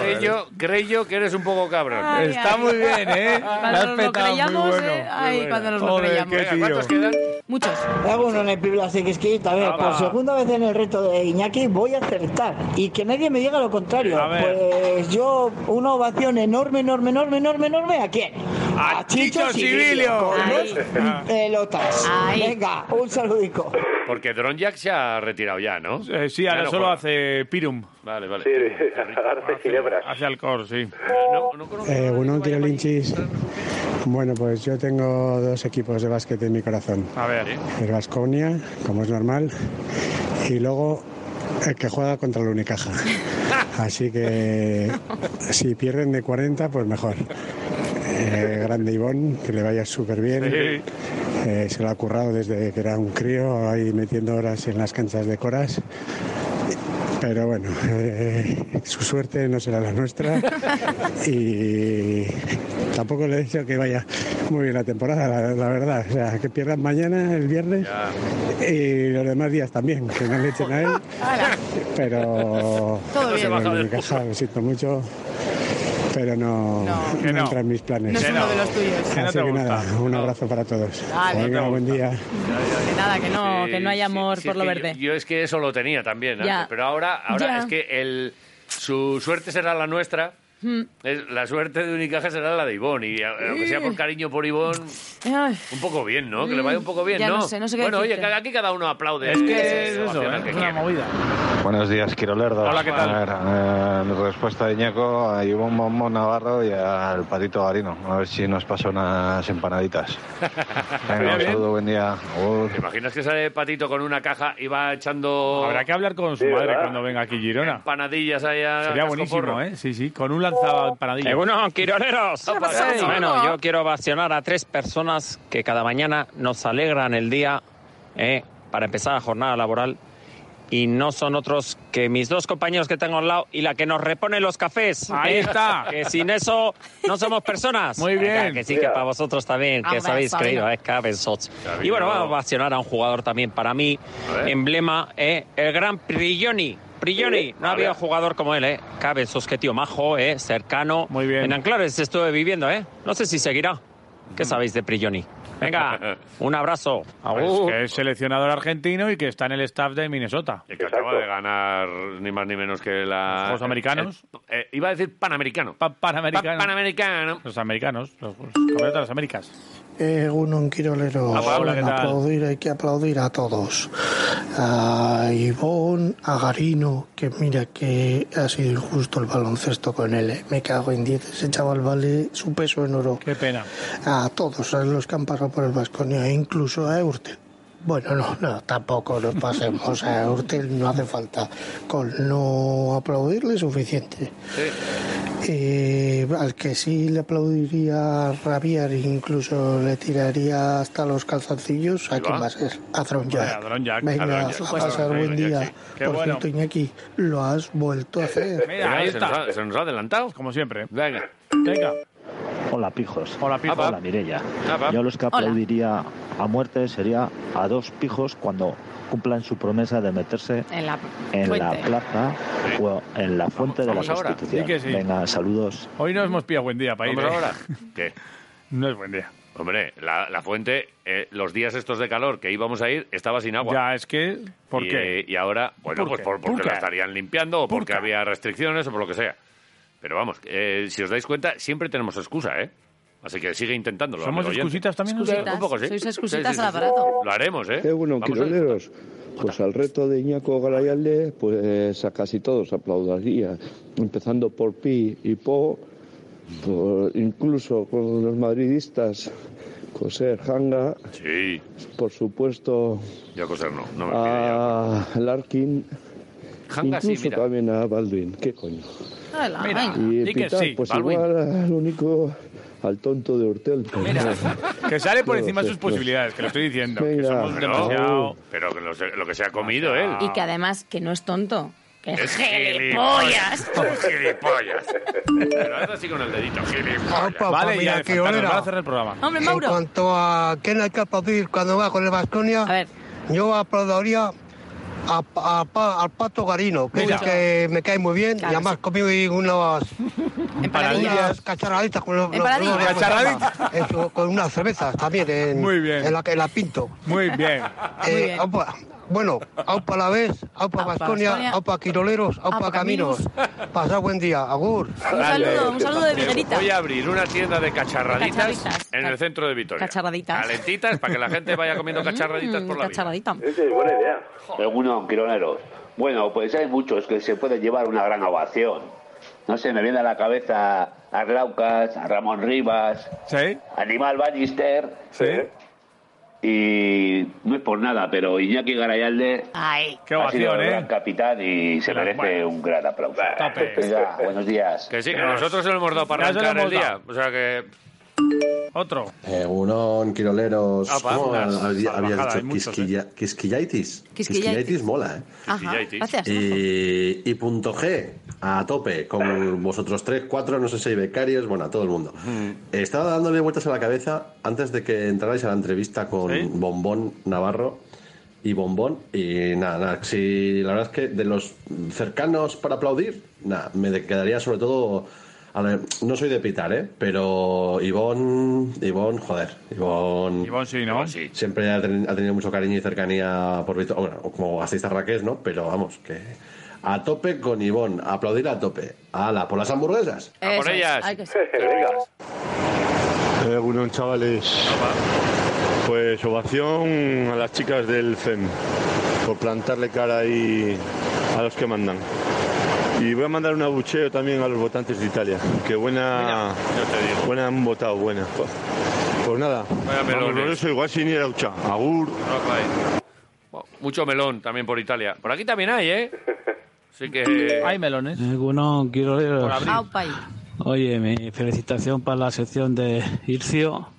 Speaker 2: Crello, crello que eres un poco cabrón.
Speaker 4: Ay, Está ay. muy bien, ¿eh? Cuando La has nos lo petado, muy creyamos, bueno. eh,
Speaker 2: Muy
Speaker 4: ay,
Speaker 2: buena.
Speaker 4: cuando nos lo Joder, creyamos. qué
Speaker 2: Venga, ¿Cuántos
Speaker 4: tío.
Speaker 2: quedan?
Speaker 4: Muchos.
Speaker 13: Egunon, Epiblaz Iquiskiit. A ver, por segunda vez en el reto de Iñaki voy a acertar. Y que nadie me diga lo contrario.
Speaker 5: A ver.
Speaker 13: Pues yo, una ovación enorme, enorme, enorme, enorme, enorme. ¿A quién?
Speaker 5: A Chicho Sibilio.
Speaker 13: Con
Speaker 5: Ahí.
Speaker 13: dos pelotas.
Speaker 5: Ahí.
Speaker 13: Venga, un saludico.
Speaker 2: Porque Dronjak se ha retirado ya, ¿no?
Speaker 3: Eh, sí, ahora
Speaker 2: Ya no
Speaker 3: solo
Speaker 2: juega.
Speaker 3: hace Pirum.
Speaker 2: Vale, vale.
Speaker 3: Hace Alcor, sí.
Speaker 22: Eh, Unón Quirolinchis. Bueno, pues yo tengo dos equipos de básquet en mi corazón.
Speaker 3: A ver.
Speaker 22: El Vasconia, como es normal, y luego eh, que juega contra la Unicaja. Así que si pierden de 40, pues mejor. Eh, grande Ivón, que le vaya súper bien.
Speaker 5: Sí.
Speaker 22: Eh, se lo ha currado desde que era un crío, ahí metiendo horas en las canchas de Coras. Pero bueno, eh, su suerte no será la nuestra. Y tampoco le he dicho que vaya muy bien la temporada, la, la verdad. O sea, que pierdan mañana, el viernes, y los demás días también, que no le echen a él. Pero.
Speaker 5: Todo bien.
Speaker 22: pero en mi casa, lo siento mucho. Pero no, no,
Speaker 5: que no.
Speaker 22: entra en mis planes.
Speaker 5: No es Que uno no. de los tuyos. Que no
Speaker 22: Así
Speaker 5: te
Speaker 22: que
Speaker 5: gusta.
Speaker 22: nada, un abrazo para todos.
Speaker 4: Dale.
Speaker 22: Venga,
Speaker 4: No te
Speaker 22: buen día.
Speaker 4: Que nada, que no,
Speaker 2: Sí,
Speaker 4: que no hay amor
Speaker 2: sí,
Speaker 4: por
Speaker 2: es
Speaker 4: lo
Speaker 2: que
Speaker 4: verde.
Speaker 2: Yo, yo es que eso lo tenía también,
Speaker 4: Ya.
Speaker 2: antes, pero ahora, ahora
Speaker 4: Ya.
Speaker 2: es que el, su suerte será la nuestra.
Speaker 4: Mm.
Speaker 2: es- La suerte de Unicaja será la de Ivón y a- aunque sea
Speaker 4: Mm.
Speaker 2: por cariño por Ivón, un poco bien, ¿no? Que le vaya un poco bien,
Speaker 4: Ya
Speaker 2: ¿no?
Speaker 4: no sé, no sé qué
Speaker 2: bueno, oye,
Speaker 4: decirte.
Speaker 2: cada- aquí cada uno aplaude.
Speaker 3: Es que
Speaker 2: eh,
Speaker 3: es eso,
Speaker 2: ovacional
Speaker 3: ¿eh?
Speaker 2: que
Speaker 3: Es una
Speaker 2: quiere.
Speaker 25: Buenos días, Quirolerdo.
Speaker 3: Hola, ¿qué tal?
Speaker 25: A ver, eh, en respuesta de Ñeco a Ivonne Bombón Navarro y al Patito Garino. A ver si nos pasa unas empanaditas. Venga,
Speaker 2: Estaría
Speaker 25: un
Speaker 2: bien.
Speaker 25: saludo, buen día. Agur.
Speaker 2: ¿Te imaginas que sale Patito con una caja y va echando...
Speaker 3: Habrá que hablar con
Speaker 2: Oh.
Speaker 3: su
Speaker 2: Sí,
Speaker 3: madre
Speaker 2: ¿verdad? Ah,
Speaker 3: cuando venga aquí Girona.
Speaker 2: Panadillas ahí a
Speaker 3: Sería
Speaker 2: casco
Speaker 3: buenísimo,
Speaker 2: porro.
Speaker 3: ¿eh? Sí, sí, con un lanzado
Speaker 2: Eh,
Speaker 3: panadillo.
Speaker 21: Bueno, quiroleros.
Speaker 3: ¿Qué ha pasado?
Speaker 21: Bueno, yo quiero ovacionar a tres personas que cada mañana nos alegran el día eh, para empezar la jornada laboral y no son otros que mis dos compañeros que tengo al lado y la que nos repone los cafés.
Speaker 3: Ahí
Speaker 21: eh,
Speaker 3: está.
Speaker 21: Que sin eso no somos personas. Muy
Speaker 3: bien.
Speaker 21: Que sí, que para vosotros también, que
Speaker 3: Hombre,
Speaker 21: os habéis
Speaker 3: Sabino.
Speaker 21: creído, es que habéis sots. Y bueno, vamos a ovacionar a un jugador también para mí, emblema, eh, el gran Prigioni. Prigioni, no
Speaker 3: A
Speaker 21: ha habido
Speaker 3: ver.
Speaker 21: jugador como él, ¿eh? Cabe, sos que tío majo, ¿eh? Cercano. Muy bien. En Anclares estuve viviendo, ¿eh? No sé si seguirá. ¿Qué sabéis de Prigioni? Venga, un abrazo.
Speaker 3: Pues que es seleccionador argentino y que está en el staff de Minnesota.
Speaker 2: Que acaba de ganar ni más ni menos que la...
Speaker 3: Los americanos.
Speaker 2: el- eh, iba a decir panamericano.
Speaker 3: panamericano.
Speaker 2: Pa- panamericano.
Speaker 3: Los americanos, los campeonatos de las Américas.
Speaker 30: Eh, Gunon Quiroleros,
Speaker 3: Ah, Paula, ¿qué
Speaker 30: Bueno,
Speaker 3: tal?
Speaker 30: aplaudir, hay que aplaudir a todos. A Ivón, a Garino, que mira que ha sido injusto el baloncesto con él. eh. Me cago en 10, ese chaval vale su peso en oro.
Speaker 3: Qué pena.
Speaker 30: A todos, a los que han pasado por el Vasconia, e incluso a Eurtel. Bueno, no, no, tampoco nos pasemos a Eurtel, no hace falta. Con no aplaudirle es suficiente. Eh, al que sí le aplaudiría a rabiar, incluso le tiraría hasta los calzoncillos, ¿a
Speaker 3: Ahí
Speaker 30: quién
Speaker 3: va.
Speaker 30: va a ser? A Throne
Speaker 3: Hombre,
Speaker 30: Jack.
Speaker 3: a Throne Jack,
Speaker 30: Venga,
Speaker 3: a Throne Jack.
Speaker 30: a pasar
Speaker 3: Throne
Speaker 30: buen
Speaker 3: Jack,
Speaker 30: día.
Speaker 3: sí. Qué
Speaker 30: Por
Speaker 3: bueno.
Speaker 30: cierto, Iñaki, lo has vuelto a hacer.
Speaker 3: Mira, ahí
Speaker 2: se, nos
Speaker 3: está.
Speaker 2: ha, se nos ha adelantado.
Speaker 3: Como siempre.
Speaker 2: Venga.
Speaker 3: Venga.
Speaker 32: Hola, pijos.
Speaker 3: Hola, pijos.
Speaker 32: Hola, Mirella.
Speaker 3: Apa.
Speaker 32: Yo los que
Speaker 3: Hola.
Speaker 32: aplaudiría a muerte sería a dos pijos cuando cumplan su promesa de meterse
Speaker 4: En la
Speaker 32: en la
Speaker 4: fuente.
Speaker 32: plaza o en la fuente de la
Speaker 3: vamos ahora.
Speaker 32: Constitución.
Speaker 3: Di que sí.
Speaker 32: Venga, saludos.
Speaker 3: Hoy no hemos pillado buen día para ir.
Speaker 2: ¿Vamos
Speaker 3: ¿eh?
Speaker 2: ahora? ¿Qué?
Speaker 3: No es buen día.
Speaker 2: Hombre, la, la fuente, eh, los días estos de calor que íbamos a ir, estaba sin agua.
Speaker 3: Ya, es que. ¿Por
Speaker 2: y,
Speaker 3: qué?
Speaker 2: eh, y ahora, bueno,
Speaker 3: ¿Por
Speaker 2: pues
Speaker 3: qué?
Speaker 2: por- porque
Speaker 3: ¿Por qué?
Speaker 2: la estarían limpiando o porque había restricciones o por lo que sea. Pero vamos, eh, si os dais cuenta, siempre tenemos excusa, ¿eh? Así que sigue intentándolo.
Speaker 3: ¿Somos
Speaker 2: amigo oyente.
Speaker 3: excusitas también?
Speaker 4: Excusitas.
Speaker 2: Un poco, sí.
Speaker 4: Sois
Speaker 2: Sí,
Speaker 4: excusitas
Speaker 2: sí,
Speaker 4: al
Speaker 2: sí.
Speaker 4: aparato.
Speaker 2: Lo haremos, ¿eh?
Speaker 37: Qué bueno,
Speaker 2: Vamos a-
Speaker 37: quiroleros. Pues al reto de Iñaco Garayalde, pues a casi todos aplaudiría, empezando por Pi y Po, por- incluso con los madridistas, Coser, Hanga,
Speaker 2: Sí,
Speaker 37: por supuesto
Speaker 2: yo a coser no. no me pide ya.
Speaker 37: a Larkin,
Speaker 2: Hanga sí,
Speaker 37: incluso
Speaker 2: mira.
Speaker 37: también a Baldwin, qué coño.
Speaker 4: Ala, venga.
Speaker 37: Y
Speaker 3: di que
Speaker 37: Pitar,
Speaker 3: sí,
Speaker 37: pues
Speaker 3: Baldwin.
Speaker 37: igual al único, al tonto de Hortel.
Speaker 3: Que sale por
Speaker 37: Todos
Speaker 3: encima de sus
Speaker 37: estos.
Speaker 3: posibilidades, que lo estoy diciendo. Que
Speaker 37: Venga.
Speaker 3: somos
Speaker 37: Pero-
Speaker 3: demasiado. Ah.
Speaker 2: Pero que lo, se- lo que se ha comido él.
Speaker 4: Y que además, que no es tonto. Que es
Speaker 2: Ah. Es
Speaker 4: gilipollas.
Speaker 2: gilipollas. Pero haz así con el dedito. Gilipollas.
Speaker 37: Opa, opa, mira,
Speaker 3: ya,
Speaker 37: qué
Speaker 3: Fantano,
Speaker 37: olera.
Speaker 3: va a cerrar el programa.
Speaker 4: Hombre,
Speaker 37: Mauro. En cuanto a quién hay que aplaudir cuando va con el Vasconia, yo aplaudiría a, a Pa- al Pato Garino, que, es el que me cae muy bien, y además comí unas, unas cacharraditas con los, los-
Speaker 5: Empanadillas.
Speaker 37: los- los-
Speaker 5: Cacharraditas.
Speaker 37: eso, con unas cervezas también en,
Speaker 3: Muy bien.
Speaker 37: en la, en la Pinto.
Speaker 3: Muy bien.
Speaker 37: Eh,
Speaker 3: Muy bien.
Speaker 37: aupa- bueno, aupa la vez, aupa
Speaker 4: Baskonia.
Speaker 37: Vasconia, aupa Quiroleros, aupa
Speaker 4: Aupa
Speaker 37: Caminos. Pasad buen día, agur.
Speaker 4: Un saludo, un saludo de Viguerita.
Speaker 2: Voy a abrir una tienda de cacharraditas,
Speaker 4: Cacharritas. Mm.
Speaker 2: en el centro de Vitoria.
Speaker 4: Cacharraditas. Hmm,
Speaker 2: Calentitas para que la gente vaya comiendo cacharraditas por la vida.
Speaker 4: Cacharradita.
Speaker 16: Esa es buena idea. Algunos quironeros. Bueno, pues hay muchos que se pueden llevar una gran ovación. No sé, me viene a la cabeza a Glaucas, a Ramón Rivas,
Speaker 3: ¿Sí?
Speaker 16: Animal Bannister.
Speaker 3: ¿Sí?
Speaker 16: Y no es por nada, pero Iñaki Garayalde
Speaker 4: Ay.
Speaker 16: ha sido el gran capitán y se
Speaker 2: Pero
Speaker 16: merece
Speaker 2: ¿eh? bueno.
Speaker 16: un gran aplauso.
Speaker 2: Tope.
Speaker 16: Venga, buenos días.
Speaker 2: Que sí, que nosotros se lo hemos dado para
Speaker 16: Ya se lo
Speaker 2: arrancar el
Speaker 16: hemos
Speaker 2: día. O sea que. Otro.
Speaker 24: Egunon, Eh, quiroleros.
Speaker 2: Apa,
Speaker 24: ¿Cómo
Speaker 2: unas
Speaker 24: había- habías
Speaker 2: Ah, salvajadas, hay
Speaker 24: dicho?
Speaker 2: muchos, ¿eh?
Speaker 24: Quisquilla- Quisquillaitis.
Speaker 38: Quisquillaitis.
Speaker 24: Quisquillaitis mola, ¿eh?
Speaker 38: Ajá, Quisquillaitis. gracias.
Speaker 24: Y, y punto G, a tope, con vosotros tres, cuatro, no sé si becarios, bueno, a todo el mundo. Estaba dándole vueltas a la cabeza antes de que entrarais a la entrevista con
Speaker 39: ¿Sí?
Speaker 24: Bombón Navarro y Bombón. Y nada, nada, si la verdad es que de los cercanos para aplaudir, nada, me de- quedaría sobre todo. a la- no soy de pitar, ¿eh? Pero Ivón, Ivón, joder, Ivón.
Speaker 3: Ivón sí, ¿no?
Speaker 24: Siempre ha, ten- ha tenido mucho cariño y cercanía por Víctor, bueno, como Gasteiz Raqués, ¿no? Pero vamos, que a tope con Ivón, aplaudir a tope. Ala, por las hamburguesas.
Speaker 2: A por ellas.
Speaker 40: Algunos Eh, chavales. Pues ovación a las chicas del FEM por plantarle cara ahí a los que mandan. Y voy a mandar un abucheo también a los votantes de Italia. Que buena. Buena han votado, buena. Pues, pues nada.
Speaker 2: Vaya
Speaker 40: vamos
Speaker 2: melones. eh.
Speaker 40: con eso igual sin ir a luchar. Agur.
Speaker 2: Mucho melón también por Italia. Por aquí también hay, ¿eh? Así que.
Speaker 3: Hay melones.
Speaker 38: Eh, Egunon, quiroleros.
Speaker 4: Aupa ahí.
Speaker 38: Oye, mi felicitación para la sección de Ircio.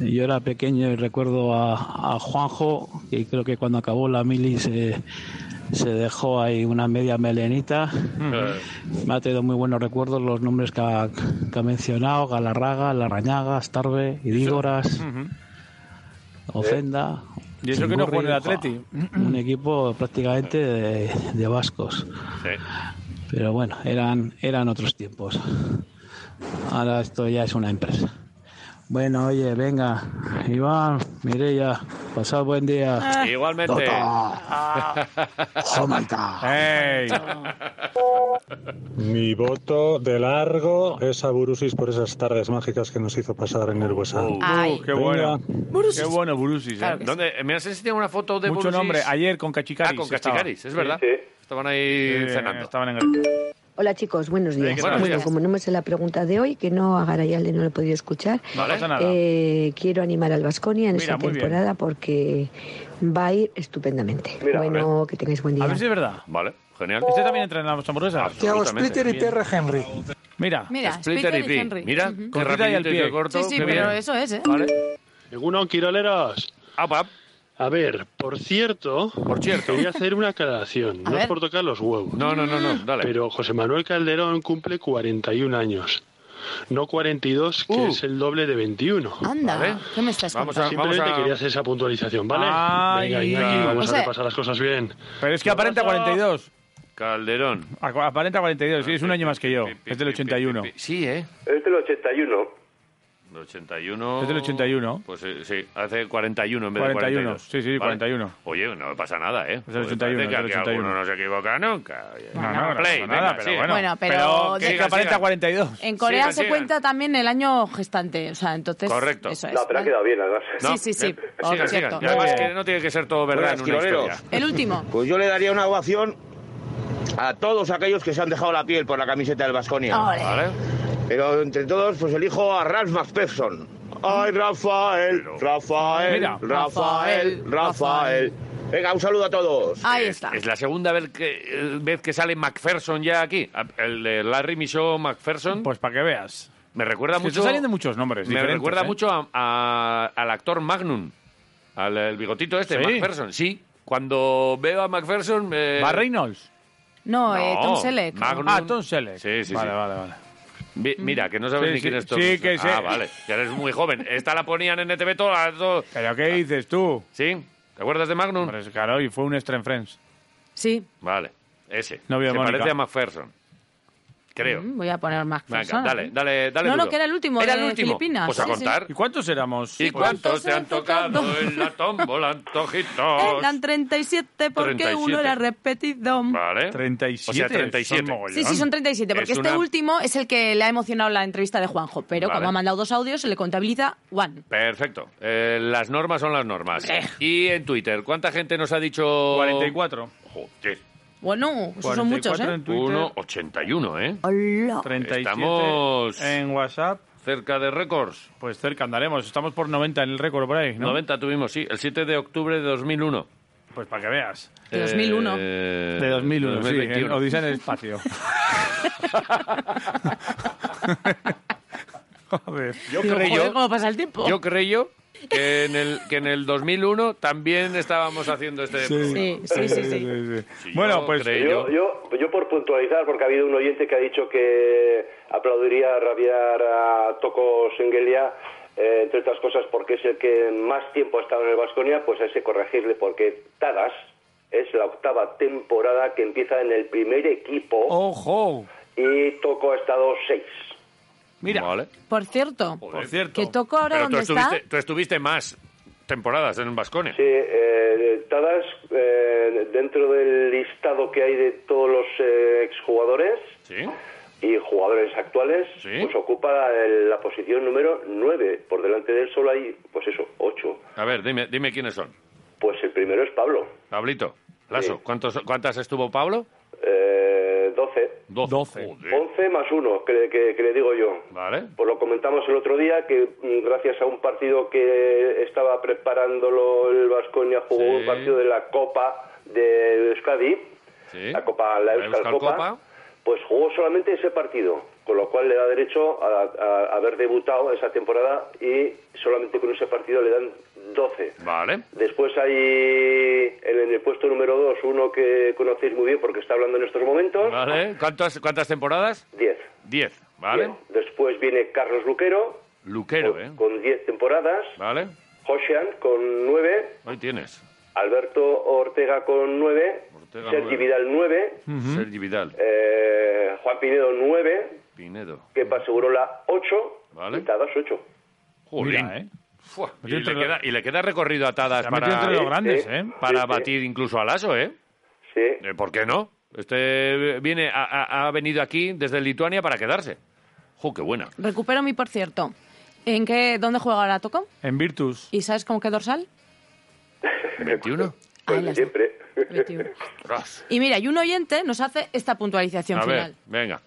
Speaker 38: Yo era pequeño y recuerdo a, a Juanjo, que creo que cuando acabó la mili se, se dejó ahí una media melenita.
Speaker 3: Mm.
Speaker 38: Me ha traído muy buenos recuerdos los nombres que ha, que ha mencionado, Galarraga, Larrañaga, Starbe,
Speaker 3: Mm.
Speaker 38: Idígoras, Ofenda.
Speaker 3: Y eso que no
Speaker 38: Chimburri,
Speaker 3: juega en el
Speaker 38: jo,
Speaker 3: Atleti.
Speaker 38: Un equipo prácticamente de, de vascos. Pero bueno, eran, eran otros tiempos. Ahora esto ya es una empresa. Bueno, oye, venga, Iván, Mireya, pasad buen día.
Speaker 2: Ah.
Speaker 38: oh
Speaker 2: Igualmente.
Speaker 5: Oh
Speaker 3: ¡Ey!
Speaker 22: Mi voto de largo es a Burusis por esas tardes mágicas que nos hizo pasar en el Huesa.
Speaker 5: Oh,
Speaker 3: Uh, qué bueno. Qué bueno, Burusis. ¿eh?
Speaker 2: ¿Dónde? eh, Me has enseñado una foto de
Speaker 3: Mucho
Speaker 2: Borusis?
Speaker 3: nombre. Ayer con Cachicaris.
Speaker 2: Ah, con
Speaker 3: estaba.
Speaker 2: Cachicaris, es verdad. Estaban ahí
Speaker 3: Sí,
Speaker 2: cenando.
Speaker 3: Estaban en
Speaker 41: Hola chicos, buenos
Speaker 2: Eh,
Speaker 41: días.
Speaker 2: ¿qué tal?
Speaker 41: bueno,
Speaker 2: Buenos días.
Speaker 41: como no me sé la pregunta de hoy, que no a Garayalde no lo he podido escuchar,
Speaker 2: Vale. No pasa nada.
Speaker 41: eh, quiero animar al Vasconia en
Speaker 3: Mira,
Speaker 41: esta
Speaker 3: muy bien.
Speaker 41: temporada porque va a ir estupendamente. bueno, que tengáis buen día.
Speaker 3: A ver si es verdad.
Speaker 2: Vale, genial.
Speaker 3: ¿Usted también entra en las hamburguesas?
Speaker 2: ¿Qué hago, Absolutamente. Splitter y Pierre
Speaker 3: Henry. Mira.
Speaker 41: Mira,
Speaker 2: Splitter y Pi. Mira, qué
Speaker 3: Cortita y al
Speaker 2: rapidito y
Speaker 3: pie.
Speaker 2: qué corto.
Speaker 3: Sí, sí,
Speaker 2: qué
Speaker 3: pero
Speaker 2: bien.
Speaker 3: eso
Speaker 41: es, ¿eh?
Speaker 2: Vale.
Speaker 42: Ninguno quiroleros. A ver, por cierto, por
Speaker 2: cierto.
Speaker 42: quería hacer una aclaración. no
Speaker 2: A
Speaker 42: es
Speaker 2: ver.
Speaker 42: por tocar los huevos.
Speaker 2: No, no, no, no, dale.
Speaker 42: Pero José Manuel Calderón cumple 41 años. No 42, que
Speaker 41: Uh.
Speaker 42: es el doble de 21.
Speaker 41: Anda,
Speaker 42: ¿vale?
Speaker 41: ¿qué me estás
Speaker 2: Vamos
Speaker 42: Simplemente quería hacer esa puntualización, ¿vale?
Speaker 3: Ay.
Speaker 42: Venga, Iñaki, vamos
Speaker 3: O sea-
Speaker 42: a repasar las cosas bien.
Speaker 3: Pero es que aparenta 42.
Speaker 2: Calderón.
Speaker 3: Acu- Aparenta 42, sí, es un año más que yo. Es del 81.
Speaker 2: Sí, ¿eh?
Speaker 42: Es del 81.
Speaker 2: El 81.
Speaker 3: Es del 81.
Speaker 2: Pues eh, sí, hace 41 en vez
Speaker 3: 41,
Speaker 2: de 42.
Speaker 3: sí, sí, 41.
Speaker 2: Oye, no pasa nada, ¿eh?
Speaker 3: Es del
Speaker 2: Parece
Speaker 3: 81,
Speaker 2: que
Speaker 3: es del
Speaker 2: aquí
Speaker 3: 81.
Speaker 2: alguno no se equivoca nunca. Oye,
Speaker 3: No, Ah, no, no
Speaker 2: play,
Speaker 3: pasa nada,
Speaker 2: venga,
Speaker 3: pero
Speaker 2: sigue.
Speaker 3: bueno.
Speaker 4: Bueno, pero
Speaker 3: que
Speaker 4: de-
Speaker 3: es que aparenta
Speaker 2: sigan.
Speaker 3: 42.
Speaker 4: En Corea
Speaker 2: Sigan,
Speaker 4: se
Speaker 2: sigan.
Speaker 4: cuenta también el año gestante, o sea, entonces.
Speaker 2: Correcto.
Speaker 4: Eso es.
Speaker 2: bien, además.
Speaker 4: Sí, sí, sí. Por
Speaker 2: Sigan, sigan.
Speaker 4: cierto.
Speaker 2: Y además que no tiene que ser todo verdad
Speaker 42: Buenas,
Speaker 2: en una
Speaker 42: quiroleros.
Speaker 2: historia.
Speaker 4: El último.
Speaker 42: Pues yo le daría una ovación a todos aquellos que se han dejado la piel por la camiseta del Vasconia.
Speaker 4: Ole.
Speaker 42: Pero entre todos, pues elijo a Ralph McPherson. ¡Ay, Rafael! ¡Rafael!
Speaker 2: Mira.
Speaker 42: ¡Rafael! ¡Rafael! Venga, un saludo a todos.
Speaker 4: Ahí está.
Speaker 2: Es la segunda vez que, eh, vez que sale McPherson ya aquí. Ah, El de Larry Michaud McPherson. Pues
Speaker 3: para que veas.
Speaker 2: Me recuerda
Speaker 3: Es que
Speaker 2: mucho.
Speaker 3: están saliendo muchos nombres
Speaker 2: Me
Speaker 3: diferentes,
Speaker 2: recuerda
Speaker 3: ¿eh?
Speaker 2: mucho a- a- al actor Magnum. Al el bigotito este,
Speaker 3: ¿Sí?
Speaker 2: McPherson. Sí. Cuando veo a McPherson. eh,
Speaker 3: ¿Va Reynolds?
Speaker 4: No, eh,
Speaker 2: No,
Speaker 4: Tom Selleck.
Speaker 2: Magnum.
Speaker 3: Ah, Tom Selleck.
Speaker 2: Sí, sí,
Speaker 3: Vale,
Speaker 2: sí.
Speaker 3: vale, vale.
Speaker 2: Vi- Mira, que no sabes
Speaker 3: Sí,
Speaker 2: ni quién
Speaker 3: sí,
Speaker 2: es todo.
Speaker 3: sí, que
Speaker 2: ah,
Speaker 3: sé.
Speaker 2: vale. Que eres muy joven. Esta la ponían en NTV todas las dos.
Speaker 3: ¿Pero qué dices tú?
Speaker 2: Sí. ¿Te acuerdas de Magnum?
Speaker 3: Pues claro, y fue un extra en Friends.
Speaker 4: Sí.
Speaker 2: Vale. Ese.
Speaker 3: Novio de
Speaker 2: Se
Speaker 3: Mónica.
Speaker 2: parece a McPherson. Creo.
Speaker 4: Mm, Voy a poner más
Speaker 2: Venga,
Speaker 4: personas.
Speaker 2: dale, dale, dale.
Speaker 4: ¿eh? No,
Speaker 2: duro.
Speaker 4: no, que era el último
Speaker 2: Era
Speaker 4: de
Speaker 2: el último.
Speaker 4: Filipinas.
Speaker 2: Pues a
Speaker 4: Sí, sí.
Speaker 2: contar.
Speaker 3: ¿Y cuántos éramos?
Speaker 2: ¿Y cuántos se han tocado en la tómbola, antojitos?
Speaker 4: Eran 37 porque
Speaker 2: 37.
Speaker 4: uno era repetido.
Speaker 2: Vale.
Speaker 3: 37.
Speaker 2: O sea, 37.
Speaker 4: Sí, sí, son 37, porque
Speaker 2: Es
Speaker 4: este
Speaker 2: una-
Speaker 4: último es el que le ha emocionado la entrevista de Juanjo, pero
Speaker 2: Vale.
Speaker 4: como ha mandado dos audios, se le contabiliza one.
Speaker 2: Perfecto. Eh, las normas son las normas.
Speaker 4: Eh.
Speaker 2: Y en Twitter, ¿cuánta gente nos ha dicho...?
Speaker 3: 44.
Speaker 2: Joder.
Speaker 4: Bueno, Pues esos son muchos, ¿eh?
Speaker 2: Uno, 81, ¿eh?
Speaker 4: Hola.
Speaker 3: 37
Speaker 2: Estamos...
Speaker 3: en WhatsApp.
Speaker 2: cerca de récords.
Speaker 3: Pues cerca andaremos, estamos por 90 en el récord por ahí, ¿no?
Speaker 2: 90 tuvimos, sí, el 7 de octubre de 2001.
Speaker 3: Pues para que veas.
Speaker 2: De 2001. Eh,
Speaker 3: de 2001, sí,
Speaker 2: 2021.
Speaker 3: en Odisea en el espacio. Joder.
Speaker 2: Yo
Speaker 4: Digo,
Speaker 2: creo
Speaker 4: joder,
Speaker 2: yo-
Speaker 4: ¿Cómo pasa el tiempo?
Speaker 2: Yo creo que en el que en el 2001 también estábamos haciendo este programa.
Speaker 3: Bueno,
Speaker 2: yo
Speaker 3: pues
Speaker 2: creo-
Speaker 20: yo, yo, yo por puntualizar, porque ha habido un oyente que ha dicho que aplaudiría rabiar a Toco Sengelia, eh, entre otras cosas porque es el que más tiempo ha estado en el Vasconia, pues hay que corregirle porque Tadas es la octava temporada que empieza en el primer equipo
Speaker 3: ¡Ojo!
Speaker 20: y Toco ha estado seis.
Speaker 3: Mira.
Speaker 4: Por cierto,
Speaker 2: Por cierto.
Speaker 4: que toco ahora
Speaker 2: Pero tú
Speaker 4: donde está.
Speaker 2: estuviste, tú estuviste más temporadas en Vasconia.
Speaker 20: Sí, eh, Tadas, eh, dentro del listado que hay de todos los eh, exjugadores,
Speaker 2: Sí.
Speaker 20: y jugadores actuales, pues ocupa el- la posición número 9. Por delante de él solo hay, pues eso, 8.
Speaker 2: A ver, dime, dime quiénes son.
Speaker 20: Pues el primero es Pablo,
Speaker 2: Pablito, Lasso, ¿cuántos, ¿cuántas estuvo Pablo?
Speaker 20: eh, 12.
Speaker 2: 12.
Speaker 20: 11 más 1, que, que- que le digo yo.
Speaker 2: Vale.
Speaker 20: Pues lo comentamos el otro día, que mm, gracias a un partido que estaba preparándolo el Vasconia, jugó
Speaker 2: Sí.
Speaker 20: un partido de la Copa de Euskadi,
Speaker 2: Sí.
Speaker 20: la Copa, la
Speaker 2: La
Speaker 20: Euskal,
Speaker 2: Euskal
Speaker 20: Copa,
Speaker 2: Copa.
Speaker 20: pues jugó solamente ese partido, con lo cual le da derecho a, a- a haber debutado esa temporada y solamente con ese partido le dan 12.
Speaker 2: Vale.
Speaker 20: Después hay en en el puesto número 2 uno que conocéis muy bien porque está hablando en estos momentos.
Speaker 2: Vale. ¿Cuántas, cuántas temporadas?
Speaker 20: 10.
Speaker 2: 10, ¿vale?
Speaker 20: Bien. Después viene Carlos Luquero
Speaker 2: Luquero, ¿eh?
Speaker 20: con 10 temporadas,
Speaker 2: ¿Vale?
Speaker 20: Hoshian con 9,
Speaker 2: Hoy tienes.
Speaker 20: Alberto Ortega con 9,
Speaker 2: Ortega
Speaker 20: Sergi
Speaker 2: nueve.
Speaker 20: Vidal 9,
Speaker 2: Sergi Vidal,
Speaker 20: eh, Juan Pinedo 9,
Speaker 2: Pinedo.
Speaker 20: Kepa Segurola 8
Speaker 2: Vale.
Speaker 20: y Tadas 8.
Speaker 2: Jolín. Fua. Y, le queda, y le queda recorrido a Tadas
Speaker 3: Se ha
Speaker 2: para,
Speaker 3: metido entre los grandes,
Speaker 20: Sí, ¿eh? sí,
Speaker 2: para
Speaker 20: sí.
Speaker 2: batir incluso a Lasso, ¿eh?
Speaker 20: Sí.
Speaker 2: ¿Por qué no? Este viene, ha, ha- ha venido aquí desde Lituania para quedarse. ¡Jo, qué buena!
Speaker 4: Recupero mi por cierto. ¿En qué, dónde juega ahora Toco?
Speaker 3: En Virtus.
Speaker 4: ¿Y sabes con qué dorsal?
Speaker 2: 21.
Speaker 20: Pues siempre.
Speaker 4: Y mira, y un oyente nos hace esta puntualización
Speaker 2: A
Speaker 4: final.
Speaker 2: ver, venga.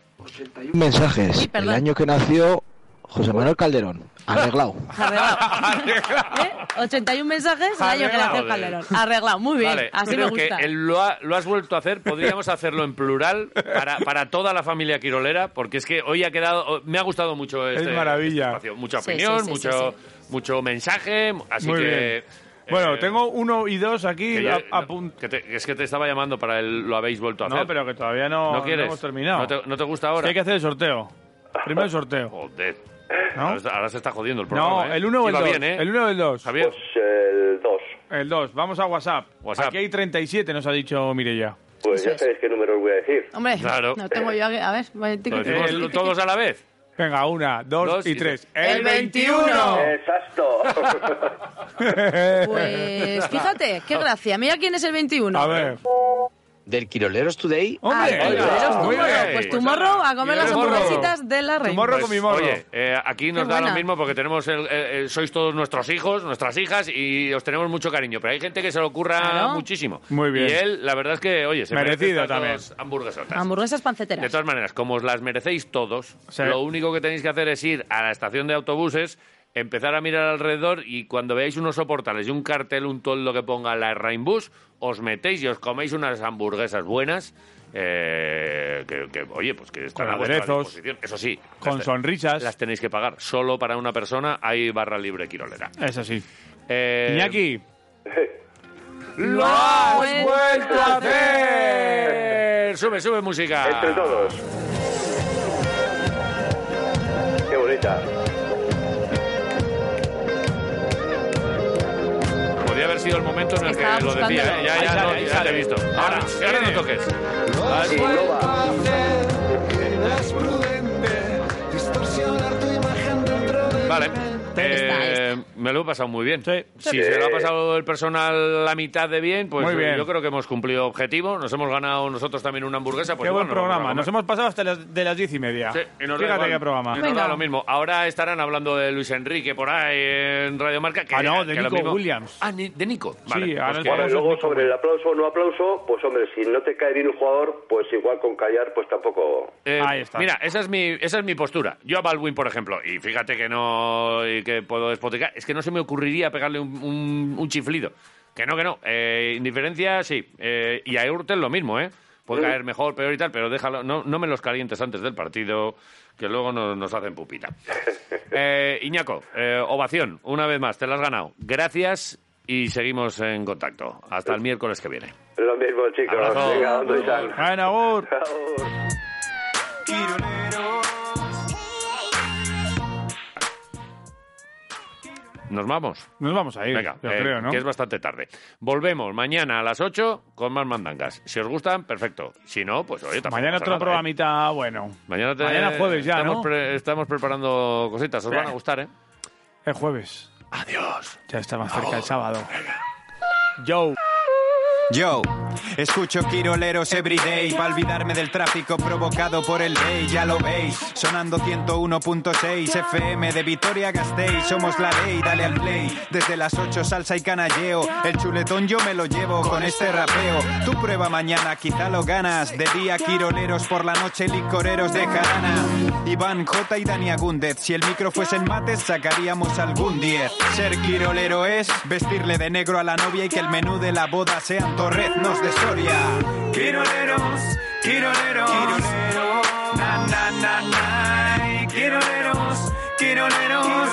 Speaker 25: Mensajes.
Speaker 4: Uy,
Speaker 25: el
Speaker 4: perdón.
Speaker 25: año que nació José Manuel Calderón. Arreglado.
Speaker 4: ¿Eh? 81 mensajes el año que le hace
Speaker 2: Arreglado.
Speaker 4: el Calderón. Arreglado, muy bien.
Speaker 2: Vale,
Speaker 4: Así me
Speaker 2: creo
Speaker 4: gusta.
Speaker 2: que el- lo, ha- lo has vuelto a hacer. Podríamos hacerlo en plural para, para toda la familia quirolera, porque es que hoy ha quedado. oh, Me ha gustado mucho este,
Speaker 3: maravilla.
Speaker 2: este espacio. Mucha
Speaker 3: Sí, sí,
Speaker 2: opinión,
Speaker 3: sí, sí,
Speaker 2: mucho, mucho mensaje. Así
Speaker 3: Muy
Speaker 2: que.
Speaker 3: bien.
Speaker 2: eh,
Speaker 3: Bueno, tengo uno y dos aquí. Ah,
Speaker 2: que
Speaker 3: a-
Speaker 2: ya- que te- es que te estaba llamando para el lo habéis vuelto a
Speaker 3: No,
Speaker 2: hacer.
Speaker 3: pero que todavía no,
Speaker 2: ¿No quieres?
Speaker 3: hemos terminado.
Speaker 2: ¿No te, no te gusta ahora?
Speaker 3: Sí, hay que hacer el sorteo. Primero el sorteo.
Speaker 2: Joder.
Speaker 3: ¿No?
Speaker 2: Ahora, se- ahora se está jodiendo el
Speaker 3: No,
Speaker 2: programa. ¿eh?
Speaker 3: el 1 o el
Speaker 2: Iba
Speaker 3: 2.
Speaker 2: bien, ¿eh?
Speaker 3: El 1 o el 2.
Speaker 2: Javier.
Speaker 20: Pues, El 2.
Speaker 3: El 2. Vamos a WhatsApp.
Speaker 2: WhatsApp.
Speaker 3: Aquí hay 37, nos ha dicho Mirella.
Speaker 20: Pues ya sabéis qué número os voy a decir.
Speaker 4: Hombre,
Speaker 3: Claro.
Speaker 4: no tengo yo. A a ver, voy a-
Speaker 2: todos a la vez?
Speaker 3: Venga, una, dos, y tres. Eh.
Speaker 4: ¡El 21!
Speaker 20: Exacto.
Speaker 4: Pues fíjate, qué gracia. Mira quién es el 21.
Speaker 11: Del Quiroleros Today.
Speaker 4: ¡Hombre!
Speaker 11: al Quiroleros
Speaker 4: Pues
Speaker 11: Tomorrow.
Speaker 4: tomorrow, pues tomorrow a comer las hamburguesitas de la reina.
Speaker 2: Pues, Oye, eh, aquí nos
Speaker 4: Qué
Speaker 2: da
Speaker 4: buena.
Speaker 2: lo mismo porque tenemos el- eh, eh, sois todos nuestros hijos, nuestras hijas y os tenemos mucho cariño. Pero hay gente que se lo curra
Speaker 4: Claro.
Speaker 2: muchísimo.
Speaker 3: Muy bien.
Speaker 2: Y él, la verdad es que, oye, se
Speaker 3: Merecido
Speaker 2: merece estas
Speaker 3: también.
Speaker 2: dos hamburguesotas.
Speaker 4: Hamburguesas
Speaker 2: De
Speaker 4: panceteras.
Speaker 2: todas maneras, como os las merecéis todos,
Speaker 3: Sí.
Speaker 2: lo único que tenéis que hacer es ir a la estación de autobuses, empezar a mirar alrededor y cuando veáis unos soportales y un cartel, un toldo que ponga la Rainbus, os metéis y os coméis unas hamburguesas buenas. eh, que, que, oye, pues que están
Speaker 3: Con
Speaker 2: a vuestra
Speaker 3: aderezos.
Speaker 2: disposición. Eso sí.
Speaker 3: Con
Speaker 2: las-
Speaker 3: sonrisas.
Speaker 2: Las tenéis que pagar. Solo para una persona hay barra libre quirolera.
Speaker 3: Eso sí.
Speaker 2: Eh,
Speaker 3: Iñaki.
Speaker 2: ¡Lo has vuelto a hacer! Sube, sube música.
Speaker 20: Entre todos. Qué bonita.
Speaker 2: Podría haber sido el momento en el que
Speaker 20: Estaba
Speaker 2: lo decía,
Speaker 20: buscándolo.
Speaker 2: ¿eh? ya,
Speaker 20: Ahí
Speaker 2: ya,
Speaker 20: sale,
Speaker 2: no,
Speaker 20: ahí
Speaker 2: ya
Speaker 20: sale.
Speaker 2: te he visto. Ahora, ahora no toques.
Speaker 20: Sí,
Speaker 2: Vale. Eh, Me lo he pasado muy bien. Si
Speaker 3: Sí.
Speaker 2: se lo ha pasado el personal la mitad de bien, pues
Speaker 3: Muy
Speaker 2: eh,
Speaker 3: bien.
Speaker 2: yo creo que hemos cumplido objetivo. Nos hemos ganado nosotros también una hamburguesa. Pues
Speaker 3: qué
Speaker 2: igual
Speaker 3: buen
Speaker 2: nos la
Speaker 3: programa.
Speaker 2: vamos
Speaker 3: Nos
Speaker 2: a
Speaker 3: hemos pasado hasta las, de las diez y media.
Speaker 2: comer. Sí, y nos da
Speaker 3: Fíjate
Speaker 2: igual.
Speaker 3: qué programa.
Speaker 2: Y nos da lo mismo. Ahora estarán hablando de Luis Enrique por ahí en Radio Marca. Que,
Speaker 3: Ah, no, de
Speaker 2: que lo
Speaker 3: Nico
Speaker 2: mismo-
Speaker 3: Williams.
Speaker 2: Ah, ni- de Nico.
Speaker 3: Sí, ahora
Speaker 2: pues
Speaker 3: el
Speaker 2: que-
Speaker 20: Hombre, luego sobre el aplauso o no aplauso, pues hombre, si no te cae bien un jugador, pues igual con callar, pues tampoco.
Speaker 2: Eh, Mira, esa es mi esa es mi postura. Yo a Baldwin, por ejemplo, y fíjate que no y que puedo despotricar, es que no se me ocurriría pegarle un, un- un chiflido. Que no, que no. Eh, indiferencia, sí. Eh, y a Eurtel lo mismo, ¿eh? Puede
Speaker 20: Sí.
Speaker 2: caer mejor, peor y tal, pero déjalo. No, no me los calientes antes del partido, que luego no- nos hacen pupita. Eh, Iñaco, eh, ovación, una vez más, te la has ganado. Gracias y seguimos en contacto. Hasta el miércoles que viene.
Speaker 20: Lo mismo, chicos.
Speaker 2: Abrazo.
Speaker 20: Venga, Ando y San.
Speaker 3: Bueno, Agur.
Speaker 2: Nos vamos.
Speaker 3: Nos vamos a ir.
Speaker 2: Venga,
Speaker 3: yo
Speaker 2: eh,
Speaker 3: Pues creo, ¿no?
Speaker 2: que es bastante tarde. Volvemos mañana a las 8 con más mandangas. Si os gustan, perfecto. Si no, pues oye, tampoco
Speaker 3: Mañana
Speaker 2: pasa
Speaker 3: otro
Speaker 2: nada, ¿eh?
Speaker 3: programita bueno.
Speaker 2: Mañana, te-
Speaker 3: Mañana jueves ya,
Speaker 2: estamos
Speaker 3: ¿no?
Speaker 2: pre- estamos preparando cositas, os van a
Speaker 3: Sí.
Speaker 2: gustar, ¿eh?
Speaker 3: Es jueves.
Speaker 2: Adiós.
Speaker 3: Ya está más cerca
Speaker 2: Oh.
Speaker 3: el sábado. Joe.
Speaker 1: Yo, escucho quiroleros everyday para olvidarme del tráfico provocado por el ley, ya lo veis, sonando 101.6 FM de Vitoria Gasteiz, somos la ley, dale al play, desde las 8 salsa y canalleo, el chuletón yo me lo llevo con este rapeo, tu prueba mañana, quizá lo ganas, de día quiroleros, por la noche licoreros de jarana, Iván J y Dani Agúndez, si el micro fuese el mate sacaríamos algún 10, ser quirolero es vestirle de negro a la novia y que el menú de la boda sean torreznos de Soria. Quiroleros, quiroleros, quiroleros, na na na na, quiroleros, quiroleros,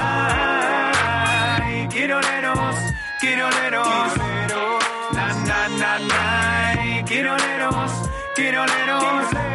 Speaker 1: ay, quiroleros, quiroleros, na na na na, quiroleros, quiroleros, ay.